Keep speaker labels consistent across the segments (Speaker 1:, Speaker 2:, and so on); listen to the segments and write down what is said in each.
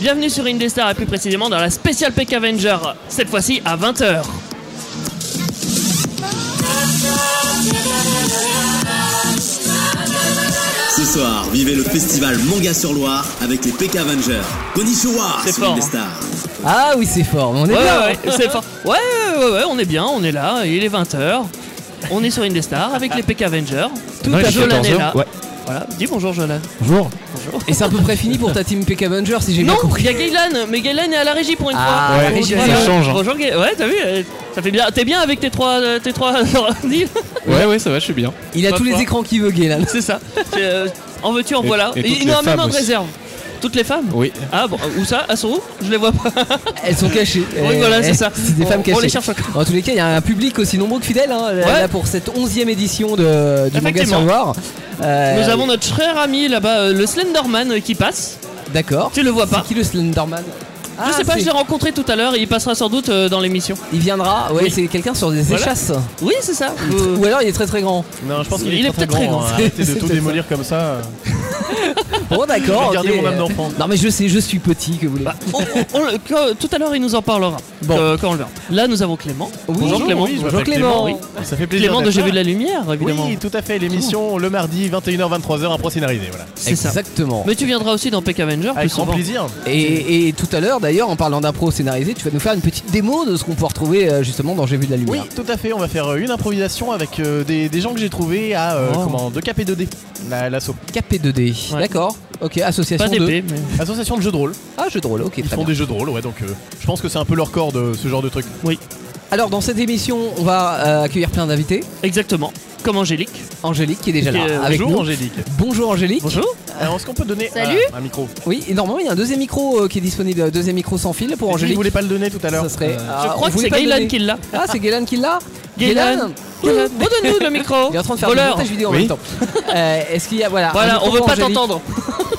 Speaker 1: Bienvenue sur Indestar et plus précisément dans la spéciale Peck Avenger, cette fois-ci à 20h.
Speaker 2: Ce soir, vivez le festival Manga sur Loire avec les PK Avengers. Konnichiwa
Speaker 1: C'est
Speaker 2: sur
Speaker 1: fort, hein.
Speaker 2: Indestar.
Speaker 3: Ah oui, c'est fort, mais on est
Speaker 1: Ouais,
Speaker 3: bien. hein.
Speaker 1: ouais, ouais, c'est fort. Ouais, ouais, ouais, ouais, on est bien, on est là, il est 20h. On est sur Indestar avec les PK Avengers. Tout
Speaker 4: Non, il
Speaker 1: à
Speaker 4: est
Speaker 1: Jolan est
Speaker 4: 14h.
Speaker 1: là.
Speaker 4: Ouais.
Speaker 1: Voilà, dis bonjour Jolan.
Speaker 4: Bonjour.
Speaker 3: Et c'est à peu près fini pour ta team PK Avenger si j'ai bien
Speaker 1: Non,
Speaker 3: compris.
Speaker 1: il y a Gaylan, mais Gaylan est à la régie pour une
Speaker 3: Ah,
Speaker 1: fois.
Speaker 3: Ouais,
Speaker 1: la régie,
Speaker 4: ça
Speaker 1: voilà.
Speaker 4: change, hein.
Speaker 1: Bonjour Gay- Ouais, t'as vu euh, ça fait bien. T'es bien avec tes trois, euh, tes trois ordi
Speaker 4: Ouais, ouais, ça va, je suis bien.
Speaker 3: Il a tous les
Speaker 1: Parfois.
Speaker 3: écrans qu'il veut, Gaylan.
Speaker 1: C'est ça. C'est, euh, en veux-tu, en
Speaker 4: Et-
Speaker 1: voilà.
Speaker 4: et toutes
Speaker 1: Il
Speaker 4: les
Speaker 1: nous a même
Speaker 4: femmes
Speaker 1: en
Speaker 4: aussi.
Speaker 1: réserve. Toutes les femmes
Speaker 4: Oui.
Speaker 1: Ah bon, où ça Elles sont où Je les vois pas.
Speaker 3: Elles sont cachées.
Speaker 1: Oui,
Speaker 3: Eh,
Speaker 1: voilà,
Speaker 3: eh,
Speaker 1: c'est ça.
Speaker 3: C'est des
Speaker 1: On-
Speaker 3: femmes cachées.
Speaker 1: On les cherche encore.
Speaker 3: En tous les cas, il y a un public aussi nombreux que fidèle hein, là,
Speaker 1: Ouais.
Speaker 3: là, pour cette 11e édition de, du manga
Speaker 1: Effectivement.
Speaker 3: sur Noir. Euh,
Speaker 1: Nous avons notre cher ami là-bas, euh, le Slenderman, euh, qui passe.
Speaker 3: D'accord.
Speaker 1: Tu le vois pas
Speaker 3: C'est qui le Slenderman Ah,
Speaker 1: Je sais pas,
Speaker 3: c'est-
Speaker 1: je l'ai rencontré tout à l'heure et il passera sans doute euh, dans l'émission.
Speaker 3: Il viendra, ouais,
Speaker 1: Oui.
Speaker 3: c'est quelqu'un sur des
Speaker 1: Voilà.
Speaker 3: échasses.
Speaker 1: Oui, c'est ça. Euh,
Speaker 3: Ou alors il est très très grand.
Speaker 5: Non, je pense qu'il
Speaker 1: Il est
Speaker 5: très,
Speaker 1: peut-être très grand.
Speaker 5: hein. Arrêtez
Speaker 3: C'est
Speaker 5: de tout
Speaker 3: peut-être
Speaker 5: démolir comme ça.
Speaker 3: Bon, d'accord.
Speaker 5: J'ai gardé
Speaker 3: ok.
Speaker 5: mon âme d'enfant.
Speaker 3: Non, mais je sais, je suis petit, que vous voulez. Oh.
Speaker 1: bah, on- on- on le- que- tout à l'heure, il nous en parlera.
Speaker 3: Bon.
Speaker 1: Euh, quand on le verra. Là, nous avons Clément.
Speaker 3: Oui,
Speaker 1: bonjour Clément.
Speaker 5: oui, je
Speaker 3: Bonjour
Speaker 5: m'appelle
Speaker 3: Clément.
Speaker 5: oui. Ça fait plaisir.
Speaker 1: Clément de
Speaker 5: d'être
Speaker 1: J'ai
Speaker 5: là.
Speaker 1: vu de la lumière, évidemment.
Speaker 5: Oui, tout à fait. L'émission le mardi 21h 23h après scénarisé. Voilà.
Speaker 1: c'est ça.
Speaker 3: Exactement. Ah,
Speaker 1: Mais tu viendras aussi dans Peck Avenger plus
Speaker 5: Avec grand
Speaker 1: souvent.
Speaker 5: plaisir.
Speaker 3: Et, et tout à l'heure, d'ailleurs, en parlant d'impro scénarisé, tu vas nous faire une petite démo de ce qu'on peut retrouver euh, justement dans J'ai vu de la
Speaker 5: Oui,
Speaker 3: lumière.
Speaker 5: tout à fait. On va faire euh, une improvisation avec euh, des, des gens que j'ai trouvés à euh,
Speaker 3: Oh.
Speaker 5: comment 2K et 2D, la- l'asso.
Speaker 3: KP2D.
Speaker 1: Ouais.
Speaker 3: D'accord. Ok, association
Speaker 1: Pas
Speaker 3: de.
Speaker 1: d'épée, mais.
Speaker 5: Association de jeux de rôle.
Speaker 3: Ah, jeu de rôle, ok,
Speaker 5: Ils
Speaker 3: très
Speaker 5: font
Speaker 3: bien.
Speaker 5: des jeux de rôle, ouais. Donc euh, je pense que c'est un peu leur corps de ce genre de truc.
Speaker 3: Alors, dans cette émission, on va euh, accueillir plein d'invités.
Speaker 1: Exactement. Comme Angélique.
Speaker 3: Angélique qui est déjà
Speaker 1: Qui est,
Speaker 3: là
Speaker 1: euh,
Speaker 3: avec
Speaker 5: Bonjour
Speaker 3: nous.
Speaker 5: Angélique.
Speaker 3: Bonjour Angélique.
Speaker 1: Bonjour.
Speaker 5: Alors est-ce qu'on peut donner
Speaker 6: Salut.
Speaker 5: euh, un micro
Speaker 3: Oui, et normalement il y a un deuxième micro euh, qui est disponible, un deuxième micro sans fil pour
Speaker 5: Vous
Speaker 3: Angélique.
Speaker 5: voulez pas le donner tout à l'heure
Speaker 3: Ça serait.
Speaker 5: Euh,
Speaker 3: ah,
Speaker 1: Je crois
Speaker 3: vous
Speaker 1: que
Speaker 3: voulez
Speaker 1: c'est
Speaker 3: pas le
Speaker 1: Gaylan
Speaker 3: donner
Speaker 1: qui l'a.
Speaker 3: Ah, c'est Gaylan qui l'a
Speaker 1: Gaylan.
Speaker 3: Gaylan.
Speaker 1: Redonne-nous le micro.
Speaker 3: Il est en train de faire
Speaker 1: Voleur.
Speaker 3: du montage vidéo en
Speaker 5: Oui.
Speaker 3: même temps. Euh, Est-ce qu'il y a voilà un
Speaker 1: Voilà,
Speaker 3: micro
Speaker 1: on veut
Speaker 3: pour
Speaker 1: pas
Speaker 3: Angélique.
Speaker 1: t'entendre.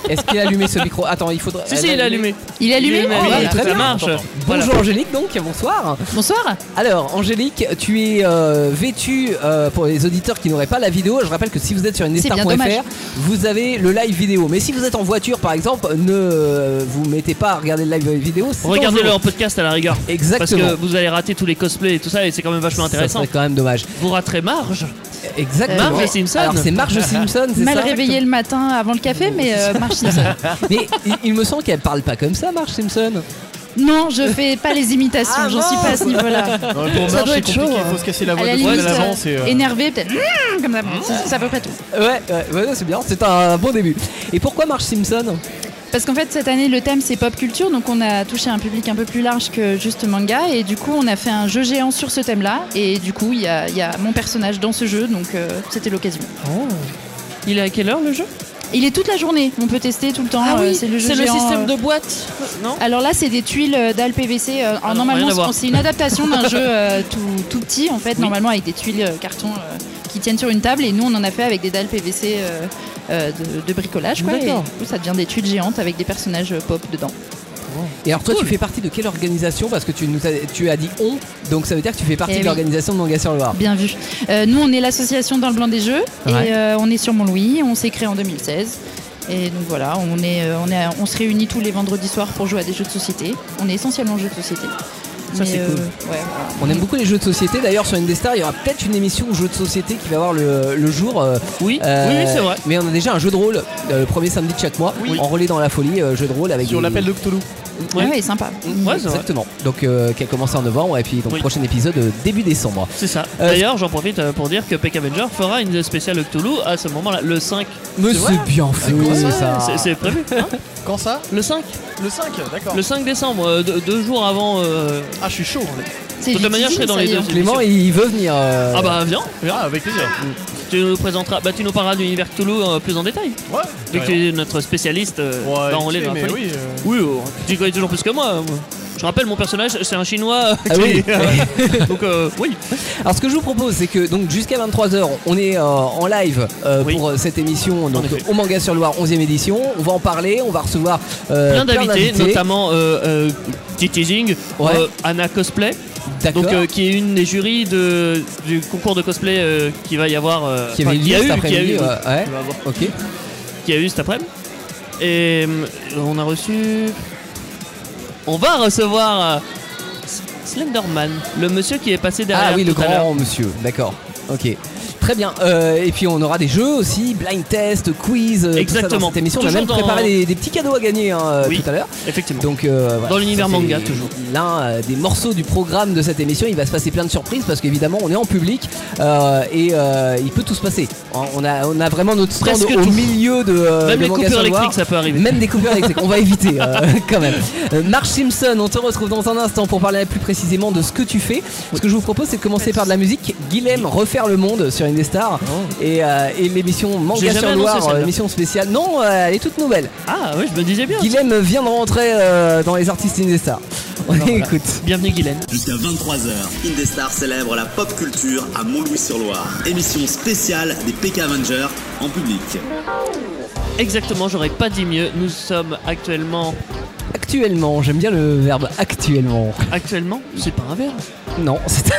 Speaker 3: Est-ce qu'il a allumé ce micro Attends, il faudrait.
Speaker 1: Si, si,
Speaker 3: elle
Speaker 1: il
Speaker 3: a
Speaker 1: est allumé.
Speaker 6: Il est allumé
Speaker 1: Il est
Speaker 3: Oh,
Speaker 1: allumé,
Speaker 3: bah, très
Speaker 1: ça
Speaker 3: bien.
Speaker 1: marche.
Speaker 3: Bonjour
Speaker 1: Voilà.
Speaker 3: Angélique donc, bonsoir.
Speaker 6: Bonsoir.
Speaker 3: Alors Angélique, tu es euh, vêtue euh, pour les auditeurs qui n'auraient pas la vidéo. Je rappelle que si vous êtes sur
Speaker 6: bien dommage.
Speaker 3: indestar.fr, vous avez le live vidéo. Mais si vous êtes en voiture par exemple, ne euh, vous mettez pas à regarder le live vidéo. c'est
Speaker 1: Regardez-le
Speaker 3: dangereux.
Speaker 1: en podcast à la rigueur. Parce
Speaker 3: Exactement.
Speaker 1: que vous allez rater tous les cosplays et tout ça, et c'est quand même vachement
Speaker 3: Ça
Speaker 1: intéressant.
Speaker 3: serait quand même dommage.
Speaker 1: Vous raterez Marge. Euh,
Speaker 3: Exactement.
Speaker 1: Marge Simpson.
Speaker 3: Alors c'est Marge Simpson, c'est
Speaker 6: Mal
Speaker 3: ça
Speaker 6: réveillé le matin avant le café, mais euh, marche Simpson.
Speaker 3: Mais il, il me semble qu'elle parle pas comme ça, Marge Simpson.
Speaker 6: Non, je fais pas les imitations,
Speaker 3: Ah,
Speaker 6: j'en suis pas à ce niveau-là.
Speaker 5: non, pour
Speaker 6: Ça
Speaker 5: Marge,
Speaker 6: doit
Speaker 5: c'est
Speaker 6: être chaud,
Speaker 5: compliqué. Il
Speaker 6: hein.
Speaker 5: faut se casser la
Speaker 6: À
Speaker 5: voix
Speaker 6: la
Speaker 5: de fois
Speaker 6: limite,
Speaker 5: à l'avant.
Speaker 6: euh,
Speaker 5: c'est, euh,
Speaker 6: énervé, peut-être mm, comme ça. Ça- Ça veut pas tout.
Speaker 3: Ouais, ouais, ouais, c'est bien, c'est un bon début. Et pourquoi Marge Simpson
Speaker 6: Parce qu'en fait, cette année, le thème c'est pop culture, donc on a touché un public un peu plus large que juste manga, et du coup, on a fait un jeu géant sur ce thème-là, et du coup, il y, a il y a mon personnage dans ce jeu, donc euh, c'était l'occasion.
Speaker 3: Oh.
Speaker 1: Il est à quelle heure le jeu
Speaker 6: Il est toute la journée, on peut tester tout le temps. euh, c'est le, jeu
Speaker 1: Ah c'est le
Speaker 6: géant,
Speaker 1: système de
Speaker 6: euh,
Speaker 1: boîte. Non
Speaker 6: Alors là, c'est des tuiles euh, d'al PVC. euh,
Speaker 1: Ah non, rien
Speaker 6: normalement,
Speaker 1: à
Speaker 6: c'est-
Speaker 1: voir.
Speaker 6: c'est une adaptation d'un jeu euh, tout, tout petit, en fait, normalement avec des tuiles euh, carton euh, qui tiennent sur une table. Et nous, on en a fait avec des dalles PVC euh, euh, de, de bricolage. Quoi, et
Speaker 3: D'accord.
Speaker 6: du coup, ça devient des tuiles géantes avec des personnages euh, pop dedans.
Speaker 3: Et alors toi,
Speaker 1: Cool.
Speaker 3: tu fais partie de quelle organisation Parce que tu nous as, tu as dit on, donc ça veut dire que tu fais partie
Speaker 6: Eh
Speaker 3: de
Speaker 6: oui.
Speaker 3: l'organisation de Manga sur Loire.
Speaker 6: Bien vu. Euh, nous, on est l'association dans le blanc des jeux.
Speaker 3: Ouais.
Speaker 6: Et euh, on est sur Montlouis. On s'est créé en 2016. Et donc voilà, on, est, euh, on, est, on se réunit tous les vendredis soirs pour jouer à des jeux de société. On est essentiellement jeux de société.
Speaker 3: Ça,
Speaker 6: Mais,
Speaker 3: c'est
Speaker 6: euh,
Speaker 3: cool.
Speaker 6: ouais, voilà.
Speaker 3: On aime beaucoup les jeux de société. D'ailleurs, sur Indestar, il y aura peut-être une émission jeux de société qui va avoir le, le jour. euh,
Speaker 1: Oui,
Speaker 3: euh,
Speaker 1: oui, oui, c'est vrai.
Speaker 3: Mais on a déjà un jeu de rôle euh, le premier samedi de chaque mois,
Speaker 5: Oui.
Speaker 3: enrôlé dans la folie, euh, jeu de rôle avec
Speaker 5: Sur
Speaker 3: des-
Speaker 5: l'appel de Cthulhu.
Speaker 1: Ouais.
Speaker 6: Ah Ouais, et sympa.
Speaker 1: Ouais, c'est vrai.
Speaker 3: Exactement. Donc euh, qui a commencé en novembre et puis donc
Speaker 1: Oui.
Speaker 3: prochain épisode euh, début décembre.
Speaker 1: C'est ça.
Speaker 3: Euh,
Speaker 1: D'ailleurs, j'en profite euh, pour dire que Peck Avenger fera une spéciale Cthulhu à ce moment-là, le 5.
Speaker 3: Mais
Speaker 1: C'est vrai hein
Speaker 3: bien fait ça.
Speaker 1: C'est- C'est prévu. hein
Speaker 5: Quand ça
Speaker 1: le 5
Speaker 5: Le 5, d'accord.
Speaker 1: Le 5 décembre, euh, deux, deux jours avant. euh,
Speaker 5: Ah, je suis chaud.
Speaker 6: C'est
Speaker 1: De toute
Speaker 6: vite
Speaker 1: manière, je
Speaker 6: dit,
Speaker 1: serai dans
Speaker 6: ça
Speaker 1: les
Speaker 6: y est,
Speaker 1: deux.
Speaker 6: hein.
Speaker 3: Clément il veut venir. euh,
Speaker 1: Ah bah viens, viens.
Speaker 5: Ah, avec plaisir.
Speaker 1: Tu nous présenteras, bah, tu nous parleras de l'univers Cthulhu euh, plus en détail.
Speaker 5: Ouais.
Speaker 1: Vu que tu es notre spécialiste euh,
Speaker 5: Ouais,
Speaker 1: dans Relais
Speaker 5: tu sais,
Speaker 1: dans la
Speaker 5: mais
Speaker 1: folie.
Speaker 5: oui, euh,
Speaker 1: Oui, oh, tu connais toujours plus que moi. moi. Je rappelle, mon personnage, c'est un chinois. euh,
Speaker 3: Ah
Speaker 1: qui-
Speaker 3: oui.
Speaker 1: Donc, euh, oui.
Speaker 3: Alors ce que je vous propose c'est que donc jusqu'à 23h on est euh, en live euh,
Speaker 1: Oui.
Speaker 3: pour euh, cette émission donc
Speaker 1: effet.
Speaker 3: au manga sur Loire 11e édition, on va en parler, on va recevoir euh,
Speaker 1: plein d'invités, notamment euh, euh, petit teasing,
Speaker 3: Ouais.
Speaker 1: euh, Anna Cosplay,
Speaker 3: D'accord.
Speaker 1: donc euh, qui est une des jurys de, du concours de cosplay euh, qui va y avoir, euh,
Speaker 3: qui avait
Speaker 1: enfin,
Speaker 3: lieu
Speaker 1: y a
Speaker 3: cet
Speaker 1: eu, qui a
Speaker 3: après-midi,
Speaker 1: eu,
Speaker 3: euh, ouais.
Speaker 1: qui va avoir-
Speaker 3: OK.
Speaker 1: qui a eu cet après-midi. Et euh, on a reçu on va recevoir euh, S- Slenderman, le monsieur qui est passé derrière.
Speaker 3: Ah oui, le
Speaker 1: tout à l'heure.
Speaker 3: grand monsieur, d'accord. Ok. Très bien. Euh, et puis on aura des jeux aussi, blind test, quiz, euh, tout ça dans
Speaker 1: Exactement.
Speaker 3: cette émission. on a
Speaker 1: Toujours
Speaker 3: même
Speaker 1: dans-
Speaker 3: préparé des, des petits cadeaux à gagner hein,
Speaker 1: Oui.
Speaker 3: tout à l'heure.
Speaker 1: Effectivement.
Speaker 3: Donc euh, voilà,
Speaker 1: Dans l'univers
Speaker 3: ça, c'est
Speaker 1: manga, toujours.
Speaker 3: L'un euh, des morceaux du programme de cette émission, il va se passer plein de surprises parce qu'évidemment on est en public euh, et euh, il peut tout se passer. Hein, On a, on a vraiment notre stand
Speaker 1: Presque
Speaker 3: au
Speaker 1: tout.
Speaker 3: milieu de. euh,
Speaker 1: Même
Speaker 3: de
Speaker 1: les coupures
Speaker 3: Manga Sans Gloire.
Speaker 1: électriques, ça peut arriver.
Speaker 3: Même des coupures électriques, on va éviter euh, quand même. Euh, Marge Simpson, on te retrouve dans un instant pour parler plus précisément de ce que tu fais. Ce que je vous propose, c'est de commencer par de la musique. Guilhem refaire le monde sur Indestar et, euh, et l'émission
Speaker 1: Oh. J'ai
Speaker 3: Manga
Speaker 1: jamais
Speaker 3: sur
Speaker 1: annoncé
Speaker 3: Loire,
Speaker 1: celle-là.
Speaker 3: euh, émission spéciale. Non, euh, elle est toute nouvelle.
Speaker 1: Ah oui, je me disais bien.
Speaker 3: Guilhem vient de rentrer euh, dans les artistes Indestar. On écoute.
Speaker 1: Bienvenue Guylaine.
Speaker 2: Jusqu'à 23h, Indestar célèbre la pop culture à Montlouis-sur-Loire. Émission spéciale des PK Avengers en public.
Speaker 1: Exactement, j'aurais pas dit mieux. Nous sommes actuellement.
Speaker 3: Actuellement, j'aime bien le verbe actuellement.
Speaker 1: Actuellement C'est pas un verbe.
Speaker 3: Non, c'est.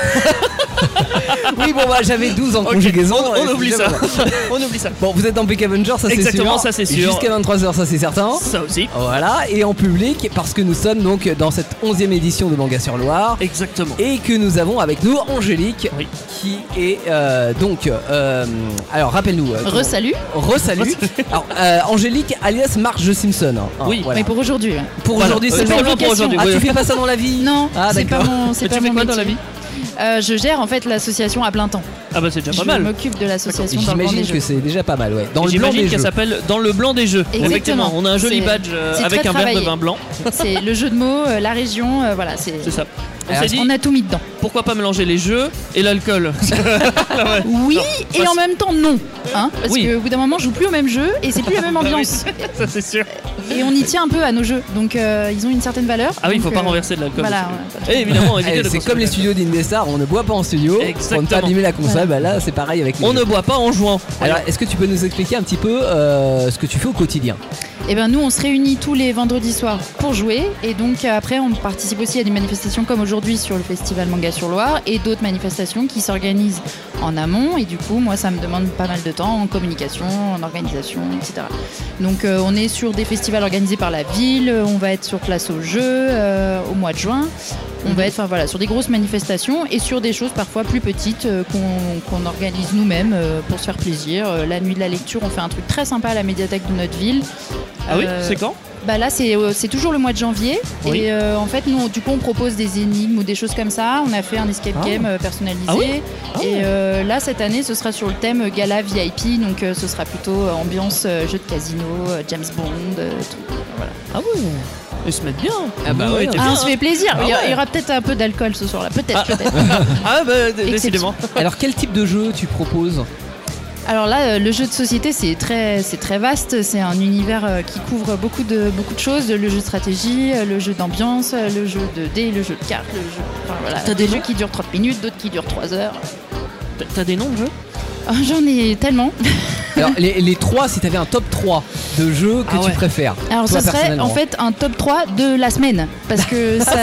Speaker 3: oui, bon, bah j'avais 12 en
Speaker 1: Ok,
Speaker 3: conjugaison.
Speaker 1: on, on
Speaker 3: et
Speaker 1: oublie
Speaker 3: puis,
Speaker 1: ça.
Speaker 3: voilà.
Speaker 1: on oublie ça.
Speaker 3: Bon, vous êtes dans Peck Avenger, ça c'est sûr.
Speaker 1: Exactement, ça, c'est sûr.
Speaker 3: Jusqu'à 23h, ça c'est certain.
Speaker 1: Ça aussi.
Speaker 3: Voilà, et en public, parce que nous sommes donc dans cette 11e édition de Manga sur Loire.
Speaker 1: Exactement.
Speaker 3: Et que nous avons avec nous Angélique,
Speaker 1: Oui.
Speaker 3: qui est euh, donc. euh, alors, rappelle-nous. euh, comment-
Speaker 6: Resalut,
Speaker 3: Resalut. alors, euh, Angélique alias Marge Simpson. hein,
Speaker 1: Oui,
Speaker 3: voilà.
Speaker 6: mais pour aujourd'hui. ouais.
Speaker 3: Pour
Speaker 1: Voilà.
Speaker 3: aujourd'hui
Speaker 1: Euh,
Speaker 3: seulement.
Speaker 1: seulement pour aujourd'hui.
Speaker 3: Ah,
Speaker 1: oui.
Speaker 3: tu fais pas ça dans la vie
Speaker 6: Non,
Speaker 3: Ah,
Speaker 6: c'est pas
Speaker 3: d'accord.
Speaker 6: mon, c'est
Speaker 1: Mais
Speaker 6: pas
Speaker 1: tu fais
Speaker 6: mon
Speaker 1: quoi dans la
Speaker 6: métier. Euh, Je gère en fait l'association à plein temps.
Speaker 1: Ah bah c'est déjà pas
Speaker 6: je
Speaker 1: mal.
Speaker 6: m'occupe de l'association dans le Grand
Speaker 3: J'imagine
Speaker 6: des
Speaker 3: que
Speaker 6: Jeux.
Speaker 3: c'est déjà pas mal, ouais. Dans le blanc
Speaker 1: J'imagine
Speaker 3: des
Speaker 1: qu'elle
Speaker 3: jeux.
Speaker 1: s'appelle Dans le blanc des jeux.
Speaker 6: Exactement.
Speaker 1: Effectivement, on a un joli
Speaker 6: C'est-
Speaker 1: badge euh,
Speaker 6: c'est
Speaker 1: avec
Speaker 6: très
Speaker 1: un verre de
Speaker 6: travaillé.
Speaker 1: vin blanc.
Speaker 6: C'est le jeu de mots, euh, la région, euh, voilà, c'est.
Speaker 1: C'est ça. On
Speaker 3: Alors,
Speaker 1: s'est dit,
Speaker 6: On a tout mis dedans.
Speaker 1: pourquoi pas mélanger les jeux et l'alcool bah
Speaker 6: Oui, et
Speaker 1: parce-
Speaker 6: en même temps non, hein, parce
Speaker 1: Oui.
Speaker 6: qu'au bout d'un moment, je joue plus au même jeu et c'est plus la même
Speaker 1: Bah oui.
Speaker 6: ambiance.
Speaker 1: Ça c'est sûr.
Speaker 6: Et on y tient un peu à nos jeux, donc euh, ils ont une certaine valeur.
Speaker 1: Ah oui, il faut
Speaker 6: donc,
Speaker 1: pas
Speaker 6: euh,
Speaker 1: renverser de l'alcool.
Speaker 6: Voilà.
Speaker 1: Et évidemment, éviter
Speaker 3: Eh,
Speaker 1: de
Speaker 3: C'est
Speaker 1: consommer
Speaker 3: comme les
Speaker 1: de l'alcool.
Speaker 3: studios d'Indestar, on ne boit pas en studio, on ne peut
Speaker 1: Exactement.
Speaker 3: abîmer la console, bah là c'est pareil avec les
Speaker 1: On
Speaker 3: jeux.
Speaker 1: ne boit pas en jouant.
Speaker 3: Alors, est-ce que tu peux nous expliquer un petit peu euh, ce que tu fais au quotidien
Speaker 6: Et ben nous, on se réunit tous les vendredis soirs pour jouer, et donc euh, après, on participe aussi à des manifestations comme aujourd'hui sur le festival Manga sur Loire et d'autres manifestations qui s'organisent en amont. Et du coup, moi, ça me demande pas mal de temps en communication, en organisation, etc. Donc, euh, on est sur des festivals organisés par la ville. euh, On va être sur place au jeu euh, au mois de juin. On
Speaker 1: Mhm.
Speaker 6: va être, enfin voilà, sur des grosses manifestations et sur des choses parfois plus petites euh, qu'on qu'on organise nous-mêmes euh, pour se faire plaisir. Euh, la nuit de la lecture, on fait un truc très sympa à la médiathèque de notre ville.
Speaker 1: Ah oui,
Speaker 6: Euh,
Speaker 1: c'est quand
Speaker 6: bah là, c'est euh, c'est toujours le mois de janvier.
Speaker 1: Oui.
Speaker 6: Et euh, en fait, nous, du coup, on propose des énigmes ou des choses comme ça. On a fait un escape
Speaker 3: Ah.
Speaker 6: game euh, personnalisé.
Speaker 1: Ah oui Ah
Speaker 6: et
Speaker 1: ouais.
Speaker 6: euh, là, cette année, ce sera sur le thème euh, gala VIP. Donc, euh, ce sera plutôt euh, ambiance euh, jeu de casino, euh, James Bond, euh, tout. Voilà.
Speaker 1: Ah oui. Ils se mettent bien.
Speaker 3: Ah bah
Speaker 1: Ouais,
Speaker 3: ouais.
Speaker 1: t'es
Speaker 6: Ah,
Speaker 1: bien,
Speaker 6: on se
Speaker 1: hein.
Speaker 6: fait plaisir.
Speaker 1: Ah
Speaker 6: il, y a-
Speaker 1: ouais.
Speaker 6: il y aura peut-être un peu d'alcool ce soir-là. Peut-être, peut-être.
Speaker 1: Ah bah d- décidément.
Speaker 3: Alors, quel type de jeu tu proposes
Speaker 6: Alors là, euh, le jeu de société, c'est très, c'est très vaste. C'est un univers euh, qui couvre beaucoup de, beaucoup de choses. Le jeu de stratégie, euh, le jeu d'ambiance, euh, le jeu de dés, le jeu de cartes, le jeu. Enfin, voilà.
Speaker 1: T'as des
Speaker 6: des
Speaker 1: noms
Speaker 6: jeux qui durent 30 minutes, d'autres qui durent 3 heures.
Speaker 1: T'as- T'as des noms de jeux
Speaker 6: Oh, J'en ai tellement.
Speaker 3: Alors, les, les trois, si t'avais un top 3 de jeux que
Speaker 1: Ah ouais.
Speaker 3: tu préfères
Speaker 6: Alors
Speaker 3: toi,
Speaker 6: ce serait
Speaker 3: personnellement. Ah,
Speaker 6: en fait un top 3 de la semaine. Parce que ça,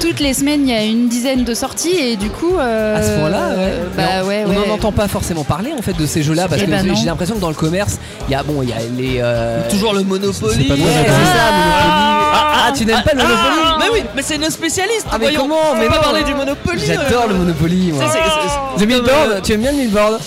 Speaker 6: toutes les semaines, il y a une dizaine de sorties et du coup. euh,
Speaker 3: À ce point-là, ouais.
Speaker 6: euh, Bah
Speaker 3: Alors,
Speaker 6: ouais,
Speaker 3: on
Speaker 6: ouais.
Speaker 3: n'en entend pas forcément parler en fait de ces jeux-là parce
Speaker 6: Eh
Speaker 3: que
Speaker 6: ben non.
Speaker 3: j'ai l'impression que dans le commerce, il y a bon, il y a les euh,
Speaker 1: Toujours le Monopoly.
Speaker 5: c'est pas
Speaker 3: Ouais,
Speaker 5: moi,
Speaker 3: c'est ça,
Speaker 5: j'adore.
Speaker 3: Monopoly. Ah, tu n'aimes pas le Monopoly
Speaker 1: mais oui, mais c'est nos spécialistes.
Speaker 3: Ah, mais
Speaker 1: voyons.
Speaker 3: comment
Speaker 1: On
Speaker 3: Mais
Speaker 1: peut
Speaker 3: non.
Speaker 1: pas parler du Monopoly. euh.
Speaker 3: J'adore le Monopoly, moi.
Speaker 1: Ça, c'est- c'est- euh,
Speaker 3: Le Millboard, tu aimes bien le Millboard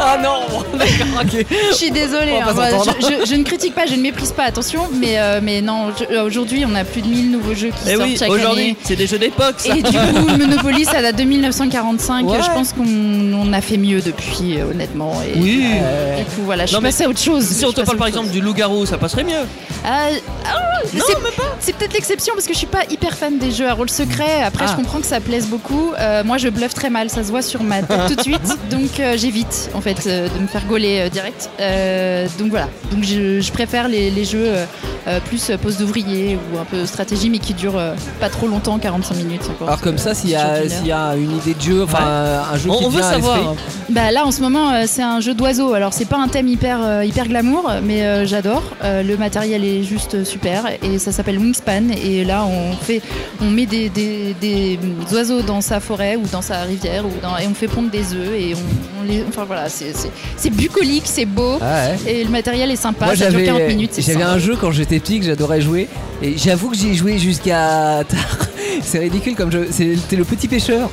Speaker 3: Ah non, d'accord, ok.
Speaker 6: Je suis désolée,
Speaker 3: On va
Speaker 6: hein,
Speaker 3: pas
Speaker 6: voilà,
Speaker 3: s'entendre.
Speaker 6: je, je- je ne critique pas, je ne méprise pas, attention, mais, euh, mais non, je- euh, aujourd'hui on a plus de 1000 nouveaux jeux qui
Speaker 1: Eh
Speaker 6: sortent
Speaker 1: oui,
Speaker 6: chaque
Speaker 1: aujourd'hui,
Speaker 6: année.
Speaker 1: c'est des jeux d'époque, ça.
Speaker 6: Et du coup, le Monopoly, ça date de 1945.
Speaker 3: Ouais.
Speaker 6: Je pense qu'on on a fait mieux depuis, euh, honnêtement. Et, euh,
Speaker 1: Oui.
Speaker 6: Du coup, voilà, je
Speaker 1: Euh, Non,
Speaker 6: suis
Speaker 1: mais
Speaker 6: passée à autre chose.
Speaker 1: Si on te parle par exemple du loup-garou, ça passerait mieux.
Speaker 6: non, Euh, ah, C'est peut-être l'exception parce que je suis pas hyper fan des jeux à rôle secret. Après,
Speaker 1: Ah.
Speaker 6: je comprends que ça plaise beaucoup. Euh, moi, je bluffe très mal, ça se voit sur ma tête tout de suite. Donc, euh, j'évite en fait euh, de me faire gauler euh, direct. Euh, donc voilà. Donc, je, je préfère les, les jeux euh, euh, plus euh, pose d'ouvrier ou un peu stratégie, mais qui durent euh, pas trop longtemps, 45 minutes. quoi.
Speaker 3: Alors comme ça, s'il y, a-
Speaker 6: Sur
Speaker 3: s'il y a une idée de jeu, enfin un jeu
Speaker 1: On,
Speaker 3: qui
Speaker 1: on
Speaker 3: te
Speaker 1: veut
Speaker 3: vient à l'esprit.
Speaker 1: savoir.
Speaker 6: Bah là en ce moment euh, c'est un jeu d'oiseau alors c'est pas un thème hyper euh, hyper glamour mais euh, j'adore Euh, le matériel est juste euh, super et ça s'appelle Wingspan. Et là, on, fait, on met des, des- des oiseaux dans sa forêt ou dans sa rivière ou dans- et on fait pondre des œufs. Et on, on les, enfin, voilà, c'est- c'est c'est bucolique, c'est beau.
Speaker 3: Ah ouais.
Speaker 6: Et le matériel est sympa,
Speaker 3: Moi
Speaker 6: ça dure
Speaker 3: j'avais
Speaker 6: 40 minutes. c'est
Speaker 3: j'avais
Speaker 6: sympa.
Speaker 3: un jeu quand j'étais petit que j'adorais jouer et j'avoue que j'y ai joué jusqu'à tard. C'est ridicule comme jeu. C'était le petit pêcheur.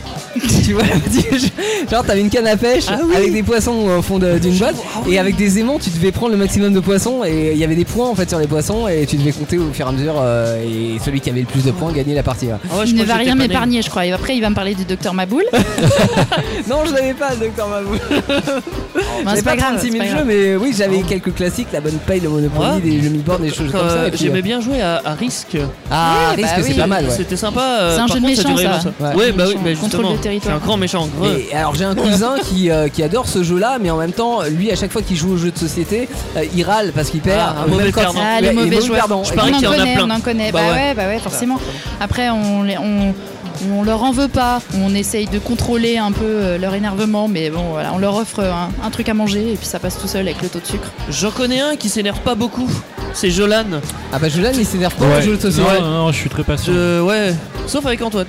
Speaker 3: tu vois, le petit jeu. genre t'avais une canne à pêche
Speaker 1: Ah oui.
Speaker 3: avec des poissons au fond de- d'une boîte
Speaker 6: ah
Speaker 3: et avec des aimants tu devais prendre le maximum de poissons et il y avait des points en fait sur les poissons et tu devais compter au fur et à mesure euh, et celui qui avait le plus de points gagnait la partie. ouais.
Speaker 1: Ah ouais, je
Speaker 6: Il ne
Speaker 1: crois
Speaker 6: va
Speaker 1: que j'étais
Speaker 6: rien
Speaker 1: pas né.
Speaker 6: m'épargner, je crois. Et après, il va me parler du docteur Maboul.
Speaker 3: Non, je l'avais pas, docteur Mabou.
Speaker 6: Bon,
Speaker 3: J'avais
Speaker 6: c'est
Speaker 3: pas
Speaker 6: pas grave.
Speaker 3: 36
Speaker 6: c'est
Speaker 3: 000
Speaker 6: pas
Speaker 3: jeux,
Speaker 6: grave.
Speaker 3: mais oui, j'avais quelques classiques, la bonne paille, le Monopoly,
Speaker 1: Ouais.
Speaker 3: des jeux mi-board, des choses comme ça. et
Speaker 1: Euh,
Speaker 3: puis,
Speaker 1: J'aimais
Speaker 3: euh,
Speaker 1: bien jouer à, à Risk.
Speaker 3: Ah,
Speaker 6: Ouais, bah
Speaker 3: risque, c'est
Speaker 6: oui.
Speaker 3: pas mal, ouais.
Speaker 1: C'était sympa. euh,
Speaker 6: C'est un
Speaker 1: par
Speaker 6: jeu de
Speaker 1: contre,
Speaker 6: méchant,
Speaker 1: durait
Speaker 6: ça.
Speaker 1: longtemps.
Speaker 3: Ouais.
Speaker 1: Ouais, bah oui,
Speaker 6: Méchant.
Speaker 1: mais
Speaker 6: Contrôle
Speaker 1: justement.
Speaker 6: de territoire.
Speaker 1: C'est un grand méchant. gros.
Speaker 3: Et euh, alors j'ai un cousin qui, euh, qui adore ce jeu-là, mais en même temps, lui à chaque fois qu'il joue au jeu de société, euh, il râle parce qu'il perd.
Speaker 1: Ah, un
Speaker 3: même
Speaker 1: mauvais
Speaker 3: quand-
Speaker 1: perdant.
Speaker 6: Ah,
Speaker 3: Ouais,
Speaker 6: les
Speaker 3: il est
Speaker 6: mauvais joueurs.
Speaker 3: perdant.
Speaker 1: Je parie
Speaker 6: on en
Speaker 1: qu'il y en a
Speaker 6: connaît,
Speaker 1: plein.
Speaker 6: On en connaît. Bah,
Speaker 1: Bah ouais.
Speaker 6: ouais, bah ouais, forcément. Après, on, les- on, on leur en veut pas. On essaye de contrôler un peu euh, leur énervement, mais bon, voilà, on leur offre un, un truc à manger et puis ça passe tout seul avec le taux de sucre.
Speaker 1: J'en connais un qui s'énerve pas beaucoup. C'est Jolan.
Speaker 3: Ah bah Jolan il s'énerve pas au
Speaker 4: Ouais.
Speaker 3: jeu de société.
Speaker 4: Non, non, non, je suis très patient.
Speaker 1: Je- ouais. Sauf avec Antoine.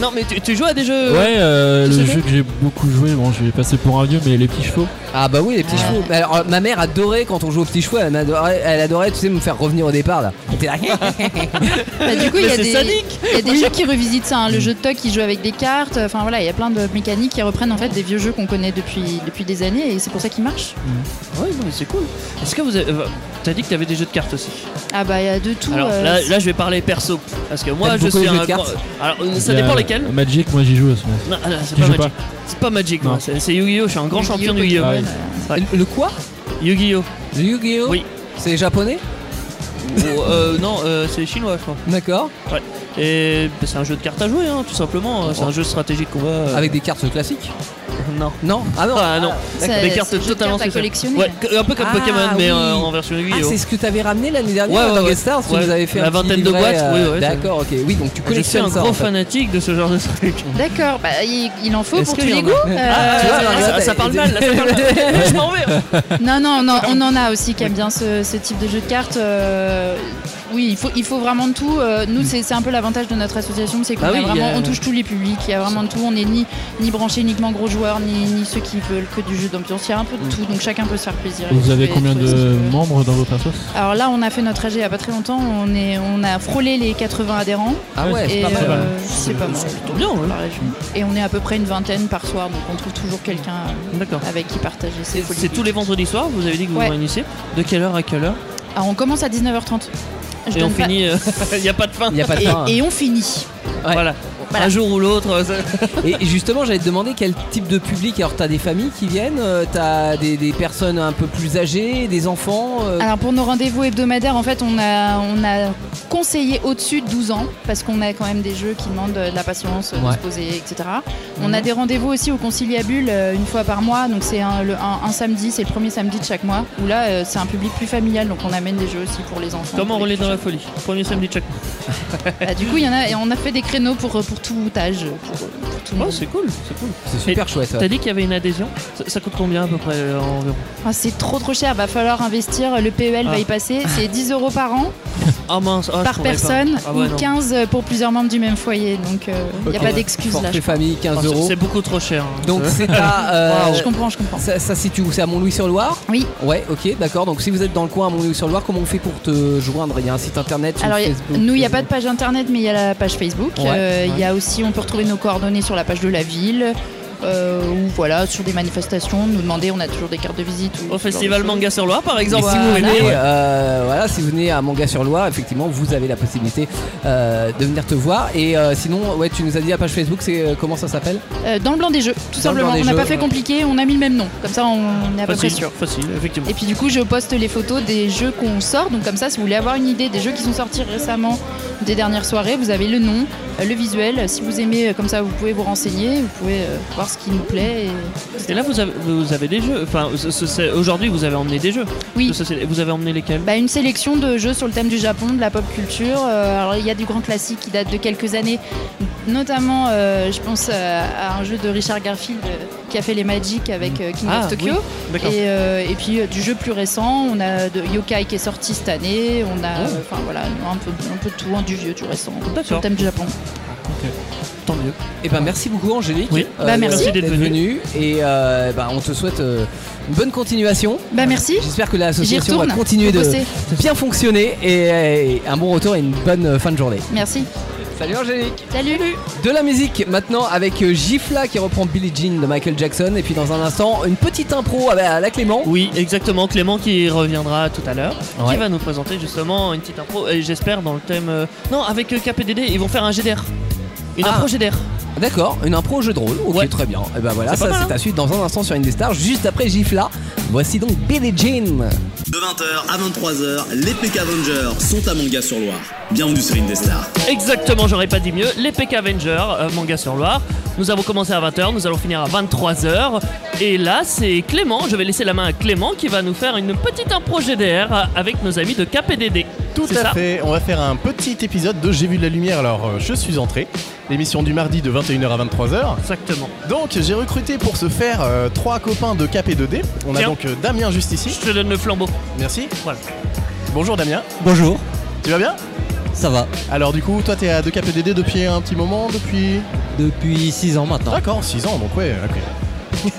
Speaker 1: non, mais tu, tu joues à des jeux.
Speaker 4: Ouais, euh,
Speaker 1: je
Speaker 4: le
Speaker 1: sais
Speaker 4: jeu que j'ai beaucoup joué, bon, je vais passer pour un vieux, mais les petits chevaux.
Speaker 3: Ah bah oui les petits chevaux. Mais Alors euh, ma mère adorait quand on jouait aux petits chevaux, elle, m'adorait- elle adorait tu sais me faire revenir au départ là. T'es là,
Speaker 6: Bah, du coup, il y a
Speaker 1: c'est
Speaker 6: des,
Speaker 1: sadique.
Speaker 6: il y a des jeux qui revisitent ça. hein.
Speaker 1: Mm.
Speaker 6: Le jeu de toc, ils jouent avec des cartes. Enfin voilà, il y a plein de mécaniques qui reprennent en fait des vieux jeux qu'on connaît depuis, depuis des années et c'est pour ça qu'ils marchent.
Speaker 1: Ouais, non, mais c'est cool. Est-ce que vous avez. euh, T'as dit que t'avais des jeux de cartes aussi.
Speaker 6: Ah bah, il y a de tout.
Speaker 1: Alors
Speaker 6: euh,
Speaker 1: là, là, je vais parler perso. Parce que moi,
Speaker 3: T'aimes
Speaker 1: je
Speaker 3: beaucoup
Speaker 1: suis
Speaker 3: les jeux
Speaker 1: un.
Speaker 3: de cartes
Speaker 1: grand- Alors, euh, ça
Speaker 4: Il y a
Speaker 1: dépend lesquels.
Speaker 4: Magic, moi j'y joue aussi.
Speaker 1: Non, ah, non, c'est
Speaker 4: Tu
Speaker 1: pas
Speaker 4: joues pas
Speaker 1: Magic. C'est pas Magic, moi.
Speaker 4: Non.
Speaker 1: C'est c'est Yu-Gi-Oh! Je suis un grand
Speaker 6: Yu-Gi-Oh,
Speaker 1: champion de Yu-Gi-Oh!
Speaker 4: Pokémon.
Speaker 6: Pokémon, euh,
Speaker 3: Le- le quoi
Speaker 1: Yu-Gi-Oh!
Speaker 3: Le Yu-Gi-Oh
Speaker 1: Oui.
Speaker 3: C'est japonais
Speaker 1: Ou, euh, non, euh, c'est chinois, je crois.
Speaker 3: D'accord.
Speaker 1: Et bah, c'est un jeu de cartes à jouer, hein, tout simplement. C'est un jeu stratégique qu'on va.
Speaker 3: Oh.
Speaker 1: euh,
Speaker 3: Avec des cartes classiques
Speaker 1: Non.
Speaker 3: Non Ah non.
Speaker 1: Ah non,
Speaker 6: d'accord.
Speaker 1: des
Speaker 6: C'est-
Speaker 1: cartes
Speaker 6: c'est le jeu de
Speaker 1: totalement
Speaker 6: cartes à
Speaker 1: spéciales.
Speaker 6: collectionner.
Speaker 1: Ouais, que- un peu comme
Speaker 3: Ah,
Speaker 1: Pokémon, mais
Speaker 3: oui.
Speaker 1: euh, en version
Speaker 3: Ah,
Speaker 1: Yu-Gi-Oh!
Speaker 3: c'est ce que t'avais ramené l'année dernière
Speaker 1: Ouais, ouais,
Speaker 3: dans
Speaker 1: ouais.
Speaker 3: Get Stars, tu
Speaker 1: Ouais.
Speaker 3: nous avais fait
Speaker 1: La
Speaker 3: un petit
Speaker 1: vingtaine de
Speaker 3: livret,
Speaker 1: boîtes,
Speaker 3: euh,
Speaker 1: oui, ouais, ça-
Speaker 3: D'accord, ok. Oui, donc tu
Speaker 1: Je suis
Speaker 3: collectionnes
Speaker 1: un
Speaker 3: ça.
Speaker 1: gros
Speaker 3: en fait.
Speaker 1: fanatique de ce genre de truc.
Speaker 6: D'accord, bah, il, il en faut
Speaker 1: Est-ce
Speaker 6: pour
Speaker 1: qu'il
Speaker 6: tous
Speaker 1: y
Speaker 6: les
Speaker 1: en
Speaker 6: goûts.
Speaker 1: a
Speaker 6: Euh,
Speaker 1: Ah,
Speaker 3: vois,
Speaker 1: ça,
Speaker 3: regarde,
Speaker 1: ça
Speaker 3: t'as-
Speaker 1: parle
Speaker 6: bah,
Speaker 1: mal, là, ça parle mal. Je m'en vais.
Speaker 6: Non, non, non, on en a aussi qui aiment bien ce, ce type de jeu de cartes. euh, oui, il faut, il faut vraiment de tout. euh, nous, c'est c'est un peu l'avantage de notre association, c'est qu'on
Speaker 1: Bah
Speaker 6: a
Speaker 1: oui, il y
Speaker 6: vraiment,
Speaker 1: a-
Speaker 6: on touche tous les publics. Il y a vraiment de tout. On est ni, ni branché uniquement gros joueurs, ni, ni ceux qui veulent que du jeu d'ambiance. Il y a un peu de tout, donc chacun peut se faire plaisir.
Speaker 4: Vous avez
Speaker 6: Et
Speaker 4: combien
Speaker 6: trouver ce
Speaker 4: de
Speaker 6: qu'il veut.
Speaker 4: membres dans votre association
Speaker 6: Alors là, on a fait notre AG il n'y a pas très longtemps. On, est, on a frôlé les 80 adhérents.
Speaker 3: Ah ouais, c'est
Speaker 6: et
Speaker 3: pas mal.
Speaker 4: mal.
Speaker 6: euh, c'est pas mal.
Speaker 1: Plutôt bien, ouais.
Speaker 6: Par région. Et on est à peu près une vingtaine par soir, donc on trouve toujours quelqu'un euh,
Speaker 1: D'accord.
Speaker 6: avec qui partager ses
Speaker 1: C'est-
Speaker 6: folies.
Speaker 1: C'est tous les vendredis soirs, vous avez dit que vous
Speaker 6: Ouais.
Speaker 1: vous réunissez. De quelle heure à quelle heure
Speaker 6: Alors on commence à 19h30. Je
Speaker 1: Et on
Speaker 6: donne pas-
Speaker 1: finit. Il n'y a pas de fin.
Speaker 3: Il y a pas de
Speaker 6: Et,
Speaker 3: fin. hein.
Speaker 6: et on finit.
Speaker 3: Ouais.
Speaker 1: Voilà.
Speaker 6: Voilà.
Speaker 1: Un jour ou l'autre. ça-
Speaker 3: euh, Et et justement, j'allais te demander quel type de public. Alors, t'as des familles qui viennent, euh, t'as des, des personnes un peu plus âgées, des enfants. euh,
Speaker 6: Alors pour nos rendez-vous hebdomadaires, en fait, on a, on a conseillé au-dessus de 12 ans, parce qu'on a quand même des jeux qui demandent de la patience, de
Speaker 3: Ouais. Mhm.
Speaker 6: se poser, etc. On a des rendez-vous aussi au Conciliabule euh, une fois par mois, donc c'est un, le- un- un samedi, c'est le premier samedi de chaque mois, où là, euh, c'est un public plus familial, donc on amène des jeux aussi pour les enfants.
Speaker 1: Comment
Speaker 6: pour les
Speaker 1: rouler dans la
Speaker 6: plus
Speaker 1: folie Premier samedi de chaque mois.
Speaker 6: jeunes. Bah, Du coup, il y en a, et on a fait des créneaux pour, euh, pour tout âge, pour, pour tout le
Speaker 1: Oh,
Speaker 6: monde.
Speaker 1: c'est cool, c'est cool.
Speaker 3: c'est super chouette. ouais.
Speaker 1: T'as dit qu'il y avait une adhésion ça, ça coûte combien à peu près euh, environ
Speaker 3: Oh.
Speaker 6: Ah, c'est trop trop cher, va falloir investir, le PEL
Speaker 1: Ah.
Speaker 6: va y passer, c'est 10 euros par an.
Speaker 1: Ah mince, ah, je
Speaker 6: par
Speaker 1: pourrais pas.
Speaker 6: personne
Speaker 1: Ah ouais,
Speaker 6: ou
Speaker 1: non.
Speaker 6: 15 pour plusieurs membres du même foyer. Donc il n'y a
Speaker 3: Ok.
Speaker 6: pas d'excuse là. Ah,
Speaker 3: Forfait famille, 15
Speaker 1: Ah, c'est-
Speaker 3: euros.
Speaker 1: C'est beaucoup trop cher. hein.
Speaker 3: Donc,
Speaker 1: Ça-
Speaker 3: c'est à. euh,
Speaker 6: Je comprends, je comprends.
Speaker 3: ça, ça se situe où C'est à Montlouis-sur-Loire
Speaker 6: Oui.
Speaker 3: Ouais, ok, d'accord. Donc, si vous êtes dans le coin à Montlouis-sur-Loire, comment on fait pour te joindre Il y a un site internet sur
Speaker 6: Alors, y a-
Speaker 3: Facebook
Speaker 6: nous, il n'y a pas de page internet, mais il y a la page Facebook.
Speaker 3: Ouais,
Speaker 6: Euh, Il y a aussi, on peut retrouver nos coordonnées sur la page de la ville. euh, ou voilà, sur des manifestations, nous demander, on a toujours des cartes de visite. ou
Speaker 1: Au
Speaker 6: ce genre de
Speaker 1: festival
Speaker 6: choses.
Speaker 1: Manga sur Loire par
Speaker 3: Et
Speaker 1: exemple.
Speaker 3: si vous
Speaker 1: Voilà.
Speaker 3: venez, euh, voilà, si vous venez à Manga sur Loire, effectivement, vous avez la possibilité euh, de venir te voir. Et euh, sinon, ouais, tu nous as dit la page Facebook, c'est euh, comment ça s'appelle
Speaker 6: Euh, dans le blanc des jeux, tout
Speaker 3: Dans le blanc
Speaker 6: simplement.
Speaker 3: des
Speaker 6: On n'a
Speaker 3: jeux,
Speaker 6: pas fait
Speaker 3: ouais.
Speaker 6: compliqué, on a mis le même nom. Comme ça, on est à peu près
Speaker 1: Facile,
Speaker 6: sûr.
Speaker 1: facile, effectivement.
Speaker 6: Et puis du coup, je poste les photos des jeux qu'on sort. Donc comme ça, si vous voulez avoir une idée des jeux qui sont sortis récemment des dernières soirées, vous avez le nom, euh, le visuel. Si vous aimez, euh, comme ça, vous pouvez vous renseigner, vous pouvez euh, voir ce qui nous plaît. et-
Speaker 1: Et là, vous avez, vous avez des jeux. Enfin, ce- ce- c'est- aujourd'hui, vous avez emmené des jeux.
Speaker 6: Oui.
Speaker 1: De société. Vous avez emmené lesquels
Speaker 6: Bah, une sélection de jeux sur le thème du Japon, de la pop culture. Euh, alors, il y a du grand classique qui date de quelques années, notamment, euh, je pense euh, à un jeu de Richard Garfield euh, qui a fait les Magic avec euh, King
Speaker 1: Ah,
Speaker 6: of Tokyo.
Speaker 1: oui. D'accord.
Speaker 6: Et, euh, et puis euh, du jeu plus récent, on a de Yokai qui est sorti cette année, on a euh, enfin voilà un peu, un peu de tout, hein, du vieux, du récent, sur
Speaker 1: Oh. D'accord.
Speaker 6: le thème du Japon.
Speaker 1: Tant mieux.
Speaker 3: Et ben merci beaucoup Angélique. euh,
Speaker 1: Oui.
Speaker 6: Bah, merci.
Speaker 3: d'être
Speaker 1: d'être
Speaker 3: venue. Et euh, bah, on te souhaite euh, une bonne continuation.
Speaker 6: Bah merci,
Speaker 3: J'espère que
Speaker 6: j'y
Speaker 3: l'association va
Speaker 6: retourne.
Speaker 3: continuer
Speaker 6: faut
Speaker 3: de
Speaker 6: bosser.
Speaker 3: bien fonctionner et, et un bon retour et une bonne euh, fin de journée.
Speaker 6: Merci.
Speaker 3: Salut Angélique.
Speaker 6: Salut.
Speaker 3: De la musique maintenant avec euh, Gifla qui reprend Billie Jean de Michael Jackson et puis dans un instant une petite impro avec- à la Clément.
Speaker 1: Oui, exactement. Clément qui reviendra tout à l'heure,
Speaker 3: Ouais.
Speaker 1: qui va nous présenter justement une petite impro. Et j'espère dans le thème. euh, Non, avec euh, KPDD, ils vont faire un GDR. Une
Speaker 3: Ah.
Speaker 1: impro GDR.
Speaker 3: D'accord, une impro au jeu de rôle. Ok,
Speaker 1: Ouais.
Speaker 3: très bien. Et ben voilà,
Speaker 1: C'est pas
Speaker 3: ça
Speaker 1: mal,
Speaker 3: c'est
Speaker 1: hein.
Speaker 3: à suite dans un instant sur Indestar juste après Gifla. Voici donc Billie Jean.
Speaker 2: De 20h à 23h, les PK Avengers sont à Manga sur Loire. Bienvenue sur Indestar.
Speaker 1: Exactement, j'aurais pas dit mieux. Les PK Avengers, euh, manga sur Loire. Nous avons commencé à 20h, nous allons finir à 23h. Et là, c'est Clément. Je vais laisser la main à Clément qui va nous faire une petite impro GDR euh, avec nos amis de KPDD.
Speaker 5: Tout
Speaker 1: C'est
Speaker 5: à
Speaker 1: ça
Speaker 5: fait, on va faire un petit épisode de J'ai vu de la lumière, alors euh, je suis entré. L'émission du mardi de 21h à 23h.
Speaker 1: Exactement.
Speaker 5: Donc j'ai recruté pour ce faire euh, trois copains de KP 2D. On a
Speaker 1: Tiens.
Speaker 5: donc euh, Damien juste
Speaker 1: Je
Speaker 5: ici.
Speaker 1: te donne le flambeau.
Speaker 5: Merci.
Speaker 1: Voilà.
Speaker 5: Bonjour Damien.
Speaker 3: Bonjour,
Speaker 5: Tu vas bien
Speaker 3: ça va
Speaker 5: Alors du coup, toi t'es à 2KPDD depuis un petit moment, depuis...
Speaker 3: Depuis 6 ans maintenant.
Speaker 5: D'accord, 6 ans, donc ouais, ok.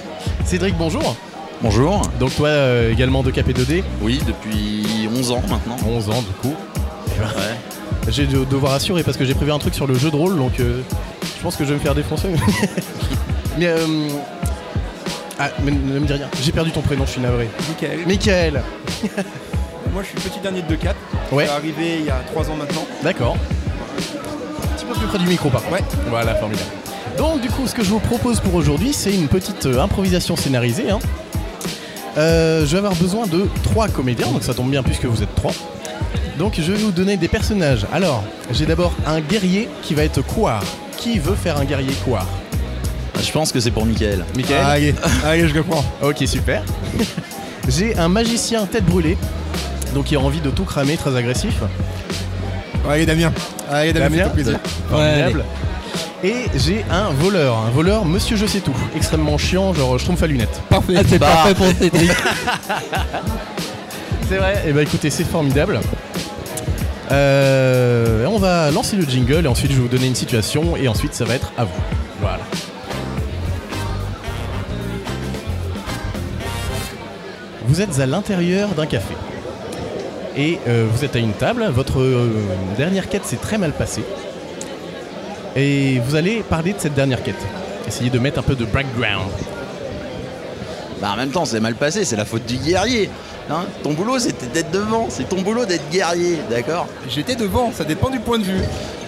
Speaker 5: Cédric, bonjour.
Speaker 7: Bonjour.
Speaker 5: Donc toi euh, également 2KP2D,
Speaker 7: Oui, depuis 11 ans maintenant.
Speaker 5: 11 ans du coup.
Speaker 7: Ouais.
Speaker 5: Je vais de- devoir assurer parce que j'ai prévu un truc sur le jeu de rôle, donc euh, je pense que je vais me faire défoncer. mais... euh, Ah, mais ne me dis rien. J'ai perdu ton prénom, je suis navré.
Speaker 8: Michael.
Speaker 5: Michael.
Speaker 8: Moi, je suis le petit dernier de 2-4.
Speaker 5: Ouais.
Speaker 8: Je suis arrivé il y a 3 ans maintenant.
Speaker 5: D'accord. Un petit peu plus près du micro par contre.
Speaker 8: Ouais.
Speaker 5: Voilà, formidable. Donc du coup, ce que je vous propose pour aujourd'hui, c'est une petite euh, improvisation scénarisée. hein. Euh, je vais avoir besoin de trois comédiens, donc ça tombe bien puisque vous êtes trois. Donc je vais vous donner des personnages. Alors, j'ai d'abord un guerrier qui va être Kouar. Qui veut faire un guerrier Kouar
Speaker 7: Ah, Je pense que c'est pour Michael.
Speaker 5: Michael
Speaker 8: Allez, allez, je comprends.
Speaker 5: Ok, super. j'ai un magicien tête brûlée, donc il a envie de tout cramer, très agressif.
Speaker 8: Allez, Damien. Allez, Damien,
Speaker 5: Damien
Speaker 8: fais-toi plaisir.
Speaker 5: Formidable. Et j'ai un voleur, un voleur Monsieur Je sais tout, extrêmement chiant, genre je trompe à lunettes.
Speaker 3: Parfait. Ah, c'est
Speaker 5: Bah.
Speaker 1: Ah.
Speaker 3: parfait pour Cédric.
Speaker 5: C'est vrai. Et bah écoutez, c'est formidable. Euh, on va lancer le jingle et ensuite je vais vous donner une situation et ensuite ça va être à vous. Voilà. Vous êtes à l'intérieur d'un café. Et euh, vous êtes à une table, votre euh, dernière quête s'est très mal passée. Et vous allez parler de cette dernière quête. Essayez de mettre un peu de background.
Speaker 7: Bah en même temps, c'est mal passé, c'est la faute du guerrier. Hein ton boulot, c'était d'être devant, c'est ton boulot d'être guerrier, d'accord
Speaker 8: J'étais devant, ça dépend du point de vue.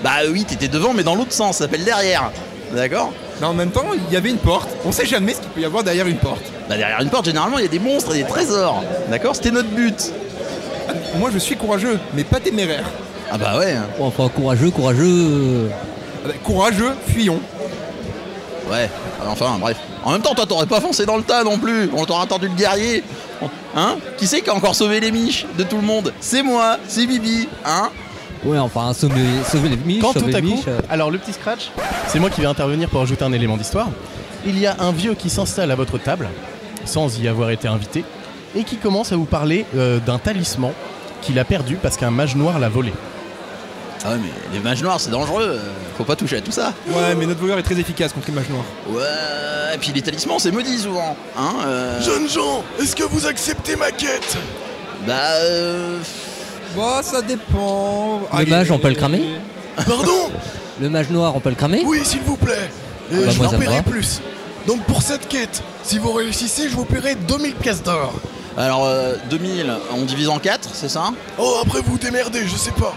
Speaker 7: Bah oui, t'étais devant, mais dans l'autre sens, ça s'appelle derrière, d'accord
Speaker 8: Mais en même temps, il y avait une porte. On sait jamais ce qu'il peut y avoir derrière une porte.
Speaker 7: Bah derrière une porte, généralement, il y a des monstres et des trésors, d'accord C'était notre but.
Speaker 8: Ah, Moi, je suis courageux, mais pas téméraire.
Speaker 7: Ah bah ouais,
Speaker 3: enfin, courageux, courageux.
Speaker 8: Ah bah, Courageux, fuyons.
Speaker 7: ouais, enfin bref. En même temps, toi, t'aurais pas foncé dans le tas non plus, on t'aurait attendu le guerrier. Hein Qui c'est qui a encore sauvé les miches de tout le monde C'est moi, c'est Bibi, hein
Speaker 3: Ouais, enfin, sauver, sauver les miches,
Speaker 5: Quand tout à coup, alors le petit scratch, c'est moi qui vais intervenir pour ajouter un élément d'histoire. Il y a un vieux qui s'installe à votre table, sans y avoir été invité, et qui commence à vous parler euh, d'un talisman qu'il a perdu parce qu'un mage noir l'a volé.
Speaker 7: Ah ouais, mais les mages noirs, c'est dangereux. euh, Faut pas toucher à tout ça.
Speaker 8: Ouais, mais notre voleur est très efficace contre les mages noirs.
Speaker 7: Ouais, et puis les talismans, c'est maudit souvent. Hein euh,
Speaker 9: Jeunes gens, est-ce que vous acceptez ma quête
Speaker 7: Bah, euh,
Speaker 8: Bon, Bah, ça dépend.
Speaker 3: Le mage, on peut le cramer
Speaker 9: Pardon
Speaker 3: Le mage noir, on peut le cramer
Speaker 9: Oui, s'il vous plaît. Et
Speaker 3: Ah bah
Speaker 9: je
Speaker 3: moi,
Speaker 9: n'en
Speaker 3: ça me va.
Speaker 9: paierai plus. Donc pour cette quête, si vous réussissez, je vous paierai 2000 pièces d'or.
Speaker 7: alors euh, 2000, on divise en 4, c'est ça
Speaker 9: Oh, après vous démerdez, je sais pas.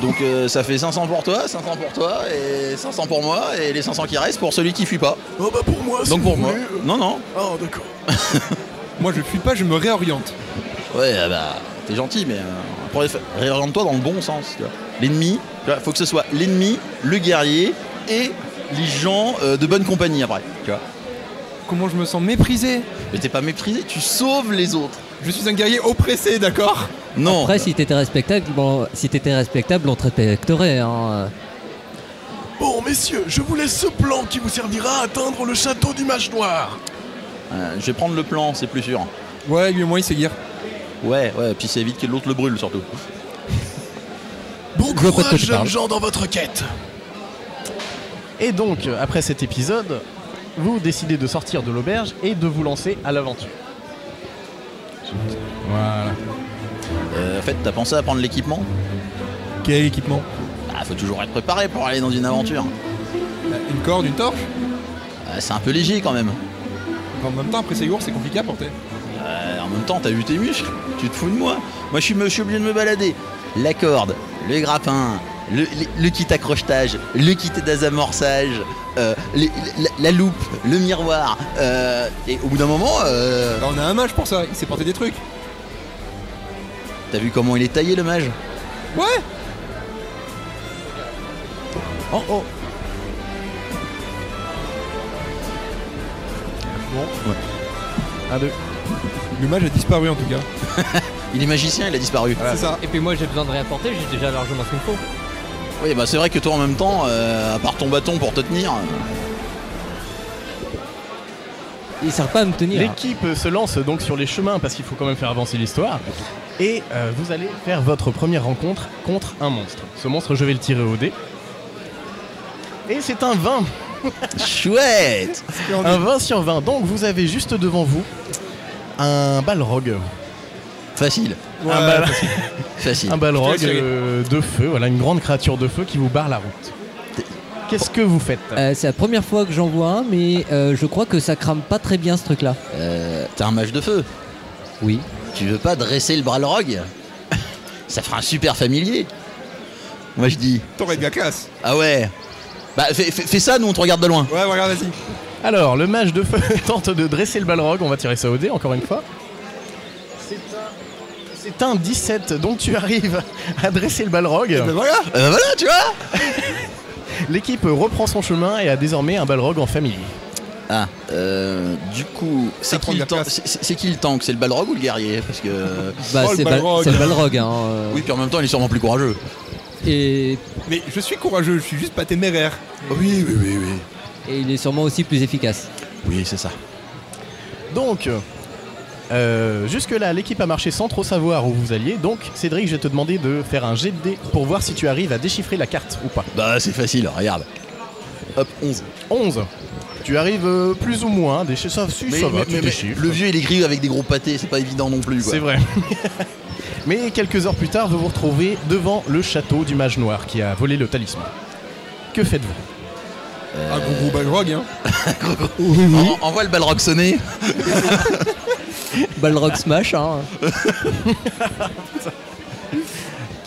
Speaker 7: Donc euh, ça fait 500 pour toi, 500 pour toi, et 500 pour moi, et les 500 qui restent pour celui qui fuit pas.
Speaker 9: Oh bah pour moi, si
Speaker 7: Donc
Speaker 9: vous
Speaker 7: pour moi.
Speaker 9: voulez, euh,
Speaker 7: Non, non.
Speaker 9: Oh d'accord.
Speaker 8: Moi, je fuis pas, je me réoriente.
Speaker 7: Ouais, euh, bah, t'es gentil, mais euh, pour les fa- réoriente-toi dans le bon sens. tu vois. L'ennemi, tu vois, faut que ce soit l'ennemi, le guerrier et les gens euh, de bonne compagnie après. Tu vois.
Speaker 8: Comment je me sens méprisé
Speaker 7: Mais t'es pas méprisé, tu sauves les autres.
Speaker 8: Je suis un guerrier oppressé, d'accord
Speaker 7: Non.
Speaker 10: Après, si t'étais respectable, bon, si t'étais respectable, on te respecterait. hein.
Speaker 9: Bon, messieurs, je vous laisse ce plan qui vous servira à atteindre le château du mage noir.
Speaker 7: Euh, je vais prendre le plan, c'est plus sûr.
Speaker 8: Ouais, lui et moi, il s'égare.
Speaker 7: Ouais, ouais, puis c'est évite que l'autre le brûle surtout.
Speaker 9: Bon
Speaker 10: vois pas de quoi
Speaker 9: courage,
Speaker 10: tu parles.
Speaker 9: jeunes gens, dans votre quête.
Speaker 5: Et donc, euh, après cet épisode, vous décidez de sortir de l'auberge et de vous lancer à l'aventure.
Speaker 8: Voilà.
Speaker 7: Euh, en fait, t'as pensé à prendre l'équipement
Speaker 8: Quel équipement
Speaker 7: Ah, faut toujours être préparé pour aller dans une aventure.
Speaker 8: Euh, Une corde, une torche
Speaker 7: Ah, c'est un peu léger quand même.
Speaker 8: En même temps, après, c'est lourd, c'est compliqué à porter.
Speaker 7: Euh, en même temps, t'as vu tes muscles Tu te fous de moi Moi, je suis, je suis obligé de me balader. La corde, le grappin, le, le- le kit accrochetage, le kit d'asamorçage, euh, les- la, la loupe, le miroir. euh, et au bout d'un moment, euh,
Speaker 8: Bah, on a un mage pour ça, il sait porter des trucs.
Speaker 7: t'as vu comment il est taillé le mage
Speaker 8: Ouais
Speaker 5: Oh oh Bon, ouais. Un, deux.
Speaker 8: Le mage a disparu en tout cas.
Speaker 7: Il est magicien, il a disparu.
Speaker 8: C'est ça.
Speaker 10: Et puis moi, j'ai besoin de rien porter, j'ai déjà largement ce qu'il me faut.
Speaker 7: Oui, bah c'est vrai que toi en même temps, euh, à part ton bâton pour te tenir,
Speaker 10: Ils savent pas à me tenir.
Speaker 5: L'équipe euh, se lance donc sur les chemins parce qu'il faut quand même faire avancer l'histoire. Et euh, vous allez faire votre première rencontre contre un monstre. Ce monstre, je vais le tirer au dé. Et c'est un 20.
Speaker 7: chouette
Speaker 5: Un 20 sur 20. Donc vous avez juste devant vous un balrog.
Speaker 7: Facile,
Speaker 8: Ouais,
Speaker 5: un, bal-
Speaker 7: facile.
Speaker 5: un balrog
Speaker 8: Je te laisse aller.
Speaker 5: euh, de feu. Voilà, une grande créature de feu qui vous barre la route. Qu'est-ce que vous faites
Speaker 10: Euh, c'est la première fois que j'en vois un, mais euh, je crois que ça crame pas très bien ce truc-là.
Speaker 7: Euh, T'es un mage de feu.
Speaker 10: Oui.
Speaker 7: Tu veux pas dresser le Balrog Ça fera un super familier. Moi je dis,
Speaker 8: T'aurais de la classe.
Speaker 7: ah ouais. Bah fais, fais- fais ça, nous on te regarde de loin.
Speaker 8: Ouais, regarde, vas-y.
Speaker 5: Alors, le mage de feu tente de dresser le balrog. On va tirer ça au dé, encore une fois. C'est un... c'est un 17, donc tu arrives à dresser le balrog.
Speaker 8: Bah, voilà
Speaker 7: Euh, voilà, tu vois
Speaker 5: L'équipe reprend son chemin et a désormais un balrog en famille.
Speaker 7: Ah, euh, du coup,
Speaker 8: Ça
Speaker 7: c'est
Speaker 8: prend
Speaker 7: qui, le
Speaker 8: de la
Speaker 7: tank
Speaker 8: place.
Speaker 7: C'est- C'est c'est qui le tank C'est le Balrog ou le guerrier Parce que.
Speaker 10: Bah,
Speaker 8: Oh, le
Speaker 10: c'est, bal-
Speaker 8: Balrog.
Speaker 10: c'est le Balrog. Hein, euh,
Speaker 7: Oui, puis en même temps, il est sûrement plus courageux.
Speaker 10: et,
Speaker 8: Mais je suis courageux, je suis juste pas téméraire.
Speaker 7: Oui, oui, oui, oui.
Speaker 10: et il est sûrement aussi plus efficace.
Speaker 7: Oui, c'est ça.
Speaker 5: Donc, euh, jusque-là, l'équipe a marché sans trop savoir où vous alliez. Donc, Cédric, je vais te demander de faire un jet de dés pour voir si tu arrives à déchiffrer la carte ou pas.
Speaker 7: Bah c'est facile, regarde. Hop, 11.
Speaker 5: 11. Tu arrives euh, plus ou moins à déchiffrer. Ça, si, ça va, tu déchiffres.
Speaker 7: le vieux il écrit avec des gros pâtés, c'est pas évident non plus. Quoi.
Speaker 5: C'est vrai. Mais quelques heures plus tard, vous vous retrouvez devant le château du mage noir qui a volé le talisman. Que faites-vous
Speaker 8: Euh, Un gros gros balrog, hein.
Speaker 7: On, on voit le Balrog sonner.
Speaker 10: Balrog Smash,
Speaker 5: Ah,
Speaker 10: hein.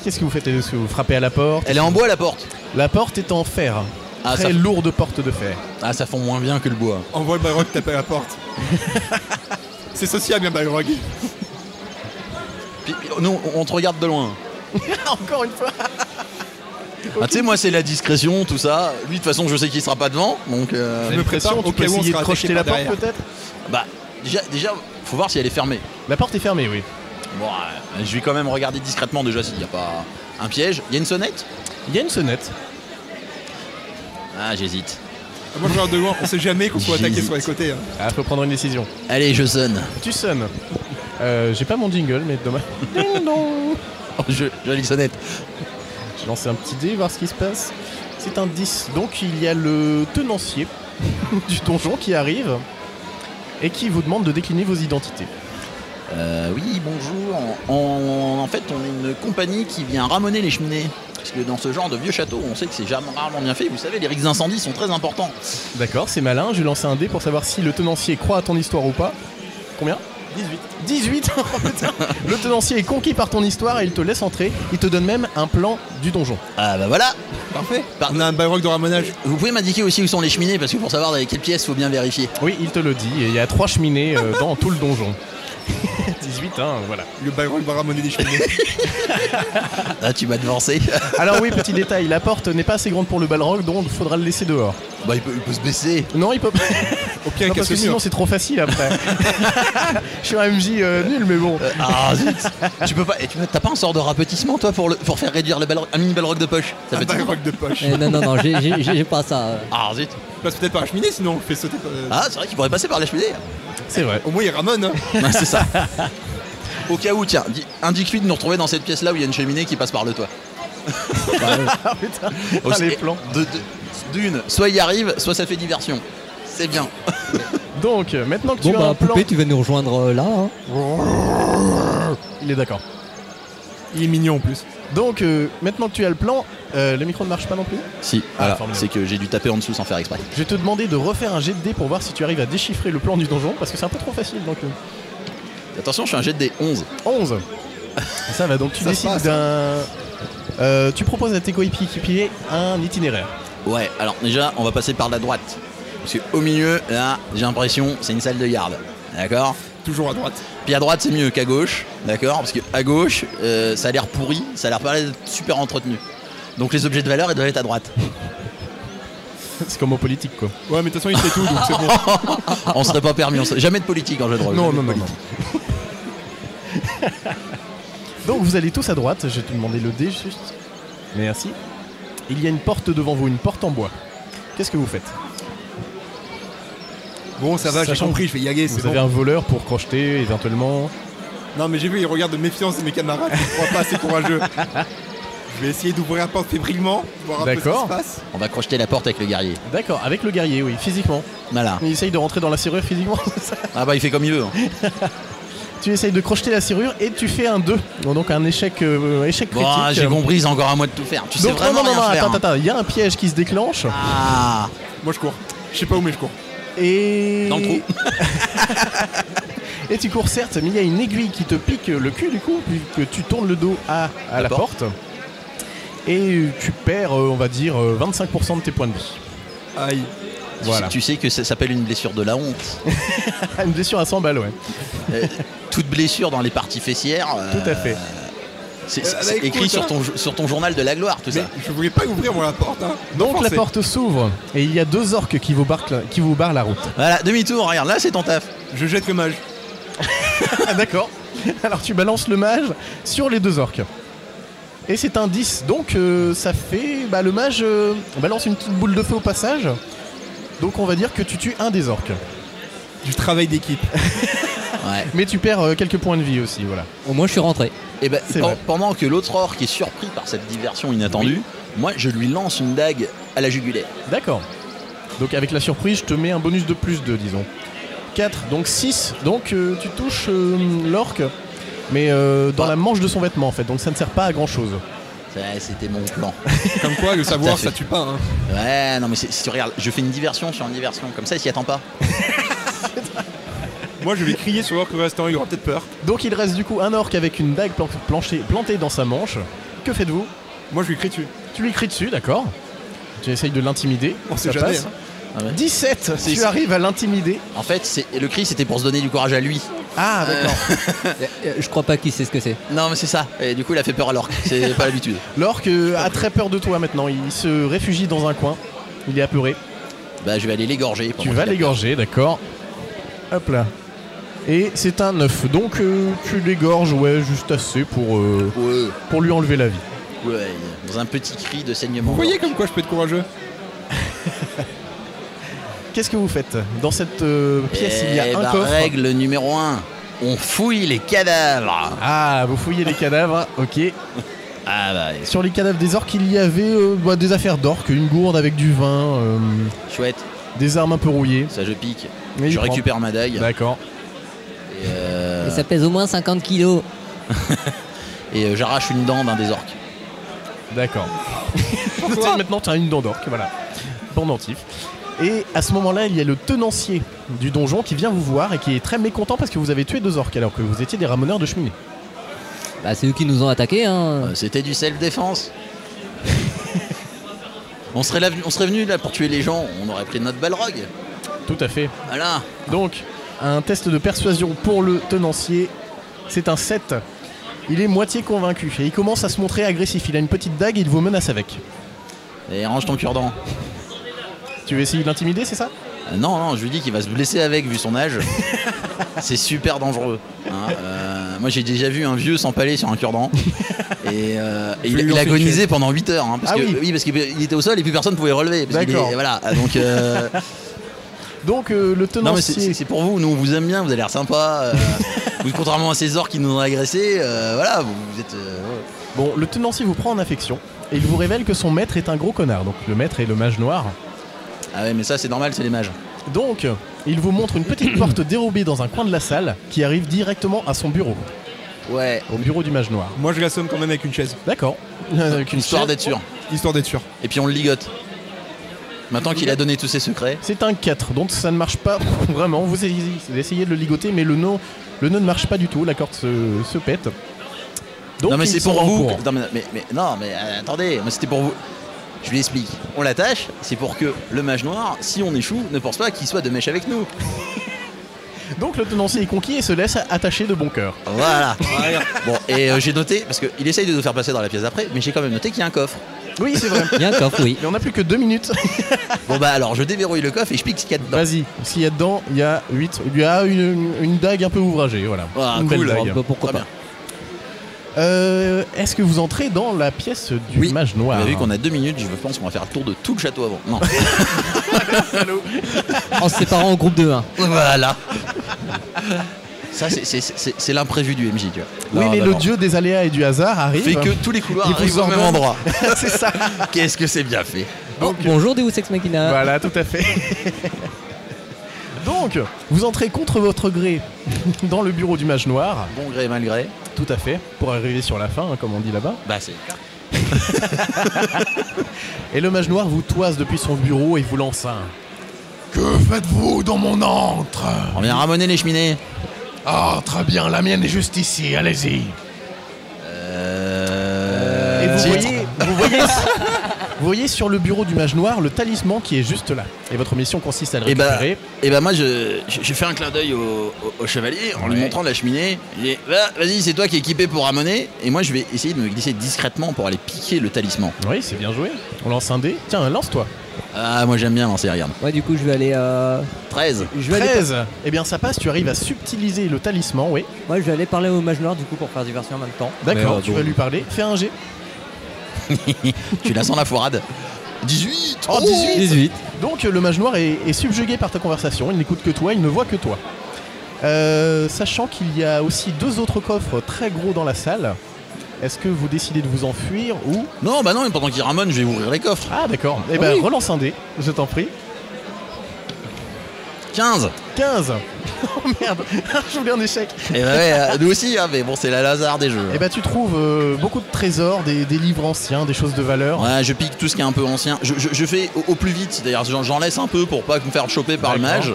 Speaker 5: Qu'est-ce que vous faites Est-ce que vous frappez à la porte
Speaker 7: Elle est en bois la porte.
Speaker 5: La porte est en fer.
Speaker 7: Ah,
Speaker 5: Très
Speaker 7: ça-
Speaker 5: lourde porte de fer.
Speaker 7: Ah ça fond moins bien que le bois.
Speaker 8: On voit le balrog taper à la porte. C'est sociable, un balrog.
Speaker 7: Puis, nous, on- on te regarde de loin.
Speaker 5: Encore une fois
Speaker 7: Ah, tu sais, moi, c'est la discrétion, tout ça. Lui, de toute façon, je sais qu'il sera pas devant. Donc, euh,
Speaker 8: Je me prépare
Speaker 5: pression,
Speaker 8: au
Speaker 5: tu peux
Speaker 8: cas où on
Speaker 5: essayer de
Speaker 8: sera
Speaker 5: crocheter
Speaker 8: attaqué
Speaker 5: la
Speaker 8: par
Speaker 5: porte
Speaker 8: derrière.
Speaker 5: peut-être
Speaker 7: bah, déjà, déjà, faut voir si elle est fermée.
Speaker 5: La porte est fermée, oui.
Speaker 7: Bon, euh, je vais quand même regarder discrètement déjà s'il n'y a pas un piège. Il y a une sonnette
Speaker 5: Il y a une sonnette.
Speaker 7: Ah, j'hésite.
Speaker 8: Moi, je regarde de loin, on sait jamais qu'on soit attaqué
Speaker 7: J'hésite.
Speaker 8: sur les côtés. hein.
Speaker 5: Ah, faut prendre une décision.
Speaker 7: Allez, je sonne.
Speaker 5: Tu sonnes. Euh, J'ai pas mon jingle, mais dommage. Ding dong
Speaker 7: Oh, je, jolie sonnette.
Speaker 5: Je lance un petit dé, voir ce qui se passe. C'est un 10. Donc il y a le tenancier du donjon qui arrive et qui vous demande de décliner vos identités.
Speaker 7: Euh, oui, bonjour. En- en- en fait, on est une compagnie qui vient ramener les cheminées. Parce que dans ce genre de vieux château, on sait que c'est jamais- rarement bien fait. Vous savez, les risques d'incendie sont très importants.
Speaker 5: D'accord, c'est malin. Je vais lancer un dé pour savoir si le tenancier croit à ton histoire ou pas. Combien 18. 18 Oh, putain. Le tenancier est conquis par ton histoire et il te laisse entrer. Il te donne même un plan du donjon.
Speaker 7: Ah, bah voilà
Speaker 8: Parfait.
Speaker 7: Par-
Speaker 8: On a un balrog de ramonage.
Speaker 7: Vous pouvez m'indiquer aussi où sont les cheminées, parce que pour savoir dans quelle pièce, faut bien vérifier.
Speaker 5: Oui, il te le dit. et Il y a trois cheminées euh, dans tout le donjon. 18, hein, voilà.
Speaker 8: Le Balrog baramoné des cheminées.
Speaker 7: Ah, tu m'as devancé.
Speaker 5: Alors oui, petit détail, la porte n'est pas assez grande pour le balrog, donc il faudra le laisser dehors.
Speaker 7: Bah, il peut, il peut se baisser.
Speaker 5: Non, il peut pas.
Speaker 8: Au pire,
Speaker 5: Non,
Speaker 8: il
Speaker 5: parce
Speaker 8: casse
Speaker 5: que
Speaker 8: le
Speaker 5: sinon
Speaker 8: mur.
Speaker 5: c'est trop facile après. Je suis un MJ euh, nul, mais bon.
Speaker 7: Ah zut Tu peux pas. et tu- T'as pas un sort de rapetissement toi pour, le, pour faire réduire le balrog, un mini balrog de poche Ça
Speaker 8: Un
Speaker 7: peut être-
Speaker 8: Balrog de poche.
Speaker 10: Eh, non, non, non, j'ai- j'ai j'ai pas ça. euh.
Speaker 7: Ah zut
Speaker 8: Il Passe peut-être par la cheminée, sinon on le fait sauter. par-
Speaker 7: Ah c'est vrai qu'il pourrait passer par la cheminée.
Speaker 5: C'est vrai.
Speaker 8: Au moins, il ramone. hein.
Speaker 7: Ouais, c'est ça. Au cas où, tiens, di- indique-lui de nous retrouver dans cette pièce-là où il y a une cheminée qui passe par le toit. Bah,
Speaker 5: Ah, les plans.
Speaker 7: De- de- D'une, soit il y arrive, soit ça fait diversion. C'est bien.
Speaker 5: Donc, euh, maintenant que
Speaker 10: Bon,
Speaker 5: tu as un
Speaker 10: bah,
Speaker 5: plan.
Speaker 10: poupée, tu vas nous rejoindre euh, là. hein.
Speaker 5: Il est d'accord.
Speaker 8: Il est mignon en plus.
Speaker 5: Donc, euh, maintenant que tu as le plan, euh, le micro ne marche pas non plus
Speaker 7: Si,
Speaker 5: voilà,
Speaker 7: voilà,
Speaker 5: formidable.
Speaker 7: c'est que j'ai dû taper en dessous sans faire exprès.
Speaker 5: Je vais te demander de refaire un jet de dés pour voir si tu arrives à déchiffrer le plan du donjon, parce que c'est un peu trop facile. Donc, euh,
Speaker 7: Attention, je suis un jet des 11.
Speaker 5: 11 Ça va, donc tu
Speaker 8: Ça se
Speaker 5: décides
Speaker 8: passe, hein.
Speaker 5: d'un. Euh, tu proposes à tes coéquipiers un itinéraire.
Speaker 7: Ouais, alors déjà, on va passer par la droite. Parce que au milieu, là, j'ai l'impression, c'est une salle de garde. D'accord
Speaker 8: Toujours à droite.
Speaker 7: Puis à droite, c'est mieux qu'à gauche. D'accord Parce que à gauche, euh, ça a l'air pourri, ça a l'air pas super entretenu. Donc les objets de valeur, ils doivent être à droite.
Speaker 5: C'est comme en politique, quoi.
Speaker 8: Ouais, mais de toute façon, il fait tout, donc c'est bon.
Speaker 7: On serait pas permis, on serait... jamais de politique en jeu de rôle.
Speaker 5: Non, non, non, non. Donc vous allez tous à droite, je vais te demander le dé juste. Merci. Il y a une porte devant vous, une porte en bois. Qu'est-ce que vous faites
Speaker 8: Bon, ça va, j'ai
Speaker 5: Sachant
Speaker 8: compris, je vais y aller,
Speaker 5: Vous
Speaker 8: c'est bon.
Speaker 5: avez un voleur pour crocheter éventuellement.
Speaker 8: Non, mais j'ai vu, il regarde de méfiance de mes camarades, je crois pas assez courageux. Je vais essayer d'ouvrir la porte fébrilement, voir un peu ce qui
Speaker 5: D'accord.
Speaker 8: se passe.
Speaker 7: On va crocheter la porte avec le guerrier.
Speaker 5: D'accord, avec le guerrier, oui, physiquement.
Speaker 7: Voilà.
Speaker 5: Il essaye de rentrer dans la serrure physiquement.
Speaker 7: Ah bah il fait comme il veut. hein.
Speaker 5: tu essayes de crocheter la serrure et tu fais un 2. Donc un échec, euh, échec
Speaker 7: Bon, ah,
Speaker 5: critique.
Speaker 7: j'ai compris, c'est encore à moi de tout faire. Tu sais
Speaker 5: Donc non,
Speaker 7: vraiment
Speaker 5: non,
Speaker 7: rien
Speaker 5: non, non,
Speaker 7: faire.
Speaker 5: attends,
Speaker 7: hein.
Speaker 5: attends, il y a un piège qui se déclenche.
Speaker 7: Ah,
Speaker 8: Moi, je cours. Je sais pas où, mais je cours.
Speaker 5: Et.
Speaker 7: Dans le trou.
Speaker 5: et tu cours certes, mais il y a une aiguille qui te pique le cul du coup, puisque tu tournes le dos à,
Speaker 7: La
Speaker 5: à la porte. Et tu perds, euh, on va dire, euh, 25% de tes points de vie.
Speaker 8: Aïe.
Speaker 7: tu,
Speaker 5: Voilà.
Speaker 7: sais, tu sais que ça s'appelle une blessure de la honte.
Speaker 5: une blessure à 100 balles, ouais.
Speaker 7: Euh, toute blessure dans les parties fessières. euh,
Speaker 5: Tout à fait.
Speaker 7: C'est c'est-
Speaker 8: Euh,
Speaker 7: c'est
Speaker 8: bah,
Speaker 7: écrit
Speaker 8: écoute,
Speaker 7: sur
Speaker 8: hein.
Speaker 7: ton, jo- sur ton journal de la gloire, tout
Speaker 8: Mais
Speaker 7: ça.
Speaker 8: je voulais pas ouvrir, moi, la porte. Hein.
Speaker 5: Donc la
Speaker 8: Forcé.
Speaker 5: porte s'ouvre et il y a deux orques qui vous barquent la- qui vous barrent la route.
Speaker 7: Voilà, demi-tour, regarde, là c'est ton taf.
Speaker 8: Je jette le mage.
Speaker 5: Ah, D'accord. Alors tu balances le mage sur les deux orques. Et c'est un 10, donc euh, ça fait. Bah, le mage euh, balance une petite boule de feu au passage. Donc on va dire que tu tues un des orques.
Speaker 8: Du travail d'équipe.
Speaker 7: Ouais.
Speaker 5: Mais tu perds euh, quelques points de vie aussi, voilà.
Speaker 10: Au moins, je suis rentré.
Speaker 7: Et ben,
Speaker 5: C'est
Speaker 7: pen-
Speaker 5: vrai.
Speaker 7: pendant que l'autre orc est surpris par cette diversion inattendue, moi je lui lance une dague à la jugulaire.
Speaker 5: D'accord. Donc avec la surprise, je te mets un bonus de plus 2, disons. 4, donc 6. Donc euh, tu touches euh, l'orque, mais euh, dans
Speaker 7: Ah.
Speaker 5: la manche de son vêtement en fait. Donc ça ne sert pas à grand chose.
Speaker 7: Ça, C'était mon plan.
Speaker 8: Comme quoi, le savoir,
Speaker 7: Tout à fait.
Speaker 8: ça tue pas. Hein.
Speaker 7: Ouais, non mais c'est- si tu regardes, je fais une diversion sur une diversion, comme ça il s'y attend pas.
Speaker 8: Moi, je vais crier sur l'orque restant, il aura peut-être peur.
Speaker 5: Donc il reste du coup un orque avec une dague plan- planchée- plantée dans sa manche. Que faites-vous
Speaker 8: Moi, je lui crie dessus.
Speaker 5: Tu lui cries dessus, d'accord Tu essayes de l'intimider.
Speaker 8: On
Speaker 5: ça
Speaker 8: sait jamais.
Speaker 5: passe.
Speaker 8: hein.
Speaker 5: 17
Speaker 7: Ah C'est
Speaker 5: Tu
Speaker 7: ça.
Speaker 5: arrives à l'intimider.
Speaker 7: En fait, c'est- le cri c'était pour se donner du courage à lui.
Speaker 5: Ah,
Speaker 7: Euh,
Speaker 5: d'accord.
Speaker 10: Euh, Je crois pas qu'il sait ce que c'est.
Speaker 7: Non mais c'est ça. Et du coup il a fait peur à l'orque. C'est pas l'habitude.
Speaker 5: L'orque euh, a très peur de toi maintenant. Il se réfugie dans un coin. Il est apeuré.
Speaker 7: Bah je vais aller l'égorger.
Speaker 5: Tu vas l'égorger, d'accord. Hop là. Et c'est un 9. Donc euh, tu l'égorges, ouais, juste assez pour, euh,
Speaker 7: Ouais,
Speaker 5: pour lui enlever la vie.
Speaker 7: ouais, dans un petit cri de saignement.
Speaker 8: Vous voyez comme quoi je peux être courageux
Speaker 5: Qu'est-ce que vous faites Dans cette euh, pièce, il y
Speaker 7: Eh
Speaker 5: a un
Speaker 7: bah,
Speaker 5: coffre.
Speaker 7: Règle numéro 1. On fouille les cadavres.
Speaker 5: Ah, vous fouillez les cadavres, ok.
Speaker 7: Ah bah
Speaker 5: Sur les cadavres des orques, il y avait euh, bah, des affaires d'orques, une gourde avec du vin, euh,
Speaker 7: chouette,
Speaker 5: des armes un peu rouillées.
Speaker 7: ça je pique.
Speaker 5: Mais il
Speaker 7: je
Speaker 5: prend.
Speaker 7: récupère ma dague.
Speaker 5: D'accord.
Speaker 7: Et, euh,
Speaker 10: Et ça pèse au moins 50 kilos.
Speaker 7: et, euh, j'arrache une dent d'un des orques.
Speaker 5: D'accord. Maintenant, tu as une dent d'orque, voilà. Pendentif. Et à ce moment-là, il y a le tenancier du donjon qui vient vous voir et qui est très mécontent parce que vous avez tué deux orques alors que vous étiez des ramoneurs de cheminée.
Speaker 10: Bah, c'est eux qui nous ont attaqués. Hein.
Speaker 7: Euh, C'était du self-défense. on serait, là- on serait venu là pour tuer les gens, on aurait pris notre balrog.
Speaker 5: Tout à fait.
Speaker 7: Voilà.
Speaker 5: Donc, Un test de persuasion pour le tenancier. C'est un 7. Il est moitié convaincu et il commence à se montrer agressif. Il a une petite dague, il vous menace avec.
Speaker 7: Et range ton cure-dent.
Speaker 5: Tu veux essayer de l'intimider, c'est ça
Speaker 7: Euh, Non, non, je lui dis qu'il va se blesser avec vu son âge. c'est super dangereux. hein. Euh, moi j'ai déjà vu un vieux s'empaler sur un cure-dent. et euh, et il, il a agonisé pendant 8 heures. hein, parce
Speaker 5: Ah
Speaker 7: que-
Speaker 5: oui.
Speaker 7: parce qu'il il était au sol et plus personne ne pouvait relever. parce qu'il
Speaker 5: D'accord.
Speaker 7: est- Voilà, donc. euh,
Speaker 5: Donc euh, le
Speaker 7: Non mais c'est- c'est
Speaker 5: tenancier.
Speaker 7: c'est pour vous, nous on vous aime bien, vous avez l'air sympa. euh, vous, contrairement à ces orques qui nous ont agressés, euh, voilà, vous, vous êtes. euh, ouais.
Speaker 5: Bon, le tenancier vous prend en affection et il vous révèle que son maître est un gros connard. Donc le maître est le mage noir.
Speaker 7: Ah ouais mais ça c'est normal, c'est les mages.
Speaker 5: Donc, il vous montre une petite porte dérobée dans un coin de la salle qui arrive directement à son bureau,
Speaker 7: Ouais.
Speaker 5: au bureau du mage noir.
Speaker 8: Moi je l'assomme quand même avec une chaise,
Speaker 5: D'accord. Avec une
Speaker 7: Histoire
Speaker 5: chaise.
Speaker 7: d'être sûr.
Speaker 8: histoire d'être sûr.
Speaker 7: Et puis on le ligote. Maintenant qu'il a donné tous ses secrets.
Speaker 5: C'est un 4, donc ça ne marche pas vraiment. Vous essayez- vous essayez de le ligoter, mais le nœud, le nœud ne marche pas du tout, la corde se, se pète. Donc,
Speaker 7: non mais
Speaker 5: ils
Speaker 7: c'est
Speaker 5: sont
Speaker 7: pour
Speaker 5: en
Speaker 7: vous.
Speaker 5: courant.
Speaker 7: que- Non mais, mais- mais- non mais euh, attendez, moi c'était pour vous. Je lui explique. On l'attache, c'est pour que le mage noir, si on échoue, ne pense pas qu'il soit de mèche avec nous.
Speaker 5: Donc le tenancier est conquis et se laisse attacher de bon cœur.
Speaker 7: Voilà. bon et euh, j'ai noté parce qu'il essaye de nous faire passer dans la pièce d'après, mais j'ai quand même noté qu'il y a un coffre.
Speaker 5: Oui, c'est vrai.
Speaker 10: Il y a un coffre, oui.
Speaker 5: Mais on n'a plus que deux minutes.
Speaker 7: Bon bah alors je déverrouille le coffre et je pique ce qu'il y a dedans.
Speaker 5: Vas-y, s'il y a dedans, il y a 8. Il y a une, une dague un peu ouvragée, voilà.
Speaker 7: Ah,
Speaker 5: une belle
Speaker 7: cool.
Speaker 5: dague.
Speaker 10: Bah, pourquoi
Speaker 7: Très
Speaker 10: pas
Speaker 5: Euh, Est-ce que vous entrez dans la pièce du
Speaker 7: Oui.
Speaker 5: mage noir
Speaker 7: On a vu qu'on a deux minutes, je pense qu'on va faire le tour de tout le château avant. Non.
Speaker 10: En se séparant en groupe de 1.
Speaker 7: voilà. Ça, c'est- c'est- c'est c'est l'imprévu du MJ, tu vois.
Speaker 5: Oui,
Speaker 7: Non,
Speaker 5: mais
Speaker 7: non,
Speaker 5: le
Speaker 7: non.
Speaker 5: dieu des aléas et du hasard arrive.
Speaker 7: fait que tous les couloirs
Speaker 5: Il vous
Speaker 7: arrivent au même
Speaker 5: ordonne.
Speaker 7: endroit.
Speaker 5: c'est ça.
Speaker 7: Qu'est-ce que c'est bien fait.
Speaker 5: Donc,
Speaker 10: Bonjour Deus Ex Machina.
Speaker 5: Voilà, tout à fait. Donc, vous entrez contre votre gré dans le bureau du mage noir,
Speaker 7: Bon gré malgré.
Speaker 5: tout à fait, pour arriver sur la fin, hein, comme on dit là-bas.
Speaker 7: Bah c'est.
Speaker 5: Et le mage noir vous toise depuis son bureau et vous lance un.
Speaker 9: Que faites-vous dans mon antre
Speaker 7: On vient ramoner les cheminées.
Speaker 9: Ah, très bien, la mienne est juste ici, allez-y.
Speaker 7: Euh...
Speaker 5: Et vous
Speaker 7: titre.
Speaker 5: voyez, vous voyez, vous voyez sur le bureau du mage noir le talisman qui est juste là. Et votre mission consiste à le
Speaker 7: Eh ben,
Speaker 5: récupérer.
Speaker 7: Et bah moi je, je, je fais un clin d'œil au, au- au chevalier en lui
Speaker 5: Ouais.
Speaker 7: montrant la cheminée. Je dis, Va, vas-y c'est toi qui es équipé pour ramoner et moi je vais essayer de me glisser discrètement pour aller piquer le talisman.
Speaker 5: Oui, c'est bien joué. On lance un dé. Tiens, lance-toi.
Speaker 7: Ah moi j'aime bien lancer regarde.
Speaker 10: Ouais, du coup, je vais aller. euh,
Speaker 7: 13.
Speaker 10: Je vais aller
Speaker 5: 13 Eh bien, ça passe, tu arrives à subtiliser le talisman, oui.
Speaker 10: Moi, je vais aller parler au mage noir du coup pour faire diversion en même temps.
Speaker 5: D'accord,
Speaker 10: Mais, euh,
Speaker 5: tu
Speaker 10: bon.
Speaker 5: vas lui parler. Fais un G.
Speaker 7: tu la sens la foirade. 18
Speaker 5: Oh, 18
Speaker 10: 18.
Speaker 5: Donc euh, le mage noir est, est subjugué par ta conversation, il n'écoute que toi, il ne voit que toi. Euh, sachant qu'il y a aussi deux autres coffres très gros dans la salle, est-ce que vous décidez de vous enfuir ou...
Speaker 7: Non bah non mais pendant qu'il ramone je vais ouvrir les coffres.
Speaker 5: Ah d'accord, eh ben
Speaker 10: Oui.
Speaker 5: relance un dé, je t'en prie.
Speaker 7: 15
Speaker 5: 15 Oh merde, je voulais un échec
Speaker 7: Et bah ouais, euh, nous aussi hein, mais bon c'est la lazare des jeux.
Speaker 5: Eh ben tu trouves euh, beaucoup de trésors, des, des livres anciens, des choses de valeur.
Speaker 7: Ouais, je pique tout ce qui est un peu ancien. Je, je- je fais au, au plus vite, d'ailleurs j'en j'en laisse un peu pour pas me faire choper par le
Speaker 5: D'accord.
Speaker 7: mage.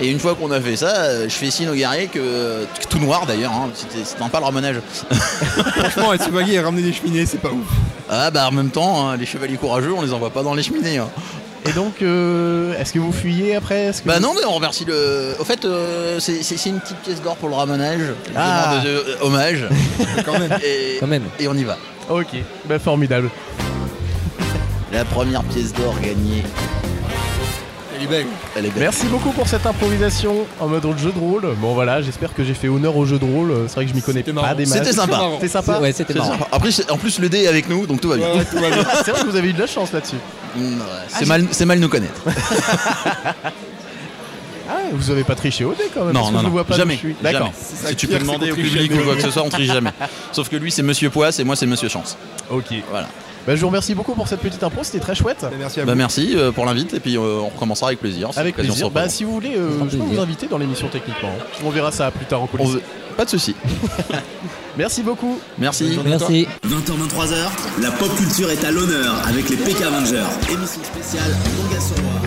Speaker 7: Et une fois qu'on a fait ça, euh, je fais signe aux guerriers que. que tout noir d'ailleurs, hein, c'était c'était sympa le ramonage.
Speaker 8: Franchement, être chevalier et ramener des cheminées, c'est pas ouf.
Speaker 7: Ah bah en même temps, hein, les chevaliers courageux, on les envoie pas dans les cheminées. hein.
Speaker 5: Et donc, euh, est-ce que vous fuyez après Est-ce que
Speaker 7: Bah
Speaker 5: vous-
Speaker 7: non, mais on remercie le. Au fait, euh, c'est c'est- c'est une petite pièce d'or pour le ramonage. Je
Speaker 5: Ah.
Speaker 7: demande, euh, hommage.
Speaker 8: Quand même.
Speaker 7: Et,
Speaker 10: Quand même.
Speaker 7: et on y va.
Speaker 5: Ok, bah formidable.
Speaker 7: La première pièce d'or gagnée.
Speaker 8: Elle est belle.
Speaker 7: Elle est belle.
Speaker 5: Merci beaucoup pour cette improvisation en mode jeu de rôle. Bon voilà, j'espère que j'ai fait honneur au jeu de rôle. C'est vrai que je m'y connais
Speaker 8: C'était
Speaker 5: pas
Speaker 8: marrant.
Speaker 5: des masses.
Speaker 7: C'était sympa.
Speaker 5: C'était sympa.
Speaker 10: Ouais, c'était
Speaker 7: C'est
Speaker 10: marrant.
Speaker 7: sympa. Après, c'est- en plus, le dé est avec nous, donc tout va bien.
Speaker 8: Ouais, ouais, tout va bien.
Speaker 5: C'est vrai que vous avez eu de la chance là-dessus.
Speaker 7: Mm, ouais, C'est mal, c'est mal nous connaître.
Speaker 5: Ah, vous avez pas triché au dé quand même. parce que je ne vois pas d'où
Speaker 7: jamais.
Speaker 5: je suis.
Speaker 7: jamais.
Speaker 5: D'accord.
Speaker 8: C'est ça
Speaker 7: Si
Speaker 8: le
Speaker 7: tu
Speaker 8: pire,
Speaker 7: peux
Speaker 8: c'est
Speaker 7: demander
Speaker 8: qu'on
Speaker 7: au
Speaker 8: triche
Speaker 7: public
Speaker 8: jamais.
Speaker 7: ou quoi que ce soit, on triche jamais. Sauf que lui, c'est Monsieur Poisse et moi, c'est Monsieur Chance.
Speaker 5: Ok.
Speaker 7: Voilà.
Speaker 5: Bah, je vous remercie beaucoup pour cette petite impro. C'était très chouette.
Speaker 8: Merci à vous.
Speaker 7: Bah, merci euh, pour l'invite et puis euh, on recommencera avec plaisir. si
Speaker 5: Avec
Speaker 7: l'occasion
Speaker 5: plaisir.
Speaker 7: se
Speaker 5: Bah,
Speaker 7: représente.
Speaker 5: si vous voulez, euh,
Speaker 10: sera
Speaker 5: je peux
Speaker 10: plaisir.
Speaker 5: vous inviter dans l'émission techniquement. On verra ça plus tard en
Speaker 7: On
Speaker 5: coulisses.
Speaker 7: veut- Pas de souci.
Speaker 5: Merci beaucoup.
Speaker 7: Merci.
Speaker 10: Merci.
Speaker 2: 20h23h, la pop culture est à l'honneur avec les PK Avengers. Émission spéciale Manga sur Loire.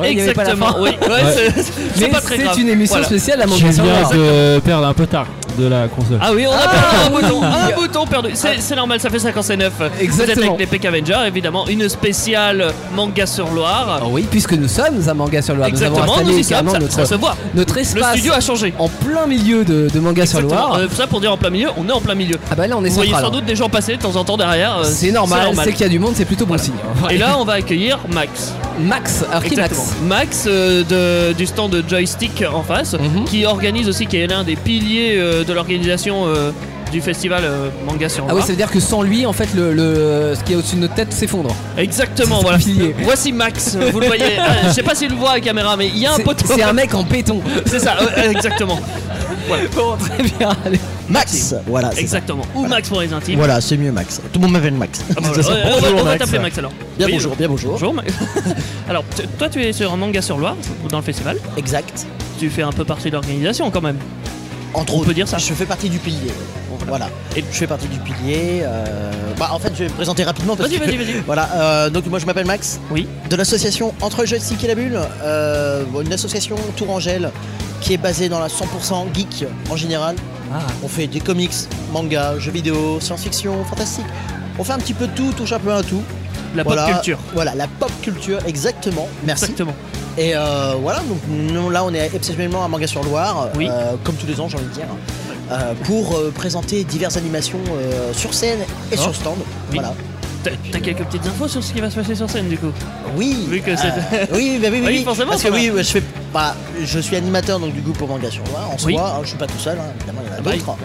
Speaker 10: Ouais, il y avait pas la
Speaker 1: Exactement,
Speaker 10: fin.
Speaker 1: oui. Ouais,
Speaker 10: Ouais.
Speaker 1: c'est- C'est
Speaker 10: Mais
Speaker 1: pas très grave.
Speaker 10: C'est une émission
Speaker 1: Voilà.
Speaker 10: spéciale à mon
Speaker 4: Je viens de perdre un peu tard.
Speaker 10: de la console.
Speaker 1: Ah oui, on a perdu un bouton, Ah, un bouton perdu. C'est c'est normal, ça fait 59. Vous êtes
Speaker 3: Exactement.
Speaker 1: avec les Peck Avengers, évidemment, une spéciale manga sur Loire.
Speaker 3: Ah oui, puisque nous sommes à Manga sur Loire. nous avons
Speaker 1: Exactement,
Speaker 3: installé
Speaker 1: nous y sommes,
Speaker 3: également
Speaker 1: ça,
Speaker 3: notre,
Speaker 1: ça se voit.
Speaker 3: notre
Speaker 1: Le
Speaker 3: espace
Speaker 1: studio a changé.
Speaker 3: en plein milieu de, de Manga sur
Speaker 1: Exactement.
Speaker 3: Loire.
Speaker 1: Euh, ça pour dire en plein milieu, on est en plein milieu.
Speaker 3: ah bah là, on est
Speaker 1: Vous voyez
Speaker 3: central.
Speaker 1: sans doute des gens passer de temps en temps derrière. euh,
Speaker 3: C'est normal, c'est qu'il y a du monde, c'est plutôt bon signe.
Speaker 1: Et là, on va accueillir Max.
Speaker 3: Max, alors qui est Max
Speaker 1: Exactement. Max euh, de- du stand de Joystick en face,
Speaker 3: Mhm.
Speaker 1: qui organise aussi, qui est l'un des piliers euh, de l'organisation euh, du festival euh, Manga sur
Speaker 3: Ah oui,
Speaker 1: Loire.
Speaker 3: ça veut dire que sans lui, en fait, le, le- ce qui est au-dessus de notre tête s'effondre.
Speaker 1: Exactement,
Speaker 3: C'est
Speaker 1: voilà.
Speaker 3: un pilier.
Speaker 1: Voici Max, vous le voyez. Euh, je sais pas s'il le voit à la caméra, mais il y a un
Speaker 3: C'est-
Speaker 1: poteau.
Speaker 3: C'est un mec en béton.
Speaker 1: C'est ça, euh, exactement.
Speaker 3: Bon, très bien. allez.
Speaker 11: Max Voilà, c'est ça.
Speaker 1: Exactement. Ou Max pour les intimes.
Speaker 11: Voilà, c'est mieux, Max. Tout le monde m'appelle Max.
Speaker 1: Ah, voilà.
Speaker 11: C'est ça.
Speaker 1: Ouais, on va- on va, t'appeler Max alors.
Speaker 11: Bien
Speaker 1: Oui,
Speaker 11: bonjour, bien bonjour.
Speaker 1: Bonjour. Max. Alors, t- toi, tu es sur un manga sur Loire, dans le festival.
Speaker 11: Exact.
Speaker 1: Tu fais un peu partie de l'organisation quand même.
Speaker 11: Entre
Speaker 1: On peut dire ça.
Speaker 11: Je fais partie du pilier. Voilà.
Speaker 1: Et-
Speaker 11: je fais partie du pilier. euh, Bah, en fait, je vais me présenter rapidement. parce
Speaker 1: Vas-y,
Speaker 11: que-
Speaker 1: vas-y, vas-y.
Speaker 11: Voilà. euh, donc moi, je m'appelle Max.
Speaker 1: Oui.
Speaker 11: De l'association Entre Joystick et la Bulle, euh, une association Tourangelle qui est basée dans la 100% geek en général.
Speaker 1: Ah.
Speaker 11: On fait des comics, mangas, jeux vidéo, science-fiction, fantastique. On fait un petit peu de tout, touche un peu à tout.
Speaker 1: La
Speaker 11: Voilà.
Speaker 1: pop culture.
Speaker 11: Voilà, la pop culture, exactement. Merci.
Speaker 1: Exactement.
Speaker 11: Et euh, voilà, donc nous, là on est exceptionnellement à Manga sur Loire,
Speaker 1: Oui.
Speaker 11: euh, comme tous les ans j'ai envie de dire, euh, pour euh, présenter diverses animations euh, sur scène et sur stand. Voilà.
Speaker 1: T'as t'as quelques petites infos sur ce qui va se passer sur scène du coup.
Speaker 11: Oui.
Speaker 1: Vu que c'est- Ah
Speaker 11: euh, oui, bah oui, oui,
Speaker 1: Oui,
Speaker 11: oui.
Speaker 1: forcément,
Speaker 11: Parce que
Speaker 1: ça va.
Speaker 11: oui, je fais pas. Je suis animateur donc du coup pour Manga sur Loire en
Speaker 1: Oui.
Speaker 11: soi. hein, je suis pas tout seul, hein, évidemment il y en a
Speaker 1: bah,
Speaker 11: d'autres.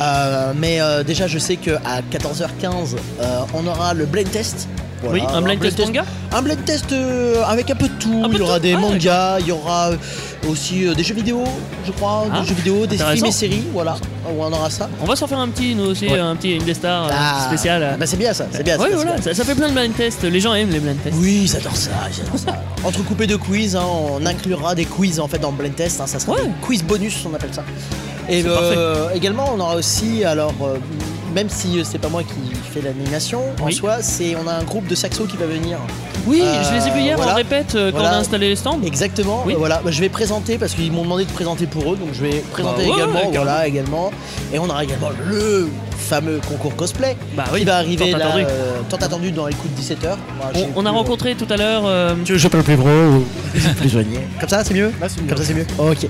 Speaker 11: Euh, mais euh, déjà je sais qu'à 14h15 euh, on aura le blind test. Voilà,
Speaker 1: oui, un blind test manga
Speaker 11: un blind test euh, avec un peu de tout.
Speaker 1: Un peu
Speaker 11: il y
Speaker 1: de
Speaker 11: aura
Speaker 1: tout
Speaker 11: des
Speaker 1: Ah,
Speaker 11: mangas, il y aura aussi euh, des jeux vidéo, je crois,
Speaker 1: Ah,
Speaker 11: des jeux vidéo, des films
Speaker 1: intéressant.
Speaker 11: et séries, voilà. où on aura ça.
Speaker 1: On va s'en faire un petit, nous aussi,
Speaker 11: Ouais.
Speaker 1: un petit Indestar
Speaker 11: Ah,
Speaker 1: spécial. euh.
Speaker 11: Bah c'est bien ça, c'est bien.
Speaker 1: Ouais,
Speaker 11: c'est bien,
Speaker 1: voilà,
Speaker 11: c'est bien.
Speaker 1: ça, ça fait plein de blind tests. Les gens aiment les blind tests.
Speaker 11: Oui, j'adore ça, j'adore ça. Entrecoupé de quiz, hein, on inclura des quiz en fait dans le blind test, hein, ça sera
Speaker 1: Ouais.
Speaker 11: des quiz bonus, on appelle ça. Et
Speaker 1: C'est
Speaker 11: euh, également, on aura aussi, alors, euh, même si euh, c'est pas moi qui fais l'animation en
Speaker 1: Oui.
Speaker 11: soi, c'est on a un groupe de saxos qui va venir.
Speaker 1: Oui,
Speaker 11: Euh,
Speaker 1: je les ai vus hier
Speaker 11: voilà.
Speaker 1: en répète euh, quand
Speaker 11: Voilà.
Speaker 1: on a installé les stands.
Speaker 11: Exactement.
Speaker 1: Oui.
Speaker 11: euh, Voilà, Bah, je vais présenter parce qu'ils m'ont demandé de présenter pour eux, donc je vais présenter
Speaker 1: Bah ouais, ouais,
Speaker 11: également.
Speaker 1: carrément.
Speaker 11: voilà, également. Et on aura également le fameux concours cosplay
Speaker 1: Bah oui,
Speaker 11: qui va arriver
Speaker 1: tant
Speaker 11: là,
Speaker 1: attendu.
Speaker 11: euh, tant attendu dans les coups de 17h.
Speaker 1: On, on a rencontré tout à l'heure. euh,
Speaker 11: Je peux plus gros plus Comme ça, c'est mieux. Comme ça, c'est mieux. Ok.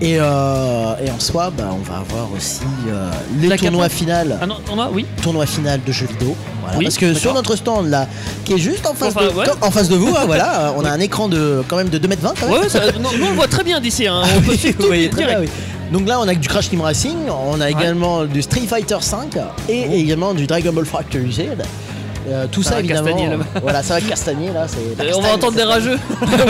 Speaker 11: Et, euh, et en soi, bah, on va avoir aussi euh, le
Speaker 1: La
Speaker 11: tournoi
Speaker 1: capa-
Speaker 11: final,
Speaker 1: Ah non, on a, oui.
Speaker 11: tournoi final de jeux vidéo. Voilà,
Speaker 1: Oui,
Speaker 11: parce que sur
Speaker 1: d'accord.
Speaker 11: notre stand là, qui est juste en face,
Speaker 1: Enfin,
Speaker 11: de,
Speaker 1: ouais.
Speaker 11: comme- en face de vous, hein, voilà, on a un écran de quand même de 2m20 quand même.
Speaker 1: Ouais, ouais, ça- non, nous on le voit très bien d'ici. Hein. On peut
Speaker 11: Oui,
Speaker 1: suivre tout
Speaker 11: oui, très
Speaker 1: direct.
Speaker 11: bien, oui. Donc là, on a du Crash Team Racing, on a également du Street Fighter 5 et également du Dragon Ball Fighter Z. Euh, tout ça,
Speaker 1: Oh. Ça va
Speaker 11: évidemment.
Speaker 1: castagner, là-bas.
Speaker 11: voilà, ça va castagner là. c'est la
Speaker 1: Euh, on
Speaker 11: castagne,
Speaker 1: va entendre des
Speaker 11: ça.
Speaker 1: rageux.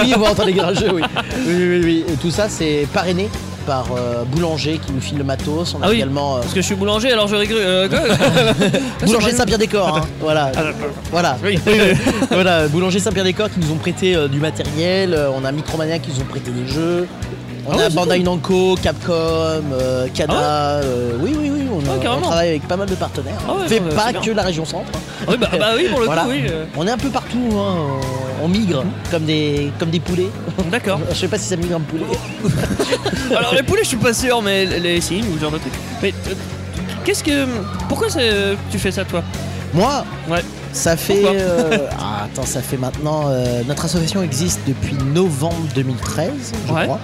Speaker 11: oui, on va entendre des rageux, oui. Oui, oui, oui. Et tout ça, c'est parrainé par euh, Boulanger qui nous file le matos. On a
Speaker 1: Ah oui.
Speaker 11: également euh,
Speaker 1: Parce que je suis boulanger, alors j'aurais cru. euh, quoi
Speaker 11: Boulanger Saint-Pierre-des-Corps. hein. Voilà. Voilà.
Speaker 1: Oui.
Speaker 11: voilà, Boulanger Saint-Pierre-des-Corps qui nous ont prêté euh, du matériel, euh, on a Micromania qui nous ont prêté des jeux, on
Speaker 1: Ah ouais,
Speaker 11: a
Speaker 1: c'est
Speaker 11: Bandai Namco, Capcom, euh, Kana, euh, oui, oui, oui, on,
Speaker 1: Ah,
Speaker 11: on
Speaker 1: carrément.
Speaker 11: travaille avec pas mal de partenaires.
Speaker 1: Ah ouais,
Speaker 11: on fait
Speaker 1: non, bah,
Speaker 11: pas
Speaker 1: c'est bien.
Speaker 11: que la région centre, hein.
Speaker 1: oui, bah, bah oui, pour le
Speaker 11: Voilà.
Speaker 1: coup, oui. euh, Mm-hmm.
Speaker 11: on est un peu partout, hein, on on migre comme, des, comme des poulets.
Speaker 1: D'accord.
Speaker 11: Je sais pas si ça migre en poulet.
Speaker 1: Alors les poulets, je suis pas sûr, mais les signes ou ce genre de truc. Mais euh, qu'est-ce que, pourquoi c'est- tu fais ça toi
Speaker 11: Moi
Speaker 1: Ouais.
Speaker 11: Ça fait.
Speaker 1: Pourquoi
Speaker 11: euh, ah, attends, ça fait maintenant. euh, notre association existe depuis novembre 2013, je
Speaker 1: Ouais.
Speaker 11: crois.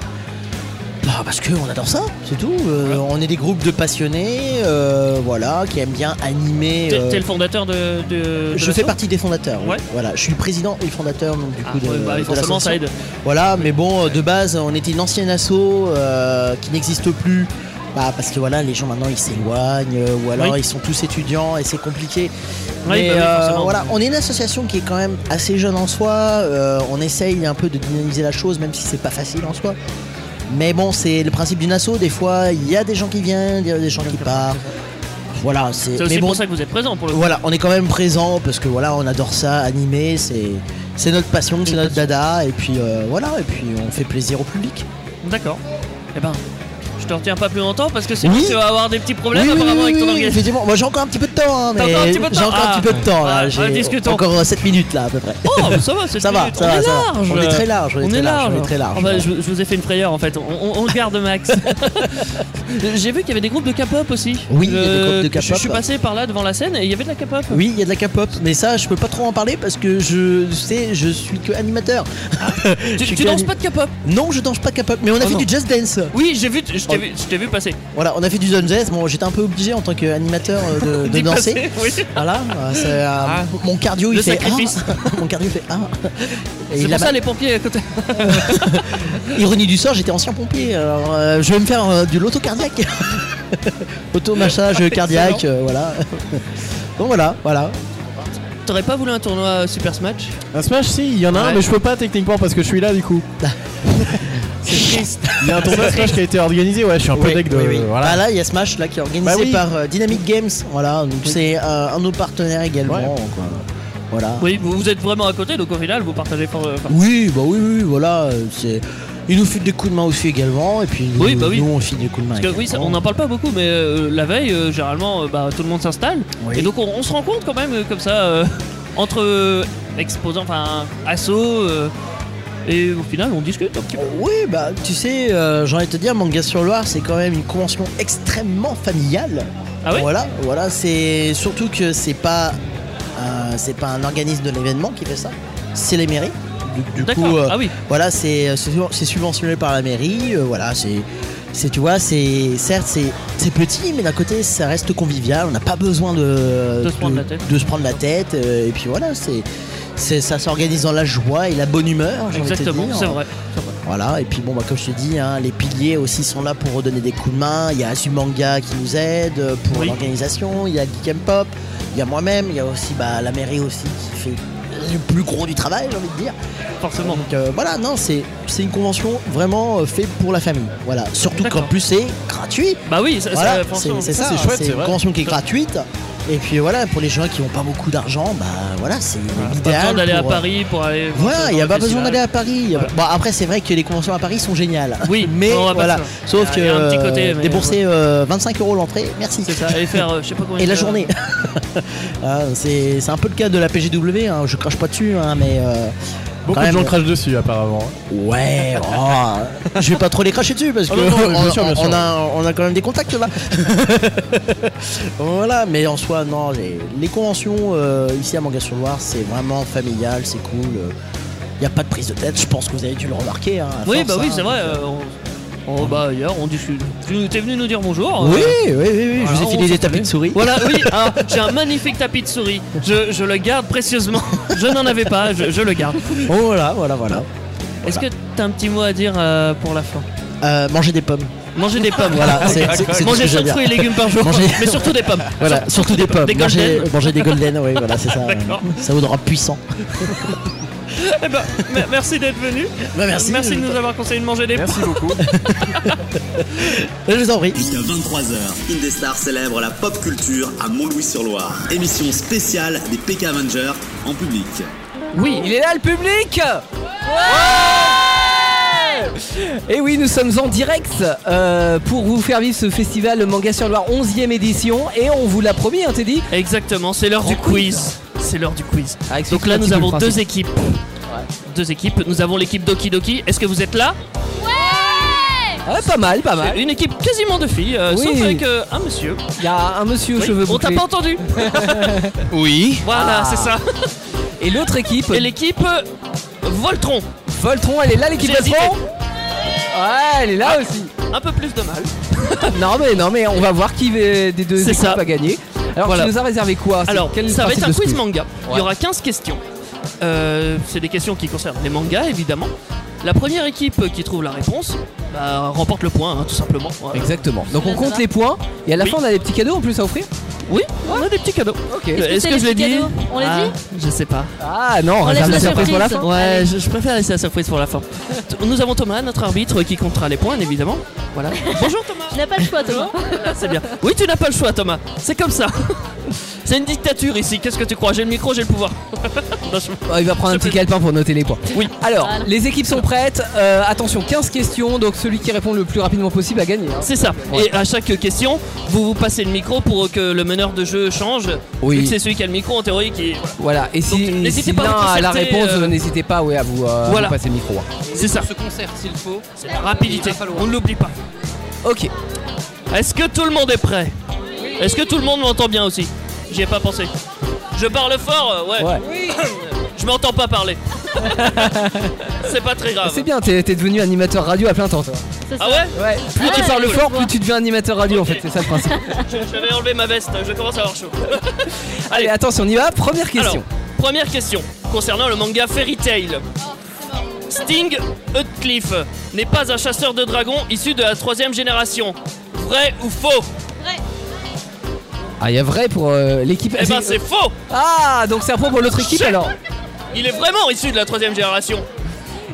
Speaker 11: Bah, parce qu'on adore ça, c'est tout. Euh, On est des groupes de passionnés, euh, voilà, qui aiment bien animer.
Speaker 1: T'es
Speaker 11: euh,
Speaker 1: t'es le fondateur de. de- de
Speaker 11: je
Speaker 1: l'asso
Speaker 11: fais partie des fondateurs. oui.
Speaker 1: Ouais.
Speaker 11: Voilà, je suis le président et le fondateur donc, du
Speaker 1: Ah,
Speaker 11: coup de,
Speaker 1: ouais, bah,
Speaker 11: de
Speaker 1: forcément,
Speaker 11: l'association.
Speaker 1: ça aide.
Speaker 11: Voilà, mais bon, euh, de base, on était une ancienne asso euh, qui n'existe plus. Bah, parce que voilà, les gens maintenant ils s'éloignent euh, ou alors
Speaker 1: Oui.
Speaker 11: ils sont tous étudiants et c'est compliqué.
Speaker 1: Oui,
Speaker 11: mais
Speaker 1: bah oui,
Speaker 11: euh,
Speaker 1: forcément.
Speaker 11: voilà, on est une association qui est quand même assez jeune en soi. euh, on essaye un peu de dynamiser la chose, même si c'est pas facile en soi. Mais bon, c'est le principe d'une asso. Des fois, il y a des gens qui viennent, il y a des gens qui partent. Voilà, c'est.
Speaker 1: C'est aussi
Speaker 11: mais bon,
Speaker 1: pour ça que vous êtes présent pour le coup.
Speaker 11: voilà, on est quand même présent parce que voilà, on adore ça, animer, c'est c'est notre passion, c'est notre dada, et puis euh, voilà, et puis on fait plaisir au public.
Speaker 1: D'accord. Eh ben, je te retiens pas plus longtemps parce que sinon
Speaker 11: Oui.
Speaker 1: tu vas avoir des petits problèmes
Speaker 11: oui, oui,
Speaker 1: apparemment
Speaker 11: oui,
Speaker 1: avec ton
Speaker 11: oui,
Speaker 1: organisation.
Speaker 11: effectivement. Moi j'ai encore un petit peu de temps, hein,
Speaker 1: T'as
Speaker 11: mais
Speaker 1: encore un petit peu de
Speaker 11: j'ai
Speaker 1: temps
Speaker 11: encore un
Speaker 1: Ah.
Speaker 11: petit peu de temps là.
Speaker 1: Ah,
Speaker 11: j'ai
Speaker 1: discutons.
Speaker 11: encore euh, 7 minutes là à peu près.
Speaker 1: Oh, ça va, c'est
Speaker 11: Ça va, ça
Speaker 1: on
Speaker 11: va,
Speaker 1: est
Speaker 11: ça va.
Speaker 1: large.
Speaker 11: On est très large, on est
Speaker 1: On
Speaker 11: très
Speaker 1: est
Speaker 11: large,
Speaker 1: large. hein. bah,
Speaker 11: on est très large.
Speaker 1: Ah bah, je, je vous ai fait une frayeur en fait. On, on- on le garde Max. J'ai vu qu'il y avait des groupes de K-pop aussi. Euh,
Speaker 11: Oui, il y a des groupes
Speaker 1: je-
Speaker 11: de
Speaker 1: Je
Speaker 11: K-pop.
Speaker 1: suis passé par là devant la scène et il y avait de la K-pop.
Speaker 11: Oui, il y a de la K-pop, mais ça, je peux pas trop en parler parce que je sais, je suis que animateur.
Speaker 1: Ah. Tu- tu danses pas de K-pop
Speaker 11: Non, je danse pas de K-pop, mais on a
Speaker 1: Oh
Speaker 11: fait
Speaker 1: non.
Speaker 11: du jazz dance.
Speaker 1: Oui, j'ai vu, je t'ai
Speaker 11: Oh.
Speaker 1: vu, je t'ai vu passer.
Speaker 11: Voilà, on a fait du zone jazz. Bon, j'étais un peu obligé en tant qu'animateur euh, de, de
Speaker 1: D'y
Speaker 11: danser.
Speaker 1: passer, oui.
Speaker 11: Voilà, euh, c'est, euh,
Speaker 1: Ah.
Speaker 11: mon cardio
Speaker 1: Le
Speaker 11: il fait
Speaker 1: sacrifice.
Speaker 11: ah. Mon cardio fait ah. Et
Speaker 1: C'est
Speaker 11: il a
Speaker 1: pour ça
Speaker 11: mal-
Speaker 1: les pompiers à côté.
Speaker 11: Ironie du sort, j'étais ancien pompier. Alors, euh, je vais me faire euh, du loto cardiaque. Auto-massage cardiaque, euh, voilà. Donc voilà, voilà.
Speaker 1: T'aurais pas voulu un tournoi euh, Super Smash
Speaker 5: Un Smash, si, il y en a un,
Speaker 1: Ouais.
Speaker 5: mais je peux pas techniquement parce que je suis là du coup.
Speaker 1: C'est triste.
Speaker 5: Il y a un tournoi Smash qui a été organisé, ouais, je suis un peu
Speaker 11: Oui,
Speaker 5: deck de.
Speaker 11: oui, oui.
Speaker 5: Voilà.
Speaker 11: Bah là, il y a Smash là, qui est organisé
Speaker 5: Bah oui.
Speaker 11: par euh, Dynamic Games. Voilà, donc c'est euh, un de nos partenaires également.
Speaker 5: Ouais.
Speaker 11: donc, euh, voilà.
Speaker 1: Oui, vous, vous êtes vraiment à côté, donc au final, vous partagez. fort, euh, fort.
Speaker 11: Oui, bah oui, oui, voilà. euh, C'est... Il nous file des coups de main aussi également, et puis nous,
Speaker 1: Oui, bah oui.
Speaker 11: nous, on file des coups de main.
Speaker 1: Parce que oui, ça- on n'en parle pas beaucoup, mais euh, la veille, euh, généralement, euh, bah, tout le monde s'installe.
Speaker 11: Oui.
Speaker 1: Et donc, on, on se rend compte quand même, euh, comme ça, euh, entre euh, exposants, enfin, assos, euh, et au final, on discute un petit peu.
Speaker 11: Oui, bah tu sais, euh, j'ai envie de te dire, Manga sur Loire, c'est quand même une convention extrêmement familiale.
Speaker 1: Ah ouais
Speaker 11: Voilà, voilà, c'est surtout que c'est pas, un- c'est pas un organisme de l'événement qui fait ça, c'est les mairies. Du, du
Speaker 1: D'accord,
Speaker 11: coup, euh,
Speaker 1: ah oui.
Speaker 11: voilà, c'est c'est sub- c'est subventionné par la mairie, euh, voilà, c'est. c'est- tu vois, c'est certes c'est c'est petit, mais d'un côté ça reste convivial. On n'a pas besoin de
Speaker 1: De se prendre la tête.
Speaker 11: de se prendre la tête, euh, et puis voilà, c'est c'est- ça s'organise dans la joie et la bonne humeur. j'ai envie de te
Speaker 1: Exactement,
Speaker 11: dire.
Speaker 1: c'est vrai. c'est vrai.
Speaker 11: Voilà, et puis bon, bah, comme je te dis, hein, les piliers aussi sont là pour redonner des coups de main. Il y a Azumanga qui nous aide euh, pour
Speaker 1: Oui.
Speaker 11: l'organisation, il y a Geek and Pop, il y a moi-même, il y a aussi bah, la mairie aussi qui fait le plus gros du travail, j'ai envie de dire.
Speaker 1: Forcément.
Speaker 11: Donc euh, voilà, non, c'est c'est une convention vraiment euh, faite pour la famille. Voilà, surtout qu'en
Speaker 1: D'accord.
Speaker 11: plus c'est gratuit.
Speaker 1: Bah oui, ça,
Speaker 11: Voilà,
Speaker 1: ça,
Speaker 11: c'est
Speaker 1: franchement,
Speaker 11: c'est ça,
Speaker 5: c'est chouette,
Speaker 11: c'est
Speaker 5: c'est
Speaker 11: une
Speaker 5: vrai.
Speaker 11: convention qui est gratuite. Et puis voilà, pour les gens qui n'ont pas beaucoup d'argent, bah voilà, c'est
Speaker 1: Ah, Pas besoin
Speaker 11: l'idéal.
Speaker 1: d'aller à
Speaker 11: pour, euh,
Speaker 1: Paris pour aller.
Speaker 11: voilà, il n'y a pas besoin d'aller à Paris. Y a
Speaker 1: Voilà.
Speaker 11: pas- Bon, après, c'est vrai que les conventions à Paris sont géniales.
Speaker 1: Oui,
Speaker 11: mais
Speaker 1: on va pas
Speaker 11: voilà.
Speaker 1: se-
Speaker 11: Sauf que
Speaker 1: Il y a un petit côté,
Speaker 11: euh,
Speaker 1: mais
Speaker 11: débourser euh, 25 euros l'entrée, merci.
Speaker 1: C'est ça, aller faire, euh, je sais pas combien
Speaker 11: Et la
Speaker 1: de-
Speaker 11: journée. Ah, c'est c'est un peu le cas de la PGW, hein, je crache pas dessus, hein, mais. euh,
Speaker 5: Beaucoup
Speaker 11: quand
Speaker 5: de gens
Speaker 11: même,
Speaker 5: crachent dessus apparemment.
Speaker 11: Ouais, oh, je vais pas trop les cracher dessus parce que
Speaker 5: Oh non, non, bien
Speaker 11: on,
Speaker 5: sûr, bien
Speaker 11: on
Speaker 5: sûr.
Speaker 11: a, on a quand même des contacts là. voilà, mais en soi, non, les, les conventions euh, ici à Manga sur Loire, c'est vraiment familial, c'est cool. Il n'y a pas de prise de tête, je pense que vous avez dû le remarquer. hein, à
Speaker 1: Oui,
Speaker 11: force,
Speaker 1: bah oui,
Speaker 11: hein.
Speaker 1: c'est vrai. euh, on- on- bah ailleurs, on discute. Tu t'es venu nous dire bonjour.
Speaker 11: Oui,
Speaker 1: euh,
Speaker 11: oui, oui, oui, je
Speaker 1: Voilà,
Speaker 11: vous ai
Speaker 1: on
Speaker 11: filé
Speaker 1: s'est
Speaker 11: des tapis de souris.
Speaker 1: Voilà, oui, ah, j'ai un magnifique tapis de souris. Je, je le garde précieusement. Je n'en avais pas, je, je le garde.
Speaker 11: Oh, voilà, voilà, voilà.
Speaker 1: Est-ce que t'as un petit mot à dire euh, pour la fin
Speaker 11: Euh, manger des pommes.
Speaker 1: Manger des pommes,
Speaker 11: Voilà, c'est c'est- c'est tout ce
Speaker 1: Manger
Speaker 11: que j'ai à
Speaker 1: cinq
Speaker 11: dire.
Speaker 1: fruits et légumes par jour,
Speaker 11: Manger-
Speaker 1: mais surtout des pommes.
Speaker 11: Voilà, surtout des pommes.
Speaker 1: Des
Speaker 11: manger,
Speaker 1: golden.
Speaker 11: manger des golden, oui, voilà, c'est ça.
Speaker 1: D'accord.
Speaker 11: Ça vous rendra puissant.
Speaker 1: Eh ben, me- merci d'être venu.
Speaker 11: Bah, merci.
Speaker 1: de nous avoir conseillé de manger des pommes.
Speaker 11: Je vous en prie.
Speaker 2: Jusqu'à 23h, Indestar célèbre la pop culture à Montlouis-sur-Loire. Émission spéciale des PK Avengers en public.
Speaker 1: Oui,
Speaker 3: Il est là le public Et oui, nous sommes en direct euh, pour vous faire vivre ce festival le Manga sur Loire 11e édition et on vous l'a promis, hein, Teddy
Speaker 1: exactement, c'est l'heure du quiz. C'est l'heure du quiz.
Speaker 3: Ah, explique
Speaker 1: Donc là,
Speaker 3: un
Speaker 1: nous
Speaker 3: petit peu
Speaker 1: avons
Speaker 3: le
Speaker 1: deux
Speaker 3: principe.
Speaker 1: équipes. Deux équipes. Nous avons l'équipe Doki Doki. Est-ce que vous êtes là
Speaker 11: Ah
Speaker 3: Ouais, pas mal, pas mal.
Speaker 1: C'est une équipe quasiment de filles, euh,
Speaker 3: Oui.
Speaker 1: sauf avec euh, un monsieur.
Speaker 3: Il y a un monsieur aux
Speaker 1: Oui,
Speaker 3: cheveux
Speaker 1: on t'a
Speaker 3: bouclés.
Speaker 1: pas entendu
Speaker 7: Oui.
Speaker 1: Voilà,
Speaker 3: Ah.
Speaker 1: c'est ça.
Speaker 3: Et l'autre équipe,
Speaker 1: Et l'équipe euh, Voltron.
Speaker 3: Voltron, elle est là l'équipe
Speaker 1: J'ai hésité. Ah,
Speaker 3: Voltron Ouais, elle est là aussi.
Speaker 1: Un peu plus de mal.
Speaker 3: Non mais non mais on va voir qui va- des deux
Speaker 1: C'est
Speaker 3: équipes
Speaker 1: ça.
Speaker 3: va gagner. Alors
Speaker 1: Voilà.
Speaker 3: tu nous as réservé quoi C'est
Speaker 1: Alors,
Speaker 3: quel
Speaker 1: ça va
Speaker 3: principe
Speaker 1: être
Speaker 3: de
Speaker 1: un
Speaker 3: ce
Speaker 1: quiz manga. Il y aura 15 questions. Euh, c'est des questions qui concernent les mangas, évidemment. La première équipe qui trouve la réponse bah, remporte le point, hein, tout simplement. Voilà.
Speaker 3: Exactement. Donc on
Speaker 1: Là, ça
Speaker 3: compte
Speaker 1: va
Speaker 3: les points et à la
Speaker 1: Oui.
Speaker 3: fin on a des petits cadeaux en plus à offrir.
Speaker 1: Oui, on a des petits cadeaux.
Speaker 3: Ok.
Speaker 1: Est-ce
Speaker 12: que c'est les
Speaker 1: je l'ai
Speaker 12: petits
Speaker 1: dit
Speaker 12: cadeaux On les
Speaker 1: Ah,
Speaker 12: dit
Speaker 1: Je sais pas.
Speaker 3: Ah non, on
Speaker 12: laisse
Speaker 3: réserve
Speaker 12: la
Speaker 3: la surprise pour la
Speaker 12: surprise.
Speaker 3: fin.
Speaker 1: Ouais,
Speaker 12: Allez.
Speaker 1: je, je préfère laisser la surprise pour la fin. Nous avons Thomas, notre arbitre, qui comptera les points, évidemment. Voilà. Bonjour Thomas.
Speaker 12: Tu n'as pas le choix, Thomas.
Speaker 1: Voilà, Ah, c'est bien. Oui, tu n'as pas le choix, Thomas. C'est comme ça. C'est une dictature ici. Qu'est-ce que tu crois J'ai le micro, j'ai le pouvoir. Non, je-
Speaker 3: Oh, il va prendre un petit calepin pour noter les points.
Speaker 1: Oui.
Speaker 3: Alors,
Speaker 12: Voilà.
Speaker 3: les équipes sont prêtes. Euh, attention, 15 questions, donc celui qui répond le plus rapidement possible a gagné. hein.
Speaker 1: C'est ça. Et à chaque question, vous vous passez le micro pour que le meneur de jeu change.
Speaker 3: Oui.
Speaker 1: Vu que c'est celui qui a le micro en théorie qui. voilà.
Speaker 3: Voilà, et si,
Speaker 1: Donc, n'hésitez
Speaker 3: si
Speaker 1: pas à
Speaker 3: l'un
Speaker 1: vous
Speaker 3: a la
Speaker 1: concerter,
Speaker 3: réponse,
Speaker 1: euh,
Speaker 3: n'hésitez pas ouais, à vous, euh, à
Speaker 1: Voilà.
Speaker 3: vous passer le micro.
Speaker 1: C'est ça.
Speaker 10: concert s'il faut.
Speaker 1: C'est la rapidité. On ne l'oublie pas.
Speaker 3: Ok.
Speaker 1: Est-ce que tout le monde est prêt Est-ce que tout le monde m'entend bien aussi J'y ai pas pensé. Je parle fort, euh, ouais. Je m'entends pas parler. C'est pas très grave.
Speaker 3: Ah, C'est bien, t'es t'es devenu animateur radio à plein temps, toi.
Speaker 1: Ah ouais
Speaker 3: Ouais. Plus tu parles fort, plus tu deviens animateur radio, en fait, c'est ça le principe.
Speaker 1: Je je vais enlever ma veste, je commence à avoir chaud.
Speaker 3: Allez, attention, on y va. Première question.
Speaker 1: Alors, première question concernant le manga Fairy Tail. Sting Utcliffe n'est pas un chasseur de dragons issu de la troisième génération. Vrai ou faux
Speaker 3: Ah, il y a vrai pour euh, l'équipe.
Speaker 1: Eh ben c'est faux
Speaker 3: Ah, donc c'est un point pour l'autre équipe alors.
Speaker 1: Il est vraiment issu de la troisième génération.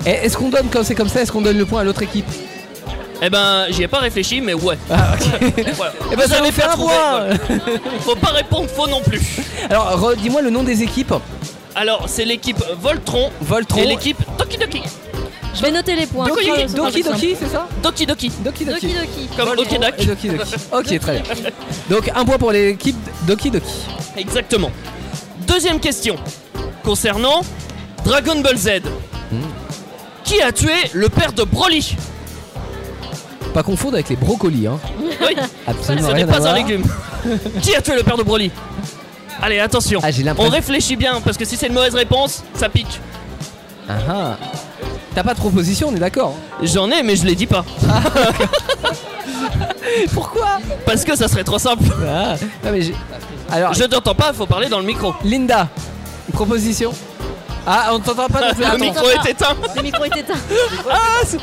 Speaker 3: Eh, Est-ce qu'on donne, comme c'est comme ça, est-ce qu'on donne le point à l'autre équipe
Speaker 1: Eh ben j'y ai pas réfléchi mais ouais. Voilà.
Speaker 3: Ah, Eh
Speaker 1: Vous
Speaker 3: ben, ça
Speaker 1: avez
Speaker 3: nous fait
Speaker 1: pas
Speaker 3: un
Speaker 1: trouvé,
Speaker 3: point.
Speaker 1: voilà. Faut pas répondre faux non plus.
Speaker 3: Alors, redis-moi le nom des équipes.
Speaker 1: Alors c'est l'équipe Voltron,
Speaker 3: Voltron.
Speaker 1: et l'équipe Toki Doki.
Speaker 12: Je vais noter les points.
Speaker 3: Doki
Speaker 12: comme ça,
Speaker 3: Doki,
Speaker 12: ce sera plus
Speaker 3: Doki,
Speaker 12: simple.
Speaker 3: c'est ça
Speaker 1: Doki Doki.
Speaker 3: Doki Doki.
Speaker 12: Doki Doki.
Speaker 1: Comme
Speaker 12: Voltron.
Speaker 1: Doki
Speaker 3: Et Doki Doki. Ok, très bien. Donc, un point pour l'équipe Doki Doki.
Speaker 1: Exactement. Deuxième question concernant Dragon Ball Z.
Speaker 3: Hmm.
Speaker 1: Qui a tué le père de Broly
Speaker 3: Pas confondre avec les brocolis, hein.
Speaker 1: Oui.
Speaker 3: Absolument
Speaker 1: Ce
Speaker 3: rien
Speaker 1: n'est
Speaker 3: à
Speaker 1: pas un
Speaker 3: voir.
Speaker 1: légume. Qui a tué le père de Broly Allez, attention. On réfléchit bien parce que si c'est une mauvaise réponse, ça pique.
Speaker 3: Ah ah. T'as pas de proposition, on est d'accord hein.
Speaker 1: J'en ai, mais je les dis pas.
Speaker 3: Pourquoi Ah,
Speaker 1: Parce que ça serait trop simple.
Speaker 3: Alors,
Speaker 1: je t'entends pas, faut parler dans le micro.
Speaker 3: Linda, une proposition Ah, on t'entend pas non plus,
Speaker 1: Le
Speaker 3: attends.
Speaker 1: micro est éteint.
Speaker 12: Le micro est éteint.
Speaker 1: Ah, ce-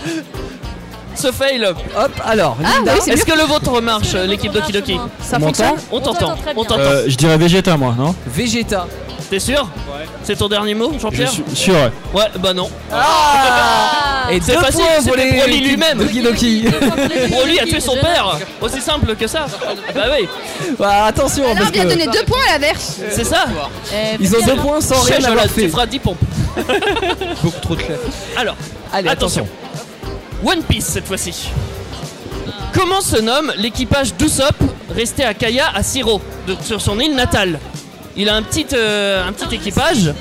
Speaker 1: ce fail.
Speaker 3: Hop, alors,
Speaker 12: Ah, Linda. oui, c'est
Speaker 1: Est-ce
Speaker 12: mieux.
Speaker 1: que le vôtre marche, l'équipe Doki Doki
Speaker 12: Ça
Speaker 4: On m'entend
Speaker 1: fonctionne On t'entend. On t'entend.
Speaker 4: Euh, je dirais Vegeta, moi, non
Speaker 3: Vegeta.
Speaker 1: T'es sûr C'est ton dernier mot,
Speaker 4: Je
Speaker 1: Jean-Pierre
Speaker 4: suis sûr, ouais.
Speaker 1: Ouais, bah non.
Speaker 3: Ah Et
Speaker 1: C'est
Speaker 3: deux
Speaker 1: facile,
Speaker 3: points pour
Speaker 1: c'était
Speaker 3: les-
Speaker 1: Broly lui-même.
Speaker 3: Doki Doki.
Speaker 1: Broly a tué son père. Aussi simple que ça. Bah oui.
Speaker 3: Bah, attention,
Speaker 6: Alors,
Speaker 3: parce
Speaker 6: on vient
Speaker 3: que-
Speaker 6: donner deux points à la verse.
Speaker 1: Euh,
Speaker 6: Euh,
Speaker 1: C'est ça
Speaker 3: Ils ont deux points sans
Speaker 1: Chez
Speaker 3: rien avoir
Speaker 1: Jolade,
Speaker 3: fait.
Speaker 1: Tu feras 10 pompes.
Speaker 3: Beaucoup trop de chef.
Speaker 1: Alors,
Speaker 3: Allez,
Speaker 1: attention. One Piece cette fois-ci. Comment se nomme l'équipage d'Usopp resté à Kaya à Siro, de- sur son île natale Il a un petit, euh, un petit équipage.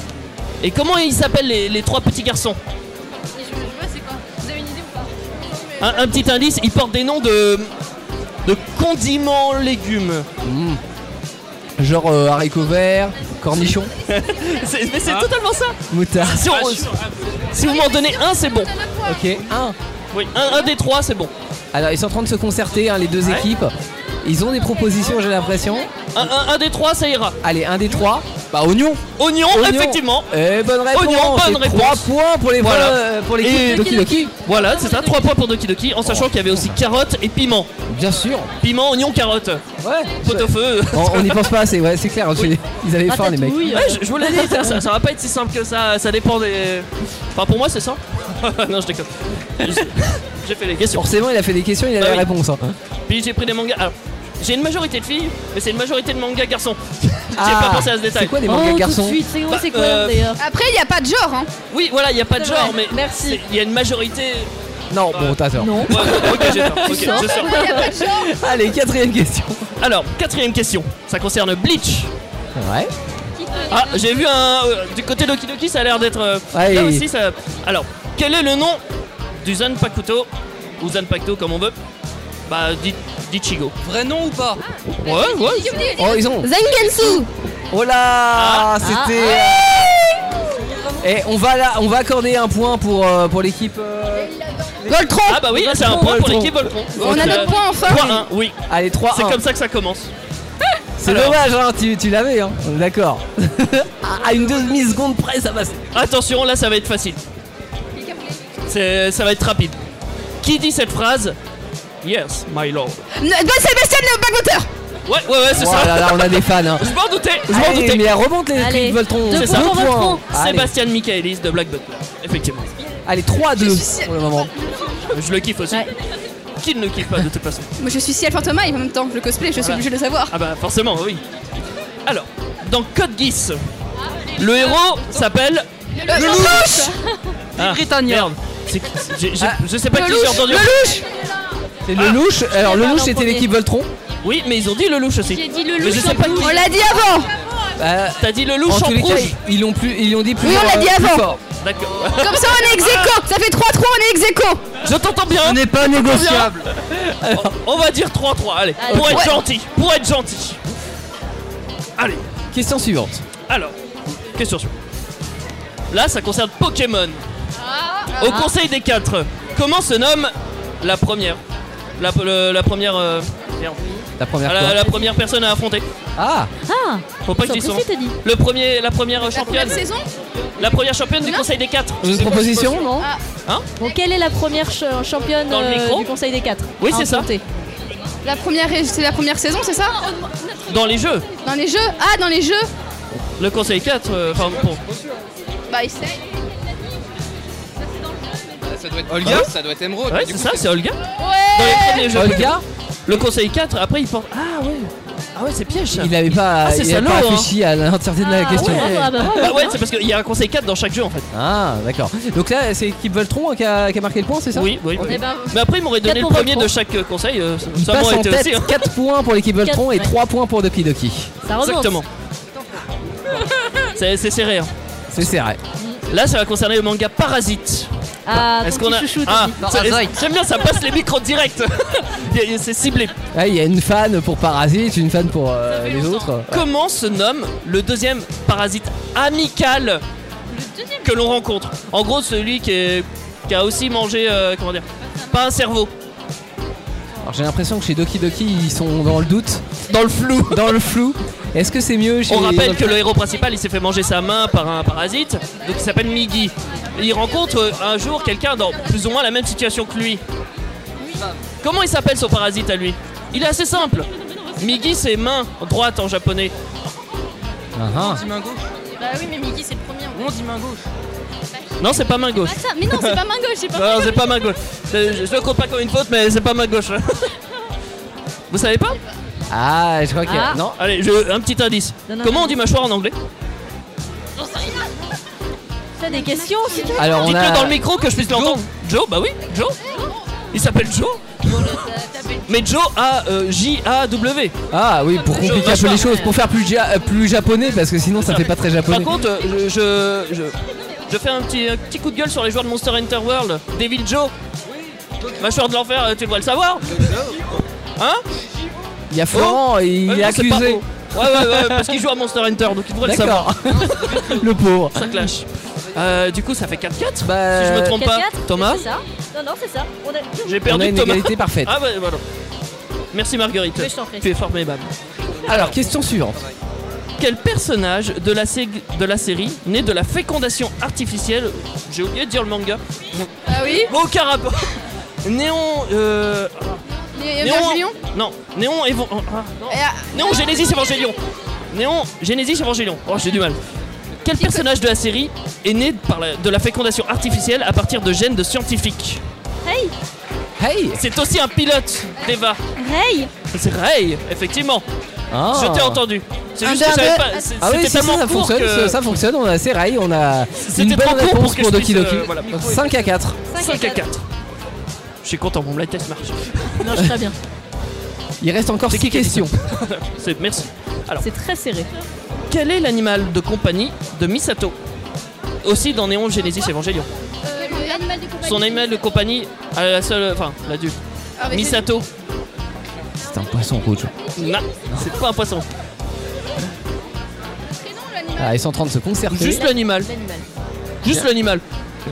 Speaker 1: Et comment ils s'appellent les, les trois petits garçons un, un petit indice, ils portent des noms de, de condiments légumes.
Speaker 3: Mmh. Genre euh, haricots verts, cornichons,
Speaker 1: C'est- mais c'est totalement ça
Speaker 3: moutarde.
Speaker 1: Si, on- si vous m'en donnez un, c'est bon.
Speaker 3: Ok, un.
Speaker 1: Oui, un, un des trois, c'est bon.
Speaker 3: Alors, ils sont en train de se concerter, hein, les deux
Speaker 1: Ouais.
Speaker 3: équipes. Ils ont des propositions, j'ai l'impression.
Speaker 1: Un, un- un des trois, ça ira.
Speaker 3: Allez, un des trois. Bah, oignon.
Speaker 1: Oignon,
Speaker 3: Oignon.
Speaker 1: effectivement.
Speaker 3: Eh, bonne réponse.
Speaker 1: Oignon, bonne
Speaker 3: Et
Speaker 1: réponse.
Speaker 3: Trois points pour les
Speaker 1: Voilà.
Speaker 3: euh, pour l'équipe
Speaker 1: Et-
Speaker 3: Doki Doki.
Speaker 1: Voilà, c'est ça, 3 points pour Doki Doki, en sachant qu'il y avait aussi carotte et piment.
Speaker 3: Bien sûr.
Speaker 1: Piment, oignon, carotte.
Speaker 3: Ouais.
Speaker 1: Pot au feu.
Speaker 3: On on n'y pense pas assez, ouais, c'est clair.
Speaker 1: Ah,
Speaker 3: Ils
Speaker 12: Ah,
Speaker 3: avaient faim, les mecs.
Speaker 12: Ratatouille.
Speaker 1: Ouais, je, je vous l'ai dit, ça, ça, ça va pas être si simple que ça, ça dépend des. Enfin, pour moi, c'est ça. non, je déconne. Je- J'ai fait les questions.
Speaker 3: Forcément, il a fait des questions, il a
Speaker 1: Bah
Speaker 3: la
Speaker 1: oui.
Speaker 3: réponse. hein.
Speaker 1: Puis j'ai pris des mangas. Alors, j'ai une majorité de filles, mais c'est une majorité de mangas garçons. j'ai
Speaker 3: Ah,
Speaker 1: pas pensé à ce détail.
Speaker 3: C'est quoi des
Speaker 12: Oh,
Speaker 3: mangas
Speaker 12: tout de
Speaker 3: garçons Ah,
Speaker 12: suite, c'est
Speaker 1: Bah,
Speaker 12: c'est quoi
Speaker 1: euh,
Speaker 12: d'ailleurs
Speaker 6: Après, il n'y a pas de genre. Hein.
Speaker 1: Oui, voilà, il y a pas de
Speaker 12: C'est
Speaker 1: genre,
Speaker 12: vrai,
Speaker 1: mais
Speaker 12: merci.
Speaker 1: c'est- il y a une majorité.
Speaker 3: Non, bon, t'as tort.
Speaker 12: Non.
Speaker 1: Ouais, ok, j'ai tort. Ok,
Speaker 12: Tu sors.
Speaker 1: je sors.
Speaker 6: Il n'y a pas de genre.
Speaker 3: Allez, quatrième question.
Speaker 1: Alors, quatrième question, ça concerne Bleach.
Speaker 3: Ouais.
Speaker 1: Ah, j'ai vu un. euh, du côté Doki Doki, ça a l'air d'être. euh,
Speaker 3: Ouais,
Speaker 1: là
Speaker 3: il-
Speaker 1: aussi, ça. Alors, quel est le nom du Zanpakuto Ou Zanpakuto, comme on veut Bah, dit- d'Ichigo.
Speaker 13: Vrai nom ou pas
Speaker 1: Ouais, ouais.
Speaker 3: Oh, ils ont.
Speaker 12: Zangetsu
Speaker 3: Oh
Speaker 1: Ah.
Speaker 3: là C'était.
Speaker 14: Ah,
Speaker 6: Ah,
Speaker 3: Et on va là, on va accorder un point pour, euh, pour l'équipe. euh,
Speaker 6: Voltron.
Speaker 1: Ah, bah oui, c'est un point pour l'équipe Voltron.
Speaker 6: On a
Speaker 1: Donc,
Speaker 6: notre
Speaker 1: euh,
Speaker 6: point enfin.
Speaker 1: 3-1, oui.
Speaker 3: Allez, 3
Speaker 1: C'est comme ça que ça commence.
Speaker 3: C'est
Speaker 1: Alors.
Speaker 3: dommage, hein, tu, tu l'avais, hein. On est d'accord. à,
Speaker 1: Ah,
Speaker 3: à une demi-seconde près, ça passe.
Speaker 1: Attention, là, ça va être facile. C'est- Ça va être rapide. Qui dit cette phrase Yes, my lord.
Speaker 6: Ne- Don Sébastien le bagoteur.
Speaker 1: Ouais, ouais, ouais, c'est
Speaker 3: Oh
Speaker 1: ça.
Speaker 3: là là, on a des fans, hein.
Speaker 1: Je m'en doutais, je m'en
Speaker 3: Allez,
Speaker 1: doutais.
Speaker 3: mais elle remonte les
Speaker 12: Allez,
Speaker 3: clips Voltron.
Speaker 12: deux
Speaker 1: C'est
Speaker 12: points
Speaker 1: ça.
Speaker 12: pour Voltron.
Speaker 3: Allez,
Speaker 1: Sébastien Michaelis de Black Butler, effectivement.
Speaker 3: allez 3 à 2 pour le moment.
Speaker 1: Je le kiffe aussi.
Speaker 12: Ouais.
Speaker 1: Qui ne le kiffe pas de toute façon
Speaker 6: Moi, je suis Ciel Fantôme et en même temps, le cosplay, je suis
Speaker 1: Voilà.
Speaker 6: obligée de le savoir.
Speaker 1: Ah bah forcément, oui. Alors, dans Code Geass, le héros s'appelle
Speaker 6: Le louche.
Speaker 1: ah,
Speaker 13: Britannia.
Speaker 1: Merde. C'est- c'est- j'ai- j'ai-
Speaker 3: Ah.
Speaker 1: Je sais pas
Speaker 6: Le
Speaker 1: qui j'ai
Speaker 6: louche.
Speaker 1: entendu.
Speaker 6: Le louche.
Speaker 3: C'est le louche.
Speaker 1: Ah.
Speaker 3: Alors, le
Speaker 12: parlé
Speaker 3: louche,
Speaker 12: en
Speaker 3: c'était
Speaker 12: premier.
Speaker 3: l'équipe Voltron.
Speaker 1: Oui, mais ils ont dit le louche aussi.
Speaker 12: J'ai dit le
Speaker 1: Mais je
Speaker 12: louche
Speaker 1: sais
Speaker 12: en
Speaker 1: pas qui.
Speaker 12: rouge.
Speaker 6: On l'a dit avant.
Speaker 3: Bah,
Speaker 1: T'as dit le
Speaker 3: en
Speaker 1: louche en
Speaker 3: tous les cas,
Speaker 1: rouge.
Speaker 3: ils ils l'ont plus, ils l'ont dit plus.
Speaker 6: Oui, on l'a dit
Speaker 3: plus
Speaker 6: avant.
Speaker 3: fort.
Speaker 1: D'accord.
Speaker 6: Comme ça, on est ex aequo. Ça fait 3-3, on est ex aequo.
Speaker 1: Je t'entends bien.
Speaker 13: Ce n'est pas
Speaker 1: Je t'entends bien.
Speaker 13: négociable.
Speaker 1: Alors, On va dire 3-3, allez.
Speaker 13: Allez.
Speaker 1: Pour
Speaker 13: Ouais.
Speaker 1: être gentil, pour être gentil. Allez.
Speaker 3: Question suivante.
Speaker 1: Alors, question suivante. Là, ça concerne Pokémon. Ah. Au conseil des quatre, comment se nomme la première La, le- la première. euh, merde.
Speaker 3: La première
Speaker 1: Ah, la-
Speaker 3: fois.
Speaker 1: la première personne à affronter.
Speaker 3: Ah
Speaker 12: Ah
Speaker 1: Faut pas que
Speaker 12: Sans
Speaker 1: tu y sois.
Speaker 12: précis, t'as dit.
Speaker 1: Le premier, la première championne. La première championne du Conseil des 4.
Speaker 12: C'est quoi, c'est possible
Speaker 1: non
Speaker 12: Ah.
Speaker 1: Hein
Speaker 12: Bon, quelle est la première ch- championne
Speaker 1: Dans le
Speaker 12: euh,
Speaker 1: micro
Speaker 12: du Conseil des 4
Speaker 1: Oui, c'est ça.
Speaker 14: La première, c'est la première saison, c'est ça
Speaker 1: Dans les jeux.
Speaker 14: Dans les jeux Ah, dans les jeux
Speaker 1: Le Conseil 4, euh, enfin bon.
Speaker 14: Bah, essaye.
Speaker 15: Ça doit être
Speaker 1: Olga
Speaker 15: Olga, ça doit être Emerald.
Speaker 1: Ah Ouais,
Speaker 15: du
Speaker 1: c'est
Speaker 15: coup,
Speaker 1: ça, c'est Olga. Dans les premiers jeux. Le Conseil 4, après il pense. Ah ouais Ah ouais, c'est piège ça.
Speaker 3: Il avait pas,
Speaker 1: Ah, c'est
Speaker 3: il avait
Speaker 1: salaud,
Speaker 3: pas
Speaker 1: hein. Ah,
Speaker 3: réfléchi à l'entièreté de la question.
Speaker 1: ouais. Bah ouais, c'est parce qu'il y a un Conseil 4 dans chaque jeu en fait.
Speaker 3: Ah, d'accord. Donc là, c'est l'équipe Voltron hein, qui a, qui a marqué le point, c'est ça
Speaker 1: Oui, oui.
Speaker 3: Ok.
Speaker 1: oui. Mais après, ils m'auraient donné
Speaker 3: Quatre
Speaker 1: le
Speaker 3: pour
Speaker 1: premier
Speaker 3: Voltron.
Speaker 1: de chaque euh, conseil. euh,
Speaker 3: Il
Speaker 1: ça
Speaker 3: passe
Speaker 1: m'aurait
Speaker 3: en
Speaker 1: été
Speaker 3: tête
Speaker 1: aussi. hein.
Speaker 3: 4 points pour l'équipe Voltron et
Speaker 1: Quatre, ouais.
Speaker 3: 3 points pour Doki Doki.
Speaker 1: Ça remonte. Exactement. C'est c'est serré. hein.
Speaker 3: C'est serré.
Speaker 1: Là, ça va concerner le manga Parasite.
Speaker 12: Ah,
Speaker 1: Est-ce
Speaker 12: ton
Speaker 1: qu'on a
Speaker 12: petit chouchou,
Speaker 1: ah,
Speaker 12: t'as dit.
Speaker 1: ça- J'aime bien, ça passe les micros direct. C'est ciblé.
Speaker 3: Ah, il y a une fan pour Parasite, une fan pour euh, les autres.
Speaker 1: Comment se nomme le deuxième parasite amical que l'on rencontre En gros, celui qui, est- qui a aussi mangé, euh, comment dire, pas un cerveau.
Speaker 3: Alors j'ai l'impression que chez Doki Doki, ils sont dans le doute.
Speaker 1: Dans le flou.
Speaker 3: Dans le flou. Est-ce que c'est mieux chez
Speaker 1: On rappelle que le héros principal, il s'est fait manger sa main par un parasite, donc il s'appelle Migi. Et il rencontre euh, un jour quelqu'un dans plus ou moins la même situation que lui. Comment il s'appelle son parasite à lui Il est assez simple. Migi, c'est main droite en japonais.
Speaker 3: Ah,
Speaker 15: On dit main gauche.
Speaker 14: Bah oui, mais Mickey, c'est le premier.
Speaker 15: On dit main gauche.
Speaker 1: Non, c'est pas main gauche.
Speaker 14: Bah, ça. Mais non, c'est pas main gauche, c'est pas
Speaker 1: Non,
Speaker 14: main
Speaker 1: c'est pas main gauche. C'est- Je, je le compte pas comme une faute, mais c'est pas main gauche. Vous savez pas
Speaker 3: Ah, je crois
Speaker 1: qu'il y a-
Speaker 3: Ah. non.
Speaker 1: Allez, je- un petit indice.
Speaker 12: Non, non,
Speaker 1: Comment
Speaker 12: non.
Speaker 1: on dit mâchoire en anglais
Speaker 12: T'as des questions aussi
Speaker 3: Alors, on
Speaker 1: Dites-le
Speaker 3: a-
Speaker 1: dans le micro que je puisse l'entendre. Joe, bah oui, Joe. Il s'appelle Joe. Mais Joe a euh, J-A-W.
Speaker 3: Ah oui, pour compliquer un peu les choses, pour faire plus, ja- euh, plus japonais, parce que sinon ça fait pas très
Speaker 1: Par
Speaker 3: japonais.
Speaker 1: contre, euh, je, je, je, je fais un petit, un petit coup de gueule sur les joueurs de Monster Hunter World. Devil Joe. Mâchoire de l'enfer, euh, tu dois le savoir. Hein
Speaker 3: Il y a Florent, il
Speaker 1: Oh Ouais,
Speaker 3: est
Speaker 1: non, c'est pas
Speaker 3: accusé.
Speaker 1: beau. Ouais, ouais, ouais, parce qu'il joue à Monster Hunter, donc il devrait le
Speaker 3: D'accord.
Speaker 1: savoir.
Speaker 3: le pauvre.
Speaker 1: Ça clash. Euh, du coup, ça fait 4-4
Speaker 3: Bah,
Speaker 1: Si je me trompe pas,
Speaker 12: 4-4,
Speaker 1: Thomas
Speaker 12: C'est ça Non, non, c'est ça. On est-
Speaker 1: J'ai perdu
Speaker 3: On a une
Speaker 1: Thomas.
Speaker 3: égalité parfaite.
Speaker 1: Ah, ouais, voilà. Merci Marguerite.
Speaker 12: Mais je t'en prie.
Speaker 1: Tu es formidable.
Speaker 3: Alors, question suivante.
Speaker 1: Quel personnage de la, sé- de la série, né de la fécondation artificielle, j'ai oublié de dire le manga.
Speaker 14: Ah oui
Speaker 1: Aucun rapport. Néon. Euh...
Speaker 14: Né- Evangelion
Speaker 1: Non, Néon Evo- ah, non. Néon Genesis Evangelion. Néon Genesis Evangelion. Oh, j'ai du mal. Quel personnage de la série est né par la- de la fécondation artificielle à partir de gènes de scientifiques
Speaker 12: Hey
Speaker 3: Hey
Speaker 1: C'est aussi un pilote, Deva.
Speaker 12: Hey
Speaker 1: C'est Ray, effectivement.
Speaker 3: Ah.
Speaker 1: Je t'ai entendu. C'est
Speaker 3: Un
Speaker 1: juste que je savais
Speaker 3: dernier.
Speaker 1: pas. c'est-
Speaker 3: Ah oui,
Speaker 1: c'était
Speaker 3: si, si,
Speaker 1: tellement
Speaker 3: ça
Speaker 1: court
Speaker 3: fonctionne,
Speaker 1: que-
Speaker 3: ça- ça fonctionne, on a assez rail, on a une
Speaker 1: C'était
Speaker 3: bonne
Speaker 1: trop court
Speaker 3: réponse
Speaker 1: pour que je
Speaker 3: pour Doki
Speaker 1: puisse,
Speaker 3: Doki.
Speaker 1: euh, voilà.
Speaker 3: 5 à 4.
Speaker 1: 5 à 4. Je suis content, mon blind test marche.
Speaker 12: Non, je très bien.
Speaker 3: Il reste encore 6 questions.
Speaker 1: C'est- Merci. Alors,
Speaker 12: C'est très serré.
Speaker 1: quel est l'animal de compagnie de Misato Aussi dans Néon Genesis Evangelion.
Speaker 14: L'animal du compagnie.
Speaker 1: Son animal de compagnie, à la seule. Enfin, la due.
Speaker 14: Ah, mais
Speaker 1: Misato.
Speaker 3: C'est un poisson rouge.
Speaker 1: Non, c'est pas un poisson.
Speaker 3: Ah, ils sont en train de se concerter.
Speaker 1: Juste l'animal. Juste
Speaker 3: Bien.
Speaker 1: l'animal.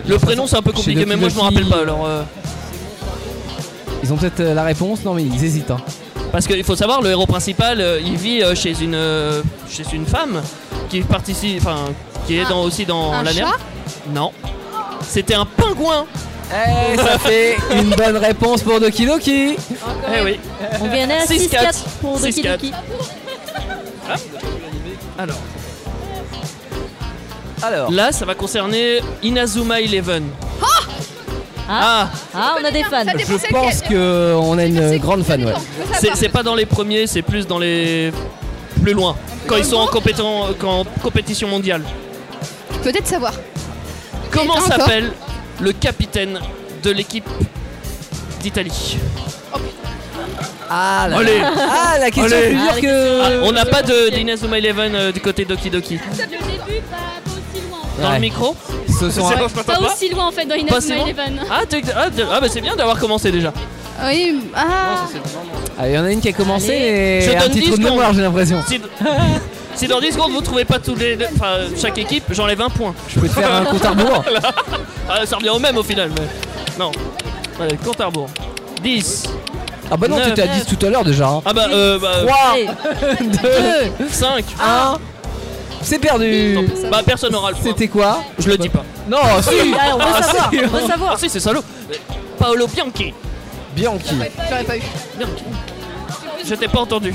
Speaker 1: Le prénom, c'est un peu compliqué,
Speaker 3: Doki
Speaker 1: mais moi, je m'en
Speaker 3: Doki-
Speaker 1: rappelle pas. Alors. euh,
Speaker 3: Ils ont peut-être euh, la réponse, non mais ils hésitent. hein.
Speaker 1: Parce qu'il faut savoir, le héros principal, euh, il vit euh, chez une euh, chez une femme qui participe, enfin, qui est dans, aussi dans
Speaker 3: un
Speaker 1: la mer.
Speaker 3: chat
Speaker 1: Non, c'était un pingouin.
Speaker 3: Eh, ça fait une bonne réponse pour Doki Doki.
Speaker 1: Eh oui.
Speaker 12: On vient à
Speaker 1: 6-4.
Speaker 12: 6-4 pour
Speaker 1: 6-4.
Speaker 12: Doki Doki.
Speaker 1: Alors.
Speaker 3: Alors.
Speaker 1: Là, ça va concerner Inazuma Eleven.
Speaker 12: Ah, ah, on a des fans.
Speaker 3: Je pense que euh, on a une grande fan. ouais.
Speaker 1: C'est c'est pas dans les premiers, c'est plus dans les plus loin. Quand ils sont en, compétent- en compétition mondiale.
Speaker 14: Peut-être savoir.
Speaker 1: Comment
Speaker 14: Et encore.
Speaker 1: s'appelle le capitaine de l'équipe d'Italie
Speaker 3: Ah,
Speaker 1: Allez.
Speaker 3: Ah, la question est
Speaker 1: Allez.
Speaker 3: plus dure que.
Speaker 1: Ah, on n'a pas de d'Inazuma Eleven euh, du côté Doki Doki.
Speaker 12: Le début va pas aussi loin.
Speaker 1: dans
Speaker 3: Ouais.
Speaker 1: le micro
Speaker 3: Ce sont-
Speaker 1: C'est-
Speaker 3: Pas
Speaker 1: pas-
Speaker 13: où Sylvain en fait dans Inazuma
Speaker 1: Pas Simon
Speaker 13: Eleven.
Speaker 1: Ah, t'es- ah, t'es- ah, bah c'est bien d'avoir commencé déjà.
Speaker 14: Oui, ah.
Speaker 3: Ah, Il y en a une qui a commencé et
Speaker 1: Je
Speaker 3: un
Speaker 1: donne
Speaker 3: petit
Speaker 1: 10
Speaker 3: trou de
Speaker 1: secondes.
Speaker 3: mémoire, j'ai l'impression.
Speaker 1: Si, si dans 10 secondes vous trouvez pas tous les. Enfin, chaque équipe, j'enlève un point.
Speaker 3: Je peux te faire un compte à rebours.
Speaker 1: Ah, ça revient au même au final, mais. Non. Allez, compte à rebours. 10.
Speaker 3: Ah bah non,
Speaker 1: Neuf.
Speaker 3: t'étais à 10 tout à l'heure déjà. hein.
Speaker 1: Ah bah, euh. Bah,
Speaker 3: 3,
Speaker 1: 2, 5,
Speaker 3: 1. C'est perdu.
Speaker 1: Bah, personne n'aura le point.
Speaker 3: C'était quoi
Speaker 1: Je le dis pas.
Speaker 3: Non, si.
Speaker 1: Ah,
Speaker 3: Ah,
Speaker 1: si.
Speaker 3: si.
Speaker 1: Ah, si, c'est salaud. Paolo Bianchi.
Speaker 3: Bianchi.
Speaker 14: J'aurais pas eu.
Speaker 1: Bianchi. Je t'ai pas entendu.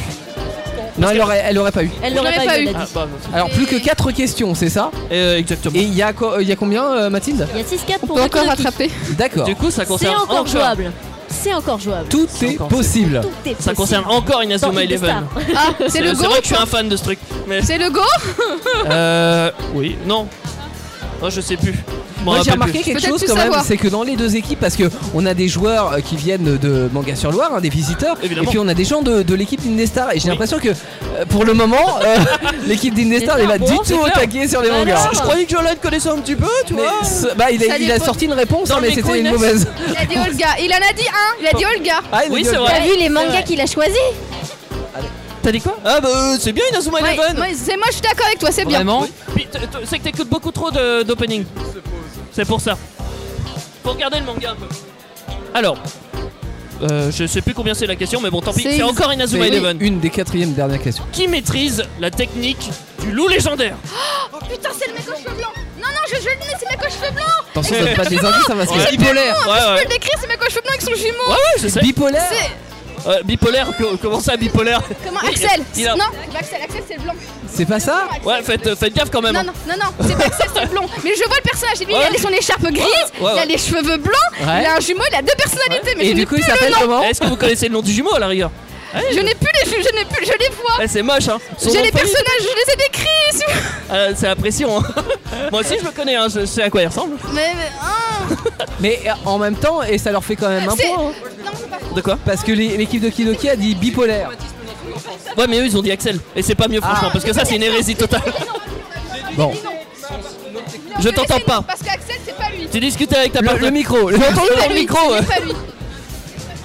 Speaker 3: Non, elle aurait, elle aurait pas eu.
Speaker 12: Elle l'aurait pas, eu, elle a dit.
Speaker 3: Alors plus que 4 questions, c'est ça
Speaker 1: Eh, Exactement.
Speaker 3: Et il y, a co- il y a combien, euh, Mathilde
Speaker 12: Il y a 6-4 pour
Speaker 14: peut
Speaker 12: le
Speaker 14: encore
Speaker 12: Kinoki.
Speaker 14: rattraper.
Speaker 3: D'accord.
Speaker 1: Du coup, ça
Speaker 12: C'est
Speaker 1: concerne
Speaker 12: encore jouable. C'est encore jouable.
Speaker 3: Tout est possible.
Speaker 12: Tout
Speaker 1: Ça
Speaker 12: est possible.
Speaker 1: concerne encore
Speaker 12: Dans
Speaker 1: Inazuma Eleven.
Speaker 12: Indestar.
Speaker 14: Ah, c'est
Speaker 1: C'est
Speaker 14: le
Speaker 1: c'est
Speaker 14: go
Speaker 1: vrai que je suis un fan de ce truc. Mais...
Speaker 14: C'est le go
Speaker 1: Euh. Oui, non. Oh, je sais plus. Je m'en
Speaker 3: Moi j'ai
Speaker 1: rappelle
Speaker 3: remarqué
Speaker 1: plus.
Speaker 3: quelque chose quand même, c'est que dans les deux équipes, parce que on a des joueurs euh, qui viennent de Manga sur Loire, hein, des visiteurs,
Speaker 1: Évidemment.
Speaker 3: et puis on a des gens de, de l'équipe d'Indestar, et j'ai l'impression que euh, pour le moment, euh, l'équipe d'Indestar n'est pas
Speaker 1: bon,
Speaker 3: du
Speaker 1: c'est
Speaker 3: tout au
Speaker 1: clair.
Speaker 3: taquet sur les
Speaker 1: Bah
Speaker 3: mangas.
Speaker 1: alors Je croyais que Jolan connaissait un petit peu, tu
Speaker 3: Mais
Speaker 1: vois.
Speaker 3: ce- bah, il a,
Speaker 14: Ça
Speaker 3: il a
Speaker 14: dépend.
Speaker 3: sorti une réponse,
Speaker 1: Dans
Speaker 3: hein,
Speaker 1: le
Speaker 3: mais
Speaker 1: micro,
Speaker 3: c'était une
Speaker 1: Inès.
Speaker 3: mauvaise.
Speaker 14: Il a dit Olga. Il en a dit un. Il a dit Olga.
Speaker 3: Ah, il a
Speaker 1: Oui,
Speaker 3: dit
Speaker 1: c'est
Speaker 3: autre
Speaker 1: vrai.
Speaker 3: chose.
Speaker 1: T'as vu les mangas
Speaker 14: qu'il a choisi
Speaker 1: T'as dit quoi Ah bah euh, c'est bien Inazuma Eleven.
Speaker 14: C'est moi, je suis d'accord avec toi, c'est bien.
Speaker 1: Vraiment Puis, t- t- C'est que t'écoutes beaucoup trop de- d'opening. C'est pour ça. Faut regarder le manga un peu. Alors, euh, je sais plus combien c'est la question, mais bon, tant pis. C'est encore Inazuma
Speaker 3: C'est
Speaker 1: Eleven.
Speaker 3: Une des quatrièmes dernières questions.
Speaker 1: Qui maîtrise la technique du loup légendaire
Speaker 14: Oh putain, c'est le mec aux cheveux blancs. Non, non, je, je le dis, c'est le mec aux cheveux blancs.
Speaker 3: Attention, donne pas des indices, ça va se
Speaker 1: Ouais.
Speaker 3: calmer. Bipolaire.
Speaker 14: Non,
Speaker 1: Ouais,
Speaker 14: Je
Speaker 1: ouais.
Speaker 14: peux le décrire, c'est le mec aux cheveux blancs avec son jumeau.
Speaker 1: Ouais, ouais, je sais.
Speaker 3: Bipolaire
Speaker 14: C'est-
Speaker 1: Euh, Bipolaire, co- comment ça, bipolaire
Speaker 14: Comment
Speaker 1: Oui,
Speaker 14: Axel
Speaker 1: il a-
Speaker 14: Non, Axel, Axel, c'est le blanc.
Speaker 3: C'est pas ça
Speaker 1: Ouais, faites, euh, faites gaffe quand même.
Speaker 14: Non,
Speaker 1: hein.
Speaker 14: non, non, non, c'est pas Axel, c'est le blond. Mais je vois le personnage. Lui,
Speaker 1: Ouais.
Speaker 14: il a son écharpe grise,
Speaker 1: Ouais, ouais,
Speaker 14: il a
Speaker 1: ouais.
Speaker 14: les cheveux blancs,
Speaker 1: Ouais.
Speaker 14: il a un jumeau, il a deux personnalités. Mais
Speaker 1: Et
Speaker 14: je
Speaker 1: du
Speaker 14: n'ai
Speaker 1: coup,
Speaker 14: plus
Speaker 1: il
Speaker 14: le nom.
Speaker 1: Est-ce que vous connaissez le nom du jumeau à la rigueur
Speaker 14: Je n'ai plus les je n'ai plus, je les vois.
Speaker 1: Eh, C'est moche, hein Son
Speaker 14: J'ai
Speaker 1: nom
Speaker 14: les
Speaker 1: de famille
Speaker 14: personnages, je les ai décrits. si vous-
Speaker 1: Euh, C'est la pression, hein. Moi aussi, je le connais, hein, je sais à quoi il ressemble.
Speaker 14: Mais, mais, hein.
Speaker 3: Mais euh, en même temps, et ça leur fait quand même un
Speaker 14: C'est-
Speaker 3: point. hein.
Speaker 14: Non, c'est pas
Speaker 1: De quoi
Speaker 3: Parce que l'é- l'équipe de Kidoki a dit bipolaire.
Speaker 1: Ouais, mais eux, ils ont dit Axel. Et c'est pas mieux,
Speaker 3: Ah.
Speaker 1: franchement, parce que ça, c'est une hérésie totale.
Speaker 3: Bon.
Speaker 1: Je t'entends
Speaker 14: Non,
Speaker 1: pas.
Speaker 14: Parce qu'Axel, c'est pas lui.
Speaker 1: Tu discutais avec ta
Speaker 3: Le,
Speaker 1: partenaire.
Speaker 3: le micro, le-
Speaker 1: J'ai entendu
Speaker 14: C'est
Speaker 1: dans
Speaker 14: pas
Speaker 1: le
Speaker 14: lui,
Speaker 1: micro.
Speaker 14: c'est pas lui.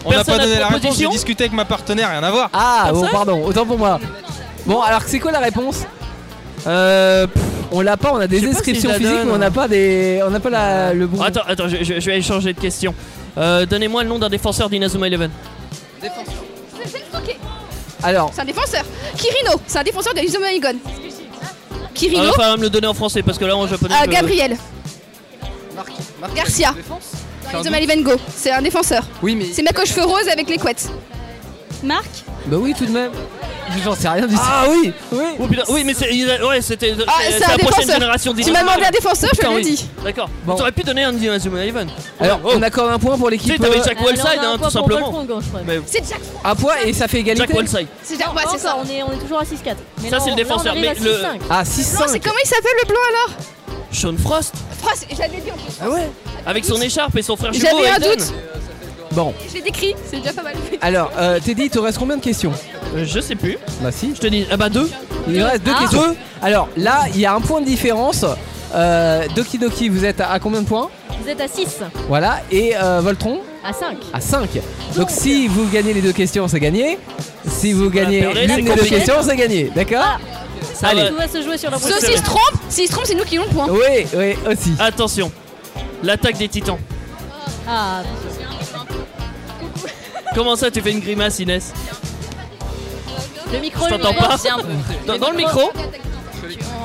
Speaker 15: On n'a
Speaker 1: Personne
Speaker 15: pas
Speaker 1: n'a
Speaker 15: donné
Speaker 1: de
Speaker 15: la réponse, j'ai
Speaker 1: proposition
Speaker 15: discuté avec ma partenaire, rien à voir.
Speaker 3: Ah, bon,
Speaker 1: ça
Speaker 3: pardon, autant pour moi. Bon, alors c'est quoi la réponse euh, pff, on l'a pas, on a des
Speaker 1: Je sais pas s'ils
Speaker 3: descriptions
Speaker 1: la
Speaker 3: physiques,
Speaker 1: donnent.
Speaker 3: mais on n'a pas des, on n'a pas la, Ah, le bon.
Speaker 1: Attends, attends, je, je- je vais changer de question. Euh, Donnez-moi le nom d'un défenseur d'Inazuma Eleven.
Speaker 14: C'est- C'est le stocké.
Speaker 3: Alors,
Speaker 14: C'est un défenseur. Kirino, c'est un défenseur de Izuma Igon.
Speaker 1: Ah,
Speaker 14: Kirino,
Speaker 1: enfin, me le donner en français parce que là en japonais.
Speaker 14: euh,
Speaker 1: je-
Speaker 14: Gabriel, Garcia.
Speaker 1: un
Speaker 14: Izuma Eleven Go, c'est un défenseur.
Speaker 3: Oui, mais.
Speaker 14: C'est mec aux cheveux roses avec les couettes.
Speaker 12: Marc
Speaker 3: Bah oui, tout de même. J'en sais rien du tout. Ah oui, oui.
Speaker 1: Oh, putain, oui, mais c'est. il a- Ouais, c'était.
Speaker 14: Ah,
Speaker 1: c'est-
Speaker 14: c'est
Speaker 1: c'est
Speaker 14: un
Speaker 1: la prochaine
Speaker 14: défenseur.
Speaker 1: génération
Speaker 14: Tu
Speaker 1: d'Inazuma
Speaker 14: m'as demandé un
Speaker 1: Eleven.
Speaker 14: défenseur, je
Speaker 1: Putain,
Speaker 14: l'ai
Speaker 1: oui.
Speaker 14: dit.
Speaker 1: D'accord.
Speaker 3: Bon.
Speaker 1: T'aurais pu donner un Inazuma Eleven.
Speaker 3: Alors,
Speaker 1: Oh.
Speaker 3: on a quand même un point pour
Speaker 1: Tu sais,
Speaker 3: l'équipe.
Speaker 1: t'avais
Speaker 3: euh,
Speaker 12: Ah,
Speaker 1: Jack Wallside, hein, tout simplement. Mais
Speaker 14: C'est Jack.
Speaker 3: Un point et ça fait égalité.
Speaker 1: Jack Wallside.
Speaker 14: C'est Jack. ouais,
Speaker 12: Encore,
Speaker 14: c'est ça.
Speaker 12: On, est, on est toujours à 6-4. Mais
Speaker 1: Ça,
Speaker 12: là,
Speaker 1: c'est le
Speaker 12: on- là, on
Speaker 1: défenseur,
Speaker 12: arrive
Speaker 1: mais
Speaker 12: à
Speaker 1: le-
Speaker 12: 6-5.
Speaker 3: Ah
Speaker 14: Blanc, c'est
Speaker 3: 6-5.
Speaker 14: comment il s'appelle le blanc alors
Speaker 1: Sean Frost,
Speaker 14: Frost, Oh, j'avais dit en plus.
Speaker 3: Ah ouais.
Speaker 1: avec son écharpe et son frère jumeau.
Speaker 14: J'avais un
Speaker 1: Aiden. Ah.
Speaker 14: doute.
Speaker 3: Bon,
Speaker 14: Je l'ai décrit, c'est déjà pas mal.
Speaker 3: alors euh, Teddy, il te reste combien de questions
Speaker 1: Euh, Je sais plus.
Speaker 3: Bah si.
Speaker 1: Je te dis. Ah bah deux.
Speaker 3: Il reste deux
Speaker 12: Ah.
Speaker 3: questions. Alors là, il y a un point de différence. Euh, Doki Doki, vous êtes à, à combien de points
Speaker 12: Vous êtes à 6,
Speaker 3: Voilà. Et euh, Voltron
Speaker 12: à 5.
Speaker 3: à 5. Donc si vous gagnez les deux questions, c'est gagné. Si vous gagnez
Speaker 1: perdez, c'est
Speaker 3: l'une des deux
Speaker 1: compliqué.
Speaker 3: questions, c'est gagné. D'accord
Speaker 1: Ça
Speaker 3: Allez.
Speaker 1: va.
Speaker 12: Tout va se jouer sur la
Speaker 14: Sauf
Speaker 12: prochaine.
Speaker 14: s'il se trompe, s'il se trompe, c'est nous qui avons le point.
Speaker 3: Oui, oui, aussi.
Speaker 1: Attention. L'attaque des titans.
Speaker 12: Ah,
Speaker 1: Comment ça, tu fais une grimace, Inès
Speaker 12: le micro,
Speaker 1: Je
Speaker 12: lui,
Speaker 1: t'entends
Speaker 12: il
Speaker 1: pas.
Speaker 12: revient un peu.
Speaker 1: dans, dans le micro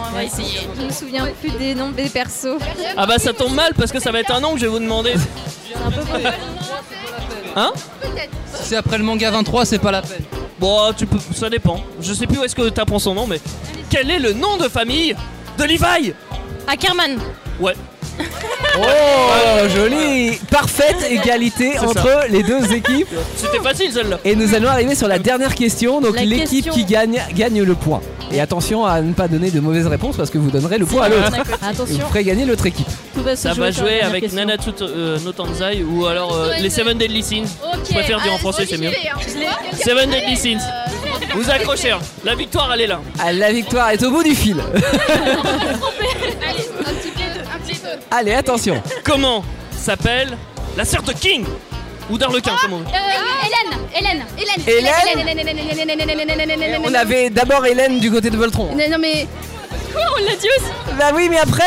Speaker 13: On va essayer. Je me souviens plus des noms des persos.
Speaker 1: Ah bah ça tombe mal parce que ça va être un nom que je vais vous demander.
Speaker 12: C'est un peu
Speaker 1: Hein
Speaker 15: C'est après le manga 23, c'est pas la peine.
Speaker 1: Bon, euh, tu peux, ça dépend. Je sais plus où est-ce que t'apprends son nom, mais quel est le nom de famille de Levi
Speaker 12: Ah,
Speaker 13: Ackerman.
Speaker 1: Ouais.
Speaker 3: Oh, joli Parfaite égalité
Speaker 1: C'est ça.
Speaker 3: entre les deux équipes.
Speaker 1: C'était
Speaker 12: Oh.
Speaker 1: facile celle-là.
Speaker 3: Et nous allons arriver sur la dernière question. Donc
Speaker 12: La
Speaker 3: l'équipe
Speaker 12: question.
Speaker 3: qui gagne gagne le point. Et attention à ne pas donner de mauvaises réponses parce que vous donnerez le point à l'autre. Et Vous
Speaker 12: Attention,
Speaker 3: ferez gagner l'autre équipe.
Speaker 12: tout va se
Speaker 1: Ça va
Speaker 12: sur la
Speaker 1: jouer
Speaker 12: dernière
Speaker 1: avec
Speaker 12: question.
Speaker 1: Nanatsu euh, no Taizai ou alors euh, les Seven Deadly Sins. Je préfère dire en français, c'est mieux.
Speaker 14: hein.
Speaker 1: Seven Deadly Sins.
Speaker 14: Euh,
Speaker 1: Vous accrochez, hein. la victoire elle est là.
Speaker 3: Ah, La victoire est au bout du fil.
Speaker 14: Un petit peu.
Speaker 3: Allez, attention.
Speaker 1: Comment s'appelle la sœur de King Ou d'Arlequin,
Speaker 12: Ah
Speaker 1: comment on veut.
Speaker 14: Euh, Hélène, Hélène, Hélène,
Speaker 3: Hélène
Speaker 14: Hélène, Hélène, Hélène, Hélène, Hélène, Hélène, Hélène, Hélène,
Speaker 3: On avait d'abord Hélène du côté de Voltron.
Speaker 14: Non, non, mais. Quoi, on l'a dit aussi
Speaker 3: Bah oui, mais après.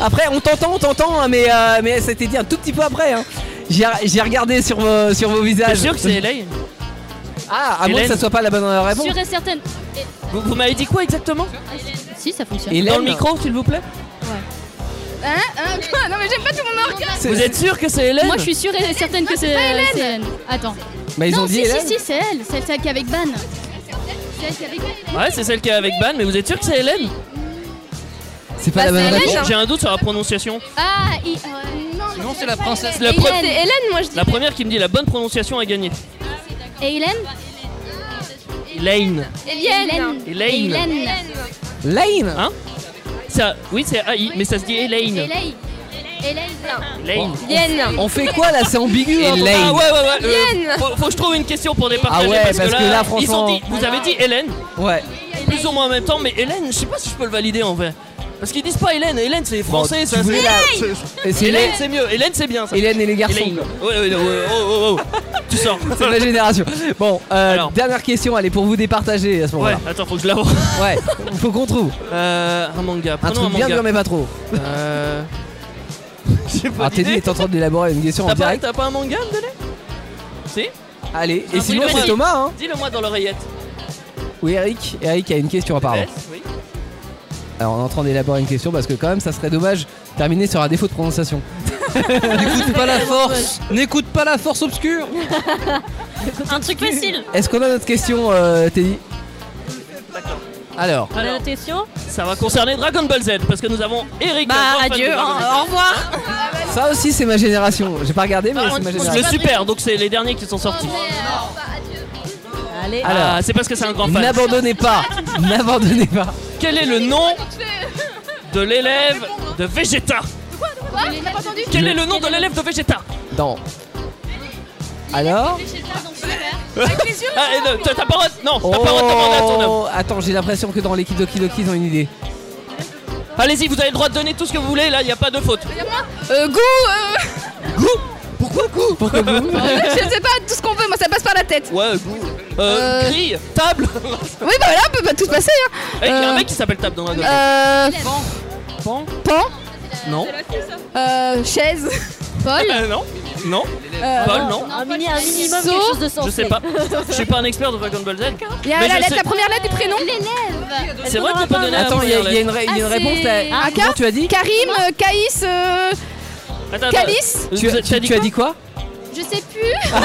Speaker 3: après, on t'entend, on t'entend, hein, mais, euh, mais ça a été dit un tout petit peu après. hein. J'ai j'ai regardé sur vos, sur vos visages.
Speaker 1: T'es sûr que c'est Hélène
Speaker 3: Ah, à moins que
Speaker 1: Hélène.
Speaker 3: ça soit pas la bonne réponse.
Speaker 12: Sûre et certaine. Et-
Speaker 1: Vous, vous m'avez dit quoi exactement
Speaker 12: Si, ça fonctionne.
Speaker 3: Hélène.
Speaker 1: Dans le micro, s'il vous plaît
Speaker 14: Hein, hein, quoi Non, mais j'aime pas tout mon orgueil
Speaker 1: Vous êtes sûr que c'est Hélène
Speaker 12: Moi, je suis sûre et certaine que c'est
Speaker 14: c'est pas Hélène.
Speaker 12: c'est Hélène. Attends.
Speaker 1: Bah, ils
Speaker 12: non,
Speaker 1: ont dit
Speaker 12: si,
Speaker 1: Hélène.
Speaker 12: si, si, c'est elle. C'est celle qui est avec Ban. C'est elle qui est avec
Speaker 1: Ouais, c'est celle qui est avec Ban, mais vous êtes sûr que c'est Hélène
Speaker 3: C'est
Speaker 12: pas Bah, la bonne c'est Hélène, réponse. hein.
Speaker 1: J'ai un doute sur la prononciation.
Speaker 12: Ah, il...
Speaker 15: Sinon,
Speaker 12: c'est la princesse.
Speaker 1: La pre-
Speaker 12: C'est Hélène, moi, je dis.
Speaker 1: La première qui me dit la bonne prononciation a gagné.
Speaker 12: Et Hélène
Speaker 1: Lane.
Speaker 12: Hélène.
Speaker 1: Hélène.
Speaker 12: Hélène.
Speaker 3: Lane
Speaker 1: Hein ça, Oui, c'est AI, mais ça se dit Elaine.
Speaker 12: Hélène. Hélène.
Speaker 1: Lane.
Speaker 12: Hélène.
Speaker 3: Oh. On fait quoi là C'est ambigu. hein,
Speaker 1: Ah ouais, ouais, ouais. euh,
Speaker 12: Hélène.
Speaker 1: faut, faut que je trouve une question pour départager.
Speaker 3: Ah ouais, parce que là,
Speaker 1: ils
Speaker 3: franchement-
Speaker 1: ont dit, vous avez dit Hélène
Speaker 3: Ouais.
Speaker 1: Plus ou moins en même temps, mais Hélène, je sais pas si je peux le valider en vrai. Parce qu'ils disent pas Hélène, Hélène c'est français,
Speaker 3: tu
Speaker 1: ça,
Speaker 3: voulais
Speaker 1: c'est-
Speaker 3: la-
Speaker 1: Hélène,
Speaker 3: Et c'est
Speaker 1: Hélène,
Speaker 3: Hélène.
Speaker 1: c'est mieux, Hélène c'est bien ça.
Speaker 3: Hélène et les garçons,
Speaker 1: Hélène.
Speaker 3: quoi.
Speaker 1: Ouais, ouais, ouais, ouais, oh, oh, oh. Tu sors.
Speaker 3: C'est ma génération. Bon, euh, dernière question, allez, pour vous départager à ce
Speaker 1: Ouais,
Speaker 3: moment-là.
Speaker 1: attends, faut que je l'avoue.
Speaker 3: Ouais, faut qu'on trouve.
Speaker 1: Euh, un manga,
Speaker 3: Un
Speaker 1: prenons
Speaker 3: truc bien
Speaker 1: manga.
Speaker 3: dur, mais pas trop.
Speaker 1: Euh. J'ai pas
Speaker 3: Alors, Teddy
Speaker 1: d'idée.
Speaker 3: est en train d'élaborer une question en
Speaker 1: T'as pas,
Speaker 3: direct.
Speaker 1: t'as pas un manga à me donner Si
Speaker 3: Allez, et
Speaker 1: Ah,
Speaker 3: sinon,
Speaker 1: dis-le-moi,
Speaker 3: c'est
Speaker 1: dis-
Speaker 3: Thomas, hein
Speaker 1: Dis-le-moi dans l'oreillette.
Speaker 3: Oui, Eric. Eric a une question, apparemment.
Speaker 1: S, oui.
Speaker 3: Alors, on est en train d'élaborer une question parce que, quand même, ça serait dommage de terminer sur un défaut de prononciation.
Speaker 10: N'écoute pas la force N'écoute pas la force obscure
Speaker 12: Un truc facile.
Speaker 3: Est-ce qu'on a notre question, euh, Teddy Alors,
Speaker 1: Alors,
Speaker 12: Attention.
Speaker 1: ça va concerner Dragon Ball Z parce que nous avons
Speaker 3: Bah,
Speaker 1: Eric. un grand fan de Dragon Ball Z.
Speaker 12: revoir.
Speaker 3: ça aussi, c'est ma génération. J'ai pas regardé, mais
Speaker 1: Ah, on-
Speaker 3: c'est ma
Speaker 1: le
Speaker 3: génération.
Speaker 1: super, donc c'est les derniers qui sont sortis.
Speaker 12: euh, Allez.
Speaker 1: Alors, Ah, c'est parce que c'est un grand fan.
Speaker 3: N'abandonnez pas N'abandonnez pas
Speaker 1: Quel est le nom de l'élève de Vegeta
Speaker 14: Quoi J'ai pas entendu
Speaker 1: Quel est le nom de l'élève de Vegeta
Speaker 3: Non. Alors
Speaker 1: Ah, et non, t'as t'as pas re- Non, t'as pas re- demandé à ton œuvre.
Speaker 3: Oh, Attends, j'ai l'impression que dans l'équipe Doki Doki, ils ont une idée.
Speaker 1: Allez-y, vous avez le droit de donner tout ce que vous voulez, là, y a pas de faute.
Speaker 14: Euh, goût euh,
Speaker 3: Pourquoi coup Pourquoi coup
Speaker 14: Je sais pas, tout ce qu'on veut, moi ça passe par la tête
Speaker 1: Ouais, goût. Euh,
Speaker 14: Euh,
Speaker 1: grille, table.
Speaker 14: Oui, bah là, on peut pas tout passer hein
Speaker 1: Eh, y a un
Speaker 14: Euh,
Speaker 1: mec qui s'appelle table dans Dragon Ball.
Speaker 14: Euh.
Speaker 1: Pan.
Speaker 14: Pan
Speaker 1: Non.
Speaker 14: Euh. Chaise Paul
Speaker 1: Euh, non. Non.
Speaker 14: Euh,
Speaker 1: Paul,
Speaker 14: non.
Speaker 1: non.
Speaker 12: Un, mini, un minimum
Speaker 14: Saut.
Speaker 12: quelque chose de sensé.
Speaker 1: Je sais pas. Je suis pas un expert de Dragon Ball Z.
Speaker 14: Il y a
Speaker 1: mais
Speaker 14: la,
Speaker 1: Bah, je
Speaker 14: lettre-
Speaker 1: sais-
Speaker 14: la première lettre du prénom
Speaker 12: L'élève.
Speaker 1: C'est vrai qu'on peut donner
Speaker 3: Attends, il y, a- il y a une, ré- il y a une
Speaker 12: Ah,
Speaker 3: réponse
Speaker 12: c'est-
Speaker 3: là.
Speaker 14: Ah,
Speaker 3: Comment tu as dit
Speaker 14: Karim, euh, Caïs, euh,
Speaker 1: Attends, attends.
Speaker 14: Calice
Speaker 1: Vous-
Speaker 3: tu, as-
Speaker 1: t'as
Speaker 3: tu- tu as dit quoi
Speaker 14: Je sais plus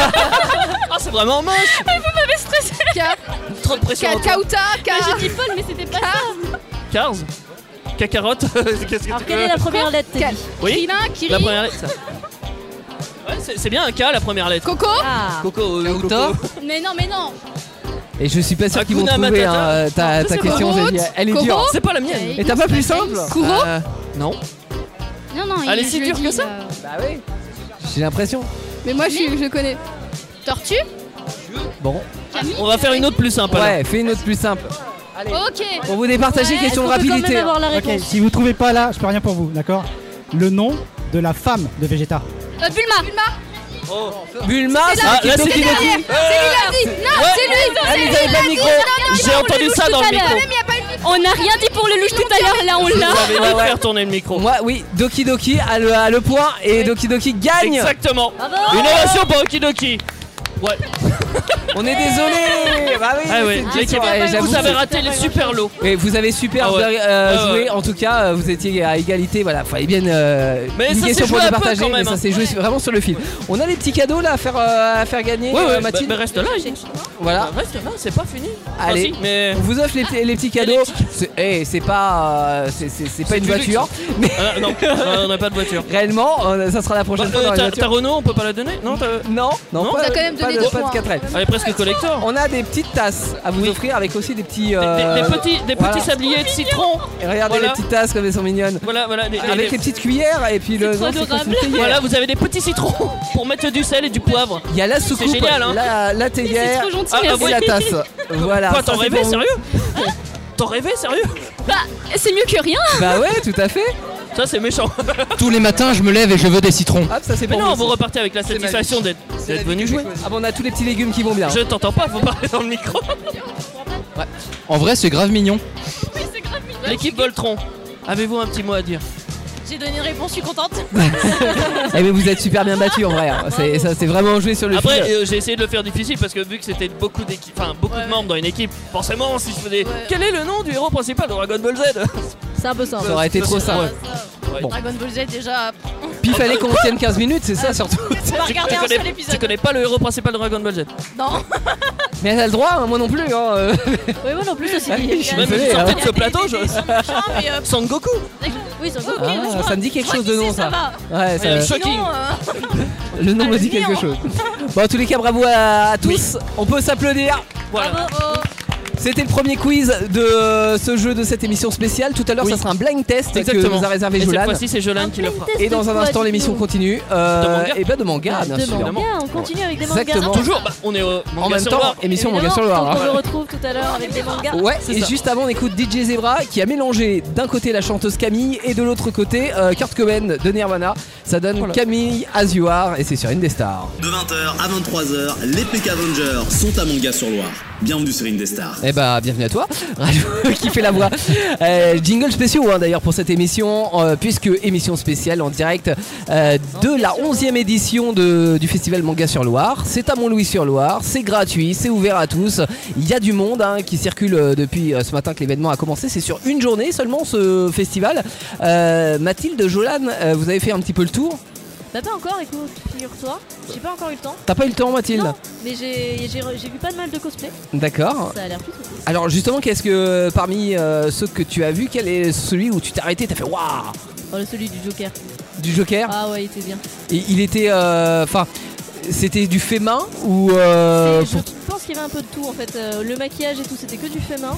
Speaker 1: Ah, c'est vraiment moche.
Speaker 14: Vous m'avez stressé Ka
Speaker 1: Trop de pression.
Speaker 14: Ka-
Speaker 1: autour.
Speaker 14: Kauta, Ka...
Speaker 12: J'ai dit folle, mais c'était pas ça.
Speaker 1: Cars Cacarotte Qu'est-ce que
Speaker 12: Alors,
Speaker 1: tu
Speaker 12: quelle
Speaker 1: veux
Speaker 12: est la première lettre
Speaker 14: Ka-
Speaker 12: Teddy
Speaker 1: Oui
Speaker 14: Kirin,
Speaker 1: La
Speaker 14: Kiri,
Speaker 1: première lettre, ça. Ouais, c'est c'est bien un K la première lettre.
Speaker 14: Coco
Speaker 12: Ah.
Speaker 1: Coco, euh,
Speaker 10: Kauta.
Speaker 1: Coco.
Speaker 12: Mais non, mais non.
Speaker 3: Et je suis pas sûr qu'ils vont
Speaker 1: Hakuna
Speaker 3: trouver
Speaker 1: Matata.
Speaker 3: hein, euh, ta,
Speaker 1: Non,
Speaker 3: ta
Speaker 1: c'est
Speaker 3: question.
Speaker 14: pas-
Speaker 3: j'ai dit, Elle est
Speaker 14: Koro
Speaker 3: dure.
Speaker 1: C'est pas la mienne.
Speaker 3: Et t'as pas plus simple
Speaker 14: Kuro
Speaker 1: Euh, Non.
Speaker 12: Non, non.
Speaker 1: Elle
Speaker 12: il-
Speaker 1: est si
Speaker 12: je
Speaker 1: dure
Speaker 12: dis,
Speaker 1: que ça
Speaker 12: euh,
Speaker 3: Bah oui. J'ai l'impression.
Speaker 14: Mais moi, je, suis- je connais. Tortue
Speaker 3: Bon.
Speaker 12: Camille
Speaker 1: On va faire une autre plus simple. alors.
Speaker 3: Ouais, fais une autre plus simple.
Speaker 14: Ok
Speaker 3: Pour vous départager,
Speaker 12: Ouais.
Speaker 3: question de
Speaker 12: Est-ce qu'on peut quand
Speaker 3: rapidité.
Speaker 12: même avoir la
Speaker 16: Ok,
Speaker 12: réponse
Speaker 16: si vous trouvez pas là, je peux rien pour vous, d'accord Le nom de la femme de Vegeta.
Speaker 14: Euh, Bulma Bulma
Speaker 3: Bulma,
Speaker 14: C'est là,
Speaker 3: c'est
Speaker 1: là, c'est
Speaker 3: un
Speaker 14: C'est
Speaker 3: Doki
Speaker 14: derrière
Speaker 3: Doki.
Speaker 14: C'est lui l'a dit Non,
Speaker 1: Euh, Ouais.
Speaker 14: c'est lui
Speaker 1: Ah,
Speaker 14: c'est
Speaker 1: vous
Speaker 14: lui
Speaker 1: avez
Speaker 14: qui
Speaker 1: pas
Speaker 14: l'a
Speaker 1: le
Speaker 14: dit.
Speaker 1: micro.
Speaker 14: Non, non,
Speaker 1: J'ai
Speaker 14: non, on
Speaker 1: entendu
Speaker 14: louche
Speaker 1: ça
Speaker 14: tout
Speaker 1: dans le
Speaker 14: à l'heure.
Speaker 1: micro.
Speaker 14: Même, il y a pas eu-
Speaker 12: On n'a rien dit pour le louche tout à l'heure, là on l'a.
Speaker 1: Vous avez dû faire tourner le micro.
Speaker 3: Moi, oui, Doki Doki a le, a le point et Doki Doki gagne.
Speaker 1: Exactement.
Speaker 12: Bravo.
Speaker 1: Une ovation pour Okidoki. Ouais.
Speaker 3: On est désolé. Bah oui,
Speaker 1: Ah ouais.
Speaker 3: c'est une
Speaker 1: l'équipe.
Speaker 3: question, ouais, j'avoue,
Speaker 1: Vous avez
Speaker 3: c'est-
Speaker 1: raté les super lots.
Speaker 3: Mais vous avez super
Speaker 1: Ah ouais.
Speaker 3: bien, euh,
Speaker 1: Ah ouais.
Speaker 3: joué, en tout cas euh, vous étiez à égalité, voilà, fallait bien euh,
Speaker 1: Mais
Speaker 3: une
Speaker 1: ça
Speaker 3: question
Speaker 1: s'est
Speaker 3: pour
Speaker 1: joué un peu
Speaker 3: départager,
Speaker 1: quand
Speaker 3: mais
Speaker 1: même,
Speaker 3: ça
Speaker 1: hein.
Speaker 3: s'est joué vraiment sur le fil. On a les petits cadeaux là à faire, euh, à faire gagner,
Speaker 1: Ouais, ouais,
Speaker 3: euh,
Speaker 1: bah,
Speaker 3: Mathilde
Speaker 1: bah, reste là. il-
Speaker 3: Voilà,
Speaker 1: Bah, Reste là, c'est pas fini. Enfin,
Speaker 3: Allez.
Speaker 1: si, mais.
Speaker 3: on vous offre les, petits- les petits cadeaux. C'est eh, c'est pas, euh, c'est- c'est- c'est pas une
Speaker 1: du luxe.
Speaker 3: voiture, mais
Speaker 1: Ah, non, non, on n'a pas de voiture.
Speaker 3: réellement, euh, ça sera la
Speaker 1: Bah,
Speaker 3: prochaine fois.
Speaker 1: euh,
Speaker 3: dans la
Speaker 1: t'as-
Speaker 3: voiture.
Speaker 1: t'as Renault, on peut pas la donner Non, t'as.
Speaker 3: Non, non,
Speaker 1: Non,
Speaker 3: pas,
Speaker 14: on a quand même
Speaker 3: pas
Speaker 14: donné
Speaker 3: de,
Speaker 14: des
Speaker 3: pas de
Speaker 14: points. hein.
Speaker 3: 4L.
Speaker 1: Elle est presque collector.
Speaker 3: On a des petites tasses à vous
Speaker 1: Oui.
Speaker 3: offrir avec aussi des petits.
Speaker 1: Des,
Speaker 3: euh,
Speaker 1: des petits, des petits
Speaker 3: voilà.
Speaker 1: sabliers de citron.
Speaker 3: Et regardez
Speaker 1: Voilà.
Speaker 3: les petites tasses comme elles sont mignonnes.
Speaker 1: Voilà, voilà. des- des-
Speaker 3: Avec
Speaker 1: des-
Speaker 3: les petites cuillères et puis le.
Speaker 12: trop
Speaker 3: non, c'est quoi,
Speaker 12: adorable.
Speaker 3: c'est une
Speaker 1: Voilà,
Speaker 3: théière.
Speaker 1: vous avez des petits citrons pour mettre du sel et du poivre.
Speaker 3: Il y a la soucoupe,
Speaker 1: génial, hein.
Speaker 3: la, la théière
Speaker 12: trop gentil,
Speaker 1: Ah,
Speaker 3: et
Speaker 1: ah, ouais.
Speaker 3: la tasse. Voilà.
Speaker 1: Quoi,
Speaker 3: ça,
Speaker 1: t'en
Speaker 3: c'est
Speaker 1: rêvais
Speaker 3: pour vous.
Speaker 1: sérieux T'en rêvais sérieux
Speaker 12: Bah, c'est mieux que rien.
Speaker 3: Bah ouais, tout à fait.
Speaker 1: Ça, c'est méchant.
Speaker 11: Tous les matins, je me lève et je veux des citrons.
Speaker 3: Hop, Ah, ça c'est
Speaker 1: Mais
Speaker 3: pour
Speaker 1: non,
Speaker 3: vous.
Speaker 1: vous repartez avec la
Speaker 3: C'est ma
Speaker 1: satisfaction
Speaker 3: vie.
Speaker 1: d'être
Speaker 3: C'est la
Speaker 1: d'être
Speaker 3: vie
Speaker 1: venu
Speaker 3: que je
Speaker 1: jouer.
Speaker 3: Ah bon, on a tous les petits légumes qui vont bien. hein.
Speaker 1: Je t'entends pas, faut parler dans le micro.
Speaker 11: En vrai, c'est grave mignon.
Speaker 1: L'équipe Voltron, avez-vous un petit mot à dire
Speaker 13: J'ai donné une réponse, je suis contente.
Speaker 3: Eh mais vous êtes super bien battus en vrai. hein. C'est- Ça c'est vraiment joué sur le
Speaker 1: Après,
Speaker 3: fil.
Speaker 1: euh, j'ai essayé de le faire difficile parce que vu que c'était beaucoup d'équipes, enfin beaucoup de membres dans une équipe, forcément, si je faisais. Quel est le nom du héros principal de Dragon Ball Z
Speaker 13: C'est un peu simple.
Speaker 3: Ça aurait été trop simple.
Speaker 1: Ouais. Ah,
Speaker 3: Bon.
Speaker 13: Dragon Ball Z déjà.
Speaker 3: Puis fallait qu'on tienne 15 minutes, c'est ça surtout.
Speaker 13: On va regarder un
Speaker 1: connais,
Speaker 13: seul épisode.
Speaker 1: tu connais pas le héros principal de Dragon Ball Z
Speaker 13: Non.
Speaker 3: Mais elle a le droit, hein, moi non plus. hein, euh.
Speaker 13: Oui, moi non plus, aussi.
Speaker 3: Je suis
Speaker 1: Même
Speaker 3: désolé,
Speaker 1: sorti
Speaker 3: hein.
Speaker 1: de ce plateau, je.
Speaker 13: euh,
Speaker 1: Son Goku
Speaker 13: Oui, sur
Speaker 3: Ah, ça me dit quelque chose de nom ça. Ouais, ça-
Speaker 13: euh,
Speaker 3: Le nom me dit quelque
Speaker 1: hein.
Speaker 3: chose. Bon, en tous les cas, bravo à, à tous. On peut s'applaudir.
Speaker 1: Voilà.
Speaker 3: C'était le premier quiz de euh, ce jeu de cette émission spéciale. Tout à l'heure, ça sera un blind test que nous a réservé
Speaker 1: Et cette
Speaker 3: Jolan.
Speaker 1: fois-ci, c'est Jolan qui le fera.
Speaker 3: Et dans un instant, l'émission continue.
Speaker 1: De
Speaker 3: Euh,
Speaker 1: manga Ah,
Speaker 3: et ben de manga, bien
Speaker 13: Ah, de
Speaker 3: sûr.
Speaker 13: manga, on continue avec des mangas.
Speaker 3: Exactement.
Speaker 1: Toujours, bah, on est au
Speaker 3: En
Speaker 1: Manga
Speaker 3: même
Speaker 1: sur
Speaker 3: temps,
Speaker 1: Loire.
Speaker 3: émission manga
Speaker 13: Évidemment,
Speaker 3: sur Loire.
Speaker 13: donc On
Speaker 3: hein.
Speaker 13: le retrouve tout à l'heure avec des mangas.
Speaker 3: Ouais,
Speaker 1: C'est
Speaker 3: et
Speaker 1: ça.
Speaker 3: juste avant, on écoute DJ Zebra qui a mélangé d'un côté la chanteuse Camille et de l'autre côté euh, Kurt Cobain de Nirvana. Ça donne Camille As You Are et c'est sur une des stars.
Speaker 2: De 20h à 23h, les PK Avengers sont à Manga sur Loire. Bienvenue sur Indestar.
Speaker 3: Eh bah bienvenue à toi, Radio qui fait la voix. Euh, jingle spéciaux hein, d'ailleurs pour cette émission, euh, puisque émission spéciale en direct euh, de la 11e édition de- du festival Manga sur Loire. C'est à Mont-Louis-sur-Loire, c'est gratuit, c'est ouvert à tous. Il y a du monde hein, qui circule euh, depuis euh, ce matin que l'événement a commencé. C'est sur une journée seulement ce festival. Euh, Mathilde Jolan, euh, vous avez fait un petit peu le tour
Speaker 13: Bah pas encore, écoute, figure-toi, j'ai pas encore eu le temps.
Speaker 3: T'as pas eu le temps Mathilde
Speaker 13: Non, mais j'ai j'ai re- j'ai vu pas de mal de cosplay.
Speaker 3: D'accord.
Speaker 13: Ça a l'air plutôt cool.
Speaker 3: Alors justement, qu'est-ce que parmi euh, ceux que tu as vus, quel est celui où tu t'es arrêté, t'as fait waouh
Speaker 13: Oh, le celui du Joker.
Speaker 3: du Joker
Speaker 13: Ah ouais, il était bien.
Speaker 3: Et il était. euh, Enfin, c'était du fait main ou. euh,
Speaker 13: Je
Speaker 3: pour-
Speaker 13: pense qu'il y avait un peu de tout en fait. Euh, le maquillage et tout, c'était que du fait main.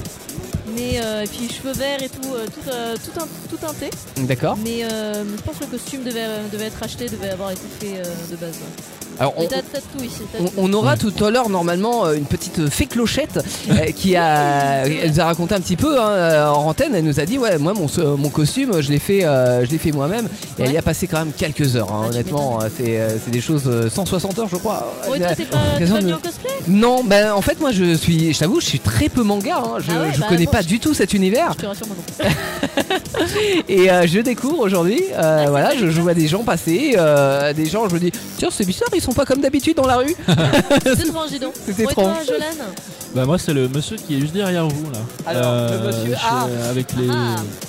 Speaker 13: Mais euh, et puis cheveux verts et tout, euh, tout, euh, tout, un, tout teinté.
Speaker 3: D'accord.
Speaker 13: Mais euh, je pense que le costume devait, euh, devait être acheté, devait avoir été fait euh, de base. ouais.
Speaker 3: Alors,
Speaker 13: Mais
Speaker 3: on-
Speaker 13: t'as t'as tout ici. t'as
Speaker 3: On,
Speaker 13: tout.
Speaker 3: on aura tout à l'heure normalement euh, une petite euh, fée clochette euh, qui a, elle nous a raconté un petit peu hein, euh, en antenne. Elle nous a dit ouais moi mon, euh, mon costume je l'ai fait euh, je l'ai fait moi-même et elle y a passé quand même quelques heures. hein,
Speaker 13: Ah,
Speaker 3: honnêtement euh, c'est euh, c'est des choses euh, 160 heures je crois.
Speaker 13: Ouais,
Speaker 3: Elle
Speaker 13: toi,
Speaker 3: a-
Speaker 13: t'es pas,
Speaker 3: en
Speaker 13: t'es
Speaker 3: occasion
Speaker 13: pas
Speaker 3: de-
Speaker 13: venu en cosplay
Speaker 3: Non ben en fait moi je suis je t'avoue je suis très peu manga. hein, je,
Speaker 13: Ah ouais,
Speaker 3: je
Speaker 13: bah,
Speaker 3: connais
Speaker 13: bon,
Speaker 3: pas du tout cet univers.
Speaker 13: Je te rassure, moi non.
Speaker 3: Et euh, je découvre aujourd'hui, euh,
Speaker 13: Ah,
Speaker 3: voilà, je, je vois des gens passer, euh, des gens, je me dis, tiens, c'est bizarre, ils sont pas comme d'habitude dans la rue.
Speaker 13: C'est étrange, dis donc.
Speaker 3: C'était
Speaker 13: Bon, et toi,
Speaker 3: étrange.
Speaker 13: Jolan
Speaker 4: Bah moi c'est le monsieur qui est juste derrière vous là. Euh,
Speaker 3: Alors, le monsieur-
Speaker 4: je-
Speaker 3: ah.
Speaker 4: avec les.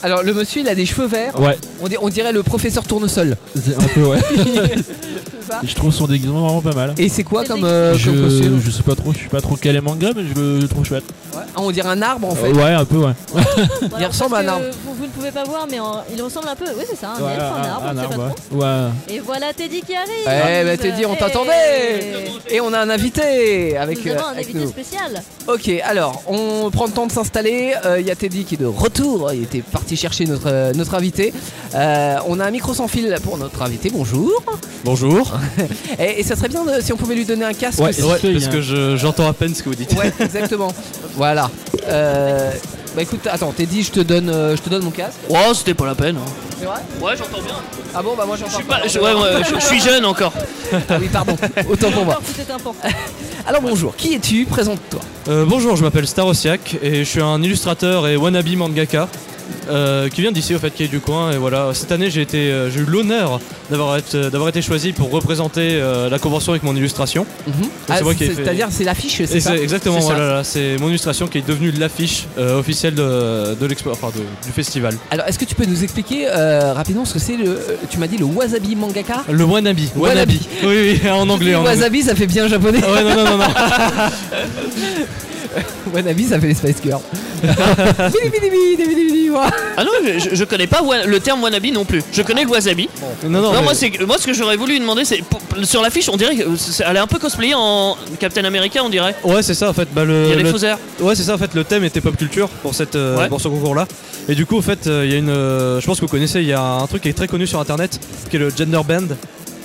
Speaker 3: Alors, le monsieur, il a des cheveux verts.
Speaker 4: Ouais.
Speaker 3: On, di- on dirait le professeur Tournesol.
Speaker 4: C'est un peu ouais.
Speaker 3: ça.
Speaker 4: je trouve son déguisement vraiment pas mal.
Speaker 3: Et c'est quoi comme, euh,
Speaker 4: je,
Speaker 3: comme costume
Speaker 4: je sais pas trop, je suis pas trop calé manga mais je le je le trouve chouette.
Speaker 3: Ah, on dirait un arbre en fait.
Speaker 4: Euh, ouais un peu ouais.
Speaker 3: il ressemble à un
Speaker 13: Parce
Speaker 3: arbre.
Speaker 13: que vous, vous ne pouvez pas voir, mais en- il ressemble un peu. Oui, c'est ça, un
Speaker 4: Ouais,
Speaker 13: elfe, un
Speaker 4: un-
Speaker 13: arbre,
Speaker 4: un
Speaker 13: on sait pas
Speaker 4: arbre,
Speaker 13: trop.
Speaker 4: ouais.
Speaker 13: Et voilà Teddy qui arrive eh.
Speaker 3: Eh bah t'es dit, on t'attendait Et on a un invité avec,
Speaker 13: Nous avons
Speaker 3: euh,
Speaker 13: un
Speaker 3: avec
Speaker 13: invité
Speaker 3: nous.
Speaker 13: spécial
Speaker 3: Ok, alors, on prend le temps de s'installer. Il y a Teddy qui est de retour. Il était parti chercher notre, euh, notre invité. Euh, on a un micro sans fil pour notre invité. Bonjour.
Speaker 17: Bonjour.
Speaker 3: Et, et ça serait bien de- si on pouvait lui donner un casque.
Speaker 17: Ouais,
Speaker 3: aussi.
Speaker 17: ouais, parce que je- j'entends à peine ce que vous dites.
Speaker 3: hein. Ouais, exactement. voilà. Euh, bah écoute, attends, Teddy, je te donne, euh, je te donne mon casque.
Speaker 1: Ouais, Oh, c'était pas la peine.
Speaker 3: C'est vrai
Speaker 1: Ouais, j'entends bien.
Speaker 3: Ah bon, bah moi j'entends
Speaker 1: pas. Je, ouais, ouais, je- je suis jeune encore.
Speaker 3: Ah oui, pardon. Autant pour moi.
Speaker 13: Tout est important.
Speaker 3: Alors bonjour, qui es-tu Présente-toi.
Speaker 17: Euh, bonjour, je m'appelle Starosiak et je suis un illustrateur et wannabe mangaka euh, qui vient d'ici, au fait, qui est du coin. Et voilà, cette année, j'ai été, euh, j'ai eu l'honneur d'avoir été, d'avoir été choisi pour représenter euh, la convention avec mon illustration. Donc,
Speaker 3: Ah,
Speaker 17: c'est moi qui ai
Speaker 3: c'est-
Speaker 17: fait-
Speaker 3: c'est-à-dire, c'est l'affiche, c'est
Speaker 17: Et
Speaker 3: ça
Speaker 17: Exactement,
Speaker 3: C'est ça.
Speaker 17: voilà, c'est mon illustration qui est devenue l'affiche euh, officielle de, de l'expo, enfin, de- du festival.
Speaker 3: Alors, est-ce que tu peux nous expliquer euh, rapidement ce que c'est le. euh, Tu m'as dit le wasabi mangaka
Speaker 17: Le wannabe.
Speaker 3: Wannabe.
Speaker 17: Oui, oui, en anglais. en anglais.
Speaker 3: Wasabi, ça fait bien japonais.
Speaker 17: Ah ouais, non, non, non, non.
Speaker 3: Wannabe, ça fait les Spice Girls.
Speaker 1: Ah non, je- je, je connais pas wa- le terme wannabe non plus. Je connais le wasabi.
Speaker 17: Non, non, mais-
Speaker 1: moi, c'est, moi, ce que j'aurais voulu lui demander, c'est pour- sur l'affiche, on dirait que c'est- elle est un peu cosplayée en Captain America, on dirait.
Speaker 17: Ouais, c'est ça en fait. Bah, le,
Speaker 1: Il y a les
Speaker 17: le-
Speaker 1: faux airs.
Speaker 17: Ouais, c'est ça en fait. Le thème était pop culture pour, cette, euh,
Speaker 1: Ouais.
Speaker 17: pour ce concours-là. Et du coup, en fait, euh, il y a une. euh, je pense que vous connaissez, il y a un truc qui est très connu sur internet qui est le gender band.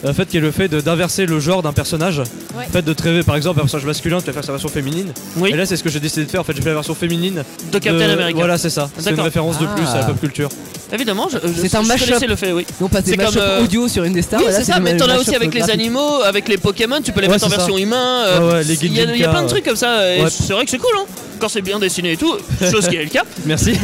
Speaker 17: euh, fait qui est le fait de- d'inverser le genre d'un personnage.
Speaker 13: Ouais.
Speaker 17: Le fait de traiter par exemple un personnage masculin, tu vas faire sa version féminine.
Speaker 1: Oui.
Speaker 17: Et là c'est ce que j'ai décidé de faire. En fait j'ai fait la version féminine
Speaker 1: De Captain America.
Speaker 17: Voilà c'est ça. C'est une
Speaker 1: D'accord.
Speaker 17: référence de plus à la
Speaker 1: Ah.
Speaker 17: pop culture.
Speaker 1: Évidemment, je, je-
Speaker 3: C'est un
Speaker 1: je
Speaker 3: mashup.
Speaker 1: connaissais le fait, oui.
Speaker 3: Nous, on passe des
Speaker 1: C'est comme,
Speaker 3: mashups
Speaker 1: euh,
Speaker 3: audio sur une des stars,
Speaker 1: Oui,
Speaker 3: là,
Speaker 1: c'est
Speaker 3: c'est
Speaker 1: ça,
Speaker 3: des
Speaker 1: mais t'en as
Speaker 3: mashups
Speaker 1: aussi avec les
Speaker 3: graphiques.
Speaker 1: animaux, avec les Pokémon, tu peux les
Speaker 17: Ouais,
Speaker 1: mettre en
Speaker 17: c'est ça.
Speaker 1: version humain. euh,
Speaker 17: Ouais, ouais, les
Speaker 1: il y a, il y a
Speaker 17: Gilginka,
Speaker 1: plein de trucs comme ça, euh, et
Speaker 17: ouais.
Speaker 1: c'est vrai que c'est cool, hein. Quand c'est bien dessiné et tout, chose qui est le cas.
Speaker 17: Merci.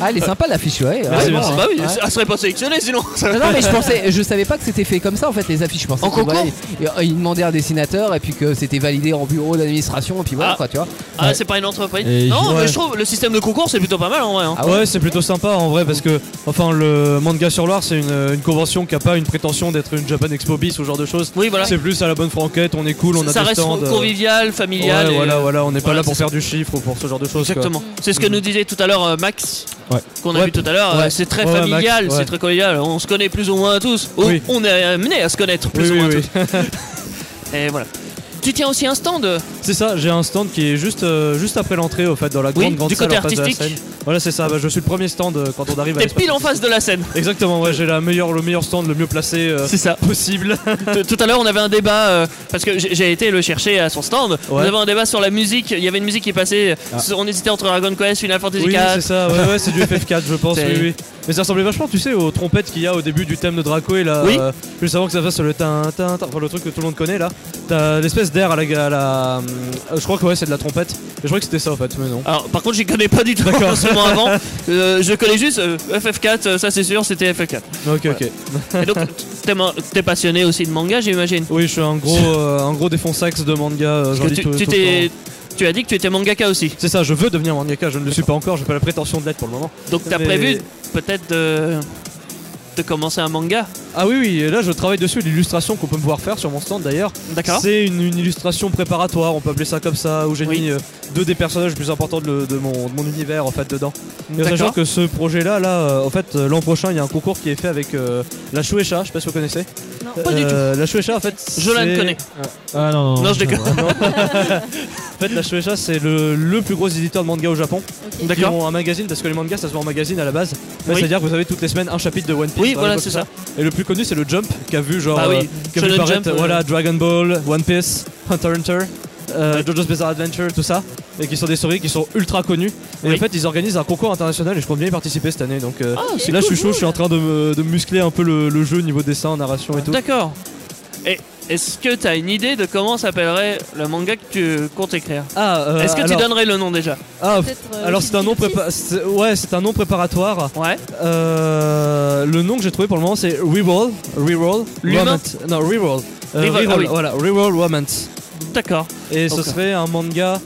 Speaker 3: Ah, elle est sympa l'affiche, ouais.
Speaker 1: Ah,
Speaker 3: vraiment,
Speaker 1: bah,
Speaker 3: hein.
Speaker 1: bah oui,
Speaker 3: Ouais.
Speaker 1: elle serait pas sélectionnée sinon.
Speaker 3: Non, non, mais je pensais, je savais pas que c'était fait comme ça en fait les affiches. Je pensais
Speaker 1: En
Speaker 3: que,
Speaker 1: concours
Speaker 3: voilà, ils- euh, ils, ils demandaient à un dessinateur et puis que c'était validé en bureau d'administration et puis voilà quoi, tu vois.
Speaker 1: Ah, c'est pas une entreprise.
Speaker 17: Et
Speaker 1: non,
Speaker 17: je-
Speaker 1: mais
Speaker 17: ouais.
Speaker 1: je trouve le système de concours c'est plutôt pas mal en vrai. hein.
Speaker 17: Ah ouais, c'est plutôt sympa en vrai parce que enfin le manga sur Loire c'est une, une convention qui a pas une prétention d'être une Japan Expo bis ou ce genre de choses.
Speaker 1: Oui voilà.
Speaker 17: C'est plus à la bonne franquette, on est cool, on a
Speaker 1: ça
Speaker 17: des
Speaker 1: reste
Speaker 17: stands. euh,
Speaker 1: convivial, familial.
Speaker 17: ouais, Mm.
Speaker 1: et-
Speaker 17: voilà, voilà, on n'est pas
Speaker 1: voilà,
Speaker 17: là pour
Speaker 1: c'est ça.
Speaker 17: faire du chiffre ou pour ce genre de choses. quoi.
Speaker 1: Exactement. C'est ce que nous disait tout à l'heure euh, Max,
Speaker 17: Ouais.
Speaker 1: qu'on a
Speaker 17: Ouais,
Speaker 1: vu tout à l'heure.
Speaker 17: ouais.
Speaker 1: euh, C'est très
Speaker 17: Ouais, ouais, Max,
Speaker 1: familial, c'est
Speaker 17: ouais.
Speaker 1: très collégial. On se connaît plus ou moins tous. Oh,
Speaker 17: Oui.
Speaker 1: On est amené à se connaître plus
Speaker 17: Oui,
Speaker 1: ou moins
Speaker 17: oui,
Speaker 1: tous. et voilà. Tu tiens aussi un stand euh,
Speaker 17: C'est ça, j'ai un stand qui est juste, euh, juste après l'entrée au fait dans la
Speaker 1: Oui,
Speaker 17: grande grande
Speaker 1: du
Speaker 17: salle
Speaker 1: côté
Speaker 17: en face de la
Speaker 1: artistique.
Speaker 17: scène. Voilà, c'est ça, bah, je suis le premier stand euh, quand on arrive à
Speaker 1: T'es
Speaker 17: l'espace.
Speaker 1: pile en face de la scène.
Speaker 17: Exactement, ouais, j'ai la meilleure, le meilleur stand, le mieux placé euh,
Speaker 1: C'est ça.
Speaker 17: possible.
Speaker 1: Tout- Tout à l'heure, on avait un débat euh, parce que j'ai j'ai été le chercher à son stand. On
Speaker 17: Ouais.
Speaker 1: avait un débat sur la musique. Il y avait une musique qui passait.
Speaker 17: Ah.
Speaker 1: On hésitait entre Dragon Quest, Final Fantasy
Speaker 17: Oui,
Speaker 1: IV.
Speaker 17: c'est ça, ouais, ouais, c'est du FF4, je pense,
Speaker 1: C'est-
Speaker 17: oui, oui. Mais ça ressemblait vachement, tu sais, aux trompettes qu'il y a au début du thème de Draco et là,
Speaker 1: Oui.
Speaker 17: euh, juste avant que ça fasse le tin, tin, tin, enfin le truc que tout le monde connaît là, t'as l'espèce d'air à la, à la- euh, Je crois que ouais, c'est de la trompette. Et je crois que c'était ça en fait, mais non.
Speaker 1: Alors, par contre, j'y connais pas du tout
Speaker 17: D'accord.
Speaker 1: forcément avant. Euh, je connais juste euh, FF4, euh, ça c'est sûr, c'était FF4.
Speaker 17: Ok, ok.
Speaker 1: Et donc, t'es man- t'es passionné aussi de manga, j'imagine
Speaker 17: Oui, je suis un gros, euh, un gros défonçax de manga. euh, j'en
Speaker 1: Parce que
Speaker 17: lis
Speaker 1: tu,
Speaker 17: tout-
Speaker 1: tu
Speaker 17: tout le
Speaker 1: t'es-
Speaker 17: temps.
Speaker 1: tu as dit que tu étais mangaka aussi.
Speaker 17: C'est ça, je veux devenir mangaka, je ne le suis pas encore, j'ai pas la prétention de l'être pour le moment.
Speaker 1: Donc, t'as
Speaker 17: Mais-
Speaker 1: prévu peut-être de, de commencer un manga
Speaker 17: Ah oui, oui, et là je travaille dessus, l'illustration qu'on peut me voir faire sur mon stand d'ailleurs.
Speaker 1: D'accord.
Speaker 17: C'est une, une illustration préparatoire, on peut appeler ça comme ça, où j'ai mis euh, deux des personnages plus importants de, le- de mon, de mon univers en fait dedans. Et en
Speaker 1: D'accord.
Speaker 17: sachant que ce projet là, là, euh, en fait, euh, l'an prochain il y a un concours qui est fait avec euh, la Shueisha, je sais pas si vous connaissez.
Speaker 1: Non. Pas du
Speaker 17: tout. La Shueisha en fait.
Speaker 1: Je la
Speaker 17: c'est-
Speaker 1: connais.
Speaker 4: Ah non, non.
Speaker 1: Non, je déconne.
Speaker 17: En fait, la Shueisha, c'est le, le plus gros éditeur de manga au Japon. Ils
Speaker 1: D'accord.
Speaker 17: ont un magazine, parce que les mangas, ça se voit en magazine à la base.
Speaker 1: Oui.
Speaker 17: Bah, C'est-à-dire que vous avez toutes les semaines un chapitre de One Piece.
Speaker 1: Oui,
Speaker 17: par
Speaker 1: voilà,
Speaker 17: exemple,
Speaker 1: c'est
Speaker 17: comme Et le plus connu, c'est le Jump, qui a vu genre.
Speaker 1: Bah oui,
Speaker 17: euh, qui a vu
Speaker 1: Shonen
Speaker 17: paraître,
Speaker 1: Jump, euh.
Speaker 17: voilà, Dragon Ball, One Piece, Hunter x Hunter. euh, JoJo's Bizarre Adventure, tout ça, et qui sont des séries qui sont ultra connues. Et
Speaker 1: Oui.
Speaker 17: en fait, ils organisent un concours international et je compte bien y participer cette année. Donc euh,
Speaker 1: Ah, c'est
Speaker 17: là, je
Speaker 1: cool,
Speaker 17: suis chaud, je suis en train de, me- de muscler un peu le, le jeu niveau dessin, narration et tout.
Speaker 1: D'accord. Et est-ce que t'as une idée de comment s'appellerait le manga que tu comptes écrire
Speaker 17: Ah, euh,
Speaker 1: Est-ce que tu
Speaker 17: alors-
Speaker 1: donnerais le nom déjà
Speaker 17: Ah,
Speaker 1: Peut-être, euh,
Speaker 17: alors c'est un nom prépa- c'est- ouais, c'est un nom préparatoire. Euh,
Speaker 1: Ouais.
Speaker 17: le nom que j'ai trouvé pour le moment c'est Reroll, Reroll,
Speaker 1: L'humain
Speaker 17: Romance. Non, Reroll. Euh,
Speaker 1: Reroll,
Speaker 17: Reroll,
Speaker 1: ah oui.
Speaker 17: voilà, Reroll Romance.
Speaker 1: D'accord.
Speaker 17: Et ce
Speaker 1: Ok.
Speaker 17: serait un manga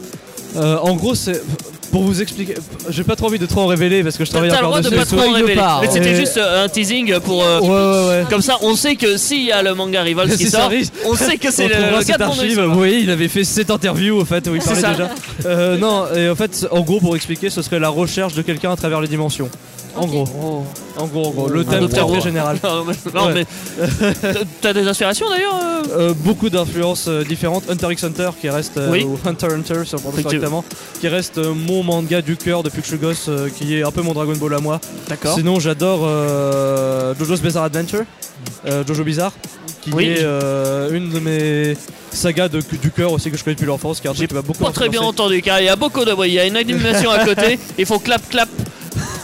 Speaker 17: euh, en gros c'est pour vous expliquer, j'ai pas trop envie de trop en révéler parce que je
Speaker 1: T'as
Speaker 17: travaille
Speaker 1: t'as le
Speaker 17: encore
Speaker 1: droit de
Speaker 17: dessus.
Speaker 1: pas trop en révéler. Mais c'était
Speaker 17: Et-
Speaker 1: juste euh, un teasing pour. euh, Comme ça, on sait que s'il y a le manga Rivals
Speaker 17: Si
Speaker 1: qui
Speaker 17: ça
Speaker 1: sort,
Speaker 17: arrive,
Speaker 1: on sait que c'est
Speaker 17: on
Speaker 1: le,
Speaker 17: trouvera
Speaker 1: le gars
Speaker 17: cette
Speaker 1: de mon
Speaker 17: archive. Vous voyez, il avait fait cette interview au fait où il
Speaker 1: C'est
Speaker 17: parlait
Speaker 1: ça.
Speaker 17: déjà. Euh, non, et en fait, en gros, pour expliquer, ce serait la recherche de quelqu'un à travers les dimensions. En gros. En gros, en gros. Le
Speaker 1: Oh. Un
Speaker 17: thème
Speaker 1: docteur
Speaker 17: très
Speaker 1: Who.
Speaker 17: général.
Speaker 1: Non, mais- non,
Speaker 17: Ouais.
Speaker 1: mais- T'as- T'as des inspirations d'ailleurs euh
Speaker 17: Euh, beaucoup d'influences euh, différentes. Hunter x Hunter qui reste euh,
Speaker 1: Oui.
Speaker 17: ou Hunter x Hunter, si on prononce
Speaker 1: Effectivement.
Speaker 17: correctement, qui reste euh, mon manga du cœur depuis que je suis gosse, euh, qui est un peu mon Dragon Ball à moi.
Speaker 1: D'accord.
Speaker 17: Sinon, j'adore euh, Jojo's Bizarre Adventure, euh, Jojo Bizarre, qui
Speaker 1: Oui.
Speaker 17: est euh, une de mes sagas de- du cœur aussi que je connais depuis l'enfance, qui est un truc qui m'a beaucoup
Speaker 1: Pas très bien
Speaker 17: influencé.
Speaker 1: entendu, car il y a beaucoup de bruit. Il y a une animation à côté, il faut clap clap.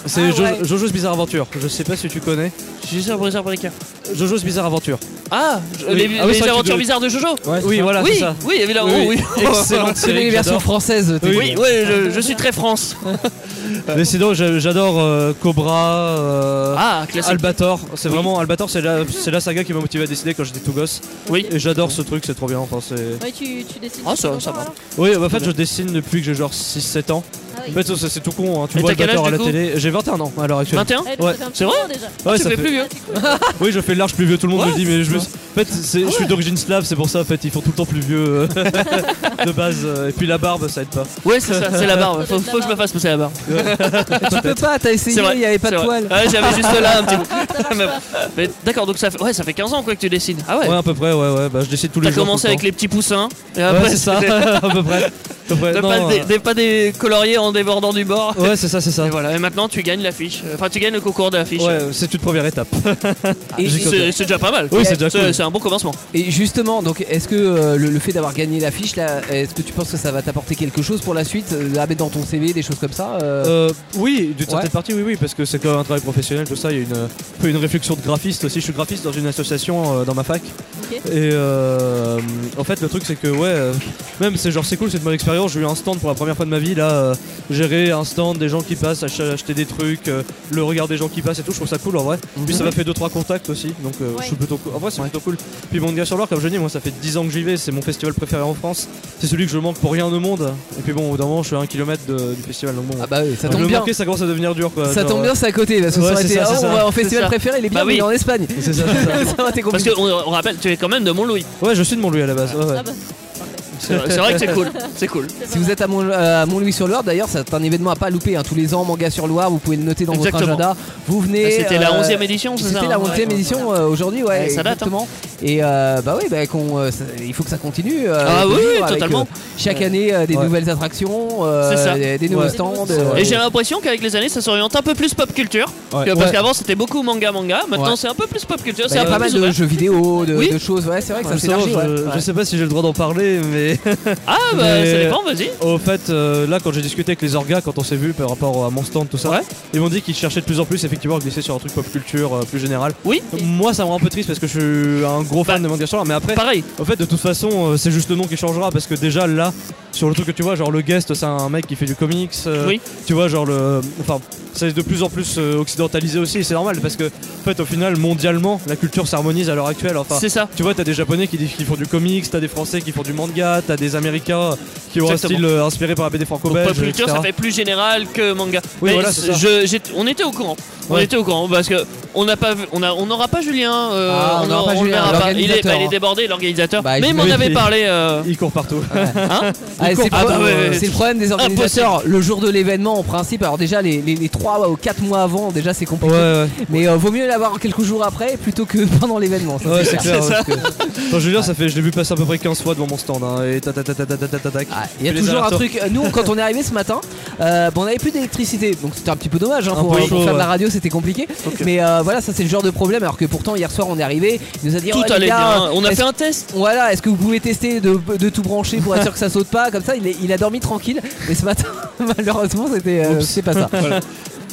Speaker 17: C'est
Speaker 1: Ah
Speaker 17: Jo- Jojo's Bizarre Adventure. Je sais pas si tu connais.
Speaker 1: J'ai ça pour les Americains.
Speaker 17: Jojo's Bizarre Adventure.
Speaker 1: Ah, je-
Speaker 17: Oui.
Speaker 1: les,
Speaker 17: Ah oui,
Speaker 1: les
Speaker 17: c'est vrai que
Speaker 1: aventures
Speaker 17: tu-
Speaker 1: bizarres de Jojo
Speaker 17: Ouais, c'est Oui, ça. voilà,
Speaker 1: oui,
Speaker 17: c'est ça.
Speaker 1: Oui, évidemment,
Speaker 17: Oui,
Speaker 1: oui.
Speaker 17: oui. Excellente série
Speaker 3: les
Speaker 17: que
Speaker 3: versions
Speaker 17: j'adore.
Speaker 3: françaises. t'es-
Speaker 1: Oui, ouais, je, je suis très France.
Speaker 17: Mais sinon, j'a- j'adore euh, Cobra, euh,
Speaker 1: Ah, classique.
Speaker 17: Albator. C'est vraiment Albator, c'est la, c'est la saga qui m'a motivé à décider quand j'étais tout gosse.
Speaker 1: Oui.
Speaker 17: Et j'adore ce truc, c'est trop bien. Enfin, c'est-
Speaker 13: Ouais, tu, tu décides.
Speaker 1: Ah,
Speaker 13: depuis
Speaker 1: ça-
Speaker 13: longtemps,
Speaker 1: ça va.
Speaker 13: alors
Speaker 17: Oui, bah, en fait, je dessine depuis que j'ai genre 6-7 ans.
Speaker 13: Ah oui.
Speaker 17: En fait, c'est c'est tout con, hein. tu
Speaker 1: Et
Speaker 17: vois
Speaker 1: t'as quel
Speaker 17: Albator à
Speaker 1: âge,
Speaker 17: la
Speaker 1: du coup
Speaker 17: télé. J'ai 21 ans à l'heure actuelle.
Speaker 1: 21
Speaker 13: Eh, donc,
Speaker 17: Ouais.
Speaker 13: ça fait un petit
Speaker 1: C'est vrai Ah,
Speaker 13: moment déjà.
Speaker 17: Ouais,
Speaker 1: Tu
Speaker 17: ça
Speaker 1: fais
Speaker 17: fait-
Speaker 1: plus hein. vieux.
Speaker 17: Oui, je fais large plus vieux, tout le monde me dit, mais je me- En fait, c'est- je suis
Speaker 1: ouais.
Speaker 17: d'origine slave, c'est pour ça, en fait, ils font tout le temps plus vieux euh, de base. euh, Et puis la barbe, ça aide pas.
Speaker 1: Ouais, c'est ça, c'est la barbe. Faut, faut que je me fasse pousser la barbe.
Speaker 3: Tu peux pas, t'as essayé,
Speaker 1: C'est vrai,
Speaker 3: il y avait pas de
Speaker 1: c'est vrai.
Speaker 3: poils.
Speaker 1: Ouais, j'avais juste là un petit peu. Mais- mais D'accord, donc ça fait, ouais, ça fait 15 ans quoi que tu dessines. Ah ouais.
Speaker 17: Ouais, à peu près, ouais, ouais, bah je décide tous les
Speaker 1: T'as
Speaker 17: jours.
Speaker 1: commencé
Speaker 17: tout le
Speaker 1: avec
Speaker 17: temps.
Speaker 1: les petits poussins. Et
Speaker 17: Ouais,
Speaker 1: après,
Speaker 17: c'est ça,
Speaker 1: c'était-
Speaker 17: à peu près. Ouais,
Speaker 1: Ne
Speaker 17: non,
Speaker 1: pas, dé-
Speaker 17: euh,
Speaker 1: dé- pas des coloriers en débordant du bord.
Speaker 17: Ouais, c'est ça, c'est ça.
Speaker 1: Et voilà, et maintenant tu gagnes l'affiche. Enfin, tu gagnes le concours de l'affiche.
Speaker 17: Ouais, c'est une première étape.
Speaker 1: Et-
Speaker 17: J'ai
Speaker 1: c'est
Speaker 17: compris.
Speaker 1: c'est déjà pas mal.
Speaker 17: Oui, c'est déjà cool.
Speaker 1: un bon commencement.
Speaker 3: Et justement, donc est-ce que euh, le, le fait d'avoir gagné l'affiche là, est-ce que tu penses que ça va t'apporter quelque chose pour la suite, euh, à mettre dans ton CV, des choses comme ça euh
Speaker 17: Euh, oui, d'une certaine
Speaker 3: Ouais.
Speaker 17: partie, oui, oui, parce que c'est quand même un travail professionnel, tout ça. Il y a une, un peu une réflexion de graphiste aussi. Je suis graphiste dans une association euh, dans ma fac.
Speaker 13: Ok.
Speaker 17: Et euh, en fait, le truc, c'est que, ouais, euh, même c'est genre, c'est cool, c'est une bonne expérience. J'ai eu un stand pour la première fois de ma vie, là, euh, gérer un stand, des gens qui passent, ach- acheter des trucs, euh, le regard des gens qui passent et tout. Je trouve ça cool en vrai. Puis
Speaker 3: Mhm.
Speaker 17: ça m'a fait 2-3 contacts aussi, donc euh, je suis plutôt cool. En vrai, c'est plutôt cool. Puis Manga sur l'Or, comme je dis, moi, ça fait 10 ans que j'y vais, c'est mon festival préféré en France. C'est celui que je manque pour rien au monde. Et puis bon, au bout d'un moment, je suis à 1 km du festival, donc bon.
Speaker 3: Ah bah oui, ça
Speaker 17: Je
Speaker 3: tombe
Speaker 17: le
Speaker 3: bien.
Speaker 17: marquais, ça commence à devenir dur quoi.
Speaker 3: Ça
Speaker 17: Genre,
Speaker 3: tombe
Speaker 17: euh,
Speaker 3: bien, c'est à côté, parce que ça
Speaker 17: ouais,
Speaker 3: aurait
Speaker 17: c'est
Speaker 3: été,
Speaker 17: c'est
Speaker 3: oh, on va en
Speaker 17: C'est
Speaker 3: festival
Speaker 17: ça.
Speaker 3: préféré, il est bien,
Speaker 17: Bah
Speaker 3: mais il est
Speaker 17: oui.
Speaker 3: en Espagne.
Speaker 17: C'est ça, c'est ça.
Speaker 3: Ça aurait été
Speaker 1: Parce
Speaker 3: compliqué.
Speaker 1: qu'on on rappelle, tu es quand même de Montlouis.
Speaker 17: Ouais, je suis de Montlouis à la base. ouais, ouais.
Speaker 1: C'est vrai, c'est vrai que c'est cool. C'est cool.
Speaker 3: Si vous êtes à, Mont- euh, à Montlouis-sur-Loire, d'ailleurs, c'est un événement à pas louper. hein. Tous les ans, Manga sur Loire, vous pouvez le noter dans
Speaker 1: Exactement. Ah,
Speaker 3: votre agenda. Vous venez.
Speaker 1: C'était la
Speaker 3: euh,
Speaker 1: 11e édition, c'est ça,
Speaker 3: C'était la
Speaker 1: hein,
Speaker 3: 11e
Speaker 1: ouais.
Speaker 3: édition euh, aujourd'hui, ouais.
Speaker 1: Ouais, ça date, hein.
Speaker 3: exactement. Et euh, bah oui, bah, qu'on, euh, ça- il faut que ça continue. euh,
Speaker 1: Ah
Speaker 3: de
Speaker 1: oui,
Speaker 3: vivre avec,
Speaker 1: totalement.
Speaker 3: euh, chaque année, euh, des
Speaker 1: Ouais.
Speaker 3: nouvelles attractions, euh,
Speaker 1: C'est ça.
Speaker 3: des, des nouveaux
Speaker 1: Ouais.
Speaker 3: stands.
Speaker 17: euh,
Speaker 3: euh,
Speaker 1: Et j'ai l'impression qu'avec les années, ça s'oriente un peu plus pop culture.
Speaker 3: Ouais.
Speaker 1: Que- Parce
Speaker 3: Ouais.
Speaker 1: qu'avant, c'était beaucoup manga manga. Maintenant,
Speaker 3: Ouais.
Speaker 1: c'est un peu plus pop culture.
Speaker 3: Bah,
Speaker 1: c'est
Speaker 3: il y
Speaker 1: un
Speaker 3: a
Speaker 1: peu
Speaker 3: pas mal
Speaker 1: plus
Speaker 3: de
Speaker 1: ouvert.
Speaker 3: jeux vidéo, de,
Speaker 1: Oui.
Speaker 3: de choses. Ouais, c'est vrai que ça
Speaker 17: Ouais,
Speaker 3: s'est
Speaker 17: justement,
Speaker 3: élargi.
Speaker 17: je,
Speaker 3: ouais.
Speaker 17: je sais pas si j'ai le droit d'en parler, mais.
Speaker 1: Ah, bah, ça dépend, vas-y.
Speaker 17: Au fait, euh, là, quand j'ai discuté avec les orgas, quand on s'est vu par rapport à mon stand, tout ça, ils m'ont dit qu'ils cherchaient de plus en plus, effectivement, à glisser sur un truc pop culture euh, plus général.
Speaker 1: Oui. Bah,
Speaker 17: Moi, ça me rend un peu triste parce que je suis un gros fan de manga sur l'art, mais après.
Speaker 1: Pareil.
Speaker 17: En fait, de toute façon, euh, c'est juste le nom qui changera parce que déjà, là, sur le truc que tu vois, genre le guest, c'est un mec qui fait du comics. euh,
Speaker 1: Oui.
Speaker 17: Tu vois, genre le. Enfin, c'est de plus en plus euh, occidentalisé aussi, et c'est normal parce que, en fait, au final, mondialement, la culture s'harmonise à l'heure actuelle. Enfin,
Speaker 1: C'est ça.
Speaker 17: Tu vois, t'as des japonais qui, qui font du comics, t'as des français qui font du manga, t'as des américains qui ont un
Speaker 1: Exactement.
Speaker 17: style euh, inspiré par la BD franco-belge.
Speaker 1: Pop culture,
Speaker 17: etc..
Speaker 1: ça fait plus général que manga.
Speaker 17: Oui,
Speaker 1: Mais
Speaker 17: voilà, c'est ça.
Speaker 1: je- j'ai- on était au courant. On
Speaker 17: Ouais.
Speaker 1: était au courant parce que on n'a pas, vu- on a, on n'aura pas Julien. euh,
Speaker 17: Ah, on n'aura
Speaker 1: aura-
Speaker 17: pas
Speaker 1: le
Speaker 17: Julien,
Speaker 1: verra pas. Il est,
Speaker 17: l'organisateur,
Speaker 1: bah, il est
Speaker 17: hein.
Speaker 1: débordé, l'organisateur.
Speaker 17: Bah,
Speaker 1: mais il m'en
Speaker 17: j'imagine.
Speaker 1: avait parlé. euh,
Speaker 17: Il court partout.
Speaker 1: Hein
Speaker 3: Ah, c'est
Speaker 1: Ah,
Speaker 3: le
Speaker 1: bah,
Speaker 3: problème,
Speaker 1: ouais, ouais,
Speaker 3: euh, c'est le problème des
Speaker 1: Impossible.
Speaker 3: organisateurs. Le jour de l'événement, en principe, alors déjà les, les, 3 ou 4 mois avant, déjà c'est compliqué.
Speaker 17: Ouais, ouais.
Speaker 3: Mais euh, vaut mieux l'avoir quelques jours après plutôt que pendant l'événement. ça,
Speaker 17: Ouais, c'est clair.
Speaker 3: C'est
Speaker 17: ouais,
Speaker 3: ça.
Speaker 17: parce que- Enfin, je veux dire, ça fait, je l'ai vu passer à peu près 15 fois devant mon stand. hein, et ta ta ta ta ta ta ta ta tac.
Speaker 3: Ah, Il y a
Speaker 17: Puis les
Speaker 3: toujours un
Speaker 17: allers-retours.
Speaker 3: truc. euh, Nous, quand on est arrivé ce matin, euh, bon, on n'avait plus d'électricité, donc c'était un petit peu dommage. hein,
Speaker 17: Un
Speaker 3: pour,
Speaker 17: peu
Speaker 3: pour
Speaker 17: chaud,
Speaker 3: faire de la
Speaker 17: ouais.
Speaker 3: radio, c'était compliqué. Mais euh, voilà, ça c'est le genre de problème. Alors que pourtant, hier soir, on est arrivé. Il nous a dit
Speaker 1: Tout
Speaker 3: oh, les
Speaker 1: allait
Speaker 3: gars,
Speaker 1: bien. On a
Speaker 3: est-ce-
Speaker 1: fait un test.
Speaker 3: Voilà, est-ce que vous pouvez tester de, de tout brancher pour être sûr que ça saute pas Comme ça, il, est- il a dormi tranquille. Mais ce matin, malheureusement, c'était euh, c'est pas ça.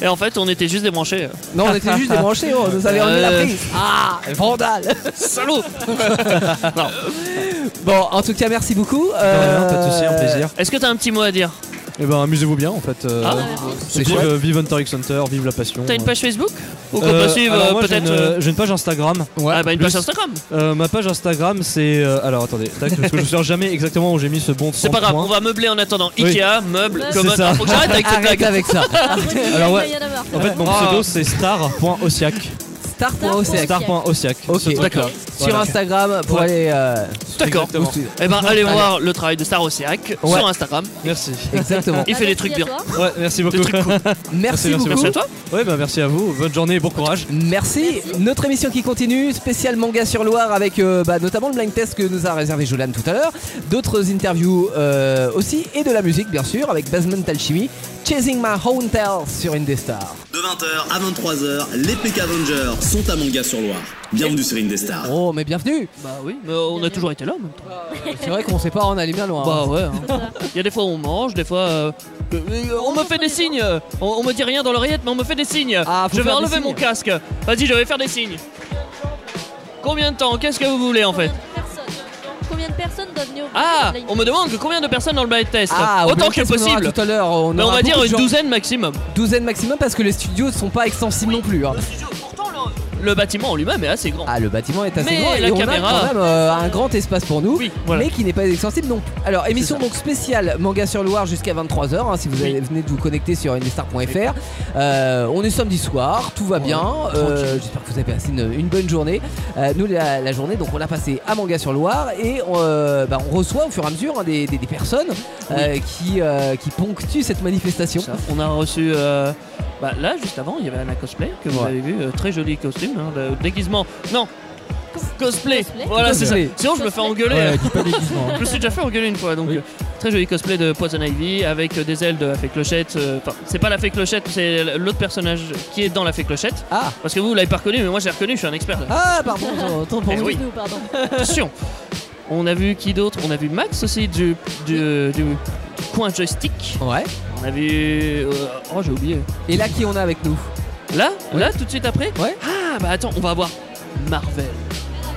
Speaker 1: Et en fait, on était juste débranchés.
Speaker 3: Non, on était juste débranchés, oh, on nous avait enlevé la
Speaker 1: Euh,
Speaker 3: prise. Ah, vandale
Speaker 1: Salaud
Speaker 3: Bon, en tout cas, merci beaucoup. Euh,
Speaker 17: rien, pas de souci, un plaisir.
Speaker 1: Est-ce que t'as un petit mot à dire
Speaker 17: Et ben, amusez-vous bien en fait. euh,
Speaker 1: Ah,
Speaker 17: c'est vive,
Speaker 1: chouette.
Speaker 17: euh, vive Hunter x Hunter, vive la passion.
Speaker 1: T'as une page Facebook Ou qu'on
Speaker 17: Euh,
Speaker 1: peut suivre
Speaker 17: alors
Speaker 1: euh,
Speaker 17: moi, j'ai
Speaker 1: peut-être
Speaker 17: une-
Speaker 1: euh,
Speaker 17: J'ai une page Instagram.
Speaker 1: Ah bah une page
Speaker 17: Plus-
Speaker 1: Instagram
Speaker 17: Euh, ma page Instagram, c'est. euh, alors attendez, tac, parce que je ne sais jamais exactement où j'ai mis ce bon de
Speaker 1: C'est pas grave, on va meubler en attendant.
Speaker 17: Oui.
Speaker 1: Ikea, meuble,
Speaker 17: C'est
Speaker 1: commode.
Speaker 17: ça.
Speaker 1: Ah, Faut que j'arrête avec cette
Speaker 17: Arrête
Speaker 1: blague.
Speaker 17: avec ça. Alors ouais, en fait, mon
Speaker 1: Ah.
Speaker 17: pseudo c'est star.osiac.
Speaker 3: Star.osiac.
Speaker 17: Star.osiac.
Speaker 3: Ok, d'accord. Sur Instagram pour aller. euh,
Speaker 1: D'accord.
Speaker 3: vous suivre.
Speaker 1: Eh ben allez
Speaker 3: Allez.
Speaker 1: voir le travail de Star Oceac
Speaker 3: Ouais.
Speaker 1: sur Instagram.
Speaker 17: Merci.
Speaker 3: Exactement.
Speaker 1: Il fait des trucs bien.
Speaker 17: Ouais, Bah, merci beaucoup.
Speaker 3: Merci beaucoup.
Speaker 1: Merci à toi.
Speaker 17: Ouais, bah merci à vous. Bonne journée, bon courage.
Speaker 3: Merci. Notre émission qui continue, spécial manga sur Loire avec euh, bah, notamment le blind test que nous a réservé Jolan tout à l'heure, d'autres interviews euh, aussi et de la musique bien sûr avec Basement Alchemy, Chasing My Hometown sur Indestar.
Speaker 2: De 20h à 23h, les PK Avengers sont à Manga sur Loire. Bienvenue sur Indestar.
Speaker 3: Oh mais bienvenue.
Speaker 1: Bah oui, mais on a toujours été là en même temps.
Speaker 17: Bah,
Speaker 3: C'est vrai qu'on sait pas, on allait bien loin.
Speaker 1: Bah
Speaker 3: hein.
Speaker 1: ouais. hein. Il y a des fois où on mange, des fois. euh, euh, on me fait des signes. On, on me dit rien dans l'oreillette, mais on me fait des signes.
Speaker 17: Ah,
Speaker 3: faut
Speaker 1: je vais
Speaker 3: faire des
Speaker 1: enlever
Speaker 3: signes.
Speaker 1: mon casque. Vas-y, je vais faire des signes. Combien de temps Qu'est-ce que vous voulez en fait
Speaker 13: Combien de personnes doivent venir au
Speaker 1: Ah
Speaker 13: blind
Speaker 1: On me demande que combien de personnes dans le blind test
Speaker 3: Ah, au
Speaker 1: Autant
Speaker 3: blind
Speaker 1: que
Speaker 3: test, on aura
Speaker 1: possible.
Speaker 3: Tout à l'heure, on
Speaker 1: Mais on
Speaker 3: aura
Speaker 1: va dire
Speaker 3: beaucoup de
Speaker 1: une
Speaker 3: gens.
Speaker 1: douzaine maximum.
Speaker 3: Douzaine maximum parce que les studios ne sont pas extensibles non plus. hein.
Speaker 1: Le bâtiment en lui-même est assez grand.
Speaker 3: Ah, le bâtiment est assez
Speaker 1: Mais
Speaker 3: grand et
Speaker 1: la
Speaker 3: on
Speaker 1: caméra-
Speaker 3: a quand même euh, un grand espace pour nous,
Speaker 1: voilà.
Speaker 3: mais qui n'est pas extensible non plus. Alors, émission donc spéciale Manga sur Loire jusqu'à 23h, hein, si vous avez- venez de vous connecter sur indestar.fr. Euh, on est samedi soir, tout va bien. Euh, J'espère que vous avez passé une, une bonne journée. Euh, nous, la, la journée, donc on l'a passée à Manga sur Loire et euh, bah, on reçoit au fur et à mesure hein, des, des- des personnes euh, qui, euh, qui ponctuent cette manifestation.
Speaker 1: On a reçu. euh, bah, là, juste avant, il y avait Anna Cosplay que vous
Speaker 3: Ouais.
Speaker 1: avez vu. euh, très joli costume, hein, le déguisement. Non Cosplay. Voilà, c'est ça.
Speaker 3: Cosplay.
Speaker 1: Sinon, je me fais engueuler. hein.
Speaker 4: Ouais, dis pas déguisement.
Speaker 3: hein.
Speaker 1: je me suis déjà fait engueuler une fois. Donc, euh, très joli cosplay de Poison Ivy avec euh, des ailes de la fée clochette. euh, Enfin, c'est pas la fée clochette, c'est l'autre personnage qui est dans la fée clochette.
Speaker 3: Ah
Speaker 1: Parce que vous, vous l'avez pas reconnu, mais moi, j'ai reconnu, je suis un expert. là.
Speaker 3: Ah, pardon, autant pour
Speaker 1: Eh
Speaker 3: vous.
Speaker 1: oui. Attention On a vu qui d'autre On a vu Max aussi du, du, du coin joystick.
Speaker 3: Ouais.
Speaker 1: On a vu. euh, oh, j'ai oublié.
Speaker 3: Et là, qui on a avec nous
Speaker 1: Là Là, tout de suite après Ouais. Ah, bah attends, on va voir Marvel.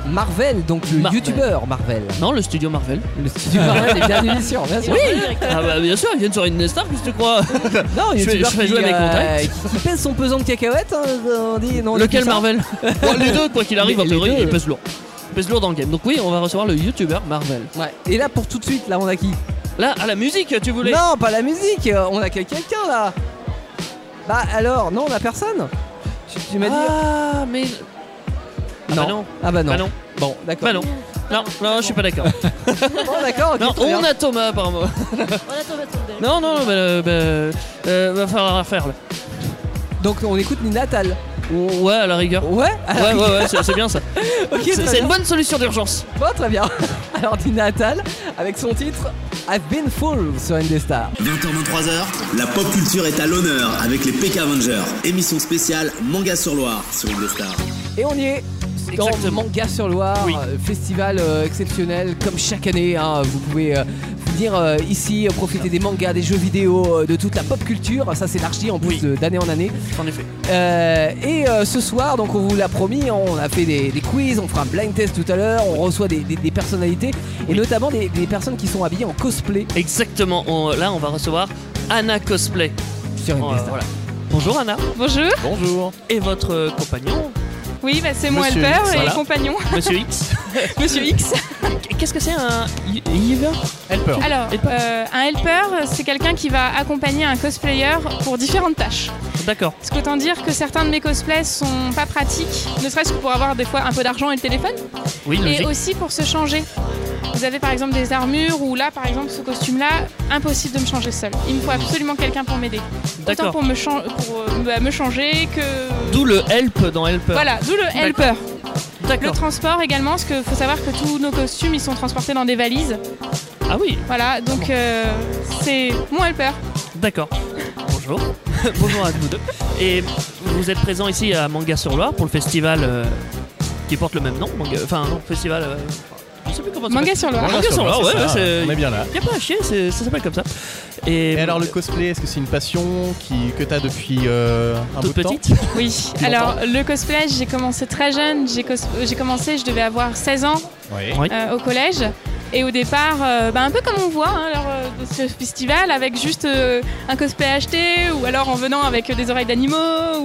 Speaker 3: Marvel, donc le
Speaker 1: Marvel.
Speaker 3: youtubeur Marvel.
Speaker 1: Non, le studio Marvel. Ah.
Speaker 3: Le studio Marvel, les dernières émissions, Ah bien sûr.
Speaker 1: Oui Ah, bah bien sûr, ils viennent sur une Star, qu'est-ce que tu crois
Speaker 3: Non,
Speaker 1: je, fais- je
Speaker 3: Ah, youtubeur
Speaker 1: fais
Speaker 3: qui,
Speaker 1: jouer mes
Speaker 3: euh,
Speaker 1: contacts.
Speaker 3: qui pèse son pesant de cacahuètes, hein, on dit, non, on dit
Speaker 1: Lequel
Speaker 3: tout ça.
Speaker 1: Marvel Bon, Les deux, quoi qu'il arrive,
Speaker 3: Les-
Speaker 1: en théorie,
Speaker 3: les deux.
Speaker 1: il pèse lourd. Il pèse lourd dans le game. Donc, oui, on va recevoir le youtubeur Marvel.
Speaker 3: Ouais. Et là, pour tout de suite, là, on a qui
Speaker 1: Là, à la musique, tu voulais
Speaker 3: Non, pas la musique, euh, on accueille quelqu'un là. Bah alors, non, on a personne. Tu, tu m'as dit.
Speaker 1: Ah, mais. Ah bah non.
Speaker 3: Ah bah non.
Speaker 1: Bah non.
Speaker 3: Bon, d'accord.
Speaker 1: Bah non. Non, non, je suis pas d'accord.
Speaker 3: Bon, d'accord, ok,
Speaker 1: Non,
Speaker 3: très
Speaker 1: on
Speaker 3: bien.
Speaker 1: a Thomas par moi.
Speaker 13: On attend votre sondage.
Speaker 1: Non, non, bah, euh, bah, euh, va falloir faire là.
Speaker 3: Donc, on écoute Nina Tal.
Speaker 1: Ouais, à la rigueur.
Speaker 3: Ouais à la
Speaker 1: Ouais, ouais,
Speaker 3: rigueur.
Speaker 1: ouais, c'est c'est bien ça.
Speaker 3: Ok,
Speaker 1: C'est-
Speaker 3: très
Speaker 1: c'est
Speaker 3: bien.
Speaker 1: une bonne solution d'urgence.
Speaker 3: Bon, très bien. Alors, Nina Attal, avec son titre I've Been Full sur Indestar.
Speaker 2: 20h23h, la pop culture est à l'honneur avec les PK Avengers. Émission spéciale Manga sur Loire sur Indestar.
Speaker 3: Et on y est dans Manga sur Loire, euh, festival euh, exceptionnel comme chaque année. hein. vous pouvez euh, venir euh, ici euh, profiter des mangas, des jeux vidéo, euh, de toute la pop culture. Ça, c'est l'archi en plus de- d'année en année.
Speaker 1: En effet.
Speaker 3: Euh, et euh, ce soir, donc on vous l'a promis, hein, on a fait des, des quiz, on fera un blind test tout à l'heure, on reçoit des, des- des personnalités et notamment des, des personnes qui sont habillées en cosplay.
Speaker 1: Exactement. on- là, on va recevoir Anna Cosplay. Oh,
Speaker 3: Sur une liste.
Speaker 1: voilà. Bonjour Anna.
Speaker 18: Bonjour.
Speaker 5: Bonjour.
Speaker 1: Et votre euh, compagnon
Speaker 18: Oui, bah, c'est moi, le
Speaker 1: Monsieur
Speaker 18: père
Speaker 1: X,
Speaker 18: et
Speaker 1: voilà.
Speaker 18: compagnon.
Speaker 1: Monsieur X.
Speaker 18: Monsieur X.
Speaker 1: Qu'est-ce que c'est un Yves
Speaker 5: Helper.
Speaker 18: Alors, euh, un helper, c'est quelqu'un qui va accompagner un cosplayer pour différentes tâches.
Speaker 1: D'accord.
Speaker 18: Parce qu'autant dire que certains de mes cosplays sont pas pratiques, ne serait-ce que pour avoir des fois un peu d'argent et le téléphone.
Speaker 1: Oui,
Speaker 18: Et
Speaker 1: logique.
Speaker 18: aussi pour se changer. Vous avez par exemple des armures ou là, par exemple, ce costume-là, impossible de me changer seul. Il me faut absolument quelqu'un pour m'aider. Autant
Speaker 1: D'accord.
Speaker 18: pour me, chan- pour, euh, bah, me changer que
Speaker 1: D'où le help dans helper.
Speaker 18: Voilà, d'où le helper.
Speaker 1: D'accord.
Speaker 18: Le transport également, parce qu'il faut savoir que tous nos costumes, ils sont transportés dans des valises.
Speaker 1: Ah oui.
Speaker 18: Voilà, donc euh, c'est mon helper.
Speaker 1: D'accord. Bonjour. Bonjour à vous deux. Et vous êtes présent ici à Manga sur Loire pour le festival euh, qui porte le même nom. Manga- Enfin, non, festival. euh, je sais plus comment ça
Speaker 18: Manga
Speaker 1: s'appelle.
Speaker 18: sur Loire.
Speaker 1: Manga sur Loire, Ah, ouais,
Speaker 5: c'est
Speaker 1: ouais,
Speaker 5: ça,
Speaker 1: c'est-
Speaker 5: on est bien là.
Speaker 1: Y a pas à chier, c'est- ça s'appelle comme ça. Et,
Speaker 5: Et alors le cosplay, est-ce que c'est une passion qui, que t'as depuis euh, un
Speaker 1: Toute
Speaker 5: bout de temps
Speaker 1: petite
Speaker 18: Oui,
Speaker 5: Depuis
Speaker 18: alors
Speaker 5: longtemps
Speaker 18: le cosplay, j'ai commencé très jeune. J'ai cos- euh, j'ai commencé, je devais avoir 16 ans
Speaker 5: Oui.
Speaker 18: euh, au collège. Et au départ, euh, bah, un peu comme on voit hein, lors euh, de ce festival, avec juste euh, un cosplay acheté ou alors en venant avec euh, des oreilles d'animaux.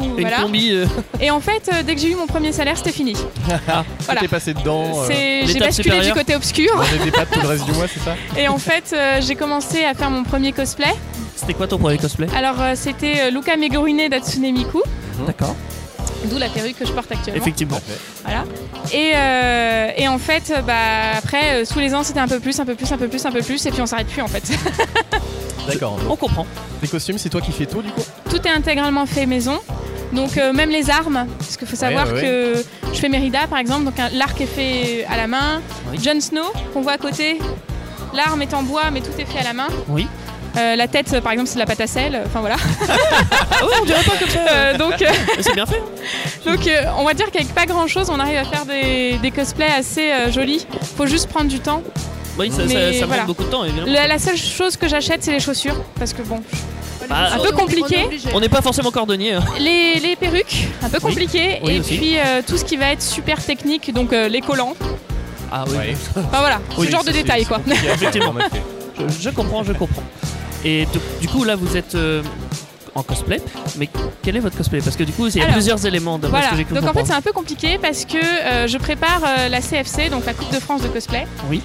Speaker 18: ou
Speaker 1: Une
Speaker 18: voilà.
Speaker 1: combi. euh, Ah.
Speaker 18: Et en fait, euh, dès que j'ai eu mon premier salaire, c'était fini. Voilà.
Speaker 5: T'es passé dedans. euh,
Speaker 18: C'est- J'ai basculé du côté obscur.
Speaker 5: Manger des pâtes tout le reste du mois, c'est ça
Speaker 18: Et en fait, euh, j'ai commencé à faire mon premier cosplay.
Speaker 1: C'était quoi ton premier cosplay
Speaker 18: Alors, euh, c'était euh, Luca Megurine d'Atsune Miku,
Speaker 5: Mhm.
Speaker 1: D'accord.
Speaker 18: d'où la perruque que je porte actuellement.
Speaker 1: Effectivement.
Speaker 18: Voilà. Et, euh, et en fait, euh, bah, après, euh, tous les ans, c'était un peu plus, un peu plus, un peu plus, un peu plus, et puis on s'arrête plus en fait.
Speaker 5: D'accord.
Speaker 1: On comprend.
Speaker 5: Les costumes, c'est toi qui fais tout du coup
Speaker 18: Tout est intégralement fait maison. Donc euh, même les armes, parce qu'il faut savoir
Speaker 5: ouais, ouais.
Speaker 18: que je fais Merida par exemple, donc un- l'arc est fait à la main.
Speaker 1: Oui.
Speaker 18: Jon Snow qu'on voit à côté, l'arme est en bois mais tout est fait à la main.
Speaker 1: Oui.
Speaker 18: Euh, la tête, euh, par exemple, c'est de la pâte à sel. Enfin voilà.
Speaker 1: Ah ouais, on dirait pas comme ça.
Speaker 18: Euh, donc, euh,
Speaker 1: Mais C'est bien fait. hein.
Speaker 18: donc euh, on va dire qu'avec pas grand chose, on arrive à faire des, des cosplays assez euh, jolis. Faut juste prendre du temps.
Speaker 1: Oui, ça, ça-
Speaker 18: Mais
Speaker 1: ça prend
Speaker 18: voilà.
Speaker 1: beaucoup de temps, évidemment.
Speaker 18: La, la seule chose que j'achète, c'est les chaussures, parce que bon,
Speaker 1: Bah,
Speaker 18: un peu compliqué.
Speaker 1: On n'est pas forcément cordonnier. hein.
Speaker 18: Les, les perruques, un peu
Speaker 1: Oui.
Speaker 18: compliqué,
Speaker 1: Oui,
Speaker 18: et
Speaker 1: aussi.
Speaker 18: puis euh, tout ce qui va être super technique, donc euh, les collants.
Speaker 1: Ah oui.
Speaker 18: Enfin voilà,
Speaker 1: Oui,
Speaker 18: ce genre
Speaker 1: ça,
Speaker 18: de
Speaker 1: c'est-
Speaker 18: détails
Speaker 1: c'est
Speaker 18: quoi.
Speaker 1: compliqué à faire, en effet. je, je comprends, je comprends. Et donc, du coup, là, vous êtes euh, en cosplay, mais quel est votre cosplay Parce que du coup, il y a
Speaker 18: Alors,
Speaker 1: plusieurs éléments de
Speaker 18: Voilà,
Speaker 1: ce que j'ai cru
Speaker 18: donc en fait
Speaker 1: comprendre.
Speaker 18: c'est un peu compliqué parce que euh, je prépare euh, la CFC, donc la Coupe de France de cosplay.
Speaker 1: Oui.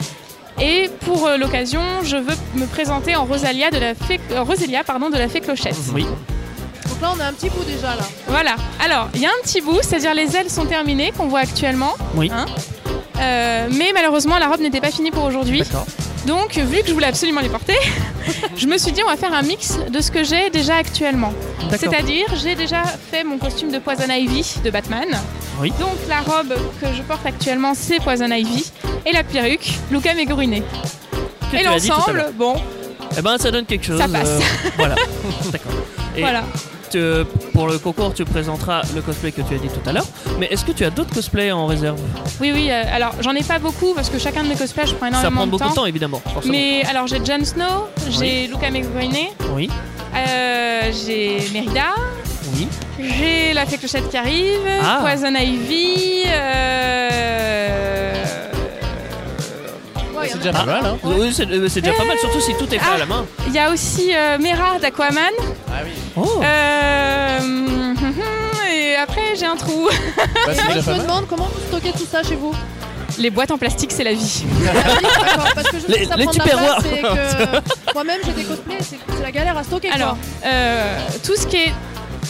Speaker 18: Et pour euh, l'occasion, je veux me présenter en Rosalia de la fée, euh, Roselia, pardon, de la fée Clochette.
Speaker 1: Oui.
Speaker 18: Donc là, on a un petit bout déjà là. Voilà. Alors, il y a un petit bout, c'est-à-dire les ailes sont terminées qu'on voit actuellement.
Speaker 1: Oui.
Speaker 18: hein. Euh, mais malheureusement, la robe n'était pas finie pour aujourd'hui.
Speaker 1: Ah
Speaker 18: Donc, vu que je voulais absolument les porter, je me suis dit on va faire un mix de ce que j'ai déjà actuellement.
Speaker 1: D'accord.
Speaker 18: C'est-à-dire, j'ai déjà fait mon costume de Poison Ivy de Batman.
Speaker 1: Oui.
Speaker 18: Donc la robe que je porte actuellement, c'est Poison Ivy. Et la perruque, Luca Megurine.
Speaker 1: Que
Speaker 18: et
Speaker 1: tu as dit tout à
Speaker 18: l'ensemble,
Speaker 1: l'heure.
Speaker 18: bon,
Speaker 1: Eh ben, ça donne quelque chose. euh,
Speaker 18: Ça passe.
Speaker 1: voilà. D'accord. Et
Speaker 18: Voilà.
Speaker 1: tu- euh, pour le concours, tu présenteras le cosplay que tu as dit tout à l'heure. Mais est-ce que tu as d'autres cosplays en réserve
Speaker 18: oui, oui. euh, alors, j'en ai pas beaucoup parce que chacun de mes cosplays, je prends
Speaker 1: Ça
Speaker 18: énormément
Speaker 1: prend
Speaker 18: de
Speaker 1: beaucoup
Speaker 18: temps.
Speaker 1: de temps, évidemment. forcément.
Speaker 18: Mais alors, j'ai Jon Snow, j'ai Luca Megurine,
Speaker 1: Oui,
Speaker 18: euh, j'ai Merida,
Speaker 1: oui.
Speaker 18: j'ai la fée clochette qui arrive,
Speaker 1: Ah.
Speaker 18: Poison Ivy. euh,
Speaker 1: C'est déjà pas mal, hein Oui, c'est euh, c'est déjà pas mal, surtout si tout est fait à la main.
Speaker 18: Il y a aussi euh, Mera d'Aquaman.
Speaker 1: Ah oui. Oh
Speaker 18: Euh, hum, hum, et après, j'ai un trou.
Speaker 1: Bah,
Speaker 19: Et là, Bah, je me demande comment vous stockez tout ça chez vous. Ah
Speaker 18: Les boîtes en plastique, c'est la vie.
Speaker 19: Parce que je sais
Speaker 18: Les-
Speaker 19: que ça
Speaker 18: les
Speaker 19: prend de la place et
Speaker 18: Tupperware.
Speaker 19: que moi-même j'ai des cosplays, c'est c'est la galère à stocker.
Speaker 18: Alors, euh, tout ce qui est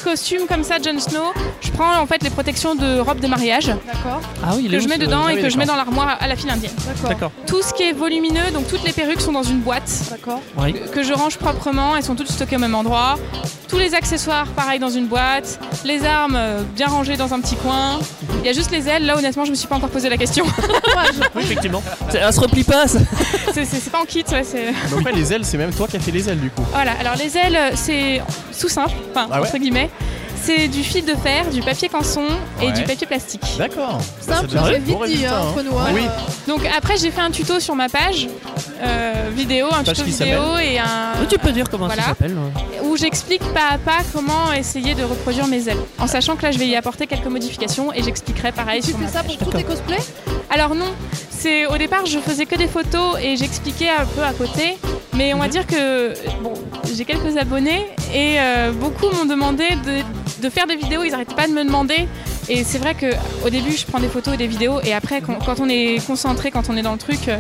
Speaker 18: costume comme ça, Jon Snow, je prends en fait les protections de robe de mariage. D'accord.
Speaker 1: Ah oui, il est
Speaker 18: que je
Speaker 1: où,
Speaker 18: mets
Speaker 1: ce-
Speaker 18: dedans
Speaker 1: Ah
Speaker 18: et
Speaker 1: oui,
Speaker 18: que je mets dans
Speaker 1: d'accord.
Speaker 18: l'armoire à la file indienne.
Speaker 1: D'accord.
Speaker 18: Tout ce qui est volumineux, donc toutes les perruques sont dans une boîte. D'accord.
Speaker 1: Oui.
Speaker 18: Que je range proprement, elles sont toutes stockées au même endroit. Tous les accessoires, pareil, dans une boîte. Les armes, euh, bien rangées dans un petit coin. Il y a juste les ailes, là honnêtement, je me suis pas encore posé la question.
Speaker 1: Oui, effectivement. C'est- Ça se replie pas, ça.
Speaker 18: c'est c'est- c'est pas en kit, ouais, c'est.
Speaker 5: Mais après, les ailes, c'est même toi qui as fait les ailes du coup.
Speaker 18: Voilà, alors les ailes, euh, c'est tout simple, enfin,
Speaker 5: Ah ouais
Speaker 18: entre guillemets. C'est du fil de fer, du papier canson et
Speaker 5: Ouais.
Speaker 18: du papier plastique.
Speaker 5: D'accord.
Speaker 19: Simple,
Speaker 5: Bah, ça
Speaker 19: c'est
Speaker 5: donne
Speaker 19: vite
Speaker 5: un bon
Speaker 19: dit,
Speaker 5: résultat,
Speaker 19: hein,
Speaker 5: hein.
Speaker 19: entre nous, hein.
Speaker 5: Oui.
Speaker 18: Donc après, j'ai fait un tuto sur ma page euh, vidéo, un
Speaker 1: Page
Speaker 18: tuto
Speaker 1: qui
Speaker 18: vidéo
Speaker 1: s'appelle
Speaker 18: et un.
Speaker 1: Oui, tu peux dire comment
Speaker 18: Voilà.
Speaker 1: ça s'appelle. ouais.
Speaker 18: Où j'explique pas à pas comment essayer de reproduire mes ailes. En sachant que là, je vais y apporter quelques modifications et j'expliquerai pareil
Speaker 19: Tu
Speaker 18: sur
Speaker 19: fais
Speaker 18: ma
Speaker 19: ça
Speaker 18: page.
Speaker 19: pour tous tes cosplays
Speaker 18: Alors non, c'est au départ je faisais que des photos et j'expliquais un peu à côté, mais on
Speaker 19: Mhm.
Speaker 18: va dire que bon, j'ai quelques abonnés et euh, beaucoup m'ont demandé de, de faire des vidéos, ils n'arrêtent pas de me demander et c'est vrai que au début je prends des photos et des vidéos et après quand, quand on est concentré, quand on est dans le truc, euh,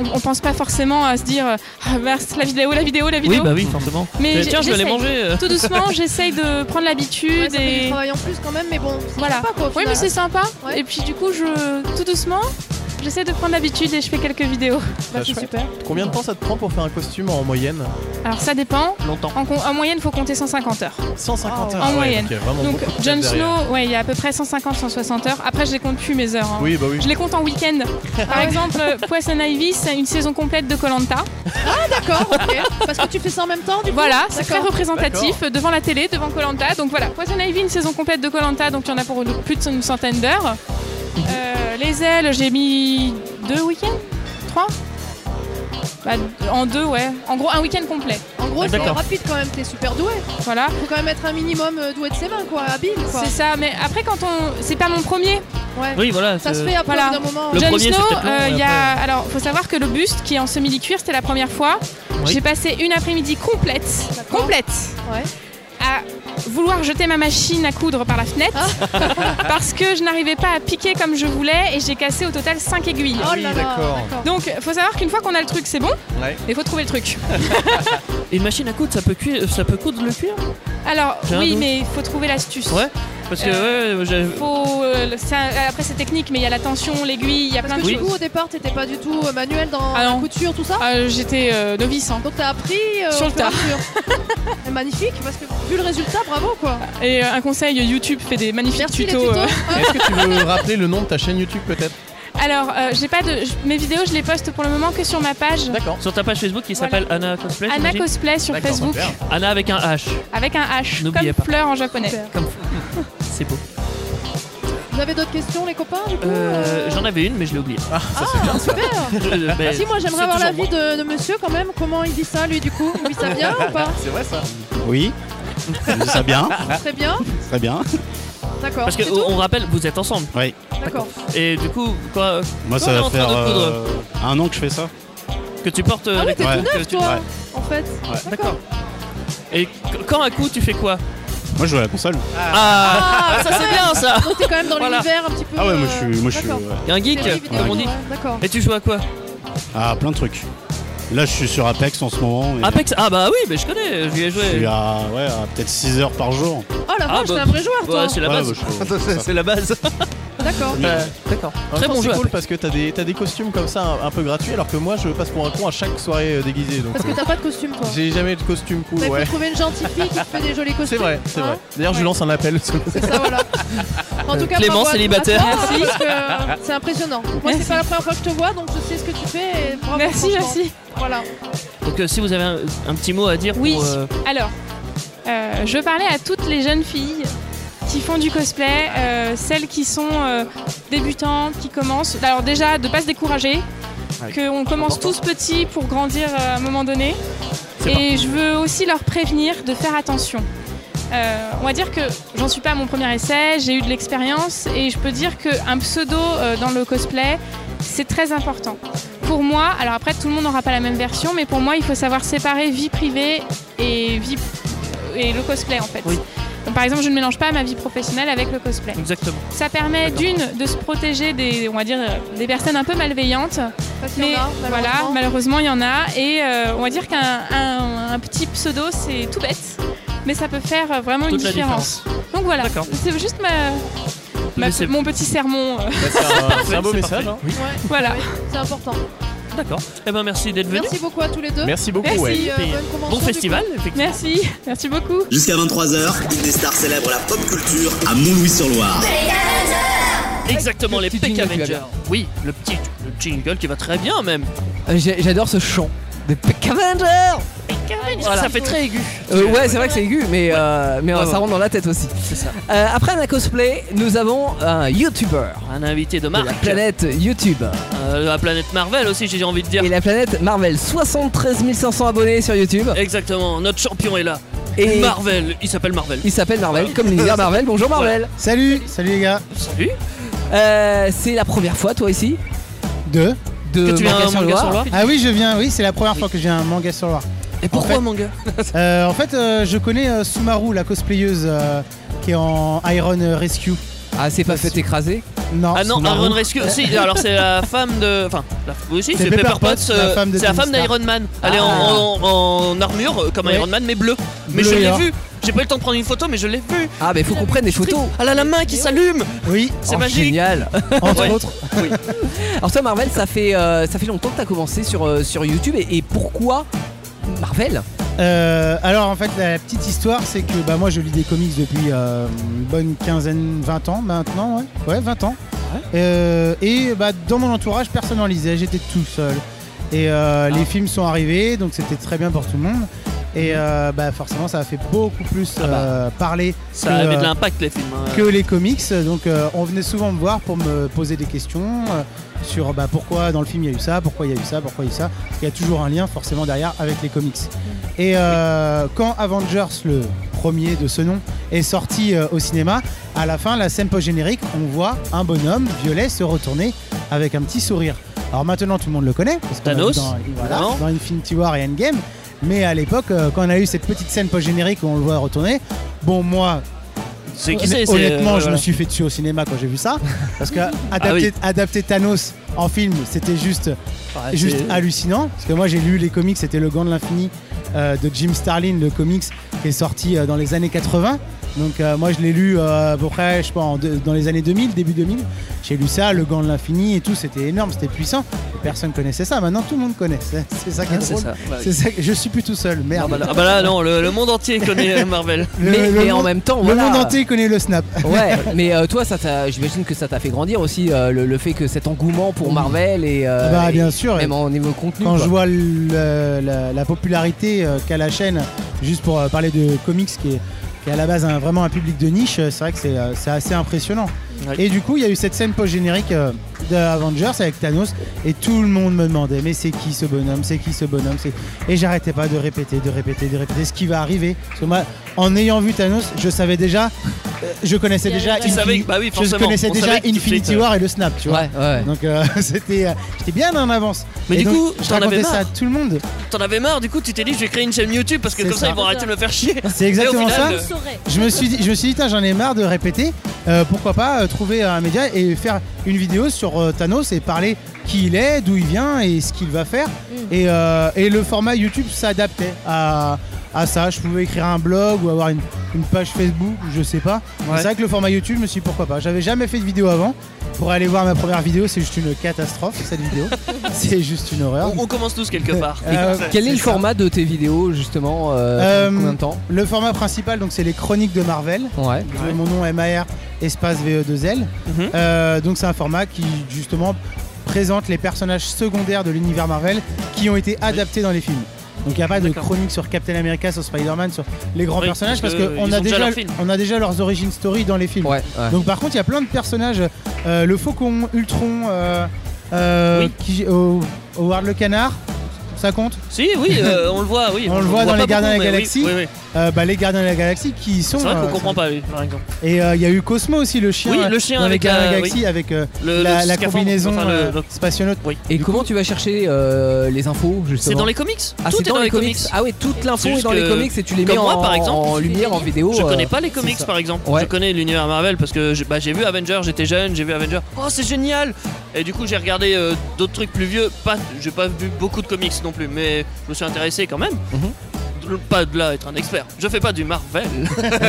Speaker 18: on, on pense pas forcément à se dire ah, mince, la vidéo, la vidéo, la vidéo.
Speaker 1: Oui, bah oui, forcément.
Speaker 18: Mais
Speaker 1: tiens, je vais les
Speaker 18: j'essaye.
Speaker 1: manger. euh.
Speaker 18: Tout doucement, j'essaye de prendre
Speaker 19: Ouais,
Speaker 18: l'habitude
Speaker 19: ça fait du
Speaker 18: et
Speaker 19: travail en plus quand même, mais bon, c'est
Speaker 18: voilà.
Speaker 19: sympa, quoi, au
Speaker 18: oui, mais
Speaker 19: final.
Speaker 18: c'est sympa.
Speaker 19: Ouais.
Speaker 18: Et puis du coup, je tout doucement, j'essaie de prendre l'habitude et je fais quelques vidéos.
Speaker 5: Bah, chouette. Combien de temps ça te prend pour faire un costume en moyenne
Speaker 18: Alors ça dépend.
Speaker 5: Longtemps.
Speaker 18: En, con- en moyenne, il faut compter 150 heures.
Speaker 5: 150 heures.
Speaker 18: En
Speaker 5: Ah ouais,
Speaker 18: moyenne.
Speaker 5: donc il y a vraiment
Speaker 18: Donc
Speaker 5: beaucoup de
Speaker 18: Jon
Speaker 5: taf derrière.
Speaker 18: Snow, ouais, il y a à peu près 150-160 heures. Après, je les compte plus mes heures. hein.
Speaker 5: Oui, bah oui.
Speaker 18: Je les compte en week-end. Par exemple, euh, Poison Ivy, c'est une saison complète de Colanta.
Speaker 19: Ah d'accord, ok. Parce que tu fais ça en même temps, du coup
Speaker 18: Voilà, c'est très
Speaker 19: D'accord.
Speaker 18: représentatif euh, devant la télé, devant Colanta. Donc voilà, Poison Ivy, une saison complète de Colanta, donc il y en a pour une- plus de une centaine d'heures. Euh, les ailes, j'ai mis deux week-ends, trois. Bah, en deux, ouais. En gros, un week-end complet.
Speaker 19: En
Speaker 1: Ah,
Speaker 19: gros, c'est
Speaker 18: D'accord.
Speaker 19: rapide quand même, t'es super doué.
Speaker 18: Voilà.
Speaker 19: Faut quand même être un minimum euh, doué de ses mains, quoi, habile, quoi.
Speaker 18: C'est ça, mais après quand on, c'est pas mon premier.
Speaker 19: Ouais.
Speaker 1: Oui, voilà,
Speaker 19: Ça
Speaker 1: c'est-
Speaker 19: se fait après
Speaker 18: Voilà.
Speaker 19: au bout d'un moment. hein.
Speaker 1: Le
Speaker 18: Jon
Speaker 1: premier,
Speaker 18: Snow,
Speaker 1: c'est peut-être long,
Speaker 18: euh,
Speaker 1: et
Speaker 18: il y a-
Speaker 1: après-
Speaker 18: alors faut savoir que le buste qui est en semi-cuir, c'était la première fois.
Speaker 1: Oui.
Speaker 18: J'ai passé une après-midi complète, complète, à vouloir jeter ma machine à coudre par la fenêtre
Speaker 19: Ah.
Speaker 18: parce que je n'arrivais pas à piquer comme je voulais et j'ai cassé au total 5 aiguilles.
Speaker 5: Oh là là, d'accord. d'accord.
Speaker 18: Donc faut savoir qu'une fois qu'on a le truc, c'est bon,
Speaker 5: Ouais.
Speaker 18: mais faut trouver le truc.
Speaker 1: Et une machine à coudre, ça peut, cuire- ça peut coudre le cuir
Speaker 18: Alors
Speaker 1: J'ai un
Speaker 18: oui,
Speaker 1: doute.
Speaker 18: mais il faut trouver l'astuce.
Speaker 1: Ouais. Parce que,
Speaker 18: Euh,
Speaker 1: ouais, j'ai-
Speaker 18: Faut, euh, ça- après c'est technique, mais il y a la tension, l'aiguille, il y a
Speaker 19: Parce
Speaker 18: plein de
Speaker 19: que du
Speaker 18: choses. Ah,
Speaker 19: coup, au départ, t'étais pas du tout euh, manuel dans la couture, tout ça
Speaker 18: J'étais euh, novice. hein.
Speaker 19: Donc t'as appris euh,
Speaker 18: Sur
Speaker 19: au
Speaker 18: le
Speaker 19: fur et
Speaker 18: tas.
Speaker 19: à mesure. C'est magnifique, parce que vu le résultat, bravo, quoi.
Speaker 18: Et euh, un conseil, YouTube fait des magnifiques
Speaker 19: Merci, les
Speaker 18: tutos.
Speaker 19: tutos.
Speaker 18: euh.
Speaker 5: Est-ce que tu veux rappeler le nom de ta chaîne YouTube peut-être
Speaker 18: Alors, euh, j'ai pas de, j- mes vidéos, je les poste pour le moment que sur ma page.
Speaker 1: Sur ta page Facebook qui s'appelle Anna Cosplay.
Speaker 18: Anna
Speaker 1: j'imagine
Speaker 18: Cosplay sur D'accord, Facebook. super.
Speaker 1: Anna avec un H.
Speaker 18: Avec un H,
Speaker 1: N'oubliez
Speaker 18: comme
Speaker 1: pas.
Speaker 18: fleur en japonais.
Speaker 1: C'est beau.
Speaker 19: Vous avez d'autres questions, les copains, du coup
Speaker 1: Euh, J'en avais une, mais je l'ai oubliée. Euh, ben, Ah, ça c'est bien. Super
Speaker 19: Ah Si, moi j'aimerais avoir l'avis de, de monsieur quand même. Comment il vit ça lui du coup Oui, ça vient ou pas
Speaker 5: C'est vrai ça
Speaker 2: Oui. Ça bien.
Speaker 19: Ah, Très bien,
Speaker 2: Très bien.
Speaker 19: d'accord.
Speaker 1: Parce que
Speaker 19: c'est tout
Speaker 1: on rappelle, vous êtes ensemble.
Speaker 2: Oui.
Speaker 19: D'accord.
Speaker 1: Et du coup, quoi
Speaker 2: Moi,
Speaker 1: on est
Speaker 2: ça
Speaker 1: en
Speaker 2: va
Speaker 1: train
Speaker 2: faire
Speaker 1: de coudre.
Speaker 2: euh, un an que je fais ça.
Speaker 1: Que tu portes.
Speaker 19: Ah oui, t'es tout
Speaker 2: Ouais.
Speaker 19: neuf toi,
Speaker 2: Ouais.
Speaker 19: en fait.
Speaker 2: Ouais.
Speaker 19: D'accord.
Speaker 1: Et qu- quand un coup, tu fais quoi
Speaker 2: Moi, je joue à la console.
Speaker 1: Ah, ça
Speaker 19: ouais.
Speaker 1: c'est bien ça.
Speaker 19: Donc t'es quand même dans
Speaker 1: Voilà.
Speaker 19: l'univers un petit peu.
Speaker 2: Ah ouais, moi, je suis- moi, je
Speaker 19: euh, d'accord.
Speaker 2: suis, ouais.
Speaker 1: T'es un geek,
Speaker 19: C'est les jeux
Speaker 1: comme on
Speaker 19: vidéo,
Speaker 1: dit.
Speaker 19: ouais, D'accord.
Speaker 1: Et tu joues à quoi
Speaker 2: Ah, plein de trucs.
Speaker 20: Là, je suis sur Apex en ce moment. mais
Speaker 1: Apex Ah bah oui, mais je connais, j'y ai
Speaker 20: Je suis
Speaker 1: joué.
Speaker 20: à, ouais, à peut-être 6 heures par jour.
Speaker 1: Oh
Speaker 19: la vache, t'es un vrai joueur, toi.
Speaker 1: Ouais, c'est la
Speaker 20: Ouais,
Speaker 1: base.
Speaker 20: bah, je-
Speaker 1: c'est la base.
Speaker 19: D'accord.
Speaker 5: D'accord.
Speaker 1: Très bon jeu,
Speaker 5: C'est cool
Speaker 1: Apex.
Speaker 5: parce que t'as des, t'as des costumes comme ça un, un peu gratuits alors que moi je passe pour un con à chaque soirée euh, déguisée. Donc,
Speaker 19: Parce que
Speaker 5: euh,
Speaker 19: t'as pas de costume, toi.
Speaker 5: J'ai jamais de costume cool,
Speaker 19: Bah, Il
Speaker 5: ouais.
Speaker 19: faut trouver une gentille fille qui te fait des jolis costumes.
Speaker 5: C'est vrai, c'est
Speaker 19: hein.
Speaker 5: vrai. D'ailleurs, je lance un appel.
Speaker 19: C'est ça, voilà. En tout cas,
Speaker 5: Clément,
Speaker 19: bravo à-
Speaker 5: célibataire.
Speaker 19: à toi,
Speaker 5: Merci.
Speaker 19: parce que, euh, C'est impressionnant. Moi, c'est pas la première fois que je te vois, donc je sais ce que tu fais. Et bravo,
Speaker 18: Merci,
Speaker 19: franchement.
Speaker 18: merci.
Speaker 19: Voilà.
Speaker 1: Donc euh, si vous avez un, un petit mot à dire
Speaker 18: Oui.
Speaker 1: pour, euh,
Speaker 18: Alors, euh, je parlais à toutes les jeunes filles qui font du cosplay, euh, celles qui sont euh, débutantes, qui commencent. Alors déjà, de pas se décourager,
Speaker 1: Ouais.
Speaker 18: qu'on commence tous petits pour grandir euh, à un moment donné.
Speaker 1: C'est
Speaker 18: Et
Speaker 1: parti.
Speaker 18: je veux aussi leur prévenir de faire attention. Euh, on va dire que j'en suis pas à mon premier essai, j'ai eu de l'expérience et je peux dire qu'un pseudo euh, dans le cosplay, c'est très important. Pour moi, alors après tout le monde n'aura pas la même version, mais pour moi il faut savoir séparer vie privée et, vie, et le cosplay en fait. Donc, par exemple, je ne mélange pas ma vie professionnelle avec le cosplay.
Speaker 1: Exactement.
Speaker 18: Ça permet d'une de se protéger des, on va dire, euh, des personnes un peu malveillantes.
Speaker 19: qu'il y en a,
Speaker 18: voilà, malheureusement il y en a. Et euh, on va dire qu'un un- un petit pseudo c'est tout bête, mais ça peut faire euh, vraiment
Speaker 1: Toute
Speaker 18: une
Speaker 1: la
Speaker 18: différence. Donc voilà,
Speaker 1: D'accord.
Speaker 18: c'est juste ma, ma-
Speaker 1: Mais c'est-
Speaker 18: mon petit sermon. euh.
Speaker 5: c'est un beau message, hein.
Speaker 1: Oui.
Speaker 18: voilà.
Speaker 19: C'est important.
Speaker 1: D'accord. Eh ben merci d'être venu.
Speaker 19: Merci beaucoup à tous les deux.
Speaker 1: Merci beaucoup, ouais.
Speaker 19: euh,
Speaker 1: Puis,
Speaker 19: bonne
Speaker 1: bon
Speaker 19: convention, du
Speaker 1: festival,
Speaker 19: coup.
Speaker 1: effectivement.
Speaker 18: Merci, merci beaucoup.
Speaker 2: Jusqu'à 23h, Indestar célèbre la pop culture à Montlouis-sur-Loire.
Speaker 1: Exactement les Peck Avengers. Oui, le petit le jingle qui va très bien même.
Speaker 3: Euh, j'ai- J'adore ce chant. Des Peck Avengers
Speaker 1: Voilà, ça fait très aigu.
Speaker 3: Euh, ouais, c'est vrai que c'est aigu, mais, euh, mais euh, ça rentre dans la tête aussi.
Speaker 1: C'est ça.
Speaker 3: Euh, après un cosplay, nous avons un YouTuber.
Speaker 1: Un invité de marque.
Speaker 3: la planète YouTube.
Speaker 1: Euh, la planète Marvel aussi, j'ai envie de dire.
Speaker 3: Et la planète Marvel, 73 500 abonnés sur YouTube.
Speaker 1: Exactement, notre champion est là.
Speaker 3: Et-
Speaker 1: Marvel, il s'appelle Marvel.
Speaker 3: Il s'appelle Marvel, comme l'univers Marvel. Bonjour Marvel. Euh, Salut, salut les gars.
Speaker 1: Salut.
Speaker 3: c'est la première fois toi ici
Speaker 21: De
Speaker 3: De Que tu viens à Manga sur Manga Loire. sur Loire
Speaker 21: Ah oui, je viens, oui, c'est la première fois que je viens à un manga sur Loire.
Speaker 3: Et pourquoi manga
Speaker 21: Euh, En fait, euh, je connais euh, Sumaru, la cosplayeuse euh, qui est en Iron Rescue.
Speaker 3: Ah, c'est pas fait écraser
Speaker 21: Non.
Speaker 1: Ah non,
Speaker 21: Sumaru.
Speaker 1: Iron Rescue. si, alors c'est la femme de. Enfin, la... oui, si,
Speaker 21: C'est
Speaker 1: c'est
Speaker 21: Pepper
Speaker 1: Pepper Potts.
Speaker 21: Potts,
Speaker 1: euh,
Speaker 21: la femme de
Speaker 1: c'est la
Speaker 21: Tony
Speaker 1: femme
Speaker 21: Stark.
Speaker 1: d'Iron Man. Elle est en,
Speaker 21: Ah.
Speaker 1: en- en armure euh, comme
Speaker 21: Ouais.
Speaker 1: Iron Man, mais bleue. Mais
Speaker 21: Bleu
Speaker 1: je
Speaker 21: et
Speaker 1: l'ai
Speaker 21: or.
Speaker 1: vue. J'ai pas eu le temps de prendre une photo, mais je l'ai vue.
Speaker 3: Ah, mais faut qu'on prenne des photos.
Speaker 1: Elle a Ah la main qui s'allume.
Speaker 21: Oui.
Speaker 1: C'est
Speaker 3: Oh,
Speaker 1: magique.
Speaker 3: Génial.
Speaker 1: Entre Ouais.
Speaker 3: autres. Alors toi Marvel, ça fait euh, ça fait longtemps que t'as commencé sur euh, sur YouTube et, et pourquoi Marvel
Speaker 21: Euh, alors en fait la petite histoire c'est que bah, moi je lis des comics depuis euh, une bonne quinzaine, 20 ans maintenant, ouais, ouais 20 ans. Euh, et bah, dans mon entourage personne n'en lisait, j'étais tout seul. Et euh,
Speaker 1: Ah.
Speaker 21: les films sont arrivés donc c'était très bien pour tout le monde.
Speaker 1: Mhm.
Speaker 21: Et euh, bah, forcément ça a fait beaucoup plus euh, parler
Speaker 1: Ah bah. Ça
Speaker 21: que,
Speaker 1: avait de
Speaker 21: euh,
Speaker 1: l'impact, les films. hein.
Speaker 21: que les comics. Donc euh, on venait souvent me voir pour me poser des questions euh, sur bah, pourquoi dans le film il y a eu ça, pourquoi il y a eu ça, pourquoi il y a eu ça. Il y a toujours un lien forcément derrière avec les comics. Et euh, quand Avengers, le premier de ce nom, est sorti euh, au cinéma, à la fin, la scène post-générique, on voit un bonhomme violet se retourner avec un petit sourire. Alors maintenant tout le monde le connaît, parce qu'on l'a vu
Speaker 1: Thanos,
Speaker 21: dans, voilà,
Speaker 1: évidemment.
Speaker 21: dans Infinity War et Endgame. Mais à l'époque, euh, quand on a eu cette petite scène post-générique où on le voit retourner, bon moi,
Speaker 1: C'est qui c'est, c'est, euh,
Speaker 21: Honnêtement, je
Speaker 1: voilà. Ah
Speaker 21: me suis fait tuer au cinéma quand j'ai vu ça. Parce que adapter,
Speaker 1: oui.
Speaker 21: adapter Thanos en film, c'était juste,
Speaker 1: c'est-
Speaker 21: juste hallucinant. Parce que moi, j'ai lu les comics, c'était Le Gant de l'Infini euh, de Jim Starlin, le comics qui est sorti euh, dans les années 80. Donc, euh, moi, je l'ai lu euh, à peu près, je pense, dans les années 2000, début 2000. J'ai lu ça, Le Gant de l'Infini et tout, c'était énorme, c'était puissant. Personne connaissait ça. Maintenant, tout le monde connaît. C'est c'est ça qui est
Speaker 1: Ah, c'est
Speaker 21: drôle.
Speaker 1: ça. Bah,
Speaker 21: C'est ça. que- Je suis plus tout seul. Merde.
Speaker 1: Ah bah là, non, le, le monde entier connaît euh, Marvel.
Speaker 21: Le- le monde- le monde entier connaît le snap.
Speaker 3: Ouais, mais euh, toi ça t'a- j'imagine que ça t'a fait grandir aussi euh, le, le fait que cet engouement pour Marvel et euh,
Speaker 21: Bah,
Speaker 3: et
Speaker 21: bien sûr,
Speaker 3: même
Speaker 21: et
Speaker 3: en niveau contenu.
Speaker 21: Quand
Speaker 3: quoi.
Speaker 21: je vois le- la, la popularité euh, qu'a la chaîne, juste pour euh, parler de comics qui est, qui est à la base un- vraiment un public de niche, euh, c'est vrai que c'est euh, c'est assez impressionnant. Et du coup, il y a eu cette scène post-générique euh, de Avengers avec Thanos et tout le monde me demandait mais c'est qui ce bonhomme, c'est qui ce bonhomme c'est- Et j'arrêtais pas de répéter, de répéter, de répéter ce qui va arriver. Parce que moi, en ayant vu Thanos, je savais déjà euh, je connaissais
Speaker 1: Il y
Speaker 21: déjà,
Speaker 1: avait- Tu savais-
Speaker 21: Infini-
Speaker 1: bah oui,
Speaker 21: je
Speaker 1: forcément,
Speaker 21: connaissais
Speaker 1: on
Speaker 21: déjà
Speaker 1: savait tout de
Speaker 21: Infinity
Speaker 1: suite, ouais.
Speaker 21: War et le Snap, tu vois. Donc euh, c'était, euh, j'étais bien en avance.
Speaker 1: Mais
Speaker 21: Et
Speaker 1: du
Speaker 21: donc,
Speaker 1: coup,
Speaker 21: je
Speaker 1: t'en avais
Speaker 21: racontais ça à
Speaker 1: marre.
Speaker 21: tout le monde.
Speaker 1: T'en avais marre, du coup, tu t'es dit, je vais créer une chaîne YouTube parce que
Speaker 21: C'est
Speaker 1: comme ça,
Speaker 21: ça.
Speaker 1: ils vont arrêter de me faire chier.
Speaker 21: C'est
Speaker 1: Et
Speaker 21: exactement
Speaker 1: au
Speaker 21: ça.
Speaker 1: final, euh,
Speaker 21: Je me suis dit, je me suis dit, Tain, j'en ai marre de répéter. Euh, pourquoi pas euh, trouver un média et faire une vidéo sur euh, Thanos et parler qui il est, d'où il vient et ce qu'il va faire. Et, euh, et le format YouTube s'adaptait à, à ça. Je pouvais écrire un blog ou avoir une, une page Facebook, je sais pas. Mais C'est vrai que le format YouTube, je me suis dit, pourquoi pas. J'avais jamais fait de vidéo avant. Pour aller voir ma première vidéo, c'est juste une catastrophe cette vidéo. c'est juste une horreur.
Speaker 1: On commence tous quelque part.
Speaker 21: Et Euh,
Speaker 3: Quel est le
Speaker 21: c'est ça.
Speaker 3: format de tes vidéos justement euh,
Speaker 21: Euh,
Speaker 3: Combien de temps
Speaker 21: Le format principal, donc c'est les chroniques de Marvel.
Speaker 3: Ouais.
Speaker 21: Je- Mon nom est MAR espace VE2L. Euh, donc c'est un format qui justement présente les personnages secondaires de l'univers Marvel qui ont été adaptés dans les films. Donc il n'y a pas de
Speaker 1: D'accord.
Speaker 21: chronique sur Captain America, sur Spider-Man, sur les grands
Speaker 1: Oui,
Speaker 21: personnages
Speaker 1: parce
Speaker 21: parce
Speaker 1: que
Speaker 21: qu'on
Speaker 1: ils
Speaker 21: a
Speaker 1: ont déjà
Speaker 21: déjà,
Speaker 1: leur film.
Speaker 21: on a déjà leurs origin story dans les films.
Speaker 3: ouais.
Speaker 21: Donc par contre il y a plein de personnages, euh, le Faucon, Ultron, euh, euh, qui- oh, Howard le Canard, ça compte
Speaker 1: Si, oui, euh, on le voit, oui.
Speaker 21: on, le voit dans
Speaker 1: pas
Speaker 21: les Gardiens de
Speaker 1: beaucoup, mais
Speaker 21: la
Speaker 1: oui,
Speaker 21: Galaxie.
Speaker 1: oui, oui.
Speaker 21: Euh, bah, les Gardiens de la Galaxie qui sont.
Speaker 1: C'est vrai qu'on
Speaker 21: euh,
Speaker 1: comprend pas, lui, par exemple.
Speaker 21: Et euh, il y a eu Cosmo aussi, le chien.
Speaker 1: Oui, le chien
Speaker 21: dans les
Speaker 1: avec
Speaker 21: Gardiens de
Speaker 1: la-
Speaker 21: la Galaxie
Speaker 1: oui.
Speaker 21: avec euh,
Speaker 1: Le-
Speaker 21: la,
Speaker 1: le
Speaker 21: la
Speaker 1: scaphandre,
Speaker 21: combinaison
Speaker 1: enfin, le-
Speaker 21: euh,
Speaker 1: le-
Speaker 21: spationaute.
Speaker 3: Et comment tu vas chercher euh, les infos justement
Speaker 1: C'est dans les comics.
Speaker 3: Ah,
Speaker 1: Tout
Speaker 3: c'est dans, les comics. Ah oui, toute l'info est dans les comics et tu les mets
Speaker 1: moi,
Speaker 3: en,
Speaker 1: par exemple,
Speaker 3: en lumière, en vidéo.
Speaker 1: Je
Speaker 3: euh,
Speaker 1: connais pas les
Speaker 3: c'est
Speaker 1: comics
Speaker 3: ça.
Speaker 1: par exemple.
Speaker 3: Ouais.
Speaker 1: Je connais l'univers Marvel parce que j'ai bah, j'ai vu Avengers, j'étais jeune, j'ai vu Avengers. Oh, c'est génial Et du coup, j'ai regardé euh, d'autres trucs plus vieux. Pas, j'ai pas vu beaucoup de comics non plus, mais je me suis intéressé quand même.
Speaker 3: Mhm.
Speaker 1: De- Pas de là à être un expert. Je fais pas du Marvel.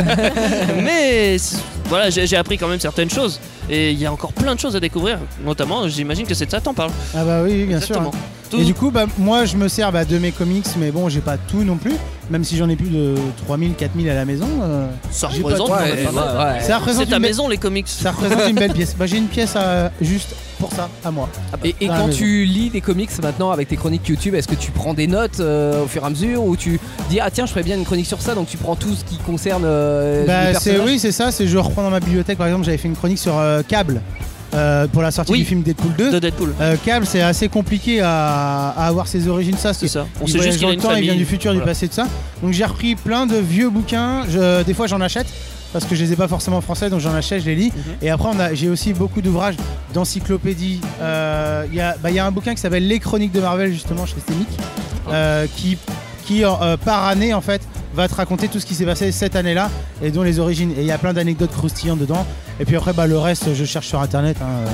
Speaker 1: mais c- voilà, j'ai j'ai appris quand même certaines choses. Et il y a encore plein de choses à découvrir. Notamment, j'imagine que c'est de ça que t'en parles.
Speaker 21: Ah bah oui, oui, bien
Speaker 1: Exactement.
Speaker 21: sûr. hein. Et du coup, bah, moi je me sers bah, de mes comics, mais bon, j'ai pas tout non plus, même si j'en ai plus de 3000, 4000 à la maison. euh,
Speaker 1: Ça
Speaker 21: j'ai pas
Speaker 1: représente
Speaker 21: tout.
Speaker 1: quand même pas mal.
Speaker 21: Ça représente
Speaker 1: C'est ta
Speaker 21: une be-
Speaker 1: maison les comics.
Speaker 21: Ça représente une belle pièce. Bah, j'ai une pièce à- juste pour ça, à moi.
Speaker 1: Ah bah,
Speaker 3: Et, et
Speaker 21: Dans la
Speaker 3: quand
Speaker 21: maison.
Speaker 3: tu lis des comics maintenant avec tes chroniques YouTube, est-ce que tu prends des notes euh, au fur et à mesure ou tu dis ah tiens je ferais bien une chronique sur ça donc tu prends tout ce qui concerne euh, les
Speaker 21: Bah, c'est
Speaker 3: personnages
Speaker 21: oui, c'est ça. C'est je reprends dans ma bibliothèque. Par exemple, j'avais fait une chronique sur euh, Cable euh, pour la sortie du film Deadpool 2.
Speaker 1: De Deadpool.
Speaker 21: Euh, Cable, c'est assez compliqué à, à avoir ses origines. Ça, c'est
Speaker 1: ça. On
Speaker 21: il
Speaker 1: sait
Speaker 21: voyage
Speaker 1: juste qu'il
Speaker 21: dans
Speaker 1: a
Speaker 21: le
Speaker 1: une
Speaker 21: temps, Il vient
Speaker 1: famille,
Speaker 21: du futur, du
Speaker 1: voilà.
Speaker 21: passé, de ça. Donc j'ai repris plein de vieux bouquins. Je- des fois, j'en achète. Parce que je les ai pas forcément en français, donc j'en achète, je les lis.
Speaker 1: Mhm.
Speaker 21: Et après, on a- j'ai aussi beaucoup d'ouvrages d'encyclopédie. Euh, Il y, a- bah, il y a un bouquin qui s'appelle Les Chroniques de Marvel, justement, chez Stémic,
Speaker 1: Ah.
Speaker 21: euh, qui qui en- euh, par année en fait va te raconter tout ce qui s'est passé cette année-là et dont les origines. Et il y a plein d'anecdotes croustillantes dedans. Et puis après bah, le reste je cherche sur internet. hein.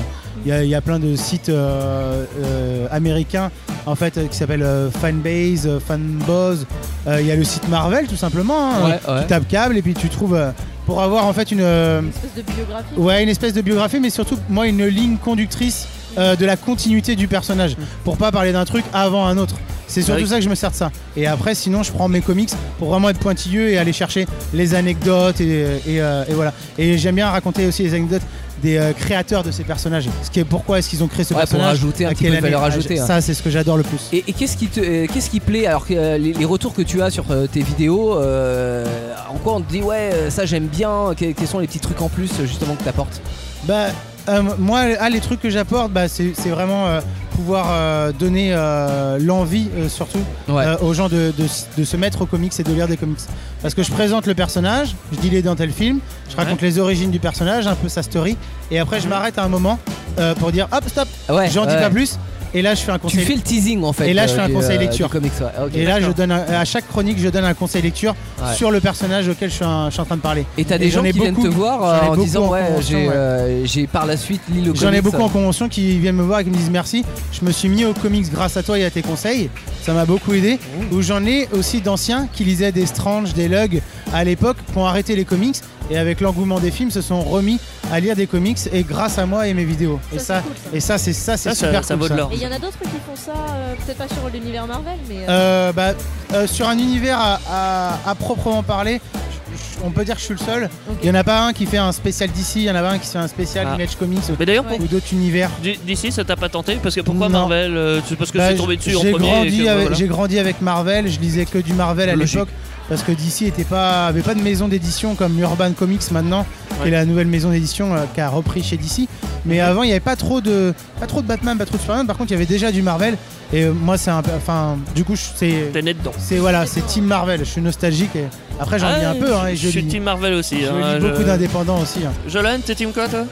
Speaker 21: Il y a- il y, a plein de sites euh, euh, américains en fait euh, qui s'appellent euh, Fanbase, euh, Fanbuzz. Euh, Il y a le site Marvel tout simplement. hein.
Speaker 3: Ouais, ouais.
Speaker 21: Tu tapes câble et puis tu trouves euh, pour avoir en fait une euh,
Speaker 13: espèce de biographie.
Speaker 21: Ouais, une espèce de biographie, mais surtout, moi, une ligne conductrice euh, de la continuité du personnage.
Speaker 13: Mm.
Speaker 21: Pour pas parler d'un truc avant un autre. C'est surtout
Speaker 1: Oui.
Speaker 21: ça que je me sers de ça. Et après, sinon, je prends mes comics pour vraiment être pointilleux et aller chercher les anecdotes. Et, et, euh, et voilà. Et j'aime bien raconter aussi les anecdotes des euh, créateurs de ces personnages. Ce qui est pourquoi est-ce qu'ils ont créé ce
Speaker 3: Ouais, pour
Speaker 21: personnage
Speaker 3: rajouter un
Speaker 21: à
Speaker 3: petit
Speaker 21: quelle
Speaker 3: peu de valeur
Speaker 21: année.
Speaker 3: ajoutée, hein.
Speaker 21: Ça, c'est ce que j'adore le plus.
Speaker 3: Et, et qu'est-ce qui te euh, qu'est-ce qui plaît alors que euh, les, les retours que tu as sur euh, tes vidéos euh, en quoi on te dit ouais euh, ça j'aime bien que- quels sont les petits trucs en plus euh, justement que t'apportes
Speaker 21: Bah euh, moi ah, les trucs que j'apporte bah, c'est c'est vraiment euh, pouvoir euh, donner euh, l'envie euh, surtout euh, aux gens de, de s- de se mettre aux comics et de lire des comics. Parce que je présente le personnage, je dis les dans tel film, je raconte les origines du personnage, un peu sa story, et après je m'arrête à un moment euh, pour dire hop stop,
Speaker 3: Mhm. Ouais,
Speaker 21: j'en dis
Speaker 3: ouais.
Speaker 21: pas plus. Et là je fais un
Speaker 3: Tu
Speaker 21: conseil.
Speaker 3: fais le teasing en fait
Speaker 21: Et là
Speaker 3: euh,
Speaker 21: je fais un
Speaker 3: du,
Speaker 21: conseil
Speaker 3: euh,
Speaker 21: lecture.
Speaker 3: du comics, ouais, ok,
Speaker 21: et là je
Speaker 3: d'accord.
Speaker 21: donne un- à chaque chronique je donne un conseil lecture
Speaker 3: Ouais.
Speaker 21: sur le personnage auquel je suis, en- je suis en train de parler.
Speaker 3: et t'as des gens
Speaker 21: j'en ai
Speaker 3: qui viennent te
Speaker 21: beaucoup-
Speaker 3: voir
Speaker 21: j'en ai
Speaker 3: euh, en
Speaker 21: beaucoup
Speaker 3: disant ouais
Speaker 21: convention,
Speaker 3: j'ai
Speaker 21: ouais.
Speaker 3: euh, j'ai par la suite lu le
Speaker 21: J'en ai
Speaker 3: comics.
Speaker 21: beaucoup en convention qui viennent me voir et qui me disent merci. Je me suis mis aux comics grâce à toi et à tes conseils. Ça m'a beaucoup aidé.
Speaker 3: Mmh.
Speaker 21: Ou j'en ai aussi d'anciens qui lisaient des Strange, des Lug à l'époque pour arrêter les comics et avec l'engouement des films se sont remis à lire des comics et grâce à moi et mes vidéos. et ça, et ça c'est ça c'est
Speaker 1: Ça, ça-
Speaker 21: super
Speaker 1: ça
Speaker 21: cool,
Speaker 1: vaut de l'or.
Speaker 13: Et il y en a d'autres qui font ça, euh, peut-être pas sur l'univers Marvel, mais. euh,
Speaker 21: Euh, bah, euh, sur un univers à, à- à proprement parler, je- je- on peut dire que je suis le seul. Il y en a pas un qui fait un spécial DC, il y en a pas un qui fait un spécial
Speaker 1: Ah.
Speaker 21: Image Comics
Speaker 1: Mais d'ailleurs, pour-
Speaker 21: ou d'autres univers.
Speaker 1: D- D'ici, ça t'a pas tenté Parce que pourquoi Marvel euh, C'est parce que
Speaker 21: Bah,
Speaker 1: c'est tombé dessus en
Speaker 21: j'ai
Speaker 1: premier. et
Speaker 21: grandi
Speaker 1: que,
Speaker 21: avec-
Speaker 1: voilà.
Speaker 21: J'ai grandi avec Marvel, je lisais que du Marvel à
Speaker 1: Logique.
Speaker 21: l'époque. parce que DC était pas, avait pas de maison d'édition comme Urban Comics maintenant, qui est la nouvelle maison d'édition euh, qu'a repris chez DC.
Speaker 1: Mhm.
Speaker 21: Mais avant, il n'y avait pas trop de, pas trop de Batman, pas trop de Superman. Par contre, il y avait déjà du Marvel. Et euh, moi, c'est un, peu- enfin, du coup, je- c'est,
Speaker 1: T'es né dedans.
Speaker 21: c'est voilà, c'est Team Marvel. Je suis nostalgique. Et après, j'en
Speaker 1: Ah,
Speaker 21: lis un peu. hein,
Speaker 1: je,
Speaker 21: et
Speaker 1: je suis
Speaker 21: lis-
Speaker 1: Team Marvel aussi.
Speaker 21: je
Speaker 1: hein,
Speaker 21: lis beaucoup d'indépendants aussi. hein.
Speaker 1: Jolan, t'es Team quoi toi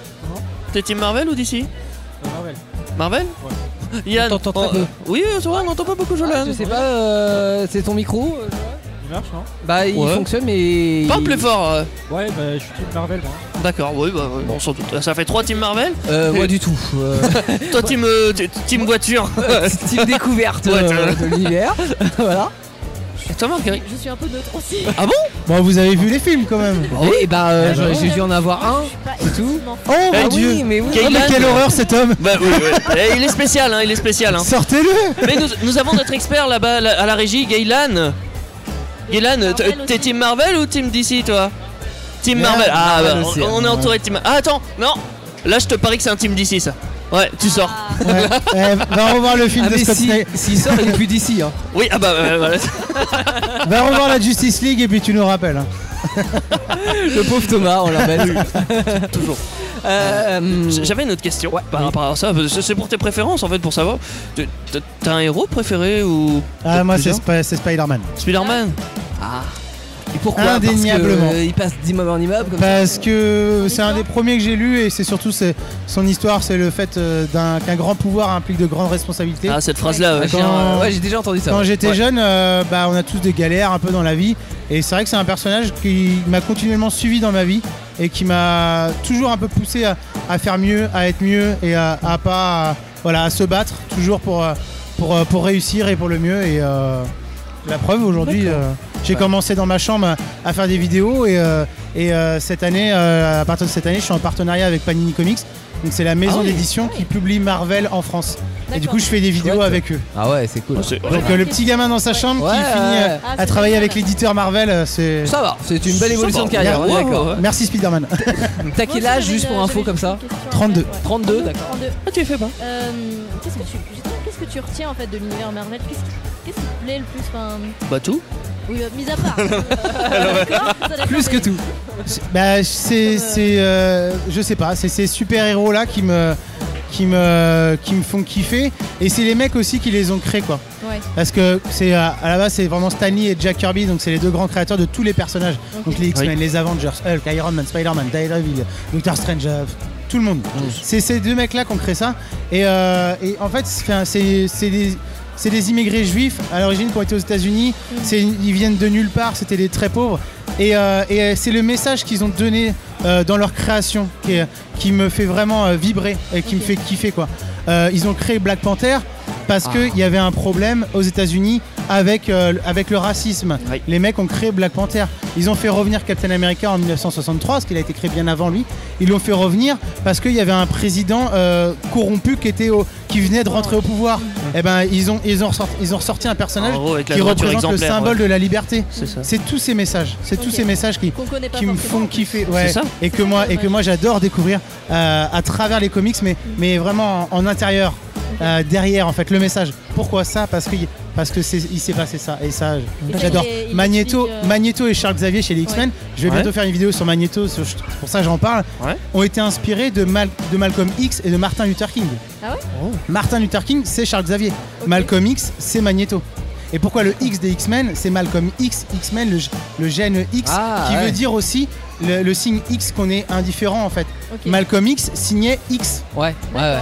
Speaker 1: T'es Team Marvel ou DC
Speaker 21: Marvel.
Speaker 1: Marvel Yann, oh, on
Speaker 3: très peu.
Speaker 1: Oui, euh, c'est vrai, on n'entend pas beaucoup Jolan.
Speaker 3: Je sais pas, euh, c'est ton micro euh,
Speaker 1: Il marche, non
Speaker 3: Bah, il
Speaker 1: oh. Ouais.
Speaker 3: fonctionne, mais.
Speaker 1: Pas
Speaker 3: il-
Speaker 1: plus fort. euh.
Speaker 3: Ouais, bah, je suis Marvel, moi.
Speaker 1: D'accord, oui, bah, oui, bon, sans doute. Ça fait 3 Team Marvel
Speaker 3: Euh,
Speaker 1: Et-
Speaker 3: moi du tout. euh,
Speaker 1: Toi, team, euh, t- team voiture.
Speaker 3: team découverte
Speaker 1: Ouais,
Speaker 3: euh,
Speaker 1: t'as-
Speaker 3: de l'univers. voilà.
Speaker 1: Toi, hein. Marguerite
Speaker 13: Je suis un peu neutre aussi.
Speaker 3: Ah bon
Speaker 21: Bon, vous avez vu les films quand même.
Speaker 3: Oui, bah, euh,
Speaker 21: Ah, bah,
Speaker 3: j'ai dû en avoir un.
Speaker 13: C'est tout
Speaker 21: Oh
Speaker 1: Eh,
Speaker 21: mon
Speaker 1: Dieu.
Speaker 21: dieu, mais, oui.
Speaker 1: Kaylan,
Speaker 21: Oh, mais quelle
Speaker 1: euh,
Speaker 21: horreur cet homme.
Speaker 1: Bah oui, oui. Eh, il est spécial, hein, il est spécial. hein.
Speaker 21: Sortez-le
Speaker 1: Mais nous, nous avons notre expert là-bas là- à la régie, Gaylan. Gaylan, t- t'es Team Marvel ou Team DC toi Team
Speaker 3: Ouais,
Speaker 1: Marvel. Ah,
Speaker 3: Marvel
Speaker 1: bah,
Speaker 3: aussi,
Speaker 1: on, on est
Speaker 3: hein,
Speaker 1: entouré de Team. Ah, attends, non Là, je te parie que c'est un Team DC ça. Ouais, tu sors.
Speaker 21: Ouais. Eh, va revoir le film
Speaker 1: Ah,
Speaker 21: de
Speaker 1: mais
Speaker 21: Scott
Speaker 1: si-
Speaker 21: Snyder.
Speaker 1: s'il sort, il est plus
Speaker 3: d'ici.
Speaker 1: Oui, ah bah euh, voilà.
Speaker 21: Va revoir la Justice League et puis tu nous rappelles. hein.
Speaker 3: Le pauvre Thomas, on l'appelle.
Speaker 1: Toujours. J'avais une autre question Euh, par rapport à ça. C'est c'est pour tes préférences en fait, pour savoir. Tu- t'as- T'as un héros préféré ou.
Speaker 21: Ah, moi, c'est
Speaker 1: plusieurs
Speaker 21: Sp- c'est Spider-Man.
Speaker 1: Spider-Man
Speaker 3: Ah. Et pourquoi Parce que,
Speaker 21: Indéniablement.
Speaker 3: euh, il passe d'immeuble en immeuble comme ça.
Speaker 21: Parce que c'est un des premiers que j'ai lu et c'est surtout c'est- son histoire, c'est le fait euh, d'un- qu'un grand pouvoir implique de grandes responsabilités.
Speaker 1: Ah, cette phrase-là, ouais.
Speaker 21: Quand-
Speaker 1: Ouais, j'ai déjà entendu ça,
Speaker 21: Quand
Speaker 1: ouais.
Speaker 21: j'étais
Speaker 1: Ouais.
Speaker 21: jeune, euh, bah, on a tous des galères un peu dans la vie et c'est vrai que c'est un personnage qui m'a continuellement suivi dans ma vie et qui m'a toujours un peu poussé à, à faire mieux, à être mieux et à, à pas à- voilà à se battre toujours pour euh, pour euh, pour réussir et pour le mieux et euh, la preuve aujourd'hui. euh, j'ai
Speaker 1: Ouais.
Speaker 21: commencé dans ma chambre à- à faire des vidéos et, euh, et, euh, cette année, euh, à partir de cette année, je suis en partenariat avec Panini Comics. Donc c'est la maison
Speaker 3: Ah oui.
Speaker 21: d'édition qui publie Marvel en France. Et du coup, je fais des vidéos avec eux.
Speaker 3: Ah ouais, c'est cool.
Speaker 21: Donc euh, le petit gamin dans sa chambre
Speaker 3: Ouais,
Speaker 21: qui finit euh,
Speaker 3: ouais. Ah,
Speaker 21: à
Speaker 3: c'est
Speaker 21: travailler avec l'éditeur Marvel, euh, c'est
Speaker 3: Ça va, c'est une belle évolution de carrière, on est d'accord.
Speaker 21: Merci Spider-Man.
Speaker 3: T'as quel âge juste pour info comme ça
Speaker 21: 32.
Speaker 3: 32, d'accord.
Speaker 1: Ah, tu fais pas
Speaker 13: Euh, Qu'est-ce que tu justement, qu'est-ce que tu retiens en fait de l'univers Marvel Qu'est-ce qui- qu'est-ce qui te plaît le plus enfin,
Speaker 1: Bah tout.
Speaker 13: Oui, euh, mis à part. euh, d'accord,
Speaker 21: euh,
Speaker 13: ça, d'accord, mais-
Speaker 21: Bah, c'est, c'est, euh, je sais pas, c'est ces super héros là qui me, qui me, qui me font kiffer, et c'est les mecs aussi qui les ont créés quoi.
Speaker 13: Ouais.
Speaker 21: Parce que c'est euh, à la base c'est vraiment Stan Lee et Jack Kirby, donc c'est les deux grands créateurs de tous les personnages,
Speaker 13: Ok.
Speaker 21: donc les X-Men,
Speaker 13: Oui.
Speaker 21: les Avengers, Hulk, Iron Man, Spider-Man, Daredevil, Doctor Strange, euh, tout le monde. C'est ces deux mecs là qui ont créé ça, et, euh, et en fait c'est, un- c'est- c'est des c'est des immigrés juifs à l'origine qui ont été aux États-Unis. C'est- Ils viennent de nulle part, c'était des très pauvres. Et, euh, et, euh, c'est le message qu'ils ont donné euh, dans leur création qui, est- qui me fait vraiment euh, vibrer et qui me fait kiffer. Quoi. Euh, ils ont créé Black Panther parce
Speaker 1: Ah.
Speaker 21: qu'il y avait un problème aux États-Unis avec, euh, le- avec le racisme. Les mecs ont créé Black Panther. Ils ont fait revenir Captain America en 1963, parce qu'il a été créé bien avant lui. Ils l'ont fait revenir parce qu'il y avait un président euh, corrompu qui, était au- qui venait de rentrer au pouvoir. Et ben, ils, ont, ils, ont ressorti, ils ont ressorti un personnage
Speaker 1: En gros, avec la
Speaker 21: qui
Speaker 1: droiture
Speaker 21: représente le
Speaker 1: exemplaire,
Speaker 21: symbole
Speaker 1: ouais.
Speaker 21: de la liberté.
Speaker 1: ça.
Speaker 21: C'est tous ces messages. C'est tous
Speaker 13: Ok.
Speaker 21: ces messages qui,
Speaker 13: Qu'on connaît pas
Speaker 21: qui me
Speaker 13: forcément,
Speaker 21: font
Speaker 13: en plus.
Speaker 21: kiffer. ouais.
Speaker 13: C'est ça.
Speaker 21: Et que moi, et que moi j'adore découvrir euh, à travers les comics, mais,
Speaker 13: Mm.
Speaker 21: mais vraiment en, en intérieur, euh, derrière en fait le message. Pourquoi ça Parce que parce que c'est- il s'est passé ça et ça
Speaker 13: ça,
Speaker 21: j'adore.
Speaker 13: il est- il
Speaker 21: Magneto,
Speaker 13: explique, euh,
Speaker 21: Magneto et Charles Xavier chez les X-Men. Je vais
Speaker 1: Ouais.
Speaker 21: bientôt faire une vidéo sur Magneto, sur- pour ça j'en parle. Ont été inspirés de, Mal- de Malcolm X et de Martin Luther King.
Speaker 13: Ah ouais
Speaker 3: Oh.
Speaker 21: Martin Luther King, c'est Charles Xavier. Malcolm X, c'est Magneto. Et pourquoi le X des X-Men C'est Malcolm X, X-Men, le, g- le gène X,
Speaker 3: Ah,
Speaker 21: qui
Speaker 3: ouais.
Speaker 21: veut dire aussi le, le signe X qu'on est indifférent en fait.
Speaker 13: Ok.
Speaker 21: Malcolm X signait X.
Speaker 3: Ouais, ouais, ouais.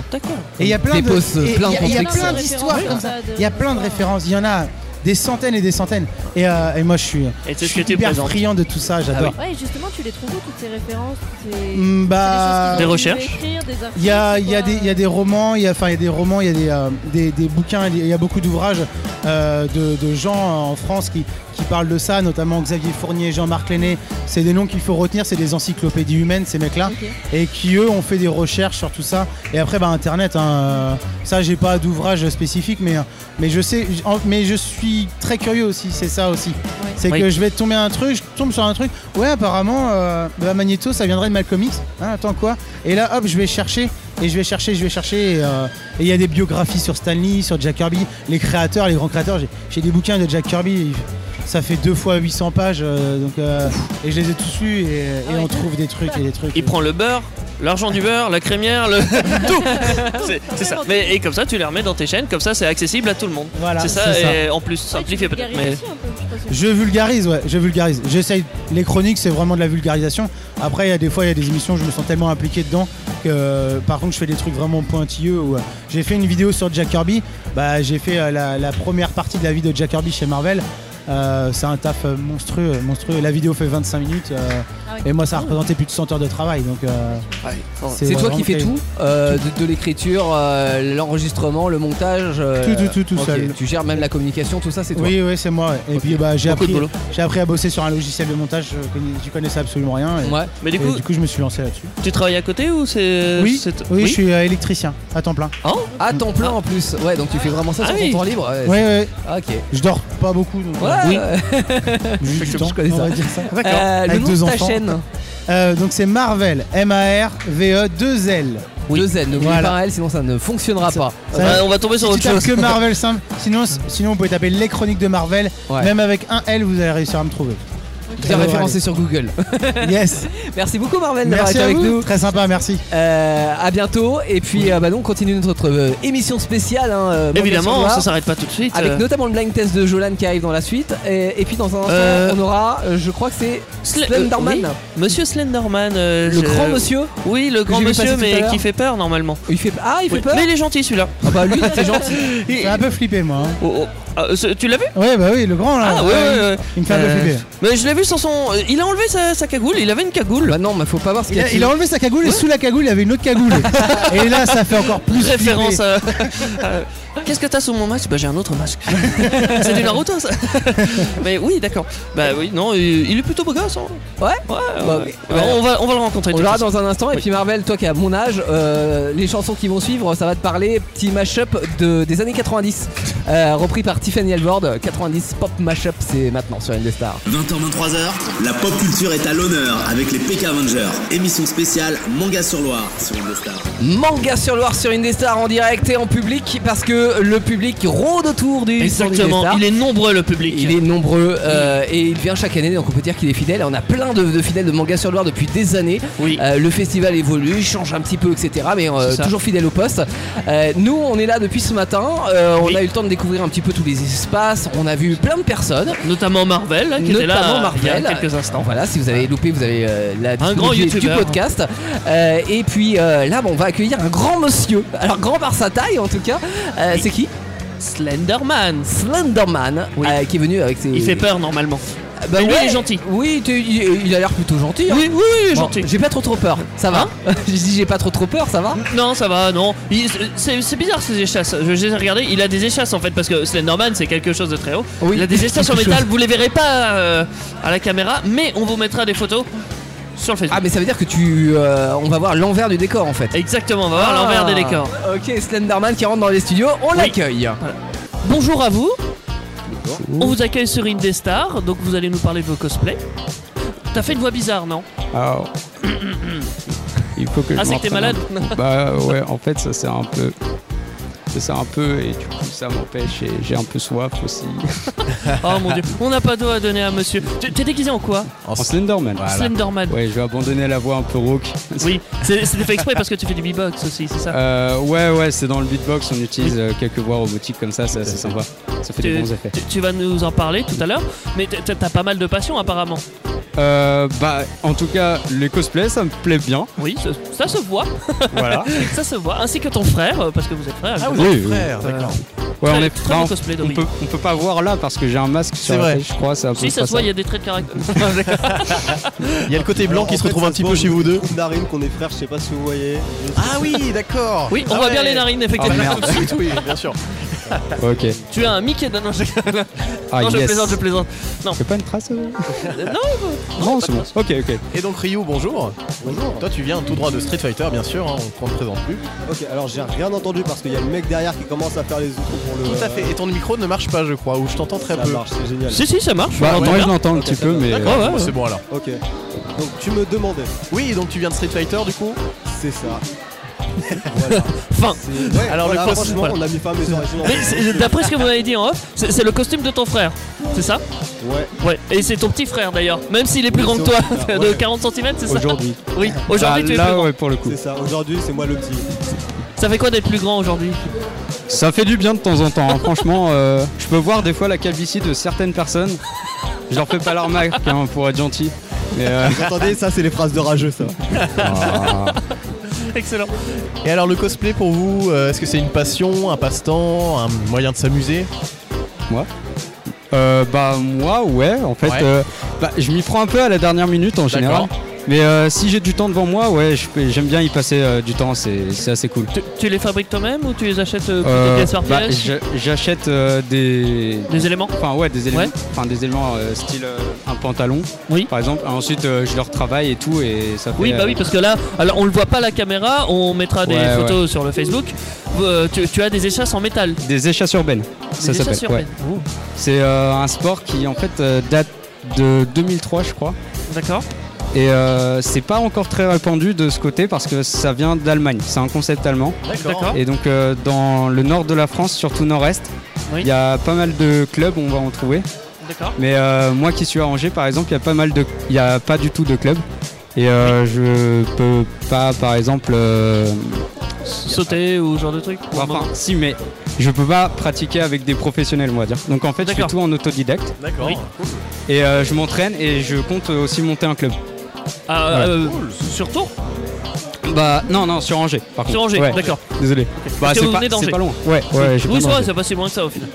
Speaker 21: Et il y a plein de-
Speaker 3: Dépose, euh,
Speaker 21: et
Speaker 3: plein
Speaker 21: il y a- il y a
Speaker 3: de
Speaker 21: plein
Speaker 3: contextes.
Speaker 21: d'histoires comme ça. Il y a plein de références. Il y en a des centaines et des centaines. Et, euh, et moi, je suis,
Speaker 1: Et c'est
Speaker 21: je
Speaker 1: ce
Speaker 21: suis
Speaker 1: que tu
Speaker 21: hyper
Speaker 1: présentes. Ah
Speaker 21: friand de tout ça. J'adore.
Speaker 13: Ouais, justement, tu les trouves où toutes ces références, toutes ces
Speaker 21: Mm, bah,
Speaker 13: c'est des choses qu'ils ont dû écrire, des articles,
Speaker 21: Il y a,
Speaker 13: c'est
Speaker 21: il y a
Speaker 13: quoi,
Speaker 21: des, il y a des romans, il y a, enfin, il y a des romans, il y a des, euh, des- des bouquins, il y a beaucoup d'ouvrages euh, de, de gens en France qui, qui parlent de ça, notamment Xavier Fournier, Jean-Marc Lenné. C'est des noms qu'il faut retenir, c'est des encyclopédies humaines, ces mecs-là, et qui eux ont fait des recherches sur tout ça. Et après, bah, Internet, hein, euh, ça, j'ai pas d'ouvrage spécifique, mais, euh, mais je sais, j- en- mais je suis très curieux aussi, c'est ça aussi. C'est
Speaker 1: Oui.
Speaker 21: que je vais tomber un truc, je tombe sur un truc. Ouais, apparemment, euh, bah, Magneto, ça viendrait de Malcolm X. Hein, attends quoi Et là, hop, je vais chercher et je vais chercher, je vais chercher. Et euh, et il y a des biographies sur Stanley, sur Jack Kirby, les créateurs, les grands créateurs. J'ai- J'ai des bouquins de Jack Kirby. ça fait deux fois 800 pages, euh, donc euh, et je les ai tous lus et, et on trouve des trucs et des trucs.
Speaker 1: Il prend le beurre, l'argent du beurre, la crémière, le tout. C'est- C'est ça. Mais et comme ça, tu les remets dans tes chaînes. Comme ça, c'est accessible à tout le monde.
Speaker 21: Voilà,
Speaker 1: c'est ça.
Speaker 21: c'est ça.
Speaker 1: Et en plus, simplifié peut-être. Mais
Speaker 21: Je vulgarise, ouais, je vulgarise. J'essaye. Les chroniques, c'est vraiment de la vulgarisation. Après, il y a des fois, il y a des émissions, je me sens tellement impliqué dedans que, euh, par contre, je fais des trucs vraiment pointilleux. où, euh, J'ai fait une vidéo sur Jack Kirby. Bah, j'ai fait euh, la, la première partie de la vie de Jack Kirby chez Marvel. Euh, c'est un taf euh, monstrueux, monstrueux. La vidéo fait 25 minutes euh,
Speaker 3: Ah
Speaker 21: et moi, ça représentait plus de 100 heures de travail. Donc, euh,
Speaker 3: C'est toi qui
Speaker 21: vraiment
Speaker 3: fais
Speaker 21: très-
Speaker 3: tout euh, de, de l'écriture, euh, l'enregistrement, le montage. euh,
Speaker 21: Tout, tout, tout, tout
Speaker 3: ok,
Speaker 21: seul.
Speaker 3: Tu gères même la communication, tout ça, c'est toi.
Speaker 21: Oui, oui, c'est moi. ouais. Et puis bah, j'ai
Speaker 3: Beaucoup de
Speaker 21: appris,
Speaker 3: boulot.
Speaker 21: j'ai appris à bosser sur un logiciel de montage. Je connais- J'y connaissais absolument rien. Et,
Speaker 1: Ouais. Mais du
Speaker 21: et
Speaker 1: coup-
Speaker 21: je me suis lancé là-dessus.
Speaker 1: tu travailles à côté ou c'est
Speaker 21: oui,
Speaker 1: Euh, c'est-
Speaker 21: oui, je suis euh, électricien à temps plein.
Speaker 1: Oh
Speaker 3: À temps Hein Ah, plein en plus. Ouais, donc tu fais vraiment ça
Speaker 21: Ah
Speaker 3: sur
Speaker 21: oui.
Speaker 3: ton temps libre.
Speaker 21: Ouais,
Speaker 3: c'est- Ah,
Speaker 21: ouais.
Speaker 3: Ok.
Speaker 21: Je dors pas beaucoup. Donc,
Speaker 3: Ouais.
Speaker 21: euh,
Speaker 3: Oui.
Speaker 21: Juste du
Speaker 3: Effectivement,
Speaker 21: temps,
Speaker 3: je connais
Speaker 21: on
Speaker 3: ça.
Speaker 21: va dire ça.
Speaker 3: D'accord. Euh, le
Speaker 21: Avec
Speaker 3: nom
Speaker 21: deux
Speaker 3: de ta
Speaker 21: enfants.
Speaker 3: chaîne
Speaker 21: Euh, Donc c'est Marvel, M-A-R-V-E 2L.
Speaker 3: Deux N, n'oubliez
Speaker 21: E Voilà.
Speaker 3: pas un L, sinon ça ne fonctionnera pas.
Speaker 1: on va tomber sur
Speaker 21: si
Speaker 1: autre
Speaker 21: tu tapes
Speaker 1: chose.
Speaker 21: que Marvel simple. Sinon, sinon, vous pouvez taper les chroniques de Marvel.
Speaker 3: Ouais.
Speaker 21: Même avec un L, vous allez réussir à me trouver. Euh,
Speaker 3: Bien référencé sur Google.
Speaker 21: Yes.
Speaker 3: Merci beaucoup Marvel d'avoir
Speaker 21: Merci
Speaker 3: été
Speaker 21: à
Speaker 3: avec
Speaker 21: vous.
Speaker 3: nous.
Speaker 21: Très sympa, merci.
Speaker 3: Euh, à bientôt et puis euh, bah, nous, on continue notre euh, émission spéciale. hein, euh, Manga sur
Speaker 1: Évidemment,
Speaker 3: Noir,
Speaker 1: ça s'arrête pas tout de suite.
Speaker 3: Avec
Speaker 1: euh.
Speaker 3: notamment le blind test de Jolan qui arrive dans la suite. Et, et puis dans un instant,
Speaker 1: Euh,
Speaker 3: on aura, euh, je crois que c'est
Speaker 1: Sle-
Speaker 3: Slenderman.
Speaker 1: euh, oui, Monsieur Slenderman. euh,
Speaker 3: Le
Speaker 1: je-
Speaker 3: grand monsieur
Speaker 1: Oui, le
Speaker 3: que
Speaker 1: grand
Speaker 3: j'ai vu
Speaker 1: monsieur,
Speaker 3: passer tout à
Speaker 1: mais
Speaker 3: l'heure.
Speaker 1: qui fait peur normalement.
Speaker 3: Il fait... Ah, il fait
Speaker 1: Oui,
Speaker 3: peur
Speaker 1: Mais il est gentil celui-là.
Speaker 3: Ah bah lui, il était gentil.
Speaker 1: Il-
Speaker 21: Ça m'a un peu flippé, moi. hein.
Speaker 1: Oh, oh. Ah, euh, ce- tu l'as vu
Speaker 21: Ouais, bah oui, le grand là.
Speaker 1: Ah ouais, ouais, ouais.
Speaker 21: Il me fait un peu
Speaker 1: Euh,
Speaker 21: flipper.
Speaker 1: Mais je l'ai vu sans son. euh, Il a enlevé sa, sa cagoule, il avait une cagoule.
Speaker 3: Bah non, mais faut pas voir ce
Speaker 21: Il a, il a enlevé sa cagoule et sous la cagoule, il avait une autre cagoule. et là, ça fait encore plus flipper.
Speaker 1: Référence à- à- Qu'est-ce que t'as sous mon masque Bah j'ai un autre masque. C'est du Naruto ça Mais oui, d'accord. Bah oui, non, euh, il est plutôt beau gosse. hein.
Speaker 3: Ouais
Speaker 1: Ouais,
Speaker 3: Bah,
Speaker 1: ouais. Bah, on, va, on va le rencontrer. de
Speaker 3: On
Speaker 1: toute
Speaker 3: l'aura
Speaker 1: façon.
Speaker 3: dans un instant. Et puis Marvel, toi qui as mon âge, euh, les chansons qui vont suivre, ça va te parler. Petit mashup de, des années 90, euh, repris par Tiffany Elbord. 90 pop mashup, c'est maintenant sur Indestar.
Speaker 2: 20h23h, la pop culture est à l'honneur avec les PK Avengers. Émission spéciale Manga sur Loire sur Indestar.
Speaker 3: Manga sur Loire sur Indestar en direct et en public parce que le public rôde autour du. centre
Speaker 1: Exactement,
Speaker 3: Indestar.
Speaker 1: il est nombreux le public.
Speaker 3: Il est nombreux euh, et il vient chaque année, donc on peut dire qu'il est fidèle. On a plein de, de fidèles de Manga sur Loire depuis des années. Euh, le festival évolue, il change un petit peu, etc. Mais euh,
Speaker 1: C'est ça.
Speaker 3: toujours fidèle au poste. Euh, nous, on est là depuis ce matin. Euh, on a eu le temps de découvrir un petit peu tous les espaces. On a vu plein de personnes.
Speaker 1: Notamment Marvel, là, qui
Speaker 3: Notamment
Speaker 1: était là il y a
Speaker 3: Marvel.
Speaker 1: quelques instants.
Speaker 3: Voilà, si vous avez loupé, vous avez euh, la
Speaker 1: Un grand
Speaker 3: disponibilité du
Speaker 1: youtubeur.
Speaker 3: podcast. Euh, et puis euh, là, bon, on va accueillir un grand monsieur. Alors, grand par sa taille, en tout cas. Euh, C'est qui
Speaker 1: Slenderman.
Speaker 3: Slenderman, euh, qui est venu avec ses.
Speaker 1: Il fait peur normalement.
Speaker 3: Bah
Speaker 1: Mais lui,
Speaker 3: ouais.
Speaker 1: il est gentil.
Speaker 3: Oui, tu- il il a l'air plutôt gentil. hein.
Speaker 1: Oui, oui, oui, il est
Speaker 3: Bon,
Speaker 1: gentil. Hein
Speaker 3: J'ai pas trop trop peur, ça va J'ai dit j'ai pas trop trop peur, ça va
Speaker 1: Non, ça va, non. Il- euh, C'est c'est bizarre ces échasses. Je les ai regardées. Il a des échasses en fait parce que Slenderman c'est quelque chose de très haut.
Speaker 3: Oui.
Speaker 1: Il a des échasses en
Speaker 3: Quelque
Speaker 1: métal.
Speaker 3: chose.
Speaker 1: Vous les verrez pas euh, à la caméra, mais on vous mettra des photos sur le Facebook.
Speaker 3: Ah mais ça veut dire que tu... euh, on va voir l'envers du décor en fait. Ah.
Speaker 1: Exactement, on va voir l'envers des décors.
Speaker 3: Ok, Slenderman qui rentre dans les studios, on l'accueille.
Speaker 1: Bonjour à vous. On vous accueille sur Indestar, donc vous allez nous parler de vos cosplays. T'as fait une voix bizarre, non
Speaker 9: Alors, Ah. il faut que
Speaker 1: Ah,
Speaker 9: je
Speaker 1: c'est que t'es
Speaker 9: m'entraîne
Speaker 1: malade
Speaker 9: un peu. Bah ouais, en fait, ça sert un peu. Ça sert un peu et du coup, ça m'empêche et j'ai un peu soif aussi.
Speaker 1: Oh mon dieu, on n'a pas d'eau à donner à monsieur. T'es t'es déguisé en quoi
Speaker 9: En Slenderman.
Speaker 1: Slenderman.
Speaker 9: Ouais, je vais abandonner la voix un peu rauque.
Speaker 1: Oui, c'est- c'était fait exprès parce que tu fais du beatbox aussi, c'est ça
Speaker 9: Euh, ouais, ouais, c'est dans le beatbox, on utilise euh, quelques voix robotiques comme ça, c'est assez sympa. Ça fait
Speaker 1: tu,
Speaker 9: des bons effets.
Speaker 1: tu- tu vas nous en parler tout à l'heure, mais t'as- t'as t'as pas mal de passion apparemment.
Speaker 9: Euh, bah, en tout cas, les cosplays, ça me plaît bien.
Speaker 1: Oui, ça, ça se voit.
Speaker 9: Voilà.
Speaker 1: ça se voit. Ainsi que ton frère, euh, parce que vous êtes frère.
Speaker 9: Ah, vous êtes Oui, oui. frères, d'accord. Ouais, on est
Speaker 1: très bon
Speaker 9: enfin,
Speaker 1: cosplay
Speaker 9: on,
Speaker 1: Dominik.
Speaker 9: peut, on peut pas voir là parce que j'ai un masque sur
Speaker 1: C'est
Speaker 9: la
Speaker 1: vrai.
Speaker 9: tête, je crois. c'est à peu
Speaker 1: Si ça
Speaker 9: près
Speaker 1: se voit, il y a des traits de caractère. il
Speaker 5: y a le côté blanc qui se retrouve un petit peu chez vous deux.
Speaker 22: Narine qu'on est frères, je sais pas si vous voyez.
Speaker 5: Ah oui, d'accord.
Speaker 1: Oui, on voit bien les narines, effectivement.
Speaker 5: Ah, tout de suite, oui, bien sûr.
Speaker 9: Ok.
Speaker 1: Tu as un Mickey d'un ange.
Speaker 9: Ah,
Speaker 1: non, je
Speaker 9: yes.
Speaker 1: plaisante, je plaisante. Non.
Speaker 9: C'est pas une trace euh
Speaker 1: Non,
Speaker 9: Non, c'est bon. Ok, ok.
Speaker 5: Et donc Ryu, bonjour. Bonjour. Toi, tu viens tout droit de Street Fighter, bien sûr, hein, on ne te présente plus.
Speaker 22: Ok, alors j'ai rien entendu parce qu'il y a le mec derrière qui commence à faire les outils pour le.
Speaker 5: Tout à fait. Et ton micro ne marche pas, je crois, ou je t'entends très
Speaker 22: Ça
Speaker 5: peu.
Speaker 22: marche, c'est génial.
Speaker 9: Bah,
Speaker 5: on
Speaker 9: moi, je
Speaker 5: l'entend bien.
Speaker 9: l'entends un petit peu, mais. euh,
Speaker 5: D'accord, bon, c'est bon alors.
Speaker 22: Ok. Donc tu me demandais.
Speaker 5: Oui, donc tu viens de Street Fighter du coup
Speaker 22: C'est ça.
Speaker 1: Fin.
Speaker 22: C'est- ouais,
Speaker 1: Alors
Speaker 22: voilà,
Speaker 1: le costume.
Speaker 22: franchement, on a mis pas mes origines en
Speaker 1: Mais
Speaker 22: jeu.
Speaker 1: c'est- d'après ce que vous m'avez dit en off, c'est c'est le costume de ton frère, c'est ça
Speaker 22: Ouais.
Speaker 1: Ouais. Et c'est ton petit frère d'ailleurs, même s'il est plus
Speaker 22: Oui,
Speaker 1: grand que
Speaker 22: c'est
Speaker 1: toi,
Speaker 22: mon frère,
Speaker 1: de
Speaker 22: ouais.
Speaker 1: 40 cm, c'est ça
Speaker 22: Aujourd'hui.
Speaker 1: Oui, aujourd'hui
Speaker 8: Bah,
Speaker 22: Ah,
Speaker 1: tu es
Speaker 9: Bah,
Speaker 22: là,
Speaker 1: plus grand.
Speaker 22: ouais,
Speaker 9: pour le coup.
Speaker 22: C'est ça, aujourd'hui c'est moi le petit.
Speaker 1: Ça fait quoi d'être plus grand aujourd'hui
Speaker 9: Ça fait du bien de temps en temps. hein. Franchement, euh, je peux voir des fois la calvitie de certaines personnes. Je leur fais pas leur marque hein, pour être gentil. Mais, euh,
Speaker 22: Vous entendez, ça c'est les phrases de rageux ça.
Speaker 9: Ah.
Speaker 1: Excellent.
Speaker 5: Et alors le cosplay pour vous, euh, est-ce que c'est une passion, un passe-temps, un moyen de s'amuser
Speaker 9: Moi Euh, bah moi ouais en fait
Speaker 5: Ouais.
Speaker 9: euh, bah, je m'y prends un peu à la dernière minute en général mais euh, si j'ai du temps devant moi ouais je peux- j'aime bien y passer euh, du temps c'est c'est assez cool
Speaker 1: Tu les fabriques toi-même ou tu les achètes euh,
Speaker 9: Euh,
Speaker 1: des pièces par
Speaker 9: bah,
Speaker 1: pièce
Speaker 9: je- j'achète euh, des
Speaker 1: des éléments
Speaker 9: enfin ouais des éléments
Speaker 1: Ouais.
Speaker 9: enfin des éléments euh, style euh, un pantalon
Speaker 1: oui
Speaker 9: par exemple ensuite euh, je leur travaille et tout et ça fait
Speaker 1: Oui, bah
Speaker 9: euh,
Speaker 1: oui, parce que là, alors on le voit pas à la caméra, on mettra des
Speaker 9: Ouais,
Speaker 1: photos
Speaker 9: ouais.
Speaker 1: sur le Facebook. Euh, tu, tu as des échasses en métal.
Speaker 9: des échasses urbaines ça
Speaker 1: Des échasses
Speaker 9: s'appelle ouais.
Speaker 1: urbaines.
Speaker 9: c'est euh, un sport qui en fait euh, date de 2003 je crois
Speaker 1: D'accord.
Speaker 9: Et euh, c'est pas encore très répandu de ce côté parce que ça vient d'Allemagne. C'est un concept allemand.
Speaker 1: D'accord. D'accord.
Speaker 9: Et donc euh, dans le nord de la France, surtout nord-est, il
Speaker 1: Oui.
Speaker 9: y a pas mal de clubs, on va en trouver.
Speaker 1: D'accord.
Speaker 9: Mais euh, moi qui suis à Angers, par exemple, il y a pas mal de, il y a pas du tout de club. Et euh, je peux pas, par exemple, euh,
Speaker 1: Sauter ou ce genre de truc ou un
Speaker 9: enfin,
Speaker 1: moment.
Speaker 9: si, mais je peux pas pratiquer avec des professionnels, on va dire. Donc en fait, je fais
Speaker 1: D'accord. Bah.
Speaker 9: tout en autodidacte.
Speaker 1: D'accord. Oui.
Speaker 9: Et euh, je m'entraîne et je compte aussi monter un club.
Speaker 1: Ah,
Speaker 9: Voilà.
Speaker 1: euh, sur Tours
Speaker 9: Bah non non sur Angers par
Speaker 1: Sur
Speaker 9: contre.
Speaker 1: Angers,
Speaker 9: Ouais.
Speaker 1: d'accord.
Speaker 9: Désolé. Bah
Speaker 1: Parce que
Speaker 9: c'est
Speaker 1: vous
Speaker 9: pas,
Speaker 1: venez d'Angers.
Speaker 9: c'est pas loin. Ouais ouais. j'ai
Speaker 1: Oui, c'est
Speaker 9: pas
Speaker 1: vrai,
Speaker 9: mangé.
Speaker 1: c'est pas si loin que ça au final.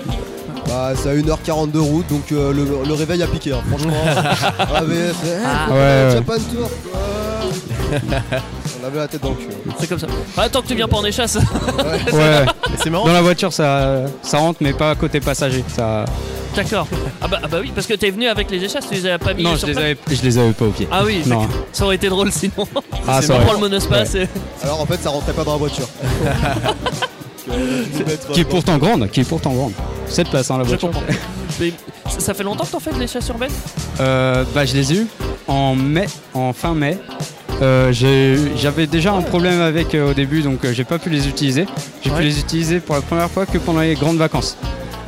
Speaker 22: Bah c'est à 1h40 de route donc euh, le, le réveil a piqué hein, franchement. ah mais c'est- eh,
Speaker 1: Ah.
Speaker 22: faut
Speaker 1: Ouais,
Speaker 22: faire le
Speaker 1: ouais.
Speaker 22: Japan Tour. quoi. On avait la tête dans le cul. hein.
Speaker 1: C'est comme ça. Ah, tant que tu viens pas en échasse.
Speaker 9: Ouais.
Speaker 5: C'est
Speaker 1: marrant.
Speaker 9: Dans la voiture ça ça rentre mais pas côté passager. Ça.
Speaker 1: D'accord. Ah bah, ah bah oui, parce que t'es venu avec les échasses, tu les avais pas mis
Speaker 9: Non je
Speaker 1: sur
Speaker 9: les
Speaker 1: place.
Speaker 9: avais je les avais pas au pied.
Speaker 1: Ah oui,
Speaker 9: Non.
Speaker 1: d'accord. ça aurait été drôle sinon.
Speaker 9: Ah,
Speaker 1: C'est
Speaker 9: ça
Speaker 1: on
Speaker 9: aurait-
Speaker 1: prend le monospace
Speaker 9: ouais.
Speaker 1: et-
Speaker 22: Alors en fait ça rentrait pas dans la voiture. euh,
Speaker 9: Qui est pourtant grande, qui est pourtant grande. Cette place hein, la
Speaker 1: Je
Speaker 9: voiture.
Speaker 1: comprends. Mais ça ça fait longtemps que t'en fais de l'échasse urbaine
Speaker 9: Euh, bah je les ai eus en mai, en fin mai. Euh, j'ai eu- J'avais déjà un problème avec euh, au début donc euh, j'ai pas pu les utiliser. J'ai
Speaker 1: Ouais.
Speaker 9: pu les utiliser pour la première fois que pendant les grandes vacances.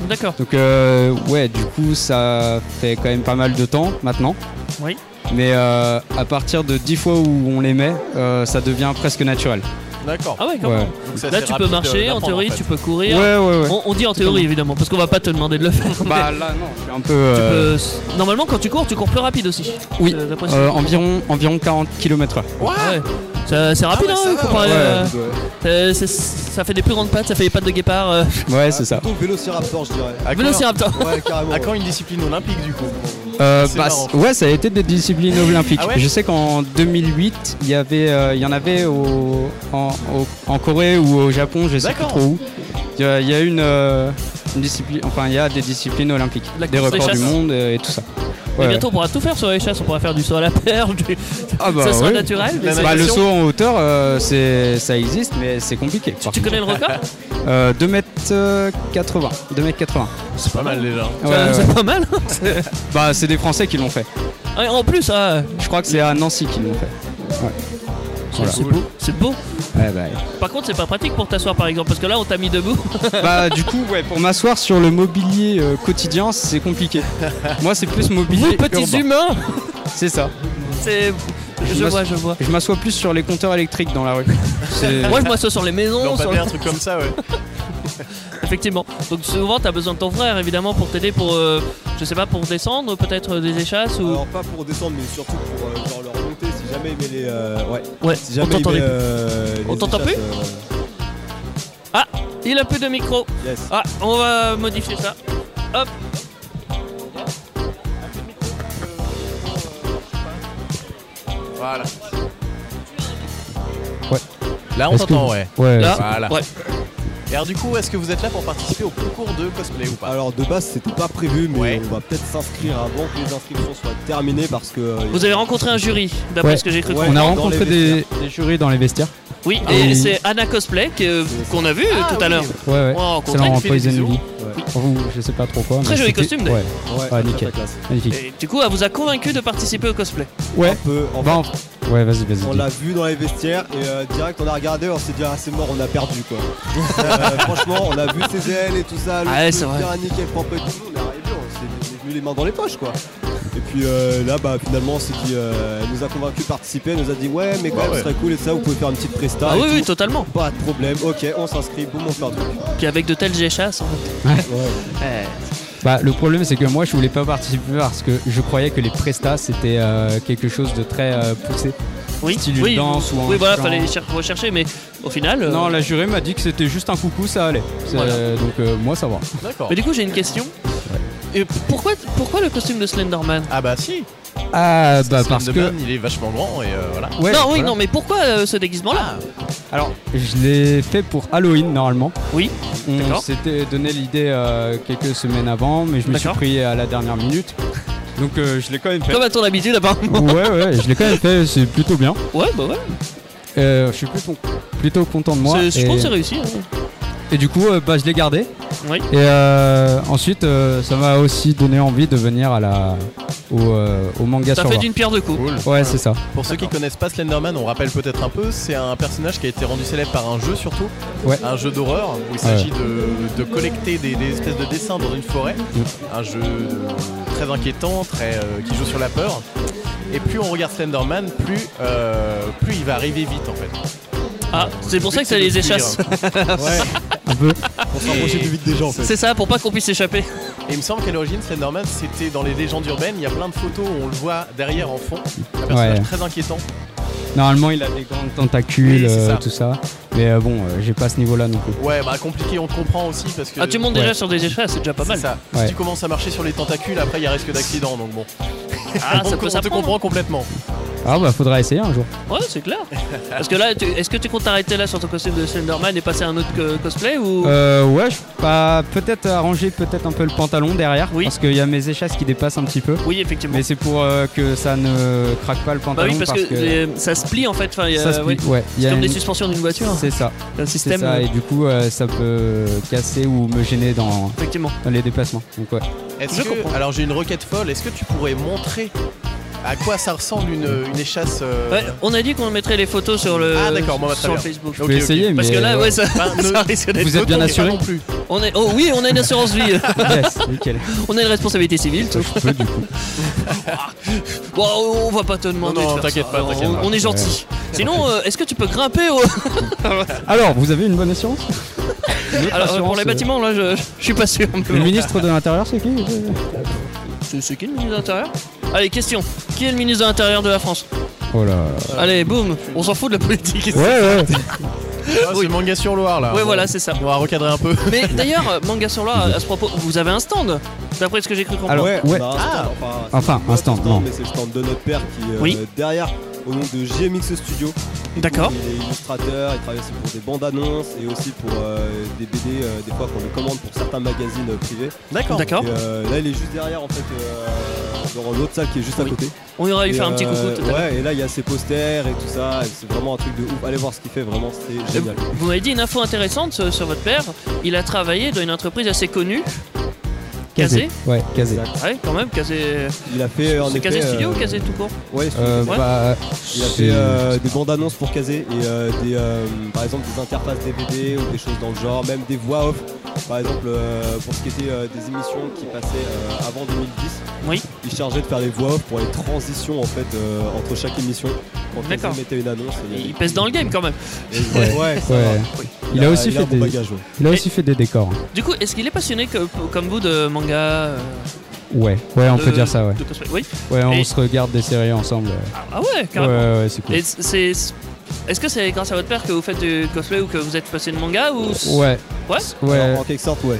Speaker 1: D'accord.
Speaker 9: Donc euh, ouais, du coup ça fait quand même pas mal de temps maintenant.
Speaker 1: Oui.
Speaker 9: Mais euh, à partir de 10 fois où on les met, euh, ça devient presque naturel.
Speaker 5: D'accord.
Speaker 1: Ah ouais, quand
Speaker 9: Ouais.
Speaker 1: même.
Speaker 9: Donc c'est
Speaker 1: Là,
Speaker 9: assez
Speaker 1: tu peux
Speaker 9: rapide,
Speaker 1: marcher,
Speaker 9: euh,
Speaker 1: en
Speaker 9: d'apprendre,
Speaker 1: théorie,
Speaker 9: en fait.
Speaker 1: tu peux courir.
Speaker 9: Ouais, ouais, ouais.
Speaker 1: On, on dit en théorie, évidemment, parce qu'on va pas te demander de le faire.
Speaker 9: Bah,
Speaker 1: mais
Speaker 9: là, non, je suis un peu, euh,
Speaker 1: tu peux- Normalement, quand tu cours, tu cours plus rapide aussi.
Speaker 9: Oui,
Speaker 1: Euh, d'après ce
Speaker 9: euh,
Speaker 1: que-
Speaker 9: environ, environ 40 km/h.
Speaker 1: Ah ouais. Ça- C'est rapide,
Speaker 9: Ah ouais,
Speaker 1: hein,
Speaker 9: ça va,
Speaker 1: comparé
Speaker 9: ouais.
Speaker 1: à-
Speaker 9: Ouais.
Speaker 1: Euh, c'est- ça fait des plus grandes pattes, ça fait des pattes de guépard. euh. Ah,
Speaker 9: Ouais, c'est ça.
Speaker 22: Plutôt vélociraptor je dirais.
Speaker 5: À
Speaker 1: Vélociraptor.
Speaker 5: quand- À quand une discipline olympique du coup
Speaker 9: Euh,
Speaker 5: C'est
Speaker 9: bah,
Speaker 5: marrant.
Speaker 9: c- ouais, ça a été des disciplines olympiques.
Speaker 5: Ah ouais
Speaker 9: je sais qu'en 2008, il y avait, euh, il y en avait au, en, au- en Corée ou au Japon, je sais plus
Speaker 1: D'accord.
Speaker 9: trop où. Il y a, il y a une, euh, une discipline, enfin, il y a des disciplines olympiques,
Speaker 1: La
Speaker 9: des
Speaker 1: course des
Speaker 9: records du
Speaker 1: chasses.
Speaker 9: monde euh, et tout ça.
Speaker 1: Et
Speaker 9: Ouais,
Speaker 1: bientôt, on pourra tout faire sur les chasses. On pourra faire du saut à la perche. du-
Speaker 9: Ah bah
Speaker 1: ça sera
Speaker 9: ouais.
Speaker 1: naturel. mais c'est-
Speaker 9: Bah, le saut en hauteur, euh, c'est, ça existe, mais c'est compliqué. Euh,
Speaker 1: Tu connais le record
Speaker 9: 2m80. 2m80.
Speaker 5: C'est pas mal déjà.
Speaker 1: Ça- c'est pas mal.
Speaker 9: bah, c'est des Français qui l'ont fait.
Speaker 1: Ah, et En plus, ah,
Speaker 9: Je crois que c'est à Nancy qu'ils l'ont fait. Ouais.
Speaker 1: c'est
Speaker 9: Voilà.
Speaker 1: c'est beau. C'est beau.
Speaker 9: Ouais, bah, ouais.
Speaker 1: Par contre, c'est pas pratique pour t'asseoir, par exemple, parce que là, on t'a mis debout.
Speaker 9: Bah du coup ouais pour m'asseoir sur le mobilier euh, quotidien c'est compliqué. Moi c'est plus mobilier.
Speaker 1: Vous, petits
Speaker 9: urbain.
Speaker 1: humains
Speaker 9: C'est ça.
Speaker 1: C'est. Je
Speaker 9: m'asse-
Speaker 1: vois, je vois.
Speaker 9: Je m'assois plus sur les compteurs électriques dans la rue. C'est-
Speaker 1: Moi, je m'assois sur les maisons, sur
Speaker 5: Lampadaire,
Speaker 1: les-
Speaker 5: un truc comme ça, ouais.
Speaker 1: Effectivement. Donc souvent, t'as besoin de ton frère, évidemment, pour t'aider pour, euh, je sais pas, pour descendre, peut-être euh, des échasses ou.
Speaker 22: Alors pas pour descendre mais surtout pour euh, genre leur monter si jamais il met les euh, ouais.
Speaker 1: Ouais,
Speaker 22: Si
Speaker 1: on
Speaker 22: jamais il
Speaker 1: t'entendait
Speaker 22: met,
Speaker 1: plus.
Speaker 22: euh,
Speaker 1: On
Speaker 22: les
Speaker 1: t'entend plus
Speaker 22: échasses, euh,
Speaker 1: Ah, il a plus de micro. Ah, on va modifier ça. Hop.
Speaker 5: Voilà.
Speaker 9: Ouais.
Speaker 5: Là, on
Speaker 9: Est-ce que
Speaker 5: t'entend,
Speaker 9: vous-
Speaker 5: ouais.
Speaker 9: Ouais.
Speaker 5: Là,
Speaker 22: Voilà.
Speaker 5: ouais. Et alors, du coup, est-ce que vous êtes là pour participer au concours de cosplay ou pas
Speaker 22: Alors de base c'était pas prévu mais on va peut-être s'inscrire avant que les inscriptions soient terminées parce que euh,
Speaker 1: Vous avez rencontré un jury, d'après
Speaker 22: Ouais.
Speaker 1: ce que j'ai cru.
Speaker 22: Ouais,
Speaker 9: On a
Speaker 22: dans
Speaker 9: rencontré
Speaker 22: les
Speaker 9: des,
Speaker 22: vestiaires.
Speaker 9: des jurys dans les vestiaires.
Speaker 1: Oui,
Speaker 9: Ah
Speaker 1: et
Speaker 9: oui.
Speaker 1: c'est Anna Cosplay que- qu'on a vu euh, tout à l'heure.
Speaker 9: Ouais ouais.
Speaker 1: On a rencontré
Speaker 9: C'est Laurent
Speaker 1: une fille des
Speaker 9: Poison
Speaker 1: bisous.
Speaker 9: Lily.
Speaker 22: Ouais.
Speaker 9: Vous, je sais pas trop quoi.
Speaker 1: Très
Speaker 9: mais
Speaker 1: joli
Speaker 9: c'était-
Speaker 1: costume, d'ailleurs.
Speaker 9: Ouais,
Speaker 1: Ouais,
Speaker 9: ouais,
Speaker 1: très,
Speaker 9: nickel.
Speaker 1: très classe.
Speaker 9: Magnifique.
Speaker 1: Et du coup, elle vous a convaincu de participer au cosplay.
Speaker 9: Ouais.
Speaker 22: Bah,
Speaker 9: on- Ouais, vas-y, vas-y.
Speaker 22: On
Speaker 9: dis.
Speaker 22: l'a vu dans les vestiaires et euh, direct on a regardé, on s'est dit ah c'est mort, on a perdu quoi. Euh, franchement, on a vu ses ailes et tout ça, le
Speaker 1: Ah ouais,
Speaker 22: truc
Speaker 1: c'est vrai.
Speaker 22: bien nickel propre et tout, on est arrivé, on s'est on est venu les mains dans les poches quoi. Et puis euh, là bah finalement on s'est dit euh, elle nous a convaincu de participer, elle nous a dit ouais mais quand
Speaker 1: Ah
Speaker 22: même
Speaker 1: ouais.
Speaker 22: ce serait cool et ça vous pouvez faire une petite presta.
Speaker 1: Ah
Speaker 22: et
Speaker 1: oui, oui,
Speaker 22: tout.
Speaker 1: totalement.
Speaker 22: Pas de problème, ok on s'inscrit, boum on fait un truc.
Speaker 1: Puis avec de telles échasses. hein. Eh, en fait. Ouais.
Speaker 9: Bah, le problème, c'est que moi, je voulais pas participer parce que je croyais que les prestas, c'était euh, quelque chose de très euh, poussé.
Speaker 1: Oui,
Speaker 9: Style une
Speaker 1: oui,
Speaker 9: danse ou un
Speaker 1: oui, voilà,
Speaker 9: chant.
Speaker 1: fallait cher- rechercher, mais au final. euh,
Speaker 9: Non, la jurée m'a dit que c'était juste un coucou, ça allait. C'est-
Speaker 1: Voilà.
Speaker 9: Donc, euh, moi, ça va.
Speaker 1: Mais du coup, j'ai une question. Et pourquoi, pourquoi le costume de Slenderman
Speaker 5: Ah bah si.
Speaker 9: Ah, bah, parce
Speaker 5: de
Speaker 9: que.
Speaker 5: Man, il est vachement grand et euh, voilà.
Speaker 9: Ouais,
Speaker 1: non, oui,
Speaker 9: voilà.
Speaker 1: non, mais pourquoi euh, ce déguisement-là
Speaker 22: Ah.
Speaker 9: Alors, je l'ai fait pour Halloween normalement.
Speaker 1: Oui.
Speaker 9: On
Speaker 1: d'accord.
Speaker 9: s'était donné l'idée euh, quelques semaines avant, mais je me suis
Speaker 1: D'accord.
Speaker 9: pris à la dernière minute. Donc euh, je l'ai quand même fait.
Speaker 1: Comme à ton habitude, apparemment.
Speaker 9: ouais, ouais, je l'ai quand même fait, c'est plutôt bien.
Speaker 1: Ouais, bah ouais.
Speaker 9: Euh, je suis plutôt, plutôt content de moi.
Speaker 1: C'est- je
Speaker 9: et-
Speaker 1: pense que c'est réussi. hein.
Speaker 9: Et du coup, euh, bah, je l'ai gardé.
Speaker 1: Oui.
Speaker 9: Et euh, ensuite, euh, ça m'a aussi donné envie de venir à la, au, euh, au manga
Speaker 5: Ça
Speaker 9: sur
Speaker 5: fait
Speaker 9: Var.
Speaker 5: d'une pierre deux coups. Cool.
Speaker 9: Ouais,
Speaker 5: Voilà.
Speaker 9: c'est ça.
Speaker 5: Pour ceux qui connaissent pas Slenderman, on rappelle peut-être un peu, c'est un personnage qui a été rendu célèbre par un jeu surtout,
Speaker 9: Ouais.
Speaker 5: un jeu d'horreur où il s'agit de, de collecter des, des espèces de dessins dans une forêt,
Speaker 9: Mm.
Speaker 5: un jeu euh, très inquiétant, très, euh, qui joue sur la peur. Et plus on regarde Slenderman, plus, euh, plus il va arriver vite en fait.
Speaker 1: Ah, c'est pour ça que ça les échasse.
Speaker 9: Un peu.
Speaker 5: Pour s'approcher plus vite des gens en fait.
Speaker 1: C'est ça, Ah, pour pas qu'on puisse s'échapper.
Speaker 5: Et il me semble qu'à l'origine, Slenderman, c'était dans les légendes urbaines. Il y a plein de photos où on le voit derrière en fond. Un personnage
Speaker 9: Ouais.
Speaker 5: très inquiétant.
Speaker 9: Normalement, il a des grandes tentacules,
Speaker 5: Oui, c'est
Speaker 9: euh,
Speaker 5: ça.
Speaker 9: tout ça. Mais euh, bon, euh, j'ai pas ce niveau-là non plus.
Speaker 5: Ouais, bah compliqué, on comprend aussi parce que.
Speaker 1: Ah, tu montes déjà sur des échasses, c'est déjà pas mal.
Speaker 5: ça.
Speaker 9: Ouais.
Speaker 5: Si tu commences à marcher sur les tentacules, après il y a risque d'accident donc bon.
Speaker 1: Ah, ça
Speaker 5: on, co-
Speaker 1: peut
Speaker 5: on te
Speaker 1: s'apprendre.
Speaker 5: comprend complètement.
Speaker 9: Ah bah, faudra essayer un jour.
Speaker 1: Ouais, c'est clair. Parce que là, tu- est-ce que tu comptes t'arrêter là sur ton costume de Slenderman et passer à un autre co- cosplay ou
Speaker 9: Euh, ouais, je bah, peut-être arranger peut-être un peu le pantalon derrière, parce qu'il y a mes échasses qui dépassent un petit peu.
Speaker 1: Oui, effectivement.
Speaker 9: Mais c'est pour euh, que ça ne craque pas le
Speaker 1: Bah
Speaker 9: pantalon.
Speaker 1: oui, parce, que, les- ça se plie en fait. Enfin, il y a-
Speaker 9: ça se plie,
Speaker 1: ouais.
Speaker 9: ouais. Il y
Speaker 1: C'est
Speaker 9: a
Speaker 1: comme des
Speaker 9: une-
Speaker 1: suspensions d'une voiture.
Speaker 9: C'est ça.
Speaker 1: Un
Speaker 9: C'est
Speaker 1: système,
Speaker 9: ça,
Speaker 1: euh.
Speaker 9: et du coup, euh, ça peut casser ou me gêner dans,
Speaker 1: Effectivement.
Speaker 9: dans les déplacements. Donc ouais.
Speaker 5: Est-ce
Speaker 1: Je
Speaker 5: que-
Speaker 1: comprends.
Speaker 5: Alors j'ai une requête folle, est-ce que tu pourrais montrer à quoi ça ressemble une, une échasse euh,
Speaker 1: Ouais, on a dit qu'on mettrait les photos sur le
Speaker 5: Ah, d'accord, bon, bah, très
Speaker 1: sur
Speaker 5: bien.
Speaker 1: Facebook.
Speaker 5: Je peux Ok, Bah, ok. essayer,
Speaker 1: parce
Speaker 5: mais-
Speaker 1: que là, ouais, ça,
Speaker 5: Enfin,
Speaker 1: ça
Speaker 5: ne-
Speaker 1: risque d'être-
Speaker 9: euh, Vous êtes bien assuré
Speaker 5: pas non plus.
Speaker 1: On est, oh oui, on a une assurance vie.
Speaker 9: Yes, nickel.
Speaker 1: On a une responsabilité civile. Tout.
Speaker 9: du coup.
Speaker 1: Bon, on va pas te demander.
Speaker 5: Non, non,
Speaker 1: de faire
Speaker 5: t'inquiète
Speaker 1: ça.
Speaker 5: pas,
Speaker 1: Alors,
Speaker 5: t'inquiète
Speaker 1: on-
Speaker 5: pas.
Speaker 1: On est gentil. Sinon, euh, est-ce que tu peux grimper au
Speaker 9: Alors, vous avez une bonne assurance
Speaker 1: Alors, pour les
Speaker 9: euh,
Speaker 1: bâtiments, là, je, je suis pas sûr. mais
Speaker 9: Le
Speaker 1: bon.
Speaker 9: ministre de l'Intérieur, c'est qui
Speaker 1: C'est c'est qui le ministre de l'Intérieur Allez, question. Qui est le ministre de l'Intérieur de la France
Speaker 9: Oh là.
Speaker 1: Allez, boum, on s'en fout de la politique. ici.
Speaker 9: Ouais, ouais.
Speaker 5: Ah, C'est manga sur Loire là.
Speaker 1: Ouais,
Speaker 5: Bon,
Speaker 1: voilà, c'est ça.
Speaker 5: On va recadrer un peu.
Speaker 1: Mais d'ailleurs, euh, manga sur loi, à ce propos, vous avez un stand D'après ce que j'ai cru comprendre. Ah.
Speaker 9: Alors, ouais.
Speaker 22: on a un stand, Ah, c'est
Speaker 9: Enfin,
Speaker 22: pas
Speaker 9: un
Speaker 22: notre
Speaker 9: stand, non.
Speaker 22: Mais c'est le stand de notre père qui est euh,
Speaker 1: Oui.
Speaker 22: derrière au nom de GMX Studio.
Speaker 1: D'accord.
Speaker 22: Il est illustrateur, il travaille aussi pour des bandes annonces et aussi pour euh, des BD euh, des fois qu'on lui commande pour certains magazines euh, privés.
Speaker 1: D'accord. D'accord.
Speaker 22: Et, euh, là il est juste derrière en fait euh, dans l'autre salle qui est juste à côté.
Speaker 1: On ira lui
Speaker 22: Et,
Speaker 1: faire un petit coucou
Speaker 22: euh,
Speaker 1: tout à l'heure.
Speaker 22: Ouais et là il y a ses posters et tout ça. et C'est vraiment un truc de ouf. Allez voir ce qu'il fait vraiment, c'est génial.
Speaker 1: Vous m'avez dit une info intéressante euh, sur votre père. Il a travaillé dans une entreprise assez connue. Casé
Speaker 9: Ouais, casé.
Speaker 1: Ouais, quand même, Casé.
Speaker 22: Il a fait en
Speaker 1: C'est
Speaker 22: effet,
Speaker 1: Casé Studio
Speaker 22: euh,
Speaker 1: ou Casé tout court
Speaker 22: Ouais,
Speaker 9: Euh,
Speaker 22: ouais.
Speaker 9: bah,
Speaker 22: il a
Speaker 9: c'est-
Speaker 22: fait euh, des bandes annonces pour caser et euh, des, euh, par exemple des interfaces DVD ou des choses dans le genre, même des voix off. Par exemple, euh, pour ce qui était euh, des émissions qui passaient euh, avant 2010,
Speaker 1: oui.
Speaker 22: il chargeait de faire les voix off pour les transitions en fait euh, entre chaque émission. Quand
Speaker 1: D'accord.
Speaker 22: Casey mettait une annonce, et
Speaker 1: Il pèse dans le game quand même.
Speaker 22: Ouais, ouais, ça va.
Speaker 9: Il a aussi
Speaker 22: il a un
Speaker 9: fait
Speaker 22: bon
Speaker 9: des.
Speaker 22: bagage, ouais.
Speaker 9: Il a aussi fait des décors. hein.
Speaker 1: Du coup, est-ce qu'il est passionné que- comme vous de manga euh,
Speaker 9: Ouais, ouais, on
Speaker 1: de-
Speaker 9: peut dire ça, ouais.
Speaker 1: de cosplay Oui.
Speaker 9: Ouais, on
Speaker 1: Et-
Speaker 9: se regarde des séries ensemble. euh.
Speaker 1: Ah ouais, carrément.
Speaker 9: Ouais, ouais, c'est cool.
Speaker 1: Et c'est- c'est- Est-ce que c'est grâce à votre père que vous faites du cosplay ou que vous êtes passionné de manga ou
Speaker 9: Ouais.
Speaker 1: Ouais.
Speaker 22: Alors,
Speaker 9: Ouais.
Speaker 22: en quelque sorte, ouais.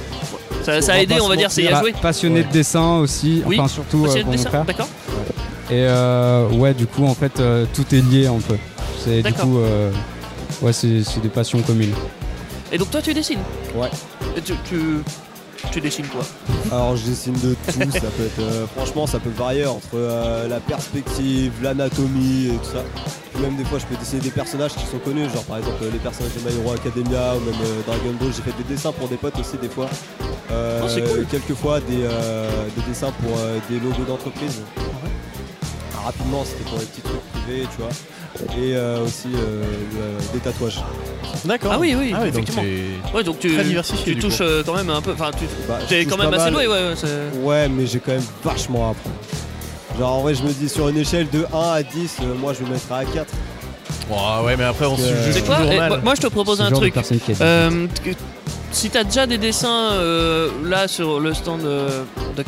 Speaker 1: Ça, ça a aidé, on va dire, c'est y a
Speaker 9: Pa-
Speaker 1: joué.
Speaker 9: Passionné de dessin aussi,
Speaker 1: Oui.
Speaker 9: enfin surtout
Speaker 1: Passionné
Speaker 9: euh,
Speaker 1: de
Speaker 9: pour mon
Speaker 1: dessin,
Speaker 9: frère.
Speaker 1: d'accord.
Speaker 9: Et euh, ouais, du coup, en fait, euh, tout est lié un peu. C'est du
Speaker 1: D'accord.
Speaker 9: coup, euh, ouais, c'est c'est des passions communes.
Speaker 1: Et donc toi, tu dessines
Speaker 22: Ouais.
Speaker 1: Et tu, tu, tu dessines quoi
Speaker 22: Alors je dessine de tout, ça peut être euh, franchement ça peut varier entre euh, la perspective, l'anatomie et tout ça. Puis même des fois je peux dessiner des personnages qui sont connus, genre par exemple euh, les personnages de My Hero Academia ou même euh, Dragon Ball, j'ai fait des dessins pour des potes aussi des fois. Euh,
Speaker 1: Oh, c'est cool.
Speaker 22: Quelquefois des, euh, des dessins pour euh, des logos d'entreprise. Ah, Rapidement, c'était pour des petits trucs privés, tu vois. Et euh, aussi euh, le- des tatouages.
Speaker 5: D'accord.
Speaker 1: Ah oui, oui,
Speaker 22: Ah oui, donc
Speaker 1: effectivement.
Speaker 22: t'es
Speaker 1: ouais, donc tu,
Speaker 22: très diversifié,
Speaker 1: tu
Speaker 22: du
Speaker 1: touches
Speaker 22: coup. Bah,
Speaker 1: euh, quand même un peu. Enfin, tu
Speaker 22: je
Speaker 1: t'es
Speaker 22: touche
Speaker 1: quand même
Speaker 22: pas
Speaker 1: assez
Speaker 22: mal.
Speaker 1: doué, ouais. ouais, c'est-
Speaker 22: Ouais, mais j'ai quand même vachement à apprendre. Genre, en vrai, je me dis sur une échelle de 1 à 10, euh, moi je me mettrais à 4.
Speaker 5: ouais, mais après, on
Speaker 22: Parce
Speaker 5: se
Speaker 22: que-
Speaker 5: juge
Speaker 22: C'est quoi
Speaker 5: toujours
Speaker 1: Eh,
Speaker 5: mal.
Speaker 1: moi- moi, je te propose
Speaker 5: Ce
Speaker 1: un
Speaker 5: genre de
Speaker 1: truc.
Speaker 5: personne qui a dit.
Speaker 1: Euh, que- si t'as déjà des dessins euh, là sur le stand euh, de,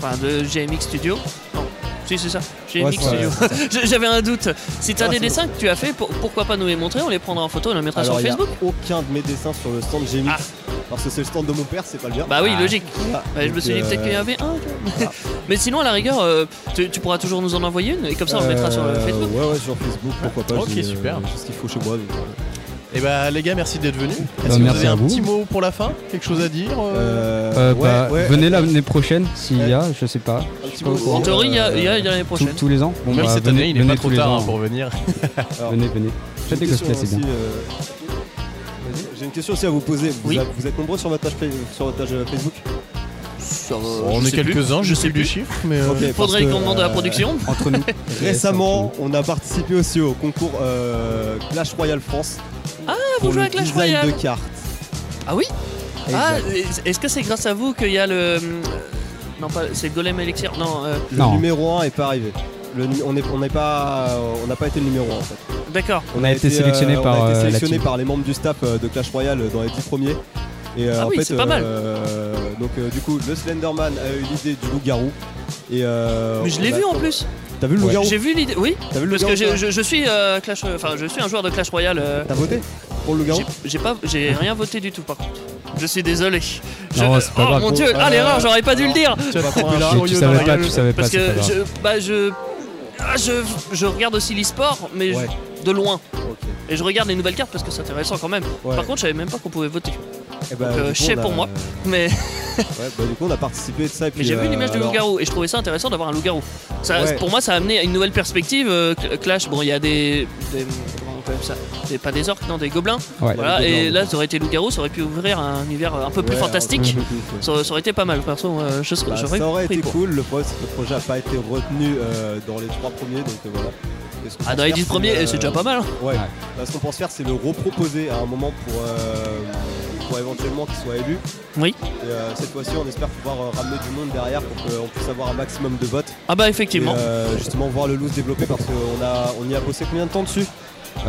Speaker 1: enfin, de GMX Studio, non, si c'est ça, GMX
Speaker 22: Ouais, c'est ça,
Speaker 1: Studio.
Speaker 22: ouais,
Speaker 1: Je- J'avais un doute. Si t'as
Speaker 22: Ah,
Speaker 1: des
Speaker 22: c'est
Speaker 1: dessins que tu as fait, pour- pourquoi pas nous les montrer On les prendra en photo, on les mettra
Speaker 22: Alors,
Speaker 1: sur
Speaker 22: il y a
Speaker 1: Facebook. Ah.
Speaker 22: aucun de mes dessins sur le stand GMX. Parce que c'est le stand de mon père, c'est pas le mien.
Speaker 1: Bah oui, logique.
Speaker 22: Ah.
Speaker 1: Bah, je me suis dit
Speaker 22: Donc,
Speaker 1: peut-être
Speaker 22: euh, ah.
Speaker 1: qu'il y en avait un. tu vois. Mais sinon, à la rigueur, euh, tu, tu pourras toujours nous en envoyer une et comme ça on le mettra sur le
Speaker 22: Euh,
Speaker 1: Facebook.
Speaker 22: Ouais, ouais, sur Facebook, pourquoi pas.
Speaker 5: Ok,
Speaker 22: j'ai, euh,
Speaker 5: super.
Speaker 22: j'ai ce qu'il faut chez moi. donc, voilà.
Speaker 5: Et bah, les gars, merci d'être venus. Est-ce
Speaker 22: Bah,
Speaker 5: que vous
Speaker 22: merci
Speaker 5: avez
Speaker 22: à
Speaker 5: un
Speaker 22: vous.
Speaker 5: petit mot pour la fin Quelque chose à dire euh
Speaker 22: Euh,
Speaker 5: ouais,
Speaker 9: bah,
Speaker 5: ouais.
Speaker 9: venez l'année prochaine s'il y a, je sais pas. Je sais pas
Speaker 5: mot euh,
Speaker 9: au courant.
Speaker 5: En théorie, il y a-
Speaker 1: il y a- il y a l'année
Speaker 9: Tous-
Speaker 1: prochaine.
Speaker 9: Tous les ans. Bon,
Speaker 5: Même
Speaker 9: bah,
Speaker 5: cette
Speaker 9: venez-
Speaker 5: année, il est
Speaker 9: venez
Speaker 5: pas trop
Speaker 9: tous les
Speaker 5: tard
Speaker 9: ans.
Speaker 5: hein, pour venir.
Speaker 9: Venez, venez. Faites des
Speaker 22: J'ai une
Speaker 9: cosplays,
Speaker 22: question
Speaker 9: c'est bien.
Speaker 22: aussi, euh, vas-y, J'ai une question aussi à vous poser. Vous, êtes- vous êtes nombreux sur votre page, fa- sur votre page euh, Facebook
Speaker 1: euh,
Speaker 5: On est quelques-uns, je sais plus le chiffre, mais. euh,
Speaker 22: Ok, parce que, euh,
Speaker 5: Entre nous.
Speaker 22: Récemment, on a participé aussi au concours euh, Clash Royale France.
Speaker 1: Ah,
Speaker 22: pour
Speaker 1: vous jouez
Speaker 22: le
Speaker 1: à Clash
Speaker 22: design
Speaker 1: Royale
Speaker 22: de cartes.
Speaker 1: Ah oui Ah,
Speaker 22: Exact.
Speaker 1: est- est-ce que c'est grâce à vous qu'il y a le. euh, Non, pas. C'est le Golem Elixir. Non, euh,
Speaker 22: Le numéro 1 est pas arrivé. Le nu- on est- on n'est pas, euh, on n'a pas été le numéro 1 en fait.
Speaker 1: D'accord.
Speaker 9: On a été sélectionné
Speaker 22: on
Speaker 9: par,
Speaker 22: a
Speaker 9: euh,
Speaker 22: été
Speaker 9: la
Speaker 22: sélectionné
Speaker 9: team.
Speaker 22: par les membres du staff euh, de Clash Royale dans les 10 premiers. Et euh,
Speaker 1: Ah
Speaker 22: en
Speaker 1: oui,
Speaker 22: fait,
Speaker 1: c'est pas mal.
Speaker 22: euh, donc euh, du coup, le Slenderman a eu l'idée du loup-garou. Et euh,
Speaker 1: Mais je l'ai
Speaker 22: on a-
Speaker 1: vu en plus.
Speaker 22: T'as vu le loup-garou
Speaker 1: J'ai vu l'idée. Oui.
Speaker 22: T'as vu le
Speaker 1: Parce que
Speaker 22: loup-garou,
Speaker 1: j'ai-
Speaker 22: toi
Speaker 1: je, je suis euh, Clash. Enfin, je suis un joueur de Clash Royale. euh.
Speaker 22: T'as voté pour le loup-garou
Speaker 1: J'ai pas. J'ai rien voté du tout par contre. Je suis désolé. Je-
Speaker 22: Non, c'est pas
Speaker 1: oh
Speaker 22: grave.
Speaker 1: mon
Speaker 22: Bon,
Speaker 1: dieu,
Speaker 22: euh,
Speaker 1: ah l'erreur, j'aurais pas dû le dire.
Speaker 22: tu vas pas prendre un Mais tu chariot savais dans la pas, gueule. tu savais pas,
Speaker 1: Parce
Speaker 22: c'est
Speaker 1: que
Speaker 22: pas
Speaker 1: je,
Speaker 22: grave.
Speaker 1: bah je, ah, je, je regarde aussi l'e-sport, mais je-
Speaker 22: Ouais.
Speaker 1: de loin. Et je regarde les nouvelles cartes parce que c'est intéressant quand même.
Speaker 22: Ouais.
Speaker 1: Par contre, je savais même pas qu'on pouvait voter.
Speaker 22: Eh ben,
Speaker 1: Donc, euh,
Speaker 22: du coup,
Speaker 1: je sais
Speaker 22: on
Speaker 1: pour
Speaker 22: a-
Speaker 1: moi, mais.
Speaker 22: Ouais, bah, du coup, on a participé de ça. et
Speaker 1: Mais
Speaker 22: puis,
Speaker 1: j'ai vu
Speaker 22: euh,
Speaker 1: l'image du
Speaker 22: alors-
Speaker 1: loup-garou et je trouvais ça intéressant d'avoir un loup-garou. Ça,
Speaker 22: Ouais.
Speaker 1: Pour moi, ça a amené à une nouvelle perspective. euh, Cl- Clash, bon, il y a des. des- comment on appelle ça Des- Pas des orques, non, des gobelins.
Speaker 22: Ouais.
Speaker 1: Voilà,
Speaker 22: Des gobelins,
Speaker 1: et
Speaker 22: ouais.
Speaker 1: là, ça aurait été loup-garou, ça aurait pu ouvrir un univers euh, un peu plus
Speaker 22: Ouais,
Speaker 1: fantastique.
Speaker 22: un peu plus, ouais.
Speaker 1: Ça, ça aurait été pas mal, perso. euh, je serais-
Speaker 22: Bah,
Speaker 1: J'aurais
Speaker 22: ça aurait
Speaker 1: pris
Speaker 22: été
Speaker 1: pour.
Speaker 22: cool, le, pro- le projet n'a pas été retenu euh, dans les trois premiers, donc euh, voilà. Et ce qu'on
Speaker 1: Ah,
Speaker 22: pense
Speaker 1: dans les
Speaker 22: faire,
Speaker 1: dix premiers,
Speaker 22: euh,
Speaker 1: c'est déjà pas mal. hein.
Speaker 22: Ouais. Bah, ce qu'on pense faire, c'est le reproposer à un moment pour, euh, pour éventuellement qu'il soit élu.
Speaker 1: Oui.
Speaker 22: Et, euh, cette fois-ci, on espère pouvoir euh, ramener du monde derrière pour qu'on puisse avoir un maximum de votes.
Speaker 1: Ah bah effectivement.
Speaker 22: Et, euh, justement, voir le loose développer parce qu'on a, on y a bossé combien de temps dessus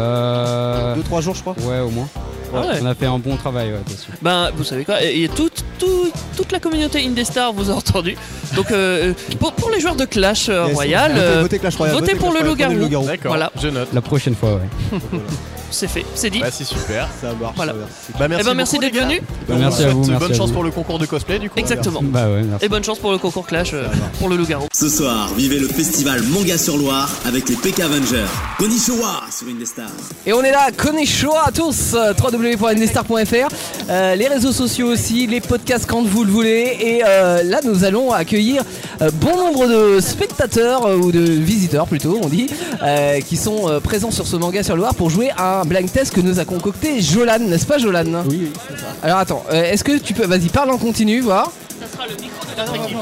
Speaker 9: Euh...
Speaker 22: Deux, trois jours, je crois.
Speaker 9: Ouais, au moins.
Speaker 1: Ah ouais.
Speaker 9: On a fait un bon travail, ouais, dessus.
Speaker 1: Ben, vous savez quoi et, et toute, toute- toute la communauté Indestar vous a entendu. Donc, euh, pour, pour les joueurs de Clash euh,
Speaker 9: Yes.
Speaker 1: Royale,
Speaker 9: Votez-
Speaker 1: euh,
Speaker 9: votez Clash Royale,
Speaker 1: votez
Speaker 9: votez
Speaker 1: pour
Speaker 9: Clash
Speaker 1: le
Speaker 9: Royale, prenez le
Speaker 1: loup-garou.
Speaker 9: loup-garou.
Speaker 5: D'accord.
Speaker 1: Voilà,
Speaker 5: Je note.
Speaker 9: La prochaine fois, ouais.
Speaker 1: c'est fait, c'est dit.
Speaker 5: Bah, c'est super.
Speaker 22: Ça marche.
Speaker 1: Voilà.
Speaker 5: Bah, merci
Speaker 1: Eh ben, merci
Speaker 5: beaucoup,
Speaker 1: d'être
Speaker 5: les gars.
Speaker 1: venu.
Speaker 9: Bah, merci à vous, merci
Speaker 5: bonne
Speaker 9: à
Speaker 5: chance
Speaker 9: vous.
Speaker 5: pour le concours de cosplay, du coup.
Speaker 1: Exactement.
Speaker 9: Bah ouais, merci.
Speaker 1: Et bonne chance pour le concours Clash, euh, pour le loup-garou.
Speaker 2: Ce soir, vivez le festival Manga sur Loire avec les PK Avengers. Konnichiwa sur Indestar.
Speaker 3: Et on est là, Konnichiwa à tous, euh, www.mdstar.fr, euh, les réseaux sociaux aussi, les podcasts quand vous le voulez. Et euh, là, nous allons accueillir euh, bon nombre de spectateurs, euh, ou de visiteurs plutôt, on dit, euh, qui sont euh, présents sur ce manga sur Loire pour jouer à un blind test que nous a concocté Jolan, n'est-ce pas Jolan Oui, oui, c'est ça. Alors attends, euh, est-ce que tu peux, vas-y, parle en continu, voir.
Speaker 1: Ça sera le micro de notre équipe.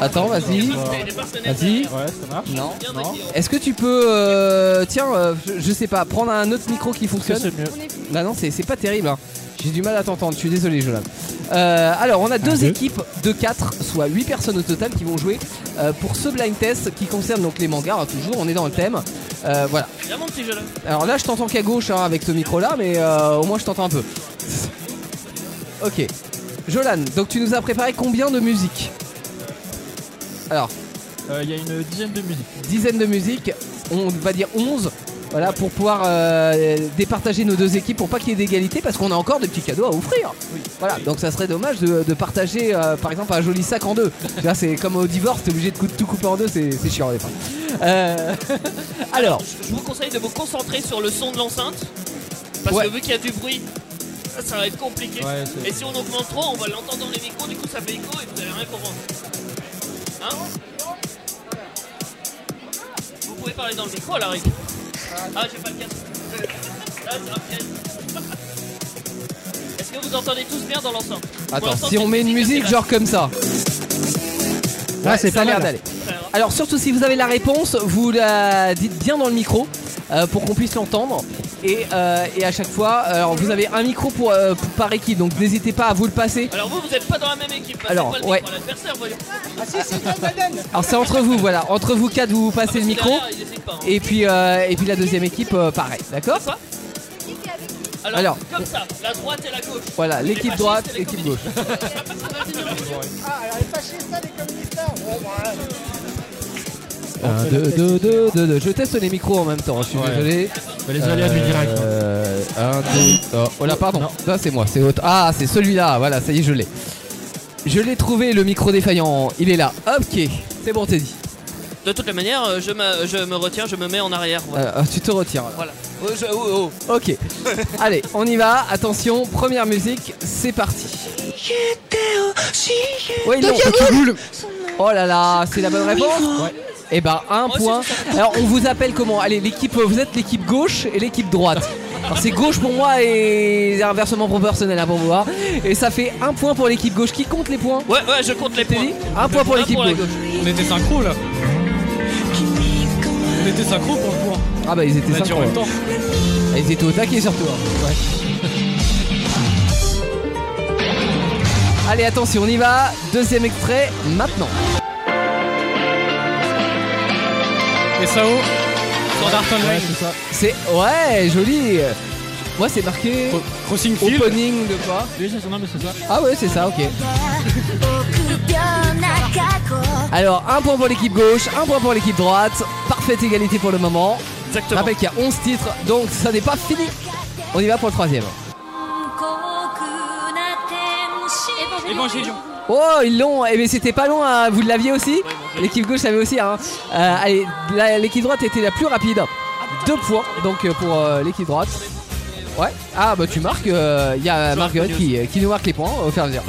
Speaker 3: Attends, vas-y. Vas-y. Non. Est-ce que tu peux, euh, tiens, euh, je- je sais pas, prendre un autre micro qui fonctionne
Speaker 4: c'est mieux.
Speaker 3: Bah non, c'est c'est pas terrible. hein. J'ai du mal à t'entendre. Je suis désolé, Jolan. Euh, alors, on a deux équipes de 4, soit 8 personnes au total qui vont jouer euh, pour ce blind test qui concerne donc les mangas. hein, toujours, on est dans le thème. Euh, voilà.
Speaker 1: Viens, mon petit Jolan.
Speaker 3: Alors là, je t'entends qu'à gauche hein, avec ce micro-là, mais euh, au moins je t'entends un peu. Ok. Jolan, donc tu nous as préparé combien de musiques Alors,
Speaker 4: Il
Speaker 10: Euh,
Speaker 4: y a une dizaine de musiques.
Speaker 3: dizaine de musiques, on va dire 11, voilà, pour pouvoir euh, départager nos deux équipes pour pas qu'il y ait d'égalité parce qu'on a encore des petits cadeaux à offrir. Voilà, donc ça serait dommage de, de partager euh, par exemple un joli sac en deux. Tu vois, c'est comme au divorce, t'es obligé de cou- tout couper en deux, c'est c'est chiant des fois. Euh, alors,
Speaker 1: Je vous conseille de vous concentrer sur le son de l'enceinte. Parce
Speaker 3: Ouais.
Speaker 1: que vu qu'il y a du bruit, ça, ça va être compliqué.
Speaker 3: Ouais, c'est-
Speaker 1: et si on augmente trop, on va l'entendre dans les micros, du coup ça fait écho et vous allez rien comprendre. Hein Vous pouvez parler dans le micro, Larry. Ah, j'ai pas le casque. Ah, c'est un piège. Est-ce que vous entendez tous bien dans l'ensemble
Speaker 3: Attends, si on met une musique genre comme ça.
Speaker 16: Ah,
Speaker 3: Ouais,
Speaker 16: c'est
Speaker 3: ça a
Speaker 16: pas
Speaker 3: l'air
Speaker 16: mal.
Speaker 3: d'aller. Alors surtout si vous avez la réponse, vous la dites bien dans le micro euh, pour qu'on puisse l'entendre. Et, euh, et à chaque fois, alors vous avez un micro pour, euh, pour- par équipe, donc n'hésitez pas à vous le passer.
Speaker 1: Alors vous, vous n'êtes pas dans la même équipe. passez
Speaker 3: Alors,
Speaker 1: pas le
Speaker 3: ouais.
Speaker 1: micro
Speaker 3: Ah,
Speaker 1: à l'adversaire, voyons.
Speaker 3: Alors c'est entre vous, voilà, entre vous quatre, vous vous passez le micro. Et puis euh, et puis la deuxième équipe, euh, pareil, d'accord
Speaker 1: Alors,
Speaker 3: Alors,
Speaker 1: comme ça, la droite et la gauche.
Speaker 3: Voilà,
Speaker 1: Les
Speaker 3: l'équipe
Speaker 1: fascistes
Speaker 3: droite,
Speaker 1: et les
Speaker 3: l'équipe gauche.
Speaker 21: Ah, alors les fascistes, ça, les communistes, là
Speaker 3: Un, deux, deux, deux, deux, deux. Je teste les micros en même temps, je suis
Speaker 7: Ouais.
Speaker 3: désolé.
Speaker 7: Bah, les aléas du direct.
Speaker 3: Euh, un, deux, oh, oh là, pardon. Ça, c'est moi, c'est autre. Ah, c'est celui-là, voilà, ça y est, je l'ai. Je l'ai trouvé, le micro défaillant. Il est là. Ok, c'est bon, Teddy.
Speaker 1: De toute manière, euh, je me, je me retiens, je me mets en arrière. Voilà.
Speaker 3: Euh, tu te retires. là.
Speaker 1: Voilà. Oh, je- oh, oh.
Speaker 3: Ok. Allez, on y va. Attention, première musique, c'est parti. Ouais,
Speaker 14: Tokyo
Speaker 3: non. Oh là là, c'est la bonne réponse. Et bah un point. Alors on vous appelle comment Allez, l'équipe, vous êtes l'équipe gauche et l'équipe droite. Alors c'est gauche pour moi et inversement proportionnel hein, pour vous. hein. Et ça fait un point pour l'équipe gauche. Qui compte les points
Speaker 1: Ouais, ouais, je compte les points.
Speaker 3: oh. Un point pour l'équipe
Speaker 1: la
Speaker 3: gauche.
Speaker 17: On était synchro là. On était synchro pour le point.
Speaker 3: Ah bah ils étaient
Speaker 17: On a dit en
Speaker 3: synchro.
Speaker 17: même temps.
Speaker 3: Ah, Ils étaient au taquet surtout. hein. Allez, attention, on y va. Deuxième extrait maintenant.
Speaker 17: Et ça Standard Online.
Speaker 3: C'est ouais, joli. Moi, c'est marqué.
Speaker 17: Crossing
Speaker 3: Field. Opening de quoi
Speaker 17: Oui, c'est son nom, c'est ça.
Speaker 3: Ah ouais, c'est ça, ok. Alors, un point pour l'équipe gauche, un point pour l'équipe droite. Parfaite égalité pour le moment.
Speaker 1: Exactement.
Speaker 3: Rappelle qu'il y a 11 titres, donc ça n'est pas fini. On y va pour le troisième.
Speaker 14: Évangélion.
Speaker 3: Oh, ils l'ont. Eh mais c'était pas long. hein. Vous l'aviez aussi. L'équipe gauche l'avait aussi. Hein. Euh, allez, la- l'équipe droite était la plus rapide. Deux points donc euh, pour euh, l'équipe droite. Ouais. Ah bah tu marques. euh, Il y a Marguerite qui, qui nous marque les points au fur et à mesure.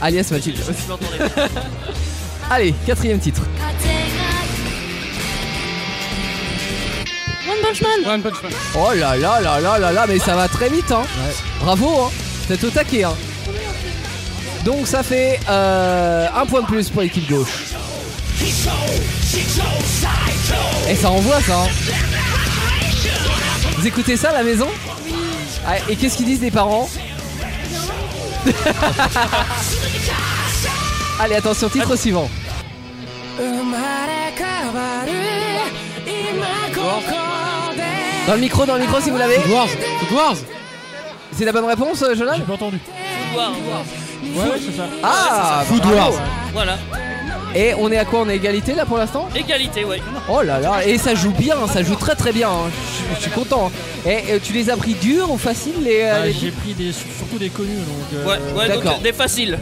Speaker 3: Alias Mathilde. allez, quatrième titre.
Speaker 18: One Punch Man
Speaker 17: One Punch Man
Speaker 3: Oh là là là là là là, mais ça va très vite. Hein. Bravo. Hein. Vous êtes au taquet. Hein. Donc ça fait euh, un point de plus pour l'équipe gauche.
Speaker 1: Eh.
Speaker 3: Et ça envoie ça. hein. Vous écoutez ça à la maison Ah, Et qu'est-ce qu'ils disent des parents Allez, attention, titre suivant. Dans le micro, dans le micro si vous l'avez. C'est la bonne réponse, euh, Jolan J'ai pas entendu.
Speaker 1: Ouais,
Speaker 16: ouais, c'est ça.
Speaker 3: Ah,
Speaker 1: Food
Speaker 3: bravo.
Speaker 1: Wars. Voilà.
Speaker 3: Et on est à quoi On est à égalité là pour l'instant
Speaker 1: Égalité, ouais.
Speaker 3: Oh là là, et ça joue bien, ça joue très très bien. hein. Je- Je suis content. Et euh, tu les as pris durs ou faciles les, euh,
Speaker 4: Bah,
Speaker 3: les
Speaker 4: j'ai pris des, surtout des connus donc. euh,
Speaker 1: Ouais, ouais,
Speaker 3: d'accord.
Speaker 1: donc des faciles.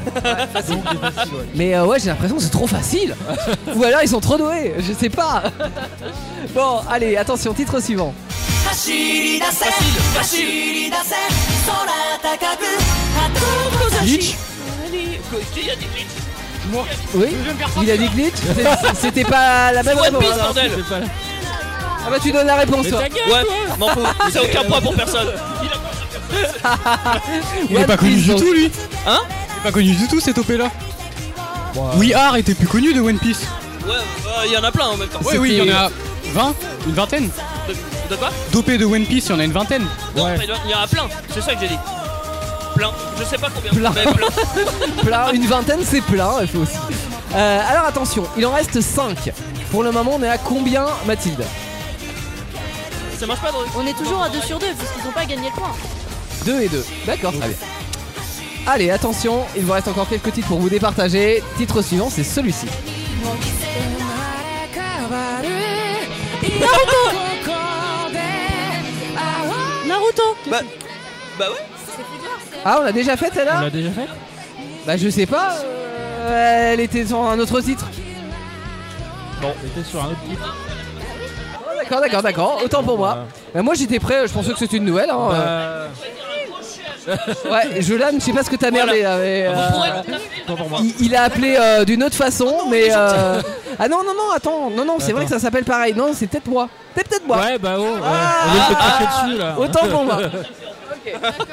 Speaker 3: Mais euh, ouais, j'ai l'impression que c'est trop facile. Ou alors ils sont trop doués, je sais pas. bon, allez, attention, titre suivant. Glitch
Speaker 1: Qui a dit glitch
Speaker 3: Moi Oui Il a dit glitch C'est- C'était pas la
Speaker 1: C'est
Speaker 3: même
Speaker 1: One
Speaker 3: réponse.
Speaker 1: Piece,
Speaker 3: alors.
Speaker 1: bordel
Speaker 3: Ah bah tu donnes la réponse
Speaker 1: Mais
Speaker 3: toi.
Speaker 1: ta gueule, Ouais, toi m'en fous. C'est aucun point pour personne.
Speaker 3: Il est pas connu du tout
Speaker 9: lui
Speaker 1: Hein
Speaker 9: Il est pas connu du tout cet OP là We Are était plus connu de One Piece
Speaker 1: Ouais, euh, il y en a plein en même temps.
Speaker 9: Oui oui il y en a 20 Une vingtaine
Speaker 1: De, de quoi
Speaker 9: D'OP de One Piece il y en a une vingtaine
Speaker 1: Non, mais il y en a plein, c'est ça que j'ai dit. Plein, je sais pas combien.
Speaker 3: Plein.
Speaker 1: mais plein.
Speaker 3: plein, une vingtaine c'est plein, il faut aussi. Euh, alors attention, il en reste 5. Pour le moment, on est à combien, Mathilde
Speaker 13: Ça marche pas On est toujours à 2 sur 2 parce qu'ils n'ont pas gagné le point.
Speaker 3: 2 et 2. D'accord, très bien. Allez, attention, il vous reste encore quelques titres pour vous départager. Titre suivant, c'est celui-ci.
Speaker 13: Naruto
Speaker 1: Bah, bah ouais
Speaker 3: Ah, on l'a déjà faite celle-là On l'a
Speaker 4: déjà faite
Speaker 3: Bah, je sais pas. euh, elle était sur un autre titre.
Speaker 4: Bon, on était sur un autre titre.
Speaker 3: Ah, D'accord, d'accord, d'accord. Autant pour moi. Bah, moi, j'étais prêt. Je pensais que c'était une nouvelle. Hein.
Speaker 4: Bah,
Speaker 1: Bah.
Speaker 3: euh. Ouais, Jolan, je sais pas ce que t'as merdé là, mais, euh,
Speaker 4: Pas pour moi.
Speaker 3: il, il a appelé euh, d'une autre façon, mais. euh, Ah non, non, non, attends. Non, non, c'est vrai que ça s'appelle pareil. Non, c'est peut-être moi. C'est peut-être moi.
Speaker 4: Ouais, bah oh.
Speaker 3: Ah,
Speaker 4: on est peut-être
Speaker 3: ah,
Speaker 4: craché dessus là.
Speaker 3: Autant pour moi.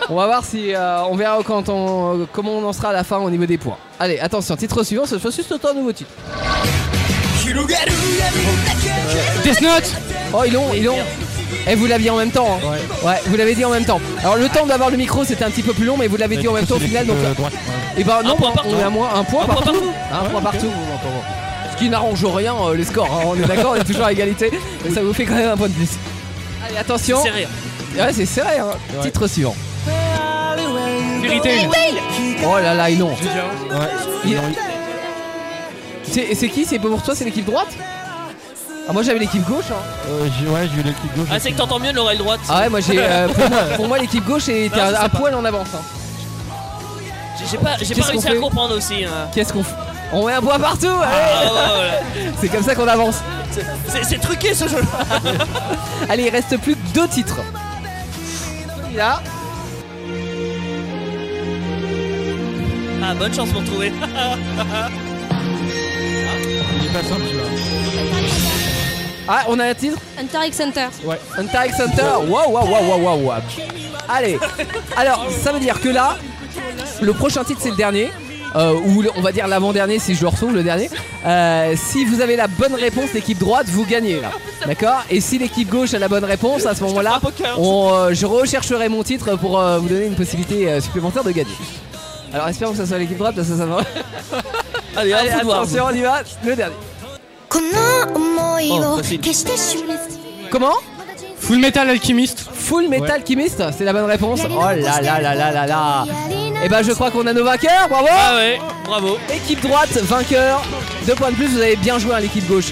Speaker 3: On va voir si euh, on verra quand on, euh, comment on en sera à la fin au niveau des points. Allez, attention, titre suivant, cette fois-ci c'est un nouveau titre. Death Note Oh, ils l'ont, ils l'ont. Et vous l'aviez en même temps. hein. Ouais. vous l'avez dit en même temps. Alors le temps d'avoir le micro c'était un petit peu plus long, mais vous l'avez dit en même temps au final.
Speaker 1: Euh,
Speaker 3: Donc, et ben non, on a moins un point partout.
Speaker 1: Ah
Speaker 3: Un point partout. Ce qui n'arrange rien euh, les scores. hein. On est d'accord, on est toujours à égalité. Mais ça vous fait quand même un point de plus. Allez, attention.
Speaker 1: C'est serré.
Speaker 3: Ouais, c'est serré. hein.
Speaker 1: Ouais.
Speaker 3: Titre suivant.
Speaker 1: Fairy Tail.
Speaker 3: Oh là là, ils l'ont.
Speaker 1: ils
Speaker 3: Il- C'est c'est qui C'est pour toi, c'est l'équipe droite ah, Moi j'avais l'équipe gauche. hein.
Speaker 1: ouais, Euh, j'ai eu l'équipe gauche. Ah, c'est que t'entends mieux l'oreille droite.
Speaker 3: Ah ouais, moi j'ai. euh, pour moi, pour moi, l'équipe gauche était
Speaker 1: Non,
Speaker 3: un,
Speaker 1: je sais
Speaker 3: un
Speaker 1: pas.
Speaker 3: poil en avance. hein.
Speaker 1: J'ai- J'ai pas, j'ai
Speaker 3: Qu'est-ce
Speaker 1: pas
Speaker 3: qu'on
Speaker 1: réussi à
Speaker 3: fait
Speaker 1: comprendre aussi. hein.
Speaker 3: Qu'est-ce qu'on fait On met un point partout allez
Speaker 1: Ah, ouais,
Speaker 3: C'est comme ça qu'on avance.
Speaker 1: ouais, ouais. C'est- C'est truqué ce jeu-là.
Speaker 3: Allez, il reste plus que deux titres. Là.
Speaker 1: Ah, bonne chance pour trouver.
Speaker 4: Il est pas simple celui-là.
Speaker 3: Ah, on a un titre
Speaker 12: Hunter x Hunter.
Speaker 4: Ouais.
Speaker 3: Hunter x Hunter. Waouh, waouh, waouh, waouh, waouh. waouh. Allez. Alors, ça veut dire que là, le prochain titre c'est le dernier. Euh, ou le- on va dire l'avant-dernier si je le retrouve, le dernier. Euh, si vous avez la bonne réponse, l'équipe droite, vous gagnez là. D'accord Et si l'équipe gauche a la bonne réponse, à ce moment-là, on, euh, je rechercherai mon titre pour euh, vous donner une possibilité euh, supplémentaire de gagner. Alors espérons que ça soit l'équipe droite, parce que ça, ça va.
Speaker 1: Allez,
Speaker 3: Allez,
Speaker 1: un foudoir.
Speaker 3: attention, on y va, le dernier.
Speaker 1: Oh, facile.
Speaker 3: Comment
Speaker 9: Full Metal Alchemist.
Speaker 3: Full Metal
Speaker 9: Ouais.
Speaker 3: Alchemist, c'est la bonne réponse. Oh là là là là là là Et bah je crois qu'on a nos vainqueurs, bravo
Speaker 1: Ah ouais, bravo.
Speaker 3: Équipe droite, vainqueur. Deux points de plus, vous avez bien joué à l'équipe gauche.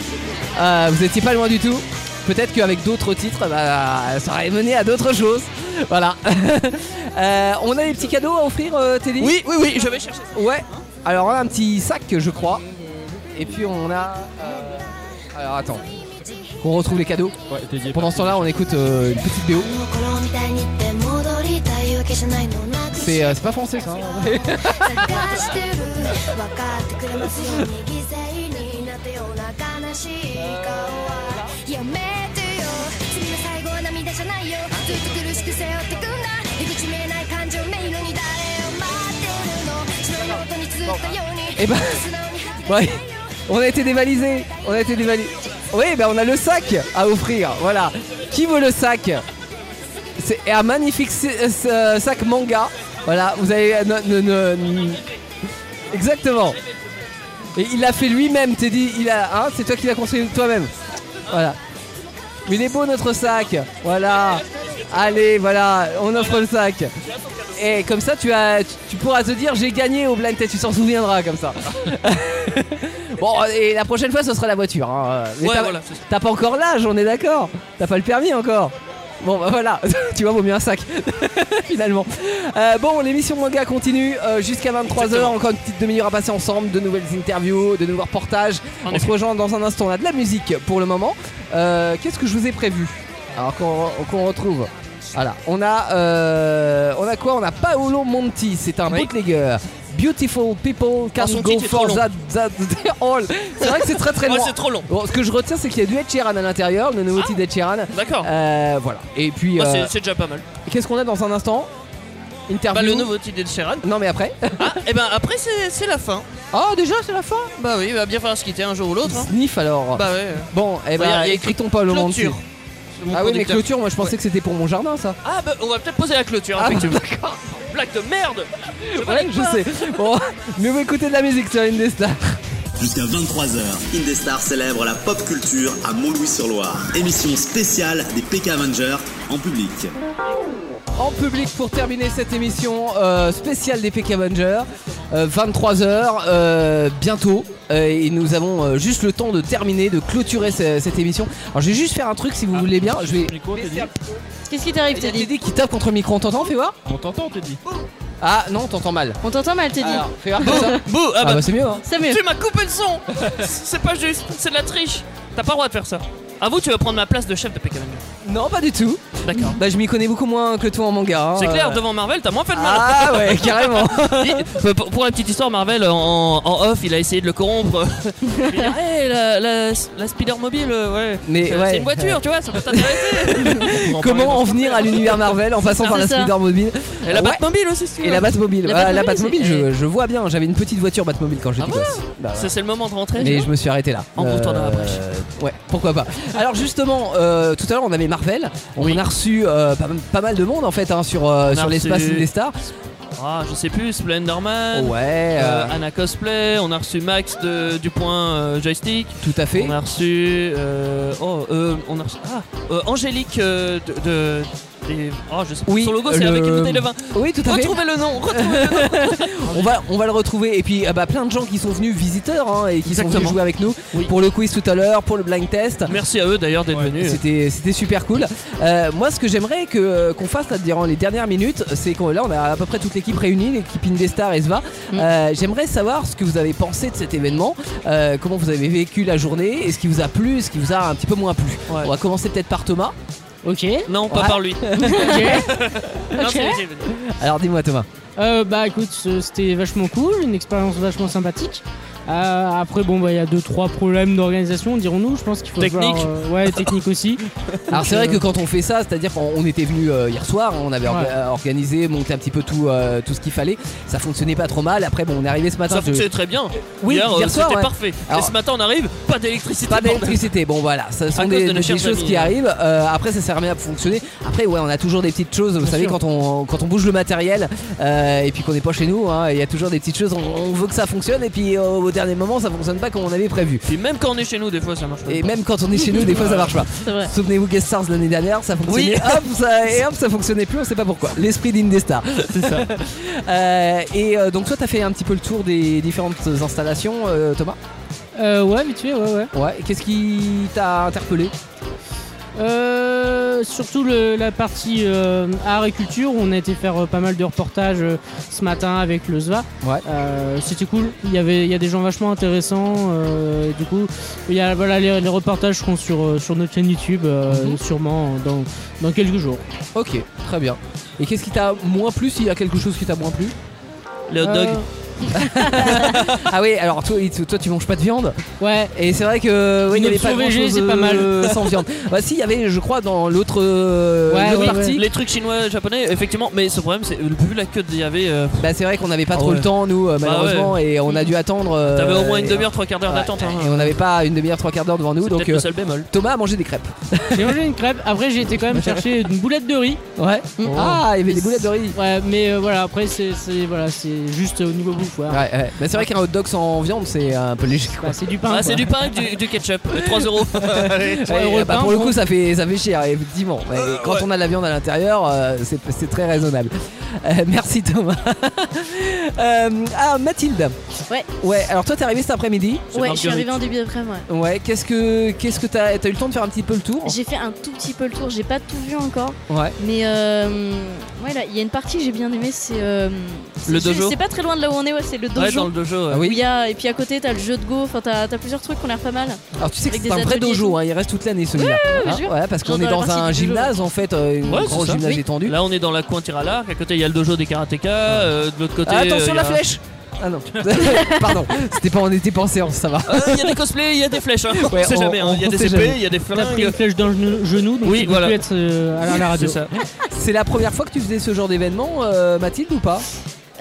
Speaker 3: Euh, vous étiez pas loin du tout. Peut-être qu'avec d'autres titres, bah, ça aurait mené à d'autres choses. Voilà. Euh, on a des petits cadeaux à offrir, euh, Teddy
Speaker 1: Oui, oui, oui, je vais chercher
Speaker 3: Ouais. Alors on a un petit sac, je crois. Et puis on a... euh, Alors attends. Qu'on retrouve les cadeaux. Pendant ce temps-là, on écoute euh, une petite BO. C'est euh, c'est pas français ça. hein.
Speaker 7: 探してる分かってくれますように犠牲になったような悲しい顔はやめてよ君の最後は涙じゃないよずっと苦しく背負ってくんだ出口見えない感情迷路に誰を待ってるの白い音に続いたように
Speaker 3: えば Eh ben, Ouais. On a été dévalisé. On a été dévalisé. Oui, ben on a le sac à offrir. Voilà. Qui veut le sac C'est un magnifique si- euh, sac manga. Voilà, vous avez. euh, no- no- no- Exactement. Et il l'a fait lui-même, Teddy. Il a, hein, c'est toi qui l'as construit toi-même. Voilà. Mais il est beau notre sac. Voilà. Allez, voilà, on offre le sac. Et comme ça, tu, as, tu- tu pourras te dire j'ai gagné au blind test. Tu s'en souviendras comme ça. bon, et la prochaine fois, ce sera la voiture. hein. Mais
Speaker 1: Ouais,
Speaker 3: t'as,
Speaker 1: voilà, c'est
Speaker 3: t'as pas encore l'âge, on est d'accord. T'as pas le permis encore. Bon, bah voilà, tu vois, vaut mieux un sac finalement. Euh, bon, l'émission manga continue euh, jusqu'à 23h. Encore une petite demi-heure à passer ensemble, de nouvelles interviews, de nouveaux reportages. on se rejoint dans un instant. On a de la musique pour le moment. Euh, Qu'est-ce que je vous ai prévu Alors qu'on qu'on retrouve. Voilà, on a, euh, on a quoi On a Paolo Monti, c'est un bootlegger. Beautiful people can
Speaker 1: Oh, son
Speaker 3: go
Speaker 1: titre est trop
Speaker 3: for
Speaker 1: long.
Speaker 3: that, that all. C'est vrai que c'est très très long.
Speaker 1: Ouais, c'est trop long. Ah,
Speaker 3: Bon, ce que je retiens, c'est qu'il y a du Ed Sheeran à l'intérieur, le nouveau titre d'Ed Sheeran.
Speaker 1: D'accord.
Speaker 3: Euh, voilà. Et puis.
Speaker 1: Bah, c'est-
Speaker 3: euh,
Speaker 1: c'est déjà pas mal.
Speaker 3: Qu'est-ce qu'on a dans un instant Interview.
Speaker 1: Bah, le nouveau titre de Sheeran.
Speaker 3: Non, mais après.
Speaker 1: Et ben après, c'est c'est la fin.
Speaker 3: Ah, déjà, c'est la fin
Speaker 1: Bah oui, il va bien falloir se quitter un jour ou l'autre. hein.
Speaker 3: Sniff alors.
Speaker 1: Bah ouais.
Speaker 3: Bon, eh ben,
Speaker 1: Regarde, il y a écrit
Speaker 3: écrit ton Paolo Monti.
Speaker 1: clôture. C'est mon
Speaker 3: Ah oui, mais
Speaker 1: producteur.
Speaker 3: clôture, moi je pensais
Speaker 1: Ouais.
Speaker 3: que c'était pour mon jardin ça.
Speaker 1: Ah bah on va peut-être poser la clôture,
Speaker 3: Ah,
Speaker 1: effectivement. Blague de merde Je
Speaker 3: Ouais,
Speaker 1: valide
Speaker 3: je
Speaker 1: pas.
Speaker 3: sais. Bon, mais vous écoutez de la musique sur Indestar.
Speaker 2: Jusqu'à 23h, Indestar célèbre la pop culture à Montlouis-sur-Loire. Émission spéciale des PK Avengers en public.
Speaker 3: En public pour terminer cette émission euh, spéciale des PK Avengers. Euh, 23h bientôt Euh, et nous avons euh, juste le temps de terminer, de clôturer ce- cette émission. Alors je vais juste faire un truc si vous voulez bien. Je vais.
Speaker 13: Qu'est-ce qui t'arrive,
Speaker 3: Il y a
Speaker 13: Teddy
Speaker 3: Teddy qui tape contre le micro, on t'entend, fais voir
Speaker 4: On t'entend, t'es dit.
Speaker 3: Ah non, on t'entend mal.
Speaker 13: On t'entend mal, Teddy
Speaker 3: Alors, fais voir comme ça.
Speaker 1: Bouh, ah
Speaker 3: Ah
Speaker 1: bah-
Speaker 3: bah c'est mieux. hein.
Speaker 1: Tu m'as coupé le son C'est pas juste, c'est de la triche T'as pas le droit de faire ça À vous, tu vas prendre ma place de chef de PK Avenger.
Speaker 3: Non, pas du tout.
Speaker 1: D'accord.
Speaker 3: Bah, je m'y connais beaucoup moins que toi en manga. hein.
Speaker 1: C'est clair,
Speaker 3: Euh,
Speaker 1: devant Marvel, t'as moins fait de mal.
Speaker 3: Ah ouais, carrément.
Speaker 1: Dis- pour- Pour la petite histoire, Marvel en, en off, il a essayé de le corrompre. Il a dit, Hey, la, la- la Spider Mobile, euh, ouais.
Speaker 3: Mais
Speaker 1: C'est-
Speaker 3: ouais.
Speaker 1: c'est une voiture, tu vois, ça peut t'intéresser.
Speaker 3: Comment en venir à l'univers Marvel en passant
Speaker 1: ça,
Speaker 3: par la
Speaker 1: c'est ça.
Speaker 3: Spider-Mobile
Speaker 1: Et la
Speaker 3: Ouais.
Speaker 1: Batmobile aussi, si tu
Speaker 3: Et
Speaker 1: veux.
Speaker 3: la Batmobile.
Speaker 1: La
Speaker 3: Ah, La
Speaker 1: Batmobile,
Speaker 3: Batmobile,
Speaker 1: c'est-
Speaker 3: je, je vois bien. J'avais une petite voiture Batmobile quand j'étais
Speaker 1: voilà.
Speaker 3: gosse. Bah,
Speaker 1: Ça, c'est le moment de rentrer.
Speaker 3: Mais
Speaker 1: tu
Speaker 3: je me suis arrêté là. Euh,
Speaker 1: Embourre-toi dans la brèche.
Speaker 3: Ouais, pourquoi pas. Alors justement, euh, tout à l'heure on avait Marvel. On a reçu euh, pas, pas mal de monde en fait hein, sur, euh,
Speaker 1: On a
Speaker 3: sur l'espace
Speaker 1: reçu-
Speaker 3: Indestar.
Speaker 1: Ah, je sais plus, Slenderman.
Speaker 3: Ouais,
Speaker 1: euh,
Speaker 3: euh,
Speaker 1: Anna Cosplay. On a reçu Max de- du point euh, joystick.
Speaker 3: Tout à fait.
Speaker 1: On a reçu. euh, oh, euh, on a reçu. Ah, euh, Angélique euh, de. de- des- oh, je sais plus.
Speaker 3: Oui,
Speaker 1: Son logo, c'est
Speaker 3: le-
Speaker 1: avec une bouteille de vin.
Speaker 3: Oui, tout à fait.
Speaker 1: Retrouvez le nom. retrouvez-
Speaker 3: on, va, on va le retrouver. Et puis, ah bah, plein de gens qui sont venus visiteurs hein, et qui sont
Speaker 1: Exactement.
Speaker 3: venus jouer avec nous pour le quiz tout à l'heure, pour le blind test.
Speaker 1: Merci à eux d'ailleurs d'être venus.
Speaker 3: C'était, c'était super cool. Euh, moi, ce que j'aimerais que, euh, qu'on fasse là, durant les dernières minutes, c'est qu'on là, on a à peu près toute l'équipe réunie, l'équipe Indestar et Sva.
Speaker 8: Mm.
Speaker 3: Euh, j'aimerais savoir ce que vous avez pensé de cet événement, euh, comment vous avez vécu la journée, et ce qui vous a plu, ce qui vous a un petit peu moins plu. On va commencer peut-être par Thomas.
Speaker 8: Ok.
Speaker 1: Non, pas
Speaker 3: Ouais.
Speaker 1: par lui. Non,
Speaker 8: Ok.
Speaker 1: c'est- c'est-
Speaker 3: Alors, dis-moi, Thomas.
Speaker 8: Euh, bah écoute, ce- c'était vachement cool, une expérience vachement sympathique. Euh, après, bon, bah il y a deux trois problèmes d'organisation, dirons-nous. Je pense qu'il faut
Speaker 3: Technique.
Speaker 8: voir, euh, ouais, technique aussi.
Speaker 3: Alors
Speaker 8: Donc,
Speaker 3: c'est vrai
Speaker 8: euh,
Speaker 3: que quand on fait ça, c'est-à-dire qu'on était venu euh, hier soir, on avait orga-
Speaker 8: Ouais.
Speaker 3: euh, organisé, monté un petit peu tout, euh, tout ce qu'il fallait, ça fonctionnait pas trop mal, après bon on est arrivé ce matin.
Speaker 1: Ça
Speaker 3: je-
Speaker 1: fonctionnait très bien.
Speaker 3: Oui,
Speaker 1: hier, euh,
Speaker 3: hier soir,
Speaker 1: c'était
Speaker 3: ouais.
Speaker 1: parfait.
Speaker 3: Alors-
Speaker 1: Et ce matin, on arrive, pas d'électricité.
Speaker 3: Pas
Speaker 1: bordel.
Speaker 3: d'électricité, bon voilà, ça
Speaker 1: À
Speaker 3: sont
Speaker 1: cause
Speaker 3: des,
Speaker 1: de nos
Speaker 3: des- des
Speaker 1: chers
Speaker 3: choses
Speaker 1: amis,
Speaker 3: qui
Speaker 1: euh.
Speaker 3: arrivent, Euh, après ça sert à rien à fonctionner, après ouais on a toujours des petites choses, vous savez
Speaker 8: sûr.
Speaker 3: quand on, quand on bouge le matériel euh, et puis qu'on n'est pas chez nous, hein, il y a toujours des petites choses, on, on veut que ça fonctionne et puis euh, au dernier moment ça fonctionne pas comme on avait prévu.
Speaker 1: Et même quand on est chez nous, des fois, ça marche pas.
Speaker 3: Et même quand on est chez nous, des fois ça marche pas.
Speaker 1: C'est vrai.
Speaker 3: Souvenez-vous Guest Stars l'année dernière, ça
Speaker 1: Oui.
Speaker 3: fonctionnait. Hop, ça, et hop, ça fonctionnait plus, on sait pas pourquoi. L'esprit d'Indestar.
Speaker 1: C'est ça.
Speaker 3: Euh, et euh, donc toi, t'as fait un petit peu le tour des différentes installations, euh, Thomas.
Speaker 8: Euh, ouais, vite fait, ouais, ouais.
Speaker 3: Ouais. Qu'est-ce qui t'a interpellé
Speaker 8: Euh, surtout le- la partie euh, art et culture, on a été faire euh, pas mal de reportages euh, ce matin avec le SVA.
Speaker 3: Ouais.
Speaker 8: Euh, C'était cool. Il y avait, il y a des gens vachement intéressants. euh, du coup, il y a voilà les, les reportages seront sur euh, sur notre chaîne YouTube, euh,
Speaker 3: Mhm.
Speaker 8: sûrement dans dans quelques jours.
Speaker 3: Ok, très bien. Et qu'est-ce qui t'a moins plu s'il y a quelque chose qui t'a moins plu
Speaker 1: Le hot
Speaker 3: Euh,
Speaker 1: dog.
Speaker 3: ah oui, alors toi, il- toi tu manges pas de viande
Speaker 8: Ouais.
Speaker 3: Et c'est vrai que oui, il y
Speaker 8: Une
Speaker 3: avait pas
Speaker 8: option
Speaker 3: grand
Speaker 8: végé,
Speaker 3: chose
Speaker 8: c'est pas mal.
Speaker 3: sans viande. Bah si, il y avait, je crois, dans l'autre euh, l'autre partie.
Speaker 1: Les trucs chinois, japonais, effectivement. Mais ce problème, c'est euh, vu la queue il y avait. euh,
Speaker 3: Bah c'est vrai qu'on n'avait pas
Speaker 1: Ah
Speaker 3: trop
Speaker 1: ouais.
Speaker 3: le temps nous euh,
Speaker 1: Bah
Speaker 3: malheureusement
Speaker 1: ouais.
Speaker 3: et on a dû attendre. euh,
Speaker 1: T'avais au moins une
Speaker 3: et-
Speaker 1: demi-heure, trois quarts d'heure
Speaker 3: Ouais,
Speaker 1: d'attente. hein.
Speaker 3: Et on n'avait pas une demi-heure, trois quarts d'heure devant nous,
Speaker 1: C'est
Speaker 3: donc euh,
Speaker 1: peut-être le seul bémol.
Speaker 3: Thomas a mangé des crêpes.
Speaker 8: J'ai mangé une crêpe. Après, j'ai été quand même chercher une boulette de riz.
Speaker 3: Ouais.
Speaker 8: Oh.
Speaker 3: Ah, il y avait des boulettes de
Speaker 8: riz. Ouais, mais euh, voilà, après, c'est c'est- voilà, c'est juste au niveau bouffe. ouais.
Speaker 3: Ouais, ouais. Mais c'est vrai qu'un hot dog sans viande, c'est un peu léger. quoi.
Speaker 8: Bah, c'est du
Speaker 1: Ah, c'est du pain avec du, du ketchup, 3 euros.
Speaker 3: Ouais, bah, pour le coup, ça fait, ça fait cher, effectivement. Mais
Speaker 1: Euh,
Speaker 3: quand on a de la viande à l'intérieur, euh, c'est c'est très raisonnable. Euh, merci Thomas. Euh, ah, Mathilde.
Speaker 13: Ouais.
Speaker 3: Ouais, alors toi, t'es arrivée cet après-midi.
Speaker 13: Ouais, je suis arrivée en début d'après, ouais.
Speaker 3: Ouais, qu'est-ce que qu'est-ce que t'as t'as eu le temps de faire un petit peu le tour
Speaker 13: J'ai fait un tout petit peu le tour, j'ai pas tout vu encore.
Speaker 3: Ouais.
Speaker 13: Mais euh, ouais, là, il y a une partie que j'ai bien aimée, c'est. euh, c'est-
Speaker 1: Le
Speaker 13: c'est-
Speaker 1: dojo
Speaker 13: C'est pas très loin de là où on est, ouais, c'est le dojo.
Speaker 1: Ouais, dans le dojo.
Speaker 3: Ah
Speaker 1: ouais.
Speaker 13: Où il y a- et puis à côté, t'as le jeu de go, enfin, t'as t'as plusieurs trucs qui ont l'air pas mal.
Speaker 3: Alors tu sais que
Speaker 13: Avec
Speaker 3: c'est
Speaker 13: des
Speaker 3: un vrai
Speaker 13: ateliers et
Speaker 3: dojo, hein, il reste toute l'année celui-là.
Speaker 13: Ouais, ouais, ouais,
Speaker 3: Hein,
Speaker 13: Euh, je jure.
Speaker 3: parce
Speaker 13: Genre
Speaker 3: qu'on est
Speaker 13: dans la
Speaker 3: dans un
Speaker 13: partie du dojo.
Speaker 3: gymnase en fait, euh,
Speaker 1: Ouais,
Speaker 3: un
Speaker 1: c'est
Speaker 3: gros
Speaker 1: ça.
Speaker 3: gymnase
Speaker 1: Oui.
Speaker 3: étendu.
Speaker 1: Là, on est dans la coin à l'arc. À côté, il y a le dojo des karatékas. euh, de l'autre côté.
Speaker 3: Ah, attention
Speaker 1: euh, il y
Speaker 3: la
Speaker 1: a-
Speaker 3: flèche Ah non, pardon, c'était pas, on était pas en séance, ça va.
Speaker 1: Euh, Il y a des cosplays, il y a des flèches. Hein.
Speaker 3: Ouais,
Speaker 1: on sait
Speaker 3: on-
Speaker 1: jamais. hein. Il y a
Speaker 3: on
Speaker 1: des
Speaker 3: sait
Speaker 1: CP,
Speaker 3: jamais.
Speaker 1: il y a des
Speaker 3: T'as
Speaker 1: flingues.
Speaker 8: pris une flèche dans le genou, donc
Speaker 1: Oui,
Speaker 8: tu peux
Speaker 1: voilà.
Speaker 8: plus être euh, à la- à la radio.
Speaker 1: C'est ça.
Speaker 3: C'est la première fois que tu faisais ce genre d'événement, euh, Mathilde ou pas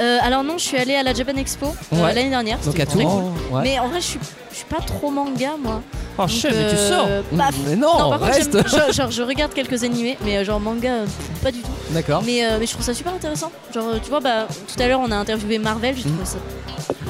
Speaker 13: Euh, alors non, je suis allée à la Japan Expo euh,
Speaker 3: Ouais.
Speaker 13: l'année dernière.
Speaker 3: Donc
Speaker 13: c'était
Speaker 3: à
Speaker 13: très
Speaker 3: Tours.
Speaker 13: cool.
Speaker 3: Ouais.
Speaker 13: Mais en vrai, je suis, je suis pas trop manga moi.
Speaker 1: Oh,
Speaker 13: Donc,
Speaker 1: chef, mais tu sors.
Speaker 13: bah,
Speaker 3: Mais non,
Speaker 13: par contre, j'aime-
Speaker 3: reste.
Speaker 13: genre, genre, je regarde quelques animés, mais euh, genre manga, euh, pff, pas du tout.
Speaker 3: D'accord.
Speaker 13: Mais, euh, mais je trouve ça super intéressant. Genre, euh, tu vois, bah, tout à l'heure, on a interviewé Marvel, j'ai trouvé ça.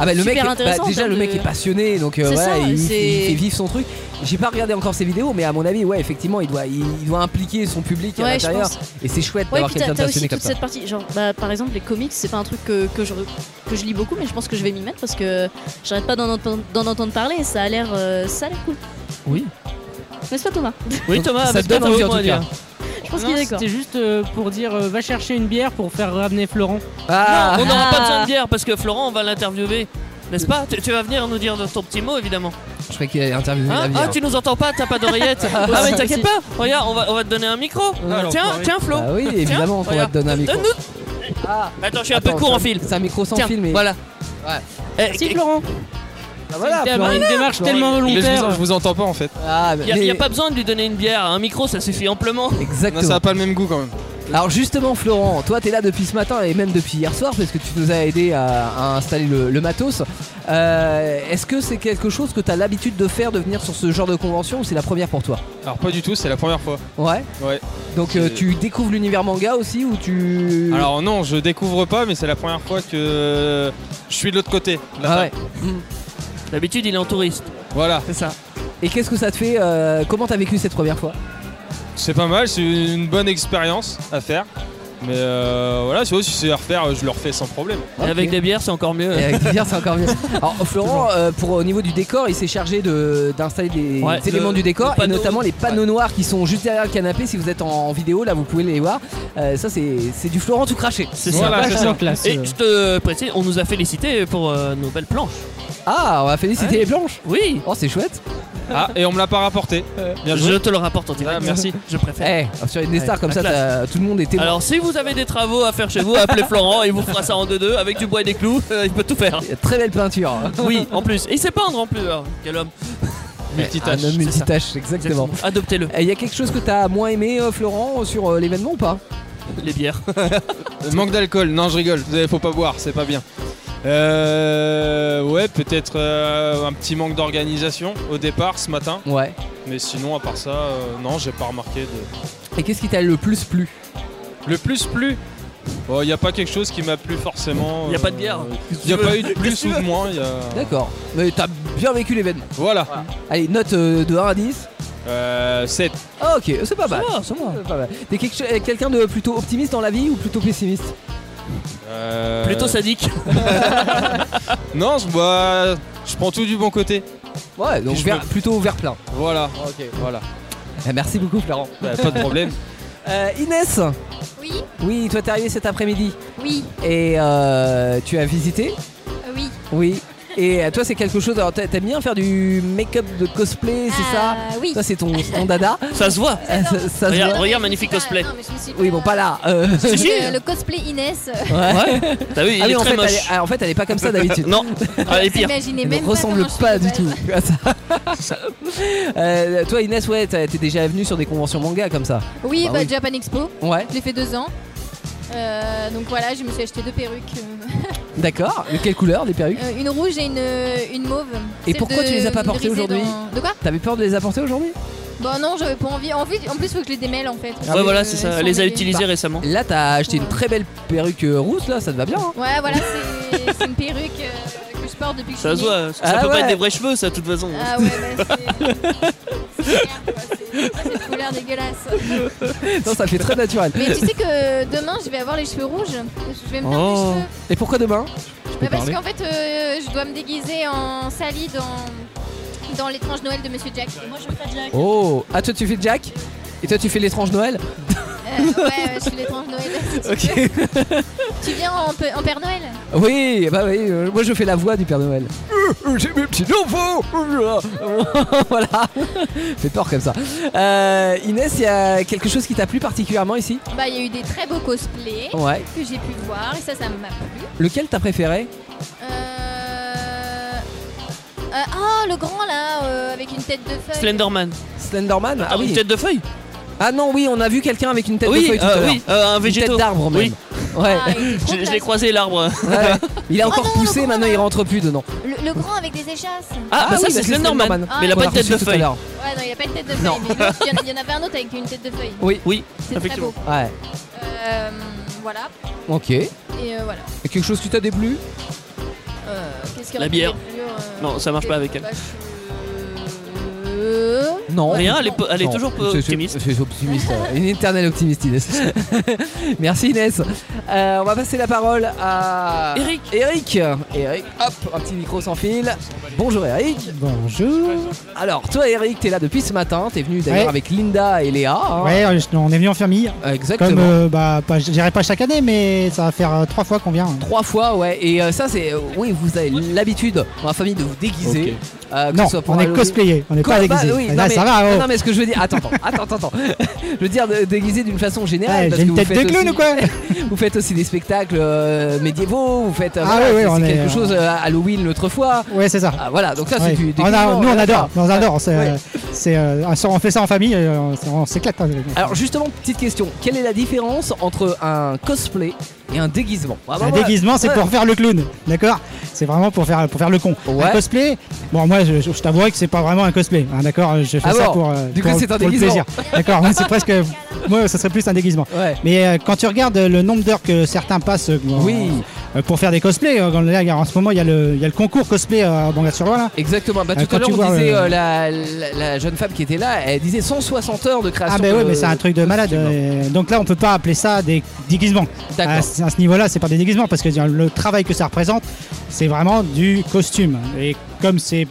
Speaker 3: Ah bah le mec,
Speaker 13: euh, super
Speaker 3: est- bah,
Speaker 13: intéressant en
Speaker 3: déjà
Speaker 13: termes
Speaker 3: le mec
Speaker 13: de-
Speaker 3: est passionné, donc euh,
Speaker 13: C'est
Speaker 3: voilà,
Speaker 13: ça,
Speaker 3: il,
Speaker 13: c'est-
Speaker 3: il fait vivre son truc. J'ai pas regardé encore ses vidéos, mais à mon avis, ouais, effectivement, il doit, il, il doit impliquer son public à
Speaker 13: Ouais, je
Speaker 3: l'intérieur.
Speaker 13: pense.
Speaker 3: Et c'est chouette
Speaker 13: Ouais, et
Speaker 3: d'avoir
Speaker 13: puis t'as
Speaker 3: quelqu'un de
Speaker 13: t'as aussi
Speaker 3: passionné
Speaker 13: toute
Speaker 3: comme ça.
Speaker 13: cette partie. Genre, bah, par exemple, les comics, c'est pas un truc que, que, je, que je lis beaucoup, mais je pense que je vais m'y mettre parce que j'arrête pas d'en entendre, d'en entendre parler et ça a l'air euh, ça a l'air cool.
Speaker 1: Oui.
Speaker 13: N'est-ce pas, Thomas
Speaker 1: Oui, Thomas, parce que t'as vos points à dire.
Speaker 13: Je pense
Speaker 8: Non,
Speaker 13: qu'il est d'accord.
Speaker 8: C'était juste euh, pour dire euh, va chercher une bière pour faire ramener Florent.
Speaker 3: Ah.
Speaker 1: Non,
Speaker 8: Ah.
Speaker 1: on n'aura pas besoin de bière parce que Florent, on va l'interviewer. N'est-ce pas tu, tu vas venir nous dire de ton petit mot, évidemment.
Speaker 3: Je croyais qu'il allait interviewer
Speaker 1: Hein
Speaker 3: la vie.
Speaker 1: ah, tu nous entends pas, t'as pas d'oreillette Ah, mais t'inquiète pas, regarde, on va, on va te donner un micro.
Speaker 3: alors,
Speaker 1: tiens,
Speaker 3: oui.
Speaker 1: tiens, Flo.
Speaker 3: Bah oui, évidemment qu'on va
Speaker 1: regarde.
Speaker 3: te donner un micro. Ah.
Speaker 1: Donne-nous- Attends, je suis un peu
Speaker 3: Attends,
Speaker 1: court en
Speaker 3: c'est un-
Speaker 1: fil.
Speaker 3: C'est un micro sans
Speaker 1: Tiens,
Speaker 3: fil, mais.
Speaker 1: Voilà. Euh,
Speaker 3: Merci, Florent.
Speaker 15: Ah,
Speaker 3: voilà,
Speaker 1: C'est une
Speaker 3: Florent.
Speaker 1: démarche- une démarche
Speaker 3: Florent,
Speaker 1: tellement
Speaker 3: il-
Speaker 1: volontaire.
Speaker 15: Mais je vous, en- je vous entends pas en fait.
Speaker 3: Ah,
Speaker 1: Il n'y
Speaker 3: mais-
Speaker 1: a, pas besoin de lui donner une bière, un micro ça suffit amplement.
Speaker 3: Exactement.
Speaker 15: ça a pas le même goût quand même.
Speaker 3: Alors justement Florent, toi t'es là depuis ce matin et même depuis hier soir parce que tu nous as aidé à, à installer le, le matos. Euh, Est-ce que c'est quelque chose que t'as l'habitude de faire, de venir sur ce genre de convention ou c'est la première pour toi
Speaker 15: Alors pas du tout, c'est la première fois.
Speaker 3: Ouais.
Speaker 15: Ouais.
Speaker 3: Donc euh,
Speaker 15: C'est-
Speaker 3: tu découvres l'univers manga aussi ou tu...
Speaker 15: Alors non, je découvre pas, mais c'est la première fois que je suis de l'autre côté.
Speaker 3: Ah ouais.
Speaker 1: Mmh. D'habitude il est en touriste.
Speaker 15: Voilà.
Speaker 1: C'est ça.
Speaker 3: Et qu'est-ce que ça te fait euh, Comment t'as vécu cette première fois
Speaker 15: C'est pas mal, c'est une bonne expérience à faire. Mais euh, voilà, si aussi c'est à refaire, je le refais sans problème.
Speaker 1: Et avec des bières c'est encore mieux.
Speaker 3: Et avec des bières, c'est encore mieux. Alors Florent, euh, pour au niveau du décor, il s'est chargé de- d'installer des
Speaker 1: Ouais,
Speaker 3: éléments
Speaker 1: le-
Speaker 3: du décor
Speaker 1: le
Speaker 3: et
Speaker 1: panneau.
Speaker 3: notamment les panneaux noirs qui sont juste derrière le canapé. Si vous êtes en, en vidéo, là, vous pouvez les voir. Euh, ça, c'est c'est du Florent tout craché.
Speaker 1: C'est ça. Et je te précise, on nous a félicité pour euh, nos belles planches.
Speaker 3: Ah, on va féliciter les planches.
Speaker 1: Oui.
Speaker 3: Oh, c'est chouette.
Speaker 15: Ah, et on me l'a pas rapporté. Bien joué.
Speaker 1: Je te le rapporte en direct.
Speaker 15: Ah, merci.
Speaker 1: Je préfère.
Speaker 3: Ah, sur Eh, une des stars comme
Speaker 1: la
Speaker 3: ça,
Speaker 1: classe.
Speaker 3: t'as- tout le monde était.
Speaker 1: Alors si vous avez des travaux à faire chez vous, appelez Florent, il vous fera ça en 2-2 avec du bois et des clous, euh, il peut tout faire.
Speaker 3: Très belle peinture.
Speaker 1: Oui, en plus. Et il sait peindre en plus. alors, quel homme. Multitâche,
Speaker 3: Eh, Un homme
Speaker 1: c'est
Speaker 3: multitâche, exactement. Eh,
Speaker 1: Adoptez-le.
Speaker 3: Il y a quelque chose que t'as moins aimé, euh, Florent, sur euh, l'événement ou pas
Speaker 1: Les bières.
Speaker 15: Manque d'alcool, non je rigole, Vous avez- faut pas boire, c'est pas bien. Euh, ouais, peut-être euh, un petit manque d'organisation au départ ce matin.
Speaker 3: Ouais.
Speaker 15: Mais sinon, à part ça, euh, non, j'ai pas remarqué de.
Speaker 3: Et qu'est-ce qui t'a le plus plu
Speaker 15: Le plus plu Il n'y a pas quelque chose qui m'a plu forcément.
Speaker 1: Y a
Speaker 15: euh,
Speaker 1: pas de bière.
Speaker 15: Il n'y a
Speaker 1: Qu'est-ce
Speaker 15: pas
Speaker 1: que
Speaker 15: eu de
Speaker 1: tu
Speaker 15: plus
Speaker 1: veux
Speaker 15: ou de moins. il Y a...
Speaker 3: D'accord. Mais t'as bien vécu l'événement.
Speaker 15: Voilà.
Speaker 3: Allez, note euh, de 1 à 10.
Speaker 15: Euh, 7.
Speaker 3: Ah, ok, c'est pas mal.
Speaker 1: va, ça va.
Speaker 3: C'est pas mal. T'es quelque cho- euh, quelqu'un de plutôt optimiste dans la vie ou plutôt pessimiste
Speaker 15: Euh,
Speaker 1: Plutôt sadique.
Speaker 15: Non, je, bah, je prends tout du bon côté.
Speaker 3: Ouais, donc
Speaker 15: Puis je
Speaker 3: vert-
Speaker 15: me-
Speaker 3: plutôt vert plein.
Speaker 15: Voilà. Voilà.
Speaker 3: Ah, Merci beaucoup, Florent.
Speaker 15: Bah, pas de problème.
Speaker 3: Euh, Inès
Speaker 12: Oui
Speaker 3: Oui, toi t'es arrivée cet après-midi.
Speaker 12: Oui.
Speaker 3: Et euh, tu as visité
Speaker 12: Euh, Oui.
Speaker 3: Oui. Et euh, toi, c'est quelque chose. Alors, t'a- t'aimes bien faire du make-up de cosplay, c'est ça
Speaker 12: Euh, oui.
Speaker 3: Toi, c'est ton, c'est ton dada.
Speaker 1: Ça se voit.
Speaker 3: Euh, ça- ça se
Speaker 1: regarde,
Speaker 3: voit.
Speaker 1: regarde, magnifique cosplay.
Speaker 12: Ah, Non, mais je me suis
Speaker 3: Oui, bon, pas là. Euh,
Speaker 12: Le- le cosplay Inès.
Speaker 1: Ouais. T'as vu, il
Speaker 3: Ah oui,
Speaker 1: est
Speaker 3: en
Speaker 1: très
Speaker 3: fait,
Speaker 1: moche.
Speaker 3: Elle est, ah, en fait, elle est pas comme ça d'habitude.
Speaker 1: non, Ah, elle est pire.
Speaker 12: J'imaginais
Speaker 3: Elle
Speaker 12: même
Speaker 3: ne
Speaker 12: pas
Speaker 3: ressemble
Speaker 12: comment je
Speaker 3: pas du tout à ça. Euh, toi, Inès, ouais, t'as- t'es déjà venue sur des conventions manga comme ça.
Speaker 12: Oui, bah,
Speaker 3: oui.
Speaker 12: Japan Expo.
Speaker 3: Ouais.
Speaker 12: Je l'ai fait deux ans. Euh, donc voilà, je me suis acheté deux perruques.
Speaker 3: D'accord. De quelle couleur les perruques
Speaker 12: Euh, une rouge et une, une mauve.
Speaker 3: Et
Speaker 12: Celle
Speaker 3: pourquoi
Speaker 12: Euh, de-
Speaker 3: tu les as pas
Speaker 12: de
Speaker 3: portées
Speaker 12: Rizet
Speaker 3: aujourd'hui
Speaker 12: dans- De quoi
Speaker 3: T'avais peur de les apporter aujourd'hui
Speaker 12: Bah non, j'avais pas envie. En, fait, en plus, faut que je les démêle en fait. Parce
Speaker 1: Ouais,
Speaker 12: que,
Speaker 1: voilà,
Speaker 12: euh,
Speaker 1: c'est
Speaker 12: ils
Speaker 1: ça.
Speaker 12: sont
Speaker 1: Elle les a
Speaker 12: mêlés.
Speaker 3: Bah,
Speaker 1: utilisés récemment.
Speaker 3: Là, t'as acheté une très belle perruque euh, rousse, là, ça te va bien. hein
Speaker 12: Ouais, voilà, c'est c'est une perruque euh, que je porte depuis que
Speaker 1: Ça
Speaker 12: je
Speaker 1: se
Speaker 12: suis née.
Speaker 1: voit. Ça
Speaker 3: Ah
Speaker 1: peut
Speaker 3: ouais.
Speaker 1: pas être des vrais cheveux, ça, de toute façon.
Speaker 12: Ah ouais, bah, c'est une Ah, couleur dégueulasse.
Speaker 3: non, ça fait très naturel.
Speaker 12: Mais tu sais que demain, je vais avoir les cheveux rouges. Je vais me teindre les
Speaker 3: Oh.
Speaker 12: cheveux.
Speaker 3: Et pourquoi demain
Speaker 12: Bah, parce qu'en fait, euh, je dois me déguiser en Sally dans, dans l'étrange Noël de Monsieur Jack. Et moi, je ferai Jack.
Speaker 3: Oh, ah toi tu fais Jack et toi tu fais l'étrange Noël.
Speaker 12: Euh, ouais, je suis l'étrange Noël. si tu
Speaker 3: Ok.
Speaker 12: veux. Tu viens en, pe- en Père Noël
Speaker 3: Oui, bah oui, euh, moi je fais la voix du Père Noël. Euh, J'ai mes petits enfants Voilà, fait peur comme ça. Euh, Inès, il y a quelque chose qui t'a plu particulièrement ici
Speaker 12: Bah, il y a eu des très beaux cosplays
Speaker 3: Ouais.
Speaker 12: que j'ai pu voir et ça, ça m'a plu.
Speaker 3: Lequel t'as préféré
Speaker 12: Euh... euh, ah, le grand là, euh, avec une tête de feuille.
Speaker 1: Slenderman.
Speaker 3: Slenderman Ah oui.
Speaker 1: Une tête de feuille
Speaker 3: Ah non, oui, on a vu quelqu'un avec une tête
Speaker 1: Oui,
Speaker 3: de feuille tout
Speaker 1: euh,
Speaker 3: à l'heure.
Speaker 1: oui, euh, un
Speaker 3: Une
Speaker 1: végétaux.
Speaker 3: tête d'arbre même.
Speaker 1: Oui.
Speaker 3: Ouais.
Speaker 12: Ah,
Speaker 1: Je, je l'ai croisé l'arbre. Ah
Speaker 3: Ouais. Il a encore poussé, maintenant il rentre plus dedans.
Speaker 12: Le, le grand avec des échasses.
Speaker 1: Ah, bah ça
Speaker 3: oui,
Speaker 1: c'est Slenderman.
Speaker 12: Ah,
Speaker 1: Mais il a
Speaker 3: qu'on
Speaker 1: pas de tête
Speaker 3: reçu
Speaker 1: de
Speaker 3: tout à
Speaker 1: feuille.
Speaker 3: l'heure.
Speaker 12: Ouais, non, il n'y a pas de tête de
Speaker 3: Non.
Speaker 12: feuille. mais l'autre, Il y en a- il y, en avait un autre avec une tête de feuille.
Speaker 3: Oui.
Speaker 1: Oui,
Speaker 12: C'est très beau.
Speaker 3: Ouais,
Speaker 12: Euh, voilà.
Speaker 3: ok. Et
Speaker 12: Et euh, voilà.
Speaker 3: quelque chose qui t'a déplu
Speaker 12: Euh, qu'est-ce qu'il y
Speaker 1: La
Speaker 12: aurait
Speaker 1: bière.
Speaker 12: pu dire, euh,
Speaker 1: Non, ça marche pas avec elle.
Speaker 12: euh,
Speaker 3: Non.
Speaker 1: Rien, elle est po- elle est toujours peu
Speaker 3: je- je-
Speaker 1: optimiste.
Speaker 3: Je suis optimiste, euh, une éternelle optimiste, Inès. Merci Inès. Euh, on va passer la parole à Eric. Eric. Eric, hop, un petit micro sans fil. Bonjour Eric.
Speaker 16: Bonjour.
Speaker 3: Alors, toi Eric, t'es là depuis ce matin. T'es venu d'ailleurs
Speaker 16: Ouais.
Speaker 3: avec Linda et Léa. hein.
Speaker 16: Ouais, euh, on est venu en famille.
Speaker 3: Exactement.
Speaker 16: Comme, euh, bah, pas, je dirais pas chaque année, mais ça va faire euh, trois fois qu'on vient.
Speaker 3: Trois fois, ouais. Et euh, ça, c'est. euh, oui, vous avez l'habitude dans la famille de vous déguiser. euh, que
Speaker 16: Non,
Speaker 3: ce soit pour
Speaker 16: on est
Speaker 3: Halloween.
Speaker 16: cosplayé, on n'est pas
Speaker 3: Quoi, Bah,
Speaker 16: déguisé.
Speaker 3: oui,
Speaker 16: Là,
Speaker 3: non, mais,
Speaker 16: ça va, oh.
Speaker 3: Non, mais ce que je veux dire. Attends, attends, attends, attends. Je veux dire de- déguisé d'une façon générale.
Speaker 16: Ouais,
Speaker 3: parce
Speaker 16: j'ai
Speaker 3: que
Speaker 16: une
Speaker 3: vous
Speaker 16: tête
Speaker 3: faites
Speaker 16: de clown
Speaker 3: aussi-
Speaker 16: ou quoi
Speaker 3: Vous faites aussi des spectacles euh, médiévaux, vous faites. euh,
Speaker 16: Ah
Speaker 3: voilà,
Speaker 16: ouais, ouais,
Speaker 3: c'est-
Speaker 16: on
Speaker 3: c'est
Speaker 16: est-
Speaker 3: quelque chose euh, Halloween l'autre fois.
Speaker 16: Ouais, c'est ça.
Speaker 3: Ah, voilà, donc ça, c'est
Speaker 16: Ouais.
Speaker 3: du
Speaker 16: on a,
Speaker 3: déguisement,
Speaker 16: nous on
Speaker 3: voilà, ça.
Speaker 16: adore, on adore. C'est,
Speaker 3: Ouais.
Speaker 16: c'est, euh, un soir, on fait ça en famille, euh, on, on s'éclate.
Speaker 3: Alors justement, petite question, quelle est la différence entre un cosplay et un déguisement Ah, bah,
Speaker 16: un
Speaker 3: voilà.
Speaker 16: déguisement, c'est
Speaker 3: Ouais.
Speaker 16: pour faire le clown, d'accord C'est vraiment pour faire, pour faire le con.
Speaker 3: Ouais.
Speaker 16: Un cosplay, bon, moi, je, je- je t'avouerai que c'est pas vraiment un cosplay, hein, d'accord Je fais
Speaker 3: Ah
Speaker 16: ça
Speaker 3: bon,
Speaker 16: pour, euh,
Speaker 3: du coup,
Speaker 16: pour-
Speaker 3: c'est un
Speaker 16: pour le
Speaker 3: déguisement.
Speaker 16: plaisir. D'accord, moi, c'est presque. Moi, ça serait plus un déguisement. Mais euh, quand tu regardes le nombre d'heures que certains passent euh, en- euh, pour faire des cosplays, euh, quand- là, il y a- en ce moment, il y, a le il y a le concours cosplay euh, à Bangas-sur-Loire, là.
Speaker 3: Exactement, bah,
Speaker 16: Euh,
Speaker 3: tout
Speaker 16: quand
Speaker 3: à l'heure
Speaker 16: tu vois,
Speaker 3: on disait,
Speaker 16: euh,
Speaker 3: euh, la, la- la jeune femme qui était là, elle disait 160 heures de création.
Speaker 16: Ah ben ouais,
Speaker 3: de-
Speaker 16: mais c'est un truc de malade. euh, Donc là, on peut pas appeler ça des déguisements.
Speaker 3: D'accord.
Speaker 16: À, ce à ce niveau-là, c'est pas des déguisements parce que euh, le travail que ça représente, c'est vraiment du costume. Et comme c'est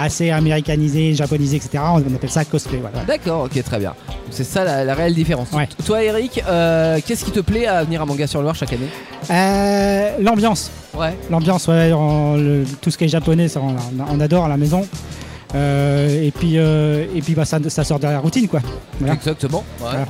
Speaker 16: assez américanisé, japonisé, etc., on on appelle ça cosplay. Voilà.
Speaker 3: D'accord, ok, très bien. Donc, C'est ça la, la réelle différence. Toi, Eric, euh, qu'est-ce qui te plaît à venir à Manga sur Loire chaque année
Speaker 16: Euh, L'ambiance.
Speaker 3: Ouais.
Speaker 16: L'ambiance, ouais, on- le- tout ce qui est japonais, ça, on, on adore à la maison. Euh, et puis, euh, et puis bah, ça, ça sort de la routine, quoi. Voilà.
Speaker 3: Exactement. ouais.
Speaker 16: Voilà.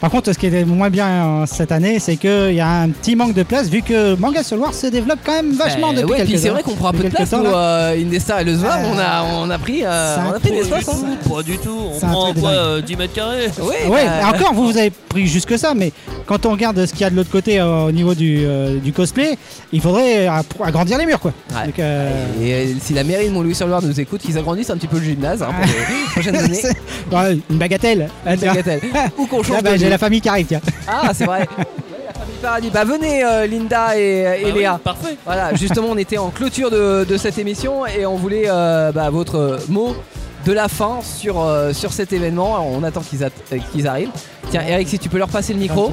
Speaker 16: Par contre, ce qui était moins bien euh, cette année, c'est qu'il y a un petit manque de place vu que Manga sur Loire se développe quand même vachement
Speaker 3: Ben
Speaker 16: depuis
Speaker 3: ouais,
Speaker 16: quelques
Speaker 3: puis c'est
Speaker 16: ans-
Speaker 3: vrai qu'on prend un peu de
Speaker 16: quelques
Speaker 3: place,
Speaker 16: temps,
Speaker 3: nous,
Speaker 16: là.
Speaker 3: euh, Indestar et le Zouave,
Speaker 16: Euh,
Speaker 3: on, a, on a pris, euh,
Speaker 16: c'est un
Speaker 3: on a pris
Speaker 16: peu-
Speaker 3: des espaces. hein. bah,
Speaker 1: Pas du tout, on
Speaker 16: C'est un
Speaker 1: prend
Speaker 16: truc de
Speaker 1: quoi
Speaker 16: dingue.
Speaker 1: euh, 10 mètres carrés
Speaker 3: Oui,
Speaker 16: Ouais, mais encore, vous, vous avez pris jusque ça, mais quand on regarde ce qu'il y a de l'autre côté euh, au niveau du, euh, du cosplay, il faudrait euh, agrandir les murs, quoi.
Speaker 3: Ouais.
Speaker 16: Donc, euh,
Speaker 3: Et euh, si la mairie de Montlouis-sur-Loire nous écoute, qu'ils agrandissent un petit peu le gymnase hein, pour les prochaines années.
Speaker 16: c'est- ouais, une bagatelle.
Speaker 3: Une bagatelle. Ou qu'on change
Speaker 16: Là, bah,
Speaker 3: de
Speaker 16: J'ai
Speaker 3: lieu.
Speaker 16: la famille qui arrive, tiens.
Speaker 3: Ah, c'est vrai. Ouais, la famille Paradis. Bah venez euh, Linda et, et
Speaker 16: Bah oui,
Speaker 3: Léa.
Speaker 1: parfait.
Speaker 3: Voilà, justement on était en clôture de, de cette émission et on voulait euh, bah, votre euh, mot de la fin sur, euh, sur cet événement. Alors, on attend qu'ils at- euh, qu'ils arrivent. Tiens Eric si tu peux leur passer le micro.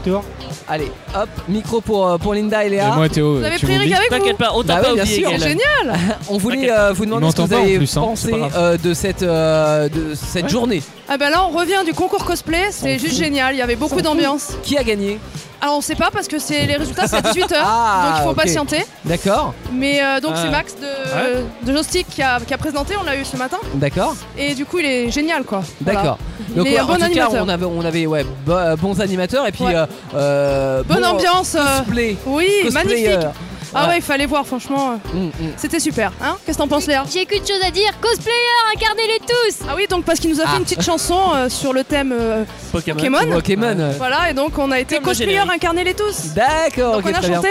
Speaker 3: Allez, hop, micro pour, euh, pour Linda et Léa.
Speaker 9: Et moi, Théo, Vous avez tu pris Eric m'oublies avec vous
Speaker 1: T'inquiète pas, on t'a
Speaker 3: Bah
Speaker 1: pas
Speaker 3: oui, bien
Speaker 1: oublié,
Speaker 3: sûr.
Speaker 1: Gaël.
Speaker 3: on voulait
Speaker 1: T'inquiète.
Speaker 3: euh, vous demander
Speaker 9: Il
Speaker 3: ce que vous
Speaker 9: m'entend pas, en
Speaker 3: avez
Speaker 9: plus, hein,
Speaker 3: pensé
Speaker 9: c'est pas grave.
Speaker 3: euh, de cette, euh, de cette journée.
Speaker 19: Ah ben là on revient du concours cosplay, c'est juste génial, il y avait beaucoup d'ambiance.
Speaker 3: Qui a gagné Ah,
Speaker 19: Alors on sait pas parce que c'est les résultats c'est à 18h, donc il faut
Speaker 3: ok.
Speaker 19: patienter.
Speaker 3: D'accord,
Speaker 19: Mais euh, donc
Speaker 3: Ah.
Speaker 19: c'est Max de,
Speaker 3: Ouais.
Speaker 19: de Joystick qui a, qui a présenté, on l'a eu ce matin.
Speaker 3: d'accord.
Speaker 19: Et du coup il est génial quoi. Voilà.
Speaker 3: D'accord.
Speaker 19: Il est
Speaker 3: ouais,
Speaker 19: un bon
Speaker 3: en tout
Speaker 19: animateur.
Speaker 3: cas, on avait, on avait ouais, bo- euh, bons animateurs et puis euh, euh,
Speaker 19: Bonne
Speaker 3: bon,
Speaker 19: ambiance. euh,
Speaker 3: cosplay.
Speaker 19: Oui, magnifique.
Speaker 3: Cosplayer.
Speaker 19: Ah
Speaker 3: Ouais. Mm,
Speaker 19: ouais, il fallait voir franchement. euh, C'était super, hein Qu'est-ce que t'en penses Léa
Speaker 12: J'ai qu'une chose à dire, cosplayer, incarnez-les tous
Speaker 19: Ah oui, donc parce qu'il nous a fait une petite chanson euh, sur le thème euh,
Speaker 1: Pokémon.
Speaker 19: Pokémon.
Speaker 3: Pokémon, ouais.
Speaker 19: Voilà, et donc on a été
Speaker 1: Comme le
Speaker 19: cosplayers,
Speaker 1: générique.
Speaker 19: incarnez-les tous.
Speaker 3: D'accord.
Speaker 19: Donc
Speaker 3: ok,
Speaker 19: on a
Speaker 3: très bien.
Speaker 19: chanté.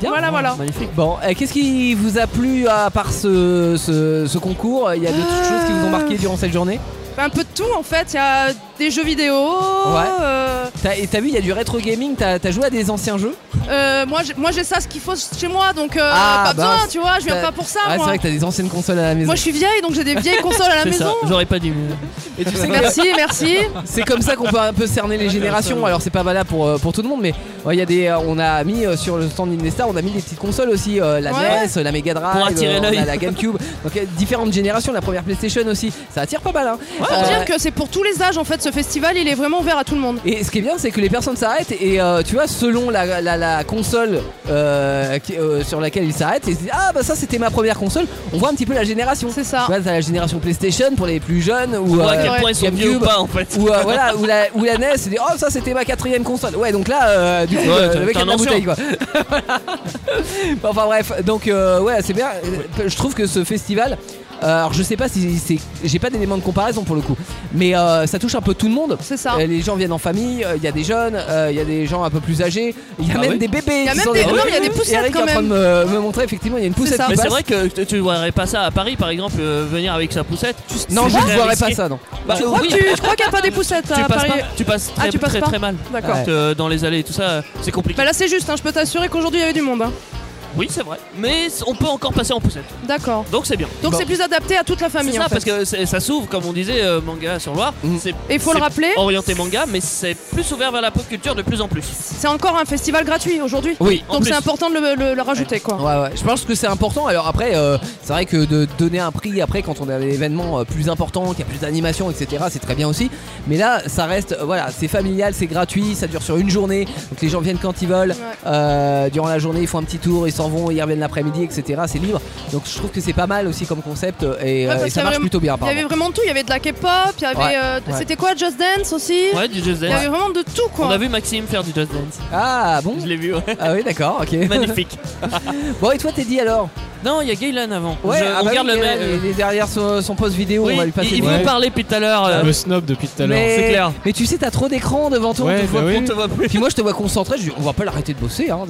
Speaker 3: Bien.
Speaker 19: Voilà, voilà.
Speaker 3: Magnifique. Bon, euh, qu'est-ce qui vous a plu à part ce, ce- ce concours Il y a d'autres choses qui vous ont marqué durant cette journée
Speaker 19: Euh, Un peu de tout en fait, il y a euh, des jeux vidéo.
Speaker 3: Ouais.
Speaker 19: euh,
Speaker 3: T'as et t'as vu, il y a du rétro gaming. T'as as joué à des anciens jeux
Speaker 19: euh, moi j'ai- moi j'ai ça ce qu'il faut chez moi donc euh, pas
Speaker 3: bah,
Speaker 19: besoin, tu vois, je viens
Speaker 3: t'as-
Speaker 19: pas pour ça
Speaker 3: Ouais, c'est
Speaker 19: moi.
Speaker 3: vrai que t'as des anciennes consoles à la maison.
Speaker 19: Moi je suis vieille donc j'ai des vieilles consoles à la
Speaker 1: C'est ça,
Speaker 19: maison.
Speaker 1: J'aurais pas dû.
Speaker 3: Et tu sais que-
Speaker 19: Merci, merci.
Speaker 3: C'est comme ça qu'on peut un peu cerner les générations. Alors c'est pas valable pour, euh, pour tout le monde, mais ouais, il y a des, euh, on a mis euh, sur le stand Indestar, on a mis des petites consoles aussi, euh, la
Speaker 1: Ouais.
Speaker 3: NES, la Mega Drive,
Speaker 1: Pour attirer
Speaker 3: euh, on
Speaker 1: l'œil.
Speaker 3: a la GameCube. Donc euh, différentes générations, la première PlayStation aussi, ça attire pas mal. Hein.
Speaker 19: Faut
Speaker 3: Euh,
Speaker 19: dire que c'est pour tous les âges en fait ce festival, il est vraiment ouvert à tout le monde.
Speaker 3: Et ce qui est bien, c'est que les personnes s'arrêtent et euh, tu vois, selon la, la- la console euh, qui- euh, sur laquelle ils s'arrêtent, ils se disent Ah bah ça c'était ma première console, on voit un petit peu la génération.
Speaker 19: C'est ça.
Speaker 3: Tu vois, t'as la génération PlayStation pour les plus jeunes ou.
Speaker 1: On voit à quel point ils sont vieux ou
Speaker 3: GameCube,
Speaker 1: pas, en fait.
Speaker 3: Ou euh, voilà, ou la, ou la NES, ils se disent Oh ça c'était ma quatrième console. Ouais, donc là, euh, du coup,
Speaker 1: Ouais,
Speaker 3: euh,
Speaker 1: t'es-
Speaker 3: le mec
Speaker 1: t'es
Speaker 3: a
Speaker 1: un
Speaker 3: de la
Speaker 1: ancien.
Speaker 3: bouteille quoi. Bon, enfin bref, donc euh, ouais, c'est bien. Je trouve que ce festival, euh, alors je sais pas si c'est, j'ai pas d'éléments de comparaison pour le coup, mais euh, ça touche un peu tout le monde. Euh,
Speaker 19: C'est ça.
Speaker 3: les gens viennent en famille, euh, il y a des jeunes, euh, il y a des gens un peu plus âgés, il y a
Speaker 1: Ah
Speaker 3: même
Speaker 1: oui
Speaker 3: des bébés.
Speaker 19: Il y a
Speaker 3: qui
Speaker 19: même
Speaker 3: sont
Speaker 19: des-
Speaker 3: dans-
Speaker 19: non, il y a des poussettes
Speaker 3: Eric est
Speaker 19: quand
Speaker 3: en train de
Speaker 19: même.
Speaker 3: me, me montrer effectivement, il y a une poussette. qui
Speaker 1: Mais c'est
Speaker 3: passe.
Speaker 1: vrai que tu tu verrais pas ça à Paris par exemple, euh, venir avec sa poussette.
Speaker 3: Non,
Speaker 1: C'est
Speaker 3: je ne
Speaker 1: très
Speaker 3: verrais
Speaker 1: risqué.
Speaker 3: pas ça, non.
Speaker 1: Bah,
Speaker 19: Je crois
Speaker 1: oui.
Speaker 19: que tu- je crois qu'il n'y a pas des poussettes
Speaker 1: Tu
Speaker 19: à
Speaker 1: passes,
Speaker 19: Paris.
Speaker 1: pas- tu passes
Speaker 19: Ah,
Speaker 1: très
Speaker 19: tu passes
Speaker 1: très,
Speaker 19: pas
Speaker 1: très mal.
Speaker 19: D'accord.
Speaker 1: Euh, dans les allées et tout ça, c'est compliqué.
Speaker 19: Bah là c'est juste, hein, je peux t'assurer qu'aujourd'hui il y avait du monde. hein.
Speaker 1: Oui, c'est vrai. Mais on peut encore passer en poussette.
Speaker 19: D'accord.
Speaker 1: Donc c'est bien.
Speaker 19: Donc c'est plus adapté à toute la famille.
Speaker 1: C'est ça,
Speaker 19: en fait.
Speaker 1: parce que c'est- ça s'ouvre, comme on disait, euh, manga sur Loire.
Speaker 3: Mhm.
Speaker 1: C'est-
Speaker 19: Et faut le
Speaker 1: c'est
Speaker 19: rappeler.
Speaker 1: Orienté manga, mais c'est plus ouvert vers la pop culture de plus en plus.
Speaker 19: C'est encore un festival gratuit aujourd'hui.
Speaker 1: Oui, en
Speaker 19: Donc c'est
Speaker 1: plus.
Speaker 19: important de le, le- le rajouter quoi.
Speaker 3: Ouais, ouais. Je pense que c'est important. Alors après, euh, c'est vrai que de donner un prix après quand on a un événement euh, plus important, qui a plus d'animation, etc. C'est très bien aussi. Mais là, ça reste, euh, voilà, c'est familial, c'est gratuit, ça dure sur une journée. Donc les gens viennent quand ils veulent. Euh, durant la journée, ils font un petit tour, ils s'en vont, ils reviennent l'après-midi, etc. C'est libre. Donc je trouve que c'est pas mal aussi comme concept euh,
Speaker 19: Ouais,
Speaker 3: et, euh,
Speaker 19: parce
Speaker 3: et
Speaker 19: qu'il y
Speaker 3: ça
Speaker 19: avait
Speaker 3: marche
Speaker 19: vraiment-
Speaker 3: plutôt bien.
Speaker 19: Il y avait
Speaker 3: apparemment.
Speaker 19: vraiment tout, il y avait de la K-pop, il y avait.
Speaker 3: Ouais.
Speaker 19: euh,
Speaker 3: Ouais.
Speaker 19: C'était quoi Just Dance aussi
Speaker 1: Ouais, du Just Dance.
Speaker 19: Il y avait
Speaker 1: Ouais.
Speaker 19: vraiment de tout quoi.
Speaker 1: On a vu Maxime faire du Just Dance.
Speaker 3: Ah bon
Speaker 1: Je l'ai vu, ouais.
Speaker 3: Ah oui, d'accord, ok.
Speaker 1: Magnifique.
Speaker 3: bon, et toi, t'es dit alors
Speaker 1: Non, il y a Gaylan avant.
Speaker 3: Ouais,
Speaker 1: Je-
Speaker 3: ah
Speaker 1: on
Speaker 3: bah oui,
Speaker 1: garde le
Speaker 3: Gaylan,
Speaker 1: même. euh,
Speaker 3: il est derrière son, son post vidéo,
Speaker 1: oui,
Speaker 3: on va lui passer
Speaker 1: il, il
Speaker 3: le-
Speaker 1: veut parler depuis tout à l'heure. euh,
Speaker 3: Me
Speaker 17: snob depuis tout à l'heure.
Speaker 3: Mais-
Speaker 1: C'est clair.
Speaker 3: Mais tu sais, t'as trop d'écran devant toi,
Speaker 1: Ouais,
Speaker 3: on, te voit
Speaker 1: bah
Speaker 3: plus,
Speaker 1: oui.
Speaker 3: on te voit plus. Puis moi, je te vois concentré, je dis, on va pas l'arrêter de bosser. Hein.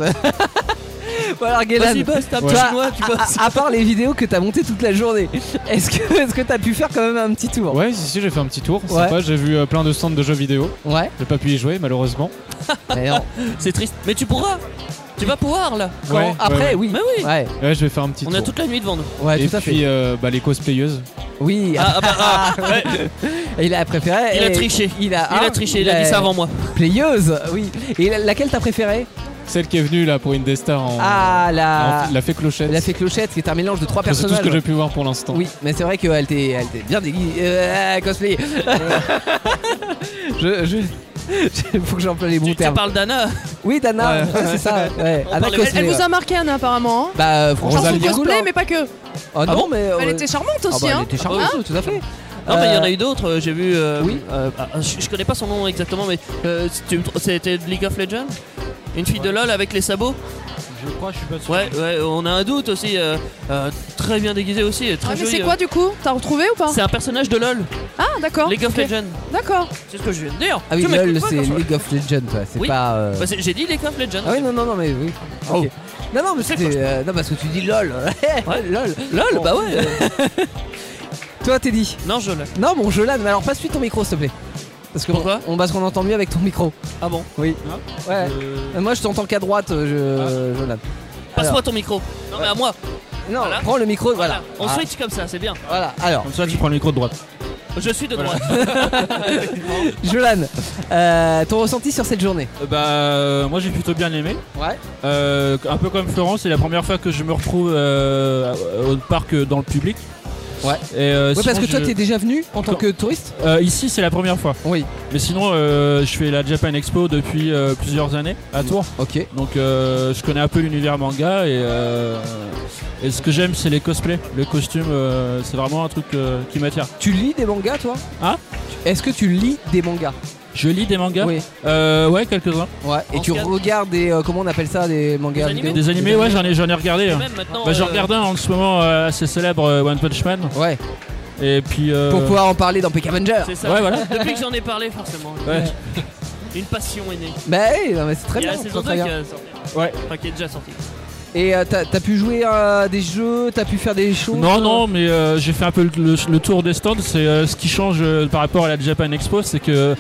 Speaker 3: bon, alors, Guélan,
Speaker 1: Vas-y, bosse, t'as un
Speaker 3: toi,
Speaker 1: petit chinois, tu
Speaker 3: à-
Speaker 1: bosses.
Speaker 3: À, à part les vidéos que t'as montées toute la journée, est-ce que est-ce que t'as pu faire quand même un petit tour
Speaker 17: Ouais, si, si, j'ai fait un petit tour.
Speaker 3: Ouais.
Speaker 17: Sympa, j'ai vu euh, plein de stands de jeux vidéo.
Speaker 3: Ouais.
Speaker 17: J'ai pas pu y jouer, malheureusement.
Speaker 1: C'est triste. Mais tu pourras. Tu vas pouvoir là.
Speaker 17: Quand Ouais, Après, ouais. oui.
Speaker 1: Mais oui.
Speaker 3: Ouais.
Speaker 17: Ouais, je vais faire un petit
Speaker 1: On
Speaker 17: tour.
Speaker 1: a toute la nuit devant nous.
Speaker 17: Et puis, euh, bah, les cosplayeuses.
Speaker 3: Oui.
Speaker 1: Ah, ah, bah, ah, ouais.
Speaker 3: Il a préféré.
Speaker 1: Il a
Speaker 3: et-
Speaker 1: triché.
Speaker 3: Il a,
Speaker 1: Il a triché, il a dit ça avant moi.
Speaker 3: Playeuse, oui. Et la- laquelle t'as préférée
Speaker 17: Celle qui est venue là pour Indestar en.
Speaker 3: Ah, la-
Speaker 17: en- La fée clochette.
Speaker 3: La fée clochette, qui est un mélange de trois
Speaker 17: C'est tout
Speaker 3: personnages.
Speaker 17: ce que j'ai pu voir pour l'instant.
Speaker 3: Oui, mais c'est vrai qu'elle t'est elle t'est bien déguisée. Euh, cosplay. je, je, je- faut que j'emploie les bons termes.
Speaker 1: Tu parles d'Anna.
Speaker 3: Oui,
Speaker 1: Ouais.
Speaker 3: Dana, ouais, c'est ça. Ouais. Anna
Speaker 1: parlait- elle-
Speaker 3: Cosplay,
Speaker 19: Elle vous
Speaker 3: ouais.
Speaker 19: a marqué Anna apparemment. hein.
Speaker 3: Bah, euh,
Speaker 19: Genre
Speaker 3: franchement,
Speaker 19: son
Speaker 3: c'était cool,
Speaker 19: cosplay,
Speaker 3: hein.
Speaker 19: mais pas que.
Speaker 3: Ah non,
Speaker 1: bon
Speaker 3: mais.
Speaker 19: Elle
Speaker 3: euh,
Speaker 19: était charmante aussi.
Speaker 3: ah bah,
Speaker 19: hein.
Speaker 3: Elle était charmante,
Speaker 19: Hein
Speaker 3: tout à fait.
Speaker 1: Non, mais il y en a
Speaker 3: Euh,
Speaker 1: eu d'autres. euh, J'ai vu. oui. je, je connais pas son nom exactement, mais euh, c'était une- c'était de League of Legends Une fille de LoL avec les sabots
Speaker 10: Je crois, je suis pas sûr.
Speaker 1: Ouais, ouais, on a un doute aussi. euh, euh, très bien déguisé aussi. et Très
Speaker 19: Ah, mais
Speaker 1: joli,
Speaker 19: c'est
Speaker 1: euh.
Speaker 19: quoi du coup T'as retrouvé ou pas
Speaker 1: C'est un personnage de LoL.
Speaker 19: Ah d'accord.
Speaker 1: League of
Speaker 19: ok.
Speaker 1: Legends.
Speaker 19: D'accord.
Speaker 1: C'est ce que je viens de dire.
Speaker 3: Ah oui,
Speaker 1: Tu m'écoutes
Speaker 3: LOL,
Speaker 1: pas,
Speaker 3: c'est
Speaker 1: François.
Speaker 3: League of Legends, ouais, c'est
Speaker 1: Oui.
Speaker 3: pas. euh,
Speaker 1: Bah, c'est- J'ai dit League of Legends.
Speaker 3: Ah oui, non, non, non, mais oui.
Speaker 10: Oh.
Speaker 3: Ok. Non, non, mais c'était. euh, non, parce que tu dis lol. lol.
Speaker 1: LOL,
Speaker 3: Bon,
Speaker 1: bah ouais.
Speaker 3: Toi, t'es dit
Speaker 1: Non, je l'ai.
Speaker 3: Non, bon, je l'ai, mais alors passe-lui ton micro, s'il te plaît. Parce que
Speaker 1: Pourquoi
Speaker 3: on, on va se entend mieux avec ton micro.
Speaker 1: Ah bon
Speaker 3: Oui. ouais. Euh, Moi, je t'entends qu'à droite, euh,
Speaker 10: Ah.
Speaker 3: je... Jonathan.
Speaker 1: Passe-moi
Speaker 3: Alors,
Speaker 1: ton micro. Non, mais à moi.
Speaker 3: Euh, Non, prends le micro, voilà.
Speaker 1: On
Speaker 3: Ah.
Speaker 1: switch comme ça, c'est bien.
Speaker 3: Voilà, alors.
Speaker 10: Comme ça, tu prends le micro de droite.
Speaker 1: Je suis de droite.
Speaker 3: Jolan, euh, ton ressenti sur cette journée
Speaker 10: Euh, Bah, euh, moi j'ai plutôt bien aimé.
Speaker 3: Ouais.
Speaker 10: Euh, un peu comme Florence, c'est la première fois que je me retrouve euh, au parc euh, dans le public.
Speaker 3: Ouais.
Speaker 10: Et, euh,
Speaker 3: Ouais, parce
Speaker 10: sinon,
Speaker 3: que toi,
Speaker 10: je-
Speaker 3: t'es déjà venu en tant
Speaker 10: Quand-
Speaker 3: que touriste
Speaker 10: Euh, ici, c'est la première fois.
Speaker 3: Oui.
Speaker 10: Mais sinon, euh, je fais la Japan Expo depuis euh, plusieurs années à Tours.
Speaker 3: Ok.
Speaker 10: Donc, euh, je connais un peu l'univers manga et, euh, et ce que j'aime, c'est les cosplays. Les costumes, euh, c'est vraiment un truc euh, qui m'attire.
Speaker 3: Tu lis des mangas, toi
Speaker 10: Hein
Speaker 3: Est-ce que tu lis des mangas
Speaker 10: Je lis des mangas
Speaker 3: Oui.
Speaker 10: Euh, ouais, quelques-uns.
Speaker 3: Ouais, et tu regardes des. euh, comment on appelle ça Des mangas
Speaker 10: Des animés,
Speaker 3: vidéo
Speaker 10: ouais, j'en ai, j'en ai regardé. hein.
Speaker 1: maintenant,
Speaker 10: bah, j'en
Speaker 1: euh,
Speaker 10: regarde un en ce moment euh, assez célèbre, euh, One Punch Man.
Speaker 3: Ouais.
Speaker 10: Et puis. euh,
Speaker 3: Pour pouvoir en parler dans Peck Avenger.
Speaker 1: C'est ça.
Speaker 10: Ouais, voilà.
Speaker 1: Depuis que j'en ai parlé, forcément.
Speaker 10: Ouais.
Speaker 1: Une passion est née.
Speaker 3: Bah oui, non, mais c'est très
Speaker 1: Il y a
Speaker 3: bien.
Speaker 1: la
Speaker 3: très,
Speaker 1: saison 2
Speaker 3: très
Speaker 1: qui
Speaker 3: bien.
Speaker 1: a sorti.
Speaker 10: Ouais.
Speaker 1: Enfin, qui est déjà sortie.
Speaker 3: Et euh, t'as t'as pu jouer à des jeux, t'as pu faire des choses
Speaker 10: Non, non, mais euh, j'ai fait un peu le, le tour des stands. C'est euh, ce qui change euh, par rapport à la Japan Expo, c'est que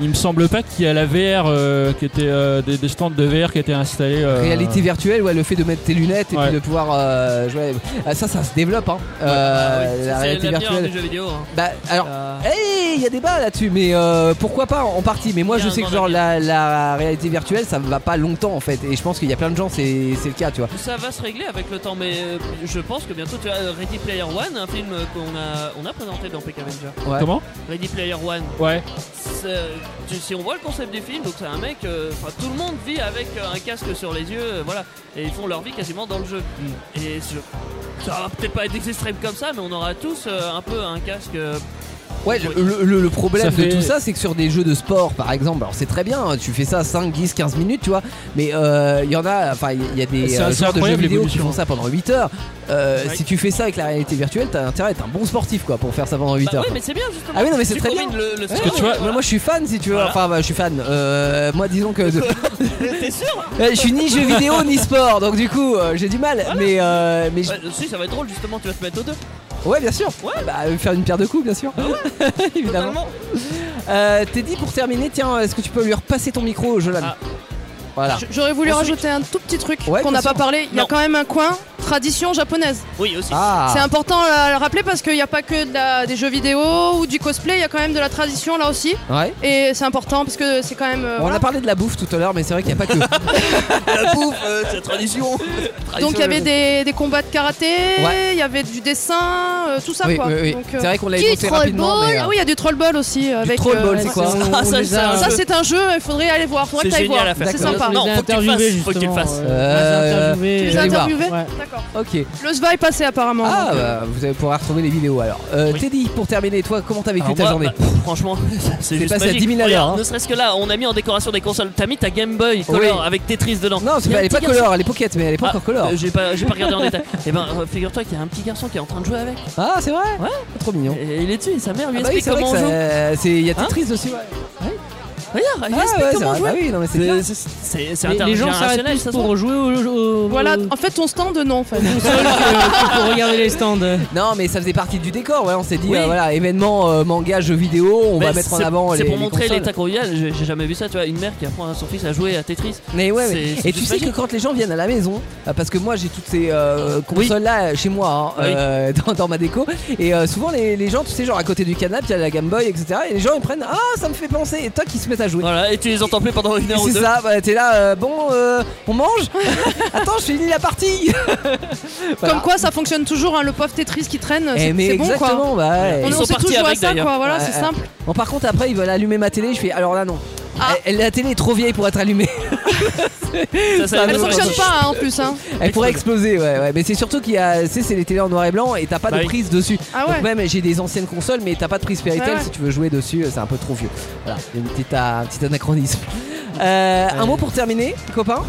Speaker 10: il me semble pas qu'il y a la VR euh, qui était euh, des, des stands de VR qui étaient installés. euh,
Speaker 3: Réalité virtuelle, ouais, le fait de mettre tes lunettes et
Speaker 10: Ouais.
Speaker 3: puis de pouvoir euh, jouer. Ah, Ça, ça se développe, hein. Euh,
Speaker 1: Ah oui,
Speaker 3: la
Speaker 1: c'est
Speaker 3: réalité
Speaker 1: l'avenir
Speaker 3: virtuelle.
Speaker 1: du jeu vidéo. hein.
Speaker 3: Bah, alors, hey, il y a des bas là-dessus, mais euh, pourquoi pas en partie. Mais moi,
Speaker 1: Il y a
Speaker 3: je
Speaker 1: un
Speaker 3: sais que
Speaker 1: grand
Speaker 3: genre la, la réalité virtuelle, ça va pas longtemps en fait. Et je pense qu'il y a plein de gens, c'est c'est le cas, tu vois.
Speaker 1: Ça va se régler avec le temps, mais euh, je pense que bientôt tu as euh, Ready Player One, un film euh, qu'on a, on a présenté dans Peck Avenger.
Speaker 3: Ouais.
Speaker 10: Comment
Speaker 1: Ready Player One.
Speaker 10: Ouais.
Speaker 1: C'est, euh, tu- si on voit le concept du film, donc c'est un mec, euh, enfin tout le monde vit avec euh, un casque sur les yeux, euh, voilà, et ils font leur vie quasiment dans le jeu.
Speaker 10: Mm.
Speaker 1: Et je- ça va peut-être pas être extrême comme ça, mais on aura tous euh, un peu un casque. euh,
Speaker 3: Ouais, le, le- Euh, le- le problème
Speaker 10: Ça fait-
Speaker 3: de tout ça, c'est que sur des jeux de sport, par exemple, alors c'est très bien, hein, tu fais ça 5, 10, 15 minutes, tu vois, mais euh, il y en a, enfin, il y a des
Speaker 10: C'est assez
Speaker 3: genres de jeux
Speaker 10: incroyable,
Speaker 3: vidéo qui
Speaker 10: l'évolution.
Speaker 3: font ça pendant 8 heures. Euh,
Speaker 10: Ouais.
Speaker 3: Si tu fais ça avec la réalité virtuelle, t'as intérêt à être un bon sportif, quoi, pour faire ça pendant 8
Speaker 1: Bah
Speaker 3: heures.
Speaker 1: ouais, mais c'est bien justement.
Speaker 3: Ah oui, non, mais c'est
Speaker 1: Tu
Speaker 3: très bien.
Speaker 1: combines le- le
Speaker 3: Ouais,
Speaker 1: sport, euh,
Speaker 3: ouais,
Speaker 1: voilà.
Speaker 3: moi, moi, je suis fan, si tu veux. Enfin, bah, je suis fan. Euh, moi, disons que. de-
Speaker 1: T'es sûr
Speaker 3: Euh, je suis ni jeu vidéo ni sport, donc du coup, euh, j'ai du mal. Mais, euh, mais je-
Speaker 1: Ouais, si, ça va être drôle justement, tu vas te mettre aux deux.
Speaker 3: ouais, bien sûr. Bah, euh, faire une paire de coups, bien
Speaker 1: Ah
Speaker 3: sûr.
Speaker 1: Ah.
Speaker 3: Évidemment. Euh, Teddy, pour terminer, tiens, est-ce que tu peux lui repasser ton micro, Jolan Voilà.
Speaker 19: J- J'aurais voulu rajouter un tout petit truc
Speaker 3: Ouais,
Speaker 19: qu'on
Speaker 3: bien
Speaker 19: n'a
Speaker 3: sûr.
Speaker 19: pas parlé. Il y a
Speaker 3: Non.
Speaker 19: quand même un coin tradition japonaise.
Speaker 1: Oui, aussi.
Speaker 3: Ah.
Speaker 19: C'est important à le rappeler parce qu'il n'y a pas que de la- des jeux vidéo ou du cosplay, il y a quand même de la tradition là aussi.
Speaker 3: Ouais.
Speaker 19: Et c'est important parce que c'est quand même. euh,
Speaker 3: Bon, On
Speaker 19: voilà.
Speaker 3: a parlé de la bouffe tout à l'heure, mais c'est vrai qu'il n'y a pas que. la bouffe, euh, c'est la tradition.
Speaker 19: Donc il y avait
Speaker 3: Tradition, euh,
Speaker 19: des, des combats de karaté, il
Speaker 3: Ouais.
Speaker 19: y avait du dessin, euh, tout ça
Speaker 3: Oui,
Speaker 19: quoi.
Speaker 3: oui, oui.
Speaker 19: Donc,
Speaker 3: C'est vrai qu'on l'a évoqué
Speaker 19: Du
Speaker 3: rapidement,
Speaker 19: troll
Speaker 3: mais,
Speaker 19: ball.
Speaker 3: euh,
Speaker 19: Ah oui, il y a du troll ball aussi. Avec,
Speaker 3: troll ball, c'est
Speaker 19: on-
Speaker 3: quoi
Speaker 19: on-
Speaker 3: Ah,
Speaker 19: on
Speaker 3: ça,
Speaker 19: les
Speaker 3: c'est
Speaker 19: a-
Speaker 3: un
Speaker 19: ça,
Speaker 3: jeu.
Speaker 19: c'est un jeu, il faudrait aller voir. Faudrait que
Speaker 3: C'est
Speaker 19: t'ailles
Speaker 3: génial
Speaker 19: voir.
Speaker 3: à faire.
Speaker 19: C'est sympa.
Speaker 3: Non, faut que tu le fasses, faut que tu le fasses.
Speaker 19: Euh,
Speaker 3: Euh,
Speaker 19: Tu les as
Speaker 3: j'allais voir.
Speaker 19: interviewés D'accord.
Speaker 3: Ok.
Speaker 19: Le SVA est passé apparemment.
Speaker 3: Ah,
Speaker 19: donc, euh,
Speaker 3: bah, vous allez pouvoir retrouver les vidéos alors. Euh,
Speaker 1: Oui.
Speaker 3: Teddy, pour terminer, toi, comment t'as vécu
Speaker 1: Alors
Speaker 3: ta
Speaker 1: moi,
Speaker 3: journée
Speaker 1: bah, Franchement, c'est juste
Speaker 3: passé à
Speaker 1: magique.
Speaker 3: 10 000 à l'heure.
Speaker 1: Regarde,
Speaker 3: hein.
Speaker 1: Ne serait-ce que là, on a mis en décoration des consoles. T'as mis ta Game Boy Color
Speaker 3: Oui.
Speaker 1: avec Tetris dedans.
Speaker 3: Non, c'est
Speaker 1: Il y a
Speaker 3: pas-
Speaker 1: un
Speaker 3: elle est pas
Speaker 1: petit garçon-
Speaker 3: color, elle est pocket, mais elle est pas
Speaker 1: Ah,
Speaker 3: encore color.
Speaker 1: euh, J'ai pas, j'ai pas regardé en détail. Et ben, euh, figure-toi qu'il y a un petit garçon qui est en train de jouer avec.
Speaker 3: Ah, c'est vrai
Speaker 1: Ouais.
Speaker 3: Trop mignon.
Speaker 1: Et il est dessus, et sa mère lui
Speaker 3: Ah bah oui,
Speaker 1: explique
Speaker 3: c'est vrai
Speaker 1: comment
Speaker 3: que
Speaker 1: on joue.
Speaker 3: ça- c'est- il y a Tetris
Speaker 1: Hein
Speaker 3: dessus, ouais.
Speaker 1: Regarde, il
Speaker 3: Ah
Speaker 1: explique
Speaker 3: ouais,
Speaker 1: comment
Speaker 3: c'est
Speaker 1: jouer.
Speaker 3: vrai, bah oui, non, mais c'est bien.
Speaker 1: c'est c'est
Speaker 6: Les, les gens s'arrêtent
Speaker 1: intergénérationnel,
Speaker 6: plus
Speaker 1: ça se
Speaker 6: pour
Speaker 1: voit.
Speaker 6: jouer au jeu. au-
Speaker 19: Voilà,
Speaker 6: au-
Speaker 19: en fait, ton stand, non, en fait.
Speaker 6: euh, pour regarder les stands.
Speaker 3: Non, mais ça faisait partie du décor. Ouais, on s'est dit,
Speaker 1: Oui.
Speaker 3: euh, voilà, événement, euh, manga, jeux vidéo, on
Speaker 1: Mais
Speaker 3: va mettre en
Speaker 1: c'est-
Speaker 3: avant les.
Speaker 1: C'est pour montrer
Speaker 3: consoles.
Speaker 1: l'état conjugal. J'ai j'ai jamais vu ça, tu vois. Une mère qui apprend à son fils à jouer à Tetris.
Speaker 3: Mais ouais, ouais.
Speaker 1: C'est- c'est
Speaker 3: et tu
Speaker 1: juste
Speaker 3: sais que
Speaker 1: magique.
Speaker 3: quand les gens viennent à la maison, euh, parce que moi j'ai toutes ces euh, consoles là chez moi, hein,
Speaker 1: Oui.
Speaker 3: euh, dans, dans ma déco, et euh, souvent les, les gens, tu sais, genre à côté du canapé, il y a la Game Boy, etc. Et les gens ils prennent Ah, ça me fait penser, et toi qui se mettent à jouer.
Speaker 1: Voilà, et tu les entends plus pendant une
Speaker 3: Et
Speaker 1: heure ou
Speaker 3: C'est
Speaker 1: deux.
Speaker 3: ça, bah, t'es là, euh, bon, euh, on mange Attends, je finis la partie
Speaker 19: Comme quoi, ça fonctionne toujours, hein, le pauvre Tetris qui traîne,
Speaker 3: Eh,
Speaker 19: c'est
Speaker 3: mais
Speaker 19: c'est bon quoi.
Speaker 3: exactement, bah, ouais.
Speaker 19: On, on sait tous jouer à ça quoi, voilà,
Speaker 3: Ouais,
Speaker 19: c'est
Speaker 3: ouais.
Speaker 19: simple. Ah.
Speaker 3: Bon, par contre, après, ils veulent allumer ma télé. Je fais alors là, non. Elle- la télé est trop vieille pour être allumée.
Speaker 1: Ah, Ça,
Speaker 3: Tá
Speaker 1: ça-
Speaker 19: Elle
Speaker 1: ça-
Speaker 19: fonctionne pas hein, en plus. Hein.
Speaker 3: Elle pourrait exploser, ouais, ouais. Mais c'est surtout qu'il y a, tu sais, c'est les télés en noir et blanc et t'as pas
Speaker 1: Bah
Speaker 3: de
Speaker 1: oui.
Speaker 3: prise dessus.
Speaker 19: Ah ouais. Ah
Speaker 3: Donc même j'ai des anciennes consoles, mais t'as pas de prise Péritel
Speaker 1: Ouais, ouais.
Speaker 3: si tu veux jouer dessus, c'est un peu trop vieux. Voilà, une petite, euh, un petit anachronisme. Euh, Un mot pour terminer, copain.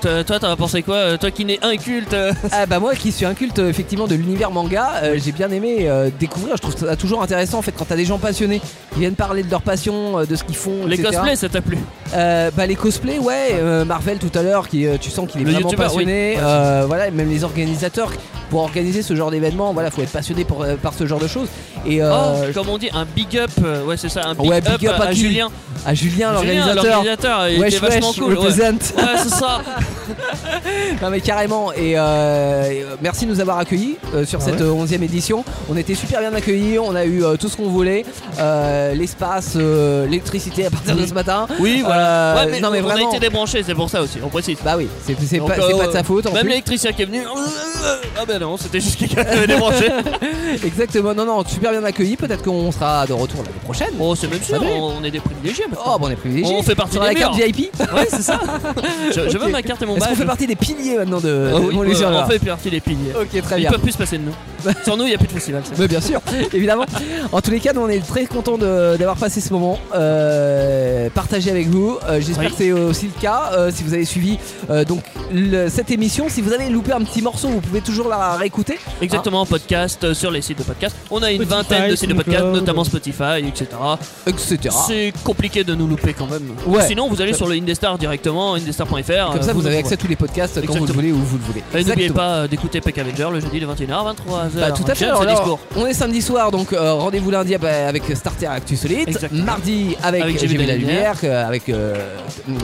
Speaker 1: Toi, toi, t'en as pensé quoi Euh, Toi qui n'es inculte. euh,
Speaker 3: Ah bah moi qui suis un culte euh, effectivement de l'univers manga, euh, j'ai bien aimé euh, découvrir. Je trouve ça toujours intéressant en fait quand t'as des gens passionnés qui viennent parler de leur passion, euh, de ce qu'ils font.
Speaker 1: Les
Speaker 3: etc..
Speaker 1: cosplays, ça t'a plu
Speaker 3: Euh, bah les cosplays ouais euh, Marvel tout à l'heure qui euh, tu sens qu'il est
Speaker 1: Le
Speaker 3: vraiment
Speaker 1: youtubeur,
Speaker 3: passionné
Speaker 1: oui.
Speaker 3: euh, voilà et même les organisateurs pour organiser ce genre d'événement voilà faut être passionné pour, euh, par ce genre de choses et euh,
Speaker 1: Oh, comme on dit, un big up. euh, Ouais, c'est ça, un big,
Speaker 3: ouais big up à, qui
Speaker 1: Julien.
Speaker 3: à Julien
Speaker 1: Julien,
Speaker 3: l'organisateur
Speaker 1: l'organisateur, il
Speaker 3: wesh
Speaker 1: était vachement
Speaker 3: wesh,
Speaker 1: cool. ouais.
Speaker 3: represent.
Speaker 1: Ouais, c'est ça.
Speaker 3: non mais carrément et euh, et, euh, merci de nous avoir accueillis euh, sur
Speaker 1: Ah
Speaker 3: cette
Speaker 1: ouais.
Speaker 3: euh, 11e édition on était super bien accueillis on a eu euh, tout ce qu'on voulait euh, l'espace euh, l'électricité à partir de ce matin
Speaker 1: Oui, voilà.
Speaker 3: Euh,
Speaker 1: Ouais, mais
Speaker 3: non mais
Speaker 1: on
Speaker 3: vraiment
Speaker 1: a été débranché, c'est pour ça aussi, on précise. euh,
Speaker 3: Bah oui, c'est c'est pas, c'est pas de sa faute en
Speaker 1: Même
Speaker 3: plus.
Speaker 1: l'électricien qui est venu. Ah bah non, c'était juste quelqu'un qui avait débranché.
Speaker 3: Exactement, non, non, super bien accueilli. Peut-être qu'on sera de retour l'année prochaine.
Speaker 1: Oh, c'est même sûr,
Speaker 3: Salut.
Speaker 1: on on est des privilégiés.
Speaker 3: Oh, bon, on est privilégiés.
Speaker 1: On fait partie
Speaker 3: Sur
Speaker 1: des
Speaker 3: la carte
Speaker 1: meilleurs.
Speaker 3: VIP.
Speaker 1: Ouais, c'est ça. Je, je veux
Speaker 3: Ok.
Speaker 1: ma carte et mon
Speaker 3: Est-ce qu'on
Speaker 1: badge.
Speaker 3: fait partie euh, des piliers maintenant de,
Speaker 1: Ah
Speaker 3: de
Speaker 1: oui,
Speaker 3: Mont
Speaker 1: ouais,
Speaker 3: Louis sur
Speaker 1: on
Speaker 3: Loire
Speaker 1: fait partie des piliers.
Speaker 3: Ok, très
Speaker 1: Ils
Speaker 3: bien.
Speaker 1: peuvent plus se passer de nous. Sans nous, il n'y a plus de festival. c'est
Speaker 3: Mais bien sûr, évidemment. En tous les cas, nous on est très contents de- d'avoir passé ce moment euh, partagé avec vous. Euh, J'espère
Speaker 1: Oui.
Speaker 3: que c'est aussi le cas. Euh, si vous avez suivi euh, donc le- cette émission, si vous avez loupé un petit morceau, vous pouvez toujours la réécouter. Ah,
Speaker 1: Exactement, podcast euh, sur les sites de podcast. On a une
Speaker 3: Spotify,
Speaker 1: vingtaine de sites de podcast,
Speaker 3: SoundCloud.
Speaker 1: notamment Spotify, etc.
Speaker 3: Etc.
Speaker 1: C'est compliqué de nous louper quand même.
Speaker 3: Ouais.
Speaker 1: Sinon, vous allez sur le Indestar directement, indestar.fr.
Speaker 3: Comme
Speaker 1: Euh,
Speaker 3: ça, vous avez accès à tous les podcasts quand vous le voulez ou vous le voulez.
Speaker 1: Et n'oubliez
Speaker 3: Exactement.
Speaker 1: pas euh, d'écouter Peck Avenger le jeudi de 21h 23h.
Speaker 3: Bah, tout à fait.
Speaker 1: J'aime
Speaker 3: Alors
Speaker 1: ce
Speaker 3: là,
Speaker 1: hein. discours.
Speaker 3: on est samedi soir, donc euh, rendez-vous lundi bah, avec Starter Actu Solide.
Speaker 1: Exactement.
Speaker 3: Mardi avec,
Speaker 1: Avec
Speaker 3: J'ai vu la lumière, euh, avec euh,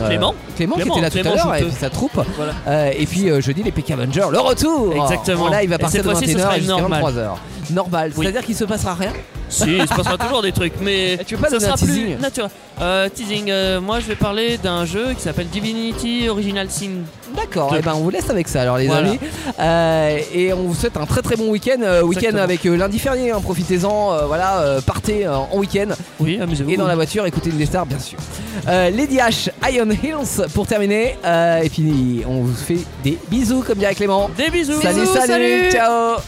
Speaker 1: Clément.
Speaker 3: Clément, qui
Speaker 1: Clément,
Speaker 3: était là
Speaker 1: Clément
Speaker 3: tout à l'heure et
Speaker 1: Jouteux.
Speaker 3: puis sa troupe. Euh, et puis euh, jeudi les PK Avengers, le retour.
Speaker 1: Exactement.
Speaker 3: En live à
Speaker 1: Et
Speaker 3: partir
Speaker 1: cette
Speaker 3: de
Speaker 1: fois-ci, ce
Speaker 3: 21h
Speaker 1: sera
Speaker 3: jusqu'à
Speaker 1: normal.
Speaker 3: 23h. Normal. C'est-à-dire qu'il se passera rien.
Speaker 1: Si, il se passera toujours des trucs, mais
Speaker 3: Eh, tu veux pas
Speaker 1: ça
Speaker 3: donner un
Speaker 1: sera plus
Speaker 3: teasing
Speaker 1: naturel. Euh, teasing, euh, moi je vais parler d'un jeu qui s'appelle Divinity Original Sin.
Speaker 3: D'accord, et ben on vous laisse avec ça alors les
Speaker 1: Voilà.
Speaker 3: amis. Euh, et on vous souhaite un très très bon week-end, euh, week-end
Speaker 1: Exactement.
Speaker 3: avec euh, lundi férié, hein, profitez-en, euh, voilà, euh, partez euh, en week-end.
Speaker 1: Oui, amusez-vous.
Speaker 3: Et dans la voiture, écoutez les stars bien sûr. Euh, Lady H, Ion Hills pour terminer. Euh, et puis on vous fait des bisous comme dirait Clément.
Speaker 1: Des bisous.
Speaker 3: Salut,
Speaker 1: Bisous,
Speaker 3: salut,
Speaker 1: salut.
Speaker 3: ciao